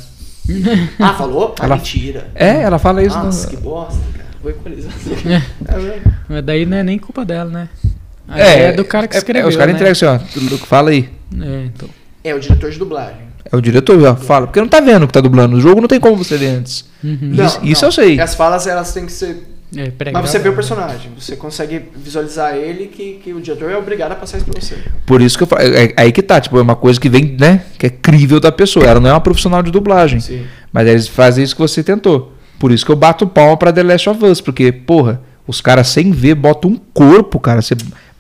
Speaker 3: Ah, falou? Ah,
Speaker 1: Ela-
Speaker 3: mentira.
Speaker 1: É, ela fala isso.
Speaker 3: Nossa,
Speaker 1: no-
Speaker 3: que bosta, cara. Vou equalizar.
Speaker 2: Mas daí não é nem culpa dela, né? A
Speaker 1: É,
Speaker 2: ideia é do cara que
Speaker 1: é-
Speaker 2: escreveu.
Speaker 1: É, os caras
Speaker 2: né?
Speaker 1: entregam assim, ó. Luke, Fala aí.
Speaker 2: É, então.
Speaker 3: É, o diretor de dublagem.
Speaker 1: É o diretor, ó. Fala. Porque não tá vendo o que tá dublando. O jogo não tem como você ver antes. Isso- isso eu sei.
Speaker 3: E As falas, elas têm que ser
Speaker 2: Uhum. É, prega-
Speaker 3: Mas você vê o personagem, você consegue visualizar ele que, que o diretor é obrigado a passar isso pra você.
Speaker 1: Por isso que eu falo. é- é- aí que tá, tipo, é uma coisa que vem, né? Que é crível da pessoa. Ela não é uma profissional de dublagem.
Speaker 3: Sim.
Speaker 1: Mas eles fazem isso que você tentou. Por isso que eu bato palma pra The Last of Us, porque, porra, os caras sem ver botam um corpo, cara. Você-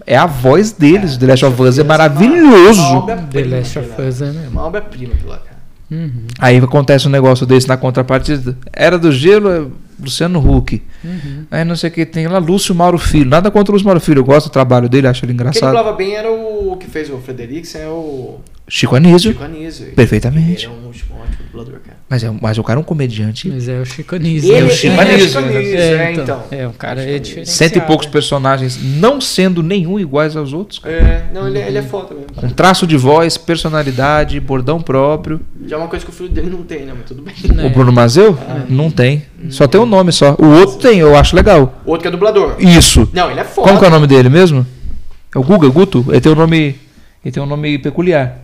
Speaker 1: é a voz deles. The Last of Us é
Speaker 3: Uma
Speaker 1: maravilhoso.
Speaker 3: obra-prima
Speaker 2: The Last of
Speaker 3: aquilo lá.
Speaker 2: Us é
Speaker 3: É
Speaker 2: mesmo.
Speaker 3: uma obra-prima aquilo lá, cara.
Speaker 2: Uhum,
Speaker 1: Aí acontece um negócio desse na contrapartida. Era do gelo, é Luciano Huck.
Speaker 2: uhum.
Speaker 1: Aí É, não sei o que tem lá, Lúcio Mauro Filho. Nada contra o Lúcio Mauro Filho, eu gosto do trabalho dele, acho ele
Speaker 3: Quem
Speaker 1: engraçado.
Speaker 3: dublava bem era o que fez o Frederiksen, é o
Speaker 1: Chico Anísio.
Speaker 3: Chico Anísio.
Speaker 1: Perfeitamente.
Speaker 3: Ele é um ótimo, ótimo dublador, cara.
Speaker 1: Mas, é, um- mas o cara é um comediante.
Speaker 2: Mas é o Chiconizio.
Speaker 1: o
Speaker 3: Ele é
Speaker 1: Chico
Speaker 3: Chico
Speaker 1: Anísio,
Speaker 3: Anísio, é, então.
Speaker 2: É, um cara
Speaker 3: Chico
Speaker 2: é
Speaker 3: Anísio.
Speaker 2: diferente.
Speaker 1: Cento e poucos personagens, não sendo nenhum iguais aos outros. cara.
Speaker 3: É, não, ele, é- ele é foda mesmo.
Speaker 1: Com traço de voz, personalidade, bordão próprio.
Speaker 3: Já é uma coisa que o filho dele não tem, né? Mas tudo bem.
Speaker 2: É.
Speaker 1: O Bruno Mazeu?
Speaker 3: É.
Speaker 1: Não tem. Só tem um nome só. O outro tem, eu acho legal.
Speaker 3: O outro que é dublador.
Speaker 1: Isso.
Speaker 3: Não, ele é foda.
Speaker 1: Como que é o nome dele mesmo? É o Guga, Guto? Ele tem um nome, ele tem um nome peculiar.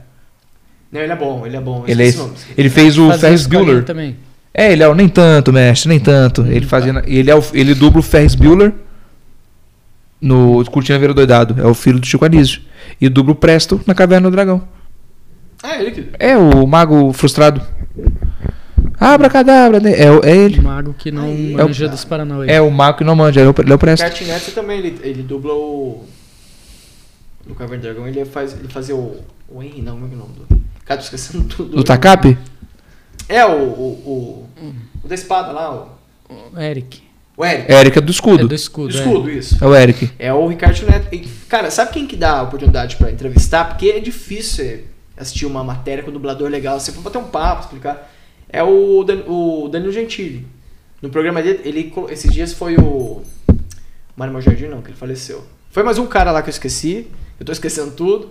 Speaker 3: Não, ele é bom, ele é bom. eu
Speaker 1: Ele, é-
Speaker 3: esqueci o nome.
Speaker 1: ele fez o Ferris Bueller.
Speaker 2: Também.
Speaker 1: É, ele é o nem tanto, mestre, nem tanto. Ele fazia, na- ele é o, ele dubla o Ferris Bueller no Curtindo a Vera Doidado, é o filho do Chico Anísio. E dubla o Presto na Caverna do Dragão.
Speaker 3: Ah, ele que...
Speaker 1: É o mago frustrado. Abra cadabra, né? é, o- é ele.
Speaker 2: Um mago que não
Speaker 3: Aí,
Speaker 2: manja
Speaker 3: cara.
Speaker 2: dos Paranauê.
Speaker 1: É o mago que não manja, ele é o, ele é o Presto.
Speaker 3: Cartoon Network também, ele, ele dubla o. No Cavern Dragon, ele faz. Ele fazia o. O Henry, não, como é que é o nome do. Cara, tô esquecendo tudo.
Speaker 1: Do Takap?
Speaker 3: É, o. O, o, o da espada lá, o.
Speaker 2: O Eric.
Speaker 3: O Eric.
Speaker 1: Érica do
Speaker 2: É
Speaker 1: Escudo.
Speaker 2: do
Speaker 1: É,
Speaker 3: do
Speaker 2: escudo.
Speaker 3: escudo, isso.
Speaker 1: o Eric.
Speaker 3: É o Ricardo Neto. E, cara, sabe quem que dá a oportunidade pra entrevistar? Porque é difícil você assistir uma matéria com um dublador legal, você pode bater um papo, explicar. É o, Dan, o Danilo Gentili. No programa dele, ele, co- esses dias foi o. Mário Maior Jardim, não, que ele faleceu. Foi mais um cara lá que eu esqueci, eu tô esquecendo tudo.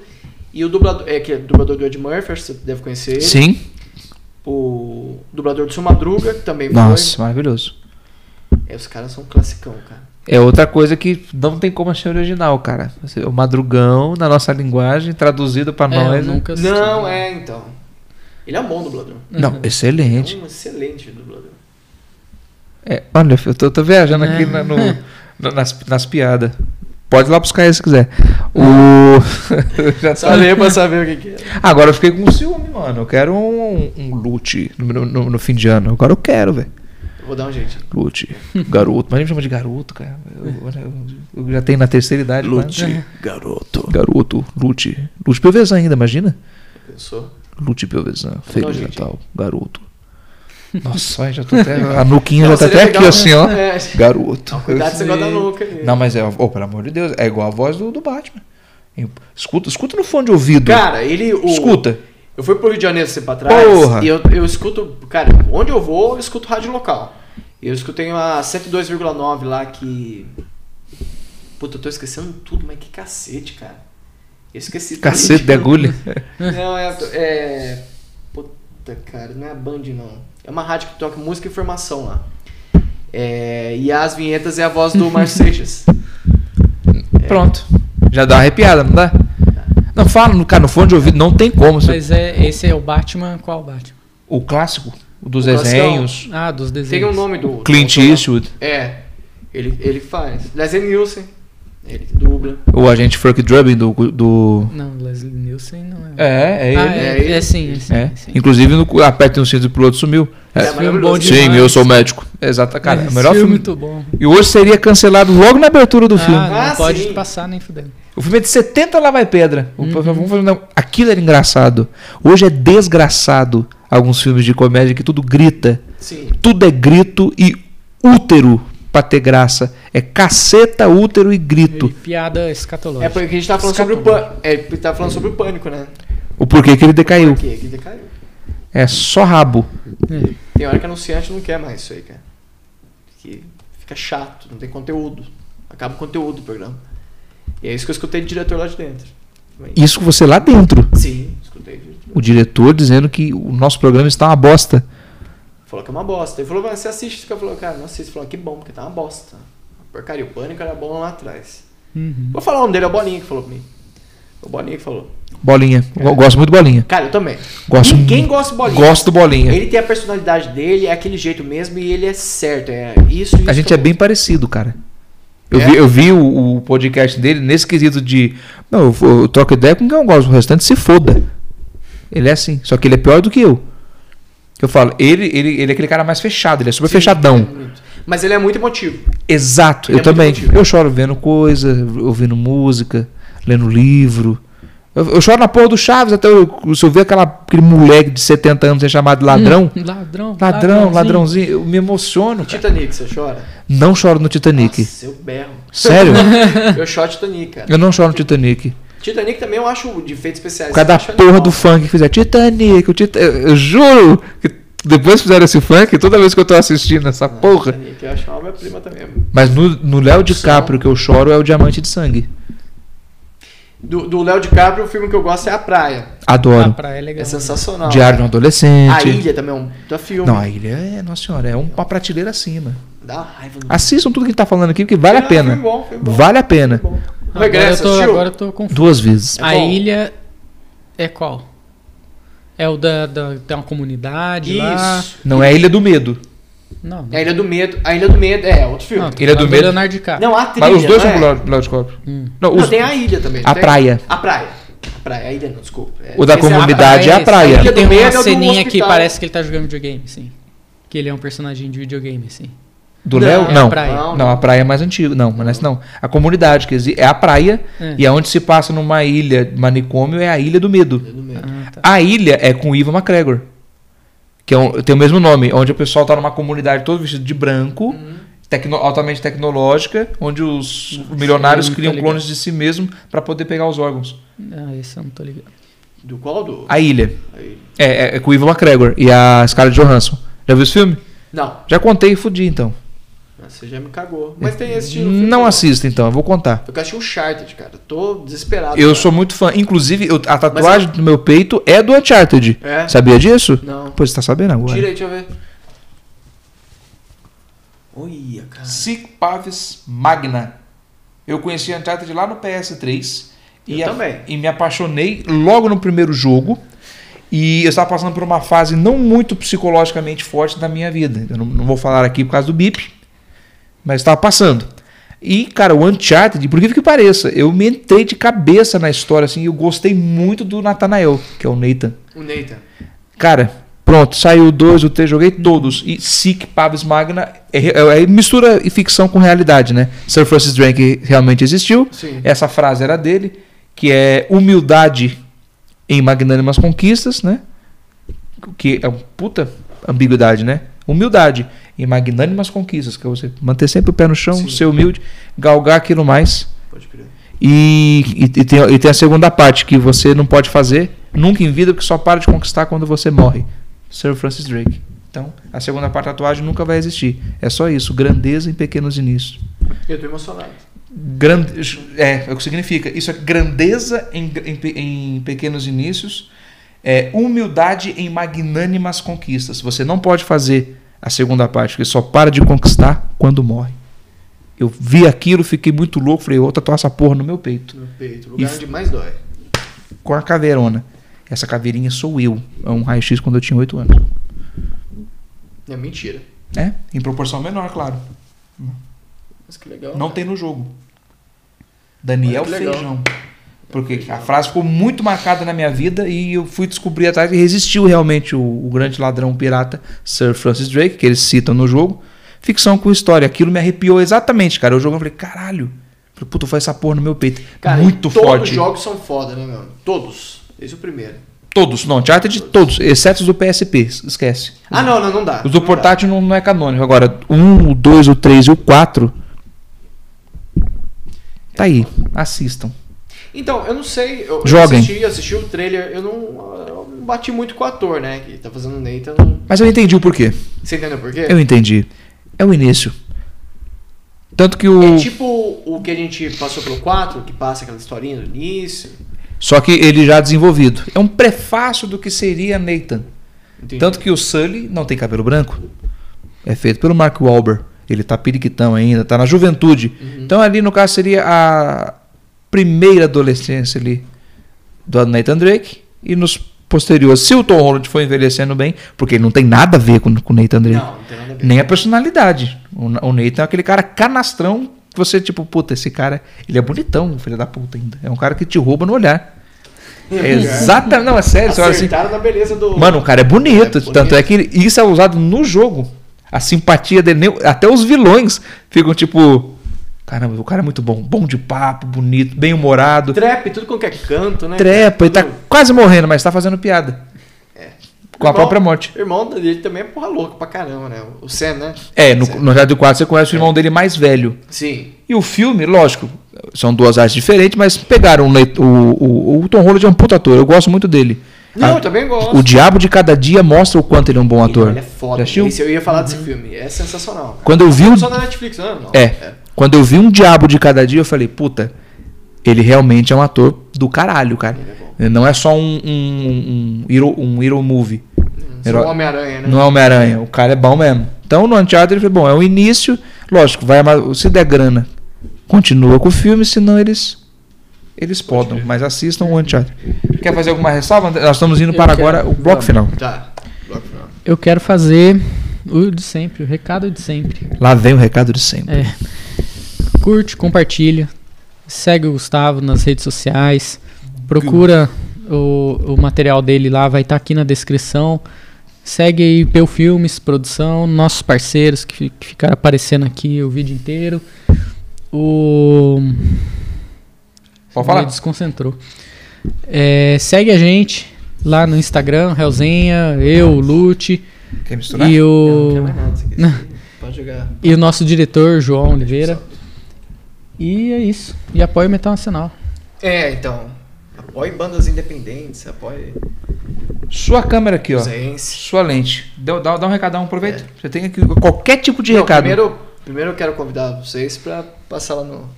Speaker 3: E o dublador, é, que é dublador do Ed Murphy, acho que você deve conhecer ele.
Speaker 1: Sim.
Speaker 3: O dublador do Seu Madruga, que também
Speaker 1: Nossa, maravilhoso.
Speaker 3: foi. É, os caras são um classicão, cara.
Speaker 1: É outra coisa que não tem como achar original, cara. Assim, O madrugão, na nossa linguagem, traduzido pra
Speaker 2: É, eu
Speaker 1: nós. né?
Speaker 2: nunca assisti.
Speaker 3: Não, é, então. Ele é um bom dublador.
Speaker 1: Não, excelente.
Speaker 3: É um excelente dublador.
Speaker 1: É, olha, eu tô, tô viajando aqui
Speaker 2: É.
Speaker 1: na- no- na- nas, nas piadas. Pode ir lá buscar ele se quiser. O. Já
Speaker 3: Só
Speaker 1: tá...
Speaker 3: ler pra saber o que, que é.
Speaker 1: Agora eu fiquei com ciúme, mano. Eu quero um, um loot no, no- no fim de ano. Agora eu quero, velho.
Speaker 3: Eu vou dar um jeito.
Speaker 1: Lute. Garoto. Mas nem me chama de garoto, cara. Eu, eu- eu já tenho na terceira idade. Lute.
Speaker 3: garoto.
Speaker 1: Garoto. Lute. Lute Pelvezan ainda, imagina?
Speaker 3: Pensou?
Speaker 1: Lute Pelvezan. Feliz
Speaker 3: gente.
Speaker 1: Natal. Garoto. Nossa, olha, já tô até. A nuquinha já tá
Speaker 3: seria
Speaker 1: até
Speaker 3: legal,
Speaker 1: aqui,
Speaker 3: né?
Speaker 1: assim, ó.
Speaker 3: É.
Speaker 1: Garoto.
Speaker 3: Não, cuidado, você gosta da nuca. aí.
Speaker 1: Não, mas é, oh, pelo amor de Deus, é igual a voz do, do Batman. Escuta, escuta no fone de ouvido.
Speaker 3: Cara, ele. o-
Speaker 1: escuta.
Speaker 3: Eu fui pro Rio de Janeiro assim pra trás
Speaker 1: Porra.
Speaker 3: e eu, eu escuto, cara, onde eu vou, eu escuto rádio local. Eu escutei uma 102,9 lá que. Puta, eu tô esquecendo tudo, mas que cacete, cara. Eu esqueci tudo.
Speaker 1: Cacete de agulha.
Speaker 3: Não, é, é. Puta, cara, não é a Band não. É uma rádio que toca música e informação lá. É, e as vinhetas é a voz do Márcio Seixas.
Speaker 1: Pronto. Já dá uma arrepiada, não dá? Não, fala, no- cara, no fone de ouvido não tem como. você-
Speaker 2: Mas é, esse é o Batman, qual Batman?
Speaker 1: O clássico dos
Speaker 3: O classicão.
Speaker 1: desenhos.
Speaker 2: Ah, dos desenhos.
Speaker 3: Tem o nome do.
Speaker 1: Clint
Speaker 3: do autor lá.
Speaker 1: Eastwood,
Speaker 3: É. Ele, ele faz. Leslie Nielsen. Ele dubla.
Speaker 1: o agente Frank Drubin do. do...
Speaker 2: Não, Leslie Nielsen não é.
Speaker 1: É, é
Speaker 2: Ah,
Speaker 1: ele.
Speaker 3: é
Speaker 2: é,
Speaker 3: ele.
Speaker 2: é sim, é sim.
Speaker 1: É.
Speaker 2: é sim.
Speaker 1: Inclusive, no, aperta um cinto pro outro sumiu. É.
Speaker 3: É maravilhoso.
Speaker 2: bom de-
Speaker 1: Sim,
Speaker 2: demais.
Speaker 1: eu sou médico. Exato, cara. é o
Speaker 2: Esse
Speaker 1: melhor filme.
Speaker 2: muito bom.
Speaker 1: E hoje seria cancelado logo na abertura do filme.
Speaker 2: Ah, não
Speaker 3: Ah,
Speaker 2: pode
Speaker 3: sim.
Speaker 2: passar nem fudendo.
Speaker 1: O filme é de 70 lá vai pedra.
Speaker 3: Uhum.
Speaker 1: O- Vamos fazer, não. Aquilo era engraçado. Hoje é desgraçado alguns filmes de comédia que tudo grita.
Speaker 3: Sim.
Speaker 1: Tudo é grito e útero pra ter graça. É caceta, útero e grito.
Speaker 2: E piada
Speaker 3: É
Speaker 2: escatológica.
Speaker 3: porque a gente tava falando sobre o pânico. É, porque tava falando sobre o pânico, né?
Speaker 1: O porquê que ele decaiu.
Speaker 3: Que, que decaiu.
Speaker 1: É só rabo.
Speaker 2: É.
Speaker 3: Tem hora que anunciante não quer mais isso aí, cara. Que fica chato, não tem conteúdo. Acaba o conteúdo do programa. E é isso que eu escutei de diretor lá de dentro. Também.
Speaker 1: Isso você lá dentro.
Speaker 3: Sim, escutei de diretor.
Speaker 1: O diretor dizendo que o nosso programa está uma bosta.
Speaker 3: Falou que é uma bosta. Ele falou, mas você assiste isso que eu falei, cara, não assisto. Ele Falou, que bom, porque tá uma bosta. Porcaria, o pânico era bom lá atrás.
Speaker 2: Uhum.
Speaker 3: Vou falar o nome dele, é o Boninho que falou pra mim. O Boninho que falou.
Speaker 1: Bolinha. Eu Gosto muito de bolinha.
Speaker 3: Cara, eu também.
Speaker 1: Gosto
Speaker 3: É. Ninguém
Speaker 1: mu-
Speaker 3: gosta do Bolinho.
Speaker 1: Gosto do bolinha.
Speaker 3: Ele tem a personalidade dele, é aquele jeito mesmo e ele é certo. É isso, isso
Speaker 1: A gente é
Speaker 3: acabou.
Speaker 1: bem parecido, cara. Eu
Speaker 3: É?
Speaker 1: vi, eu vi o, o podcast dele nesse quesito de. Não, eu, eu troco ideia com quem eu gosto, o restante se foda. Ele é assim, só que ele é pior do que eu. Eu falo, ele, ele, ele é aquele cara mais fechado, ele é super
Speaker 3: Sim, é
Speaker 1: fechadão.
Speaker 3: muito. Mas ele é muito emotivo.
Speaker 1: Exato,
Speaker 3: Ele
Speaker 1: eu
Speaker 3: é muito
Speaker 1: também.
Speaker 3: emotivo.
Speaker 1: Eu choro vendo coisa, ouvindo música, lendo livro. Eu, eu choro na porra do Chaves, até eu, se eu ver aquela, aquele moleque de 70 anos ser chamado
Speaker 3: Hum.
Speaker 1: de ladrão.
Speaker 2: Ladrão.
Speaker 1: Ladrão, ladrãozinho, eu me emociono. cara.
Speaker 3: Titanic, você chora?
Speaker 1: Não choro no Titanic.
Speaker 3: Nossa, eu berro.
Speaker 1: Sério?
Speaker 3: Eu choro Titanic, cara.
Speaker 1: Eu não choro no Titanic.
Speaker 3: Titanic também eu acho de efeitos especiais.
Speaker 1: Por causa da
Speaker 3: eu acho
Speaker 1: porra
Speaker 3: animal.
Speaker 1: do funk que fizeram. Titanic, o Titanic. Eu, eu juro que depois que fizeram esse funk, toda vez que eu tô assistindo essa
Speaker 3: Não,
Speaker 1: porra.
Speaker 3: Titanic, eu acho uma obra-prima também.
Speaker 1: Mas no, no Léo DiCaprio que eu choro é o Diamante de Sangue.
Speaker 3: Do do Léo DiCaprio, o filme que eu gosto é A Praia.
Speaker 2: Ah,
Speaker 1: Adoro.
Speaker 2: praia é legal.
Speaker 3: É sensacional.
Speaker 1: Diário de um
Speaker 3: A
Speaker 1: Adolescente.
Speaker 3: Ilha também é um puta filme.
Speaker 1: Não, a ilha é, nossa senhora, é um- uma prateleira acima.
Speaker 3: Dá uma raiva. no-
Speaker 1: Assistam tudo que a gente tá falando aqui, porque vale a
Speaker 3: Ah,
Speaker 1: pena.
Speaker 3: Foi bom, foi bom.
Speaker 1: Vale a pena.
Speaker 3: Foi bom. O
Speaker 2: Agora
Speaker 3: Regresso,
Speaker 2: eu tô,
Speaker 3: assistiu?
Speaker 2: agora eu tô confuso.
Speaker 1: Duas vezes.
Speaker 3: É
Speaker 2: a
Speaker 3: bom.
Speaker 2: ilha é qual? É o da, da, tem uma comunidade lá?
Speaker 3: Isso. É
Speaker 1: Não é a Ilha do Medo.
Speaker 2: Não.
Speaker 3: A Ilha do Medo. A Ilha do Medo é outro filme.
Speaker 2: Não,
Speaker 1: Ilha do
Speaker 2: falando
Speaker 1: Medo.
Speaker 2: Leonardo DiCaprio.
Speaker 3: Não, a trilha,
Speaker 1: Mas os dois são
Speaker 3: não é?
Speaker 1: do Léo Léo DiCaprio.
Speaker 2: Hum.
Speaker 1: Não,
Speaker 3: Não,
Speaker 1: os-
Speaker 3: tem a ilha também.
Speaker 1: A
Speaker 3: tem?
Speaker 1: praia.
Speaker 3: A praia. A praia. A ilha não, desculpa. É,
Speaker 1: O da
Speaker 3: esse é a
Speaker 1: comunidade é a praia.
Speaker 3: A Ilha do
Speaker 2: Tem
Speaker 3: Medo é
Speaker 2: uma
Speaker 3: do
Speaker 2: ceninha que
Speaker 3: hospital.
Speaker 2: parece que ele tá jogando videogame, sim. Que ele é um personagem de videogame, sim.
Speaker 1: Do
Speaker 3: Não,
Speaker 1: Léo?
Speaker 3: é a
Speaker 1: Não.
Speaker 2: praia.
Speaker 1: Não, a praia é mais antiga. Não, mas não. A comunidade, quer dizer, é a praia
Speaker 2: É.
Speaker 1: e aonde se passa numa ilha manicômio é a Ilha do Medo.
Speaker 3: Ilha do Medo.
Speaker 2: Ah, tá.
Speaker 1: A ilha é com o Ivan McGregor, que é um- tem o mesmo nome, onde o pessoal tá numa comunidade todo vestido de branco,
Speaker 3: Hum.
Speaker 1: tecno- altamente tecnológica, onde os milionários
Speaker 3: tá
Speaker 2: não tô
Speaker 1: criam
Speaker 2: ligado.
Speaker 1: clones de si mesmo pra poder pegar os órgãos.
Speaker 2: Não, Ah, esse eu não tô ligado.
Speaker 3: Do qual? Do...
Speaker 1: A ilha.
Speaker 3: a ilha.
Speaker 1: É, é, é com o Ivan McGregor e a Scarlett Johansson. Já viu esse filme?
Speaker 3: Não,
Speaker 1: Já contei e fudi, então.
Speaker 3: você já me cagou. Mas tem esse tipo de filme
Speaker 1: Não
Speaker 3: bom.
Speaker 1: assista, então. Eu vou contar.
Speaker 3: Eu assisti o Chartered, cara. Tô desesperado.
Speaker 1: Eu
Speaker 3: cara.
Speaker 1: sou muito fã. Inclusive, eu- a tatuagem do meu peito é do Uncharted.
Speaker 3: É?
Speaker 1: Sabia disso?
Speaker 3: Não.
Speaker 1: Pô, você tá sabendo agora.
Speaker 3: Tira aí, deixa eu ver. Olha, cara.
Speaker 1: Sic Pavis Magna. Eu conheci a Uncharted lá no PS3. e
Speaker 3: Eu
Speaker 1: a-
Speaker 3: também.
Speaker 1: E me apaixonei logo no primeiro jogo. E eu estava passando por uma fase não muito psicologicamente forte da minha vida. Eu não, não vou falar aqui por causa do bip, mas estava passando. E, cara, o Uncharted, por que que pareça, eu me entrei de cabeça na história, assim, e eu gostei muito do Nathanael, que é o Nathan.
Speaker 3: O Nathan.
Speaker 1: Cara, pronto, saiu o 2, o 3, joguei todos. E Sick, Pavis Magna, é, é- é mistura e ficção com realidade, né? Sir Francis Drake realmente existiu.
Speaker 3: Sim.
Speaker 1: Essa frase era dele, que é humildade em magnânimas conquistas, né? Que é uma puta ambiguidade, né? Humildade em magnânimas conquistas, que é você manter sempre o pé no chão,
Speaker 3: Sim.
Speaker 1: ser humilde, galgar aquilo mais.
Speaker 3: Pode crer.
Speaker 1: E, e, e tem, e tem a segunda parte, que você não pode fazer nunca em vida, porque só para de conquistar quando você morre. Sir Francis Drake. Então, a segunda parte da tatuagem nunca vai existir. É só isso, grandeza em pequenos inícios.
Speaker 3: Eu tô emocionado.
Speaker 1: Grande, é, é o que significa. Isso é grandeza em, em, pe- em pequenos inícios, é humildade em magnânimas conquistas. Você não pode fazer a segunda parte, porque só para de conquistar quando morre. Eu vi aquilo, fiquei muito louco, falei, eu vou tatuar essa porra no meu peito,
Speaker 3: No peito, lugar
Speaker 1: E-
Speaker 3: onde mais dói.
Speaker 1: com a caveirona. Essa caveirinha sou eu. É um raio-x quando eu tinha 8 anos.
Speaker 3: É mentira.
Speaker 1: É, em proporção menor, claro.
Speaker 3: Mas que legal. né?
Speaker 1: Não
Speaker 3: cara.
Speaker 1: tem no jogo. Daniel
Speaker 3: Olha que legal.
Speaker 1: Feijão. Porque a frase ficou muito marcada na minha vida e eu fui descobrir atrás que resistiu realmente o, o grande ladrão pirata Sir Francis Drake, que eles citam no jogo. Ficção com história. Aquilo me arrepiou exatamente, cara. Eu jogo eu falei, caralho. Falei, Puta, foi essa porra no meu peito.
Speaker 3: Cara,
Speaker 1: muito
Speaker 3: todos
Speaker 1: forte.
Speaker 3: os jogos são foda, né, meu? Todos. Esse é o primeiro.
Speaker 1: Todos, não, teatro de todos, exceto os do PSP, esquece.
Speaker 3: Ah, não, não, não dá.
Speaker 1: Os do
Speaker 3: Não
Speaker 1: portátil não, não é canônico. Agora, o 1, o 2, o 3 e o 4. Tá aí, assistam.
Speaker 3: dá. Então, eu não sei. Eu eu
Speaker 1: Joguem.
Speaker 3: assisti, assisti o trailer, eu não, eu não bati muito com o ator, né? Que tá fazendo o Nathan.
Speaker 1: Mas eu entendi o porquê.
Speaker 3: Você entendeu por quê?
Speaker 1: Eu entendi. É o início. Tanto que o.
Speaker 3: É tipo o que a gente passou pelo 4, que passa aquela historinha do início.
Speaker 1: Só que ele já desenvolvido. É um prefácio do que seria Nathan.
Speaker 3: Entendi.
Speaker 1: Tanto que o Sully não tem cabelo branco. É feito pelo Mark Wahlberg. Ele tá periquitão ainda, tá na juventude.
Speaker 3: Uhum.
Speaker 1: Então ali no caso seria a primeira adolescência ali do Nathan Drake e nos posteriores, se o Tom Holland for envelhecendo bem, porque ele não tem nada a ver com o Nathan Drake.
Speaker 3: Não, não tem nada a ver.
Speaker 1: Nem a personalidade. O, Na- o Nathan é aquele cara canastrão que você, tipo, puta, esse cara, ele é bonitão, filho da puta ainda. É um cara que te rouba no olhar. É exatamente. Não, é sério, você olha assim.
Speaker 3: Acertaram na beleza do.
Speaker 1: Mano, o cara é bonito.
Speaker 3: É bonito.
Speaker 1: Tanto é que ele- isso é usado no jogo. A simpatia dele, nem- até os vilões ficam tipo. Caramba, o cara é muito bom. Bom de papo, bonito, bem humorado.
Speaker 3: Trap, tudo com que é canto, né?
Speaker 1: Trepa, ele tá
Speaker 3: Tudo- É.
Speaker 1: quase morrendo, mas tá fazendo piada. Com a
Speaker 3: Irmão-
Speaker 1: própria morte.
Speaker 3: Irmão dele também é porra louca pra caramba, né? O Sam, né?
Speaker 1: É, no, no Jardim do 4 você conhece o irmão dele mais velho.
Speaker 3: Sim.
Speaker 1: E o filme, lógico, são duas artes diferentes, mas pegaram o, Le- o, o, o Tom Holland é um puta ator, eu gosto muito dele.
Speaker 3: Não,
Speaker 1: A-
Speaker 3: eu também gosto.
Speaker 1: Ah, O Diabo de Cada Dia mostra o quanto ele é um bom ator.
Speaker 3: Ele é
Speaker 1: Já
Speaker 3: foda.
Speaker 1: assistiu? Uhum.
Speaker 3: Esse eu ia falar desse filme. É sensacional. cara.
Speaker 1: Quando eu vi o...
Speaker 3: Não só na Netflix, não? não.
Speaker 1: É, quando eu vi um Diabo de Cada Dia, eu falei, puta, ele realmente é um ator do caralho, cara.
Speaker 3: Ele é bom.
Speaker 1: Não é só um, um, um, hero, um hero movie.
Speaker 3: Só
Speaker 1: Herói-
Speaker 3: o Homem-Aranha, né?
Speaker 1: Não é Homem-Aranha, o cara é bom mesmo. Então no Uncharted ele foi bom, é o início, lógico, vai ama- se der grana, continua com o filme, senão eles eles podam, mas assistam o Uncharted. Quer fazer alguma ressalva? André? Nós estamos indo
Speaker 2: Eu
Speaker 1: para
Speaker 2: quero.
Speaker 1: agora o bloco
Speaker 2: Vamos.
Speaker 1: final.
Speaker 3: Tá. Bloco final.
Speaker 2: Eu quero fazer o de sempre, o recado de sempre.
Speaker 1: Lá vem o recado de sempre.
Speaker 2: É. Curte, compartilha. Segue o Gustavo nas redes sociais. Procura o, o material dele lá, vai estar aqui na descrição. Segue aí Peu Filmes, produção, nossos parceiros que, fi- que ficaram aparecendo aqui o vídeo inteiro. O.
Speaker 1: Pode
Speaker 2: Me
Speaker 1: falar?
Speaker 2: desconcentrou. É, segue a gente lá no Instagram, Relzinha, eu,
Speaker 3: É.
Speaker 2: o Lute
Speaker 1: Quer misturar?
Speaker 3: né?
Speaker 2: e
Speaker 3: Eu não quero
Speaker 2: o.
Speaker 3: mais nada disso aqui. Pode jogar.
Speaker 2: E o nosso diretor, João Oliveira. E é isso. E apoia o Metal Nacional.
Speaker 3: É, então. Apoie bandas independentes, apoie
Speaker 1: Sua câmera aqui, ó.
Speaker 3: Zense.
Speaker 1: Sua lente. Deu- dá, dá um recadão, aproveita. Você tem aqui qualquer tipo de
Speaker 3: É. Não,
Speaker 1: recado.
Speaker 3: Primeiro, primeiro eu quero convidar vocês pra passar lá no,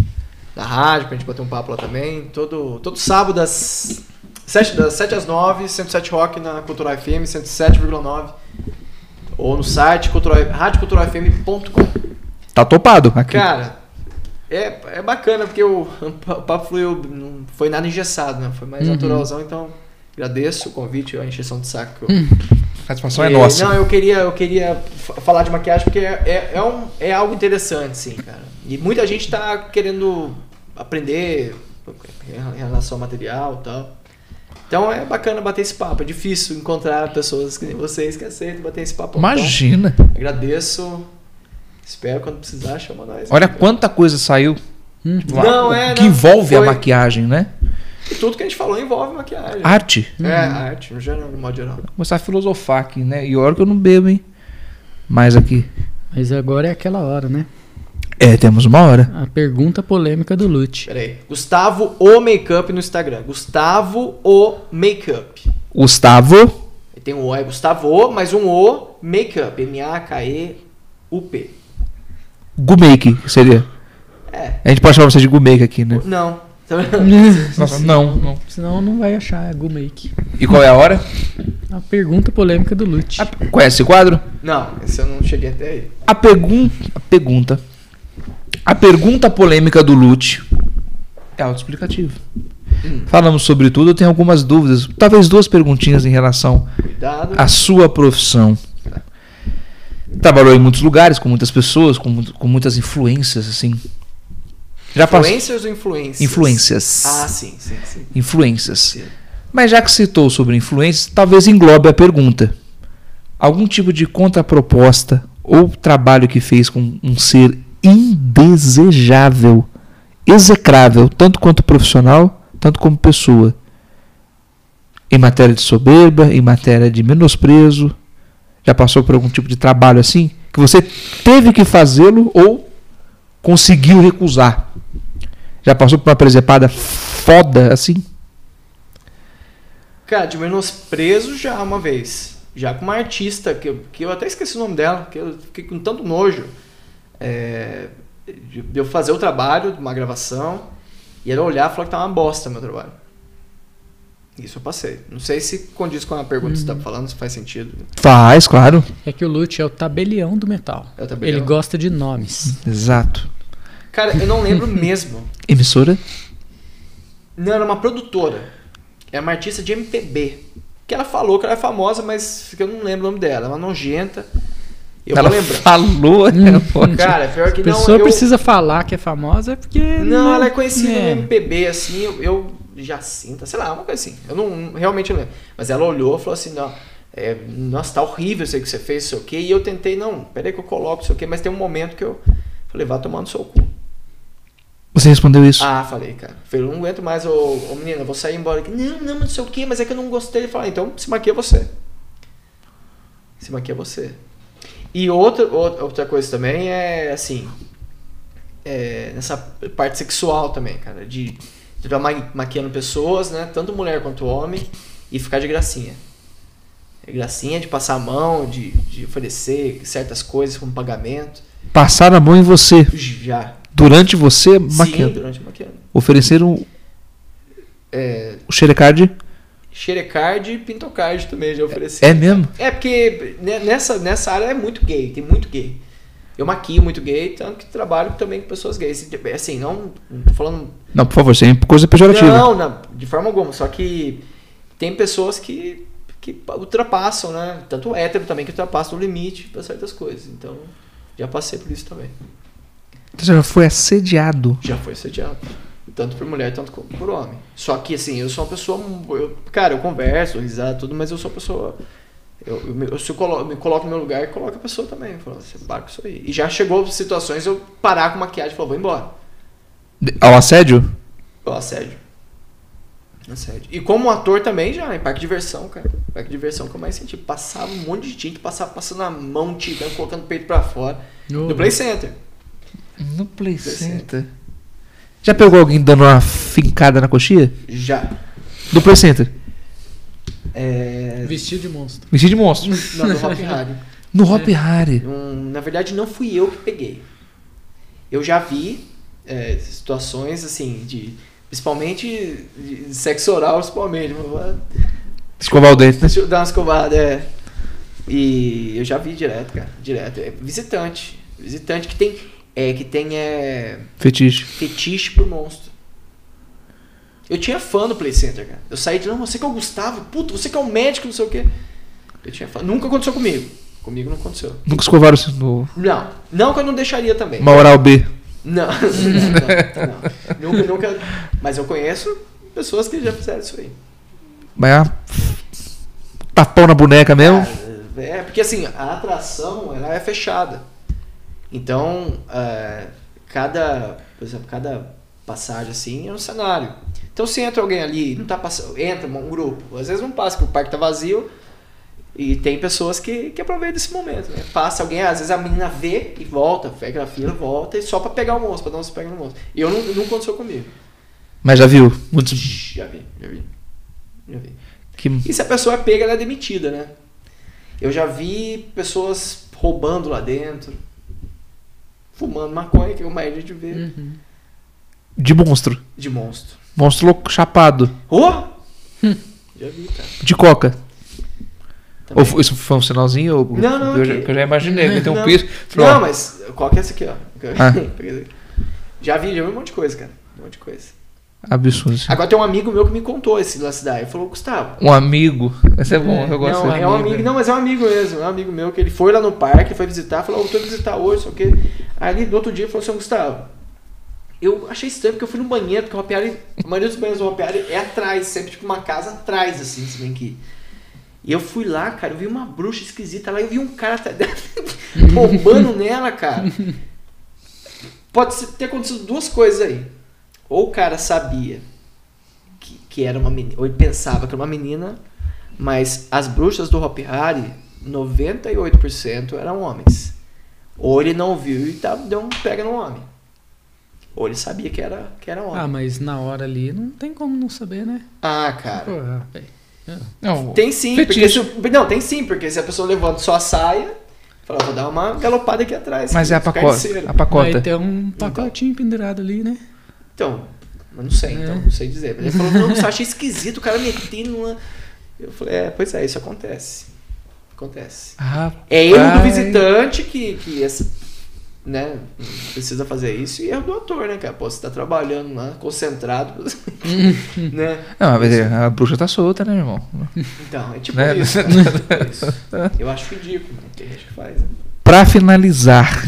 Speaker 3: na rádio, pra gente bater um papo lá também. Todo, todo sábado, das 7, das 7 às 9, 107 Rock na Cultural FM, 107,9. Ou no site cultural- radioculturalfm.com.
Speaker 1: Tá topado aqui.
Speaker 3: Cara, é, é bacana porque o, o papo fluiu, não foi nada engessado, né? Foi mais naturalzão, então agradeço o convite, a encheção de saco que eu-
Speaker 1: A satisfação é
Speaker 3: e,
Speaker 1: nossa.
Speaker 3: Não, eu queria, eu queria fa- falar de maquiagem porque é, é, é um, é algo interessante, sim, cara. E muita gente tá querendo aprender em relação ao material e tal. Então é bacana bater esse papo. É difícil encontrar pessoas que nem vocês que aceitam bater esse papo.
Speaker 1: Imagina.
Speaker 3: Então, agradeço. Espero quando precisar, chama nós.
Speaker 1: Olha quanta coisa saiu.
Speaker 2: Hum.
Speaker 1: Tipo,
Speaker 3: Não,
Speaker 1: a-
Speaker 3: é,
Speaker 1: que
Speaker 3: não,
Speaker 1: envolve
Speaker 3: foi-
Speaker 1: a maquiagem, né?
Speaker 3: E tudo que a gente falou envolve maquiagem.
Speaker 1: Arte.
Speaker 3: É, arte, no, geral, no modo geral.
Speaker 1: Vou começar a filosofar aqui, né? E hora que eu não bebo, hein? Mais aqui.
Speaker 2: Mas agora é aquela hora, né?
Speaker 1: É, temos uma hora.
Speaker 2: A pergunta polêmica do Lute.
Speaker 3: Peraí. Gustavo O Makeup no Instagram. Gustavo O Makeup.
Speaker 1: Gustavo.
Speaker 3: Tem um O, é Gustavo O, mas um O Makeup. M-A-K-E-U-P.
Speaker 1: Gumake que seria.
Speaker 3: É.
Speaker 1: A gente pode chamar você de Gumake aqui, né?
Speaker 3: Não.
Speaker 1: Nossa, não, não.
Speaker 2: Senão não vai achar é Gumake.
Speaker 1: E qual é a hora?
Speaker 2: A pergunta polêmica do Lute.
Speaker 1: Conhece esse quadro?
Speaker 3: Não, esse eu não cheguei até aí.
Speaker 1: A pergunta. A pergunta. A pergunta polêmica do Lute é autoexplicativa. Falamos sobre tudo, eu tenho algumas dúvidas. Talvez duas perguntinhas em relação
Speaker 3: Cuidado.
Speaker 1: à sua profissão. Trabalhou em muitos lugares, com muitas pessoas, com, mu- com muitas influências, assim. Já passou.
Speaker 3: Influencers ou influências?
Speaker 1: tá Influências.
Speaker 3: Ah, sim, sim, sim.
Speaker 1: Influências. Mas já que citou sobre influências, talvez englobe a pergunta. Algum tipo de contraproposta ou trabalho que fez com um ser indesejável, execrável, tanto quanto profissional, tanto como pessoa. Em matéria de soberba, em matéria de menosprezo. Já passou por algum tipo de trabalho assim? Que você teve que fazê-lo ou conseguiu recusar? Já passou por uma presepada foda assim?
Speaker 3: Cara, de menosprezo já uma vez. Já com uma artista, que eu, que eu até esqueci o nome dela, que eu fiquei com tanto nojo é, de de eu fazer o trabalho de uma gravação e ela olhar e falar que tá uma bosta meu trabalho. Isso eu passei. Não sei se condiz com a pergunta que você tá falando, se faz sentido.
Speaker 1: Faz, claro.
Speaker 2: É que o Lute é o tabelião do metal.
Speaker 3: É o tabelião.
Speaker 2: Ele gosta de nomes.
Speaker 1: Exato.
Speaker 3: Cara, eu não lembro mesmo.
Speaker 1: Emissora?
Speaker 3: Não, era uma produtora. É uma artista de MPB. Que ela falou que ela é famosa, mas que eu não lembro o nome dela. É uma nojenta. Eu
Speaker 1: Ela
Speaker 3: vou lembrar.
Speaker 1: falou, né? pode-
Speaker 3: Cara, pior que
Speaker 2: A
Speaker 3: não.
Speaker 2: pessoa
Speaker 3: eu-
Speaker 2: precisa falar que é famosa porque.
Speaker 3: Não, ela é conhecida
Speaker 2: É.
Speaker 3: no MPB, assim, eu, eu Jacinta, sei lá, uma coisa assim. Eu não realmente não lembro. Mas ela olhou e falou assim, não, é, nossa, tá horrível isso aí que você fez, sei o quê. E eu tentei, não, peraí que eu coloco, sei o quê, mas tem um momento que eu falei, vá tomando seu cu.
Speaker 1: Você respondeu isso.
Speaker 3: Ah, falei, cara. Falei, não aguento mais, ô, ô menina, eu vou sair embora. aqui. Não, não, não sei o quê, mas é que eu não gostei. Ele falou, ah, então se maquia você. Se maquia você. E outra, outra outra coisa também é, assim, é, nessa parte sexual também, cara, de de ficar ma- maquiando pessoas, né, tanto mulher quanto homem, e ficar de gracinha. É Gracinha de passar a mão, de, de oferecer certas coisas como pagamento.
Speaker 1: Passaram a mão em você.
Speaker 3: Já.
Speaker 1: Durante você,
Speaker 3: Sim,
Speaker 1: maquiando.
Speaker 3: durante a maquiando.
Speaker 1: Ofereceram
Speaker 3: É,
Speaker 1: o xerecard.
Speaker 3: Xerecard e Pintocard também já ofereci.
Speaker 1: É mesmo?
Speaker 3: É porque ne- nessa, nessa área é muito gay, tem muito gay. Eu maquio muito gay, tanto que trabalho também com pessoas gays. E, Assim, não, não tô falando.
Speaker 1: Não, por favor, sem coisa pejorativa.
Speaker 3: Não, não, de forma alguma. Só que tem pessoas que, que ultrapassam, né? Tanto hétero também que ultrapassam o limite para certas coisas. Então, já passei por isso também.
Speaker 1: Então Você já foi assediado.
Speaker 3: Já foi sediado. Tanto por mulher, tanto co- por homem. Só que, assim, eu sou uma pessoa. mu- eu- cara, eu converso, risada, tudo, mas eu sou uma pessoa. Eu, eu, me- eu se eu colo- eu me coloco no meu lugar, coloco a pessoa também. Eu falo, você para com isso aí. E já chegou situações eu parar com maquiagem e falar, vou embora.
Speaker 1: De- Ao assédio?
Speaker 3: Ó, assédio. Assédio. E como ator também já, em parque de diversão, cara. Parque de diversão que eu mais senti. Passava um monte de gente, passava passando a mão, tirando, colocando o peito pra fora.
Speaker 2: Oh.
Speaker 3: No Play Center.
Speaker 1: No play center. Já pegou alguém dando uma fincada na coxinha?
Speaker 3: Já.
Speaker 1: Do play center.
Speaker 3: É.
Speaker 2: Vestido de monstro.
Speaker 1: Vestido de monstro.
Speaker 3: Não, no Rock Harry.
Speaker 1: No Hop Harry.
Speaker 3: Hum, na verdade, não fui eu que peguei. Eu já vi é, situações assim de. Principalmente de sexo oral, principalmente.
Speaker 1: Escovar o dente, né?
Speaker 3: Deixa eu dar uma escovada, é. E eu já vi direto, cara. Direto. É visitante. Visitante que tem. É, que tem é,
Speaker 1: Fetiche.
Speaker 3: fetiche por monstro. Eu tinha fã do Play Center, cara. Eu saí de lá, você que é o Gustavo, puto, você que é o médico, não sei o quê. Eu tinha fã. Nunca aconteceu comigo. Comigo não aconteceu.
Speaker 1: Nunca escovaram isso no.
Speaker 3: Não, não que eu não deixaria também.
Speaker 1: Uma oral B.
Speaker 3: Não, não, não, não. Nunca, nunca. Mas eu conheço pessoas que já fizeram isso aí.
Speaker 1: Mas é uma- Tapão na boneca mesmo.
Speaker 3: Cara, É, porque assim, a atração ela é fechada. Então, é, cada, por exemplo, cada passagem assim é um cenário. Então, se entra alguém ali, não tá passando, entra um grupo, às vezes não passa porque o parque tá vazio, E tem pessoas que, que aproveitam esse momento, né? Passa alguém, às vezes a menina vê e volta, pega a fila, volta, e só pra pegar o monstro, pra dar uns pega no monstro. E eu não, não aconteceu comigo.
Speaker 1: Mas já viu? Muitos...
Speaker 3: Já vi, já vi. Já vi.
Speaker 1: Que...
Speaker 3: E se a pessoa é pega, ela é demitida, né? Eu já vi pessoas roubando lá dentro, fumando maconha, que é o mais a gente vê,
Speaker 2: Uhum.
Speaker 1: De monstro.
Speaker 3: de monstro.
Speaker 1: Monstro louco chapado.
Speaker 3: Ô! já vi, cara.
Speaker 1: De coca.
Speaker 3: Também.
Speaker 1: Ou foi- isso foi um sinalzinho? Ou...
Speaker 3: Não, não,
Speaker 1: Eu, já,
Speaker 3: que-
Speaker 1: que eu já imaginei. Meteu um
Speaker 3: Não.
Speaker 1: piso. Falou,
Speaker 3: Não,
Speaker 1: ó,
Speaker 3: mas qual que é essa aqui, ó?
Speaker 1: Ah.
Speaker 3: Peguei essa aqui. Já vi, já vi um monte de coisa, cara. Um monte de coisa.
Speaker 1: Absurdo. assim.
Speaker 3: Agora tem um amigo meu que me contou esse lance daí. Ele falou, Gustavo.
Speaker 1: Um amigo. Esse é bom, eu gosto.
Speaker 3: não,
Speaker 1: dele.
Speaker 3: é um amigo, não, mas é um amigo mesmo, é um amigo meu que ele foi lá no parque, foi visitar, falou, "Ó, eu tô indo visitar hoje, só que. Aí ele, no outro dia ele falou assim, Gustavo, eu achei estranho porque eu fui no banheiro, porque o Hopiari, a maioria dos banheiros do Hopiari é atrás, sempre tipo uma casa atrás, assim, se bem que. E eu fui lá, cara, eu vi uma bruxa esquisita lá, eu vi um cara tá- bombando nela, cara. Pode ser- ter acontecido duas coisas aí. Ou o cara sabia que, que era uma menina, ou ele pensava que era uma menina, mas as bruxas do Hopi Hari, 98% eram homens. Ou ele não viu e tá, deu um pega no homem. Ou ele sabia que era, que era
Speaker 2: Ah,
Speaker 3: homem.
Speaker 2: mas na hora ali não tem como não saber, né?
Speaker 3: Ah,
Speaker 2: Pô,
Speaker 3: cara.
Speaker 2: ah, velho. Ah.
Speaker 1: Não,
Speaker 3: Tem sim, porque
Speaker 1: fetiche.
Speaker 3: se, não, tem sim, porque se a pessoa levanta só a saia, fala, vou dar uma galopada aqui atrás.
Speaker 1: Mas
Speaker 3: que
Speaker 1: é a
Speaker 3: eu sou
Speaker 1: pacota.
Speaker 3: carniceiro."
Speaker 1: A pacota.
Speaker 2: Vai ter um pacotinho pendurado ali, né?
Speaker 3: Então, eu não sei, então, não sei dizer. Mas ele falou, não, eu achei esquisito o cara metendo uma. Eu falei, é, pois é, isso acontece. Acontece.
Speaker 1: Rapaz.
Speaker 3: É erro do visitante que, que essa- né, precisa fazer isso e erro do ator, né, cara? Pô, você tá trabalhando lá, concentrado, né?
Speaker 1: Não, mas é, a bruxa tá solta, né, meu irmão?
Speaker 3: Então, é tipo
Speaker 1: Né?
Speaker 3: isso. né? É tipo isso. Eu acho ridículo, né? Tem gente que faz. né?
Speaker 1: Pra finalizar,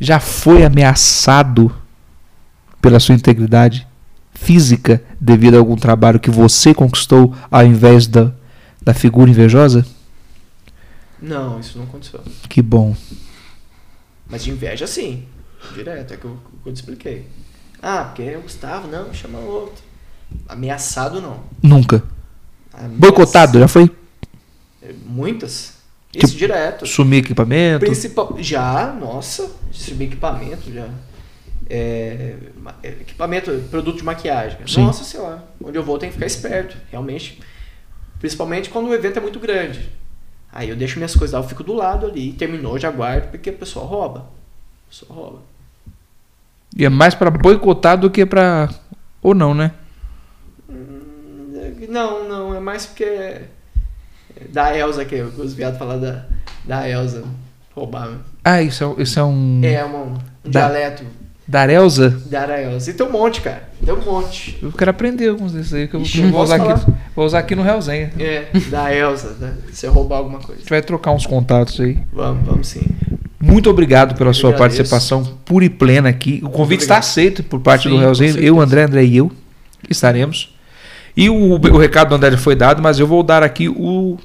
Speaker 1: já foi ameaçado pela sua integridade física devido a algum trabalho que você conquistou ao invés da, da figura invejosa?
Speaker 3: Não, isso não aconteceu.
Speaker 1: Que bom.
Speaker 3: Mas de inveja, sim. Direto, é que eu, que eu te expliquei. Ah, porque é o Gustavo, não, chama outro. Ameaçado, não.
Speaker 1: Nunca.
Speaker 3: Ameaça-
Speaker 1: Boicotado, já foi?
Speaker 3: É, Muitas. Isso
Speaker 1: Tipo,
Speaker 3: direto.
Speaker 1: Sumir equipamento.
Speaker 3: Principal... Já, nossa, subir equipamento já. É, ma- é, equipamento, produto de maquiagem.
Speaker 1: Sim.
Speaker 3: Nossa senhora, onde eu vou tem que ficar esperto, realmente. Principalmente quando o evento é muito grande. Aí eu deixo minhas coisas lá, eu fico do lado ali, terminou, já guardo, porque a pessoa rouba. A pessoa rouba.
Speaker 1: E é mais pra boicotar do que pra. Ou não, né?
Speaker 3: Não, não, é mais porque. é Da Elsa, que os viados falaram da, da Elsa roubar. né?
Speaker 1: Ah, isso é, isso é um.
Speaker 3: É um, um
Speaker 1: Da-
Speaker 3: dialeto
Speaker 1: Da Elza?
Speaker 3: da Elsa. E tem um monte, cara. Tem um monte.
Speaker 1: Eu quero aprender alguns desses aí que eu,
Speaker 3: Ixi,
Speaker 1: que eu
Speaker 3: não
Speaker 1: vou,
Speaker 3: posso
Speaker 1: usar aqui, vou usar aqui no Realzenha. A
Speaker 3: É, da Elsa, né? Se eu roubar alguma coisa.
Speaker 1: gente vai trocar uns contatos aí.
Speaker 3: Vamos, vamos sim.
Speaker 1: Muito obrigado pela
Speaker 3: Eu
Speaker 1: sua
Speaker 3: agradeço.
Speaker 1: participação pura e plena aqui. O convite está
Speaker 3: Obrigado.
Speaker 1: aceito por parte
Speaker 2: Sim,
Speaker 1: do Realzinho.
Speaker 2: com
Speaker 1: Eu,
Speaker 2: certeza.
Speaker 1: André, André e eu estaremos. E o, o recado do André já foi dado, mas eu vou dar aqui o,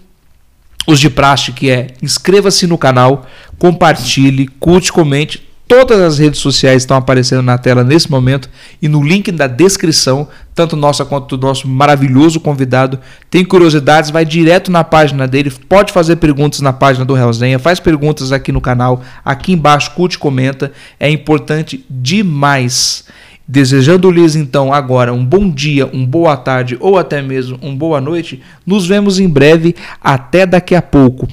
Speaker 1: os de praxe, que é inscreva-se no canal, compartilhe, curte, comente. Todas as redes sociais estão aparecendo na tela nesse momento e no link da descrição, tanto nossa quanto do nosso maravilhoso convidado. Tem curiosidades, vai direto na página dele, pode fazer perguntas na página do Realzenha, faz perguntas aqui no canal, aqui embaixo, curte, comenta, é importante demais. Desejando-lhes então agora um bom dia, uma boa um tarde ou até mesmo uma boa noite, nos vemos em breve. Até daqui a pouco.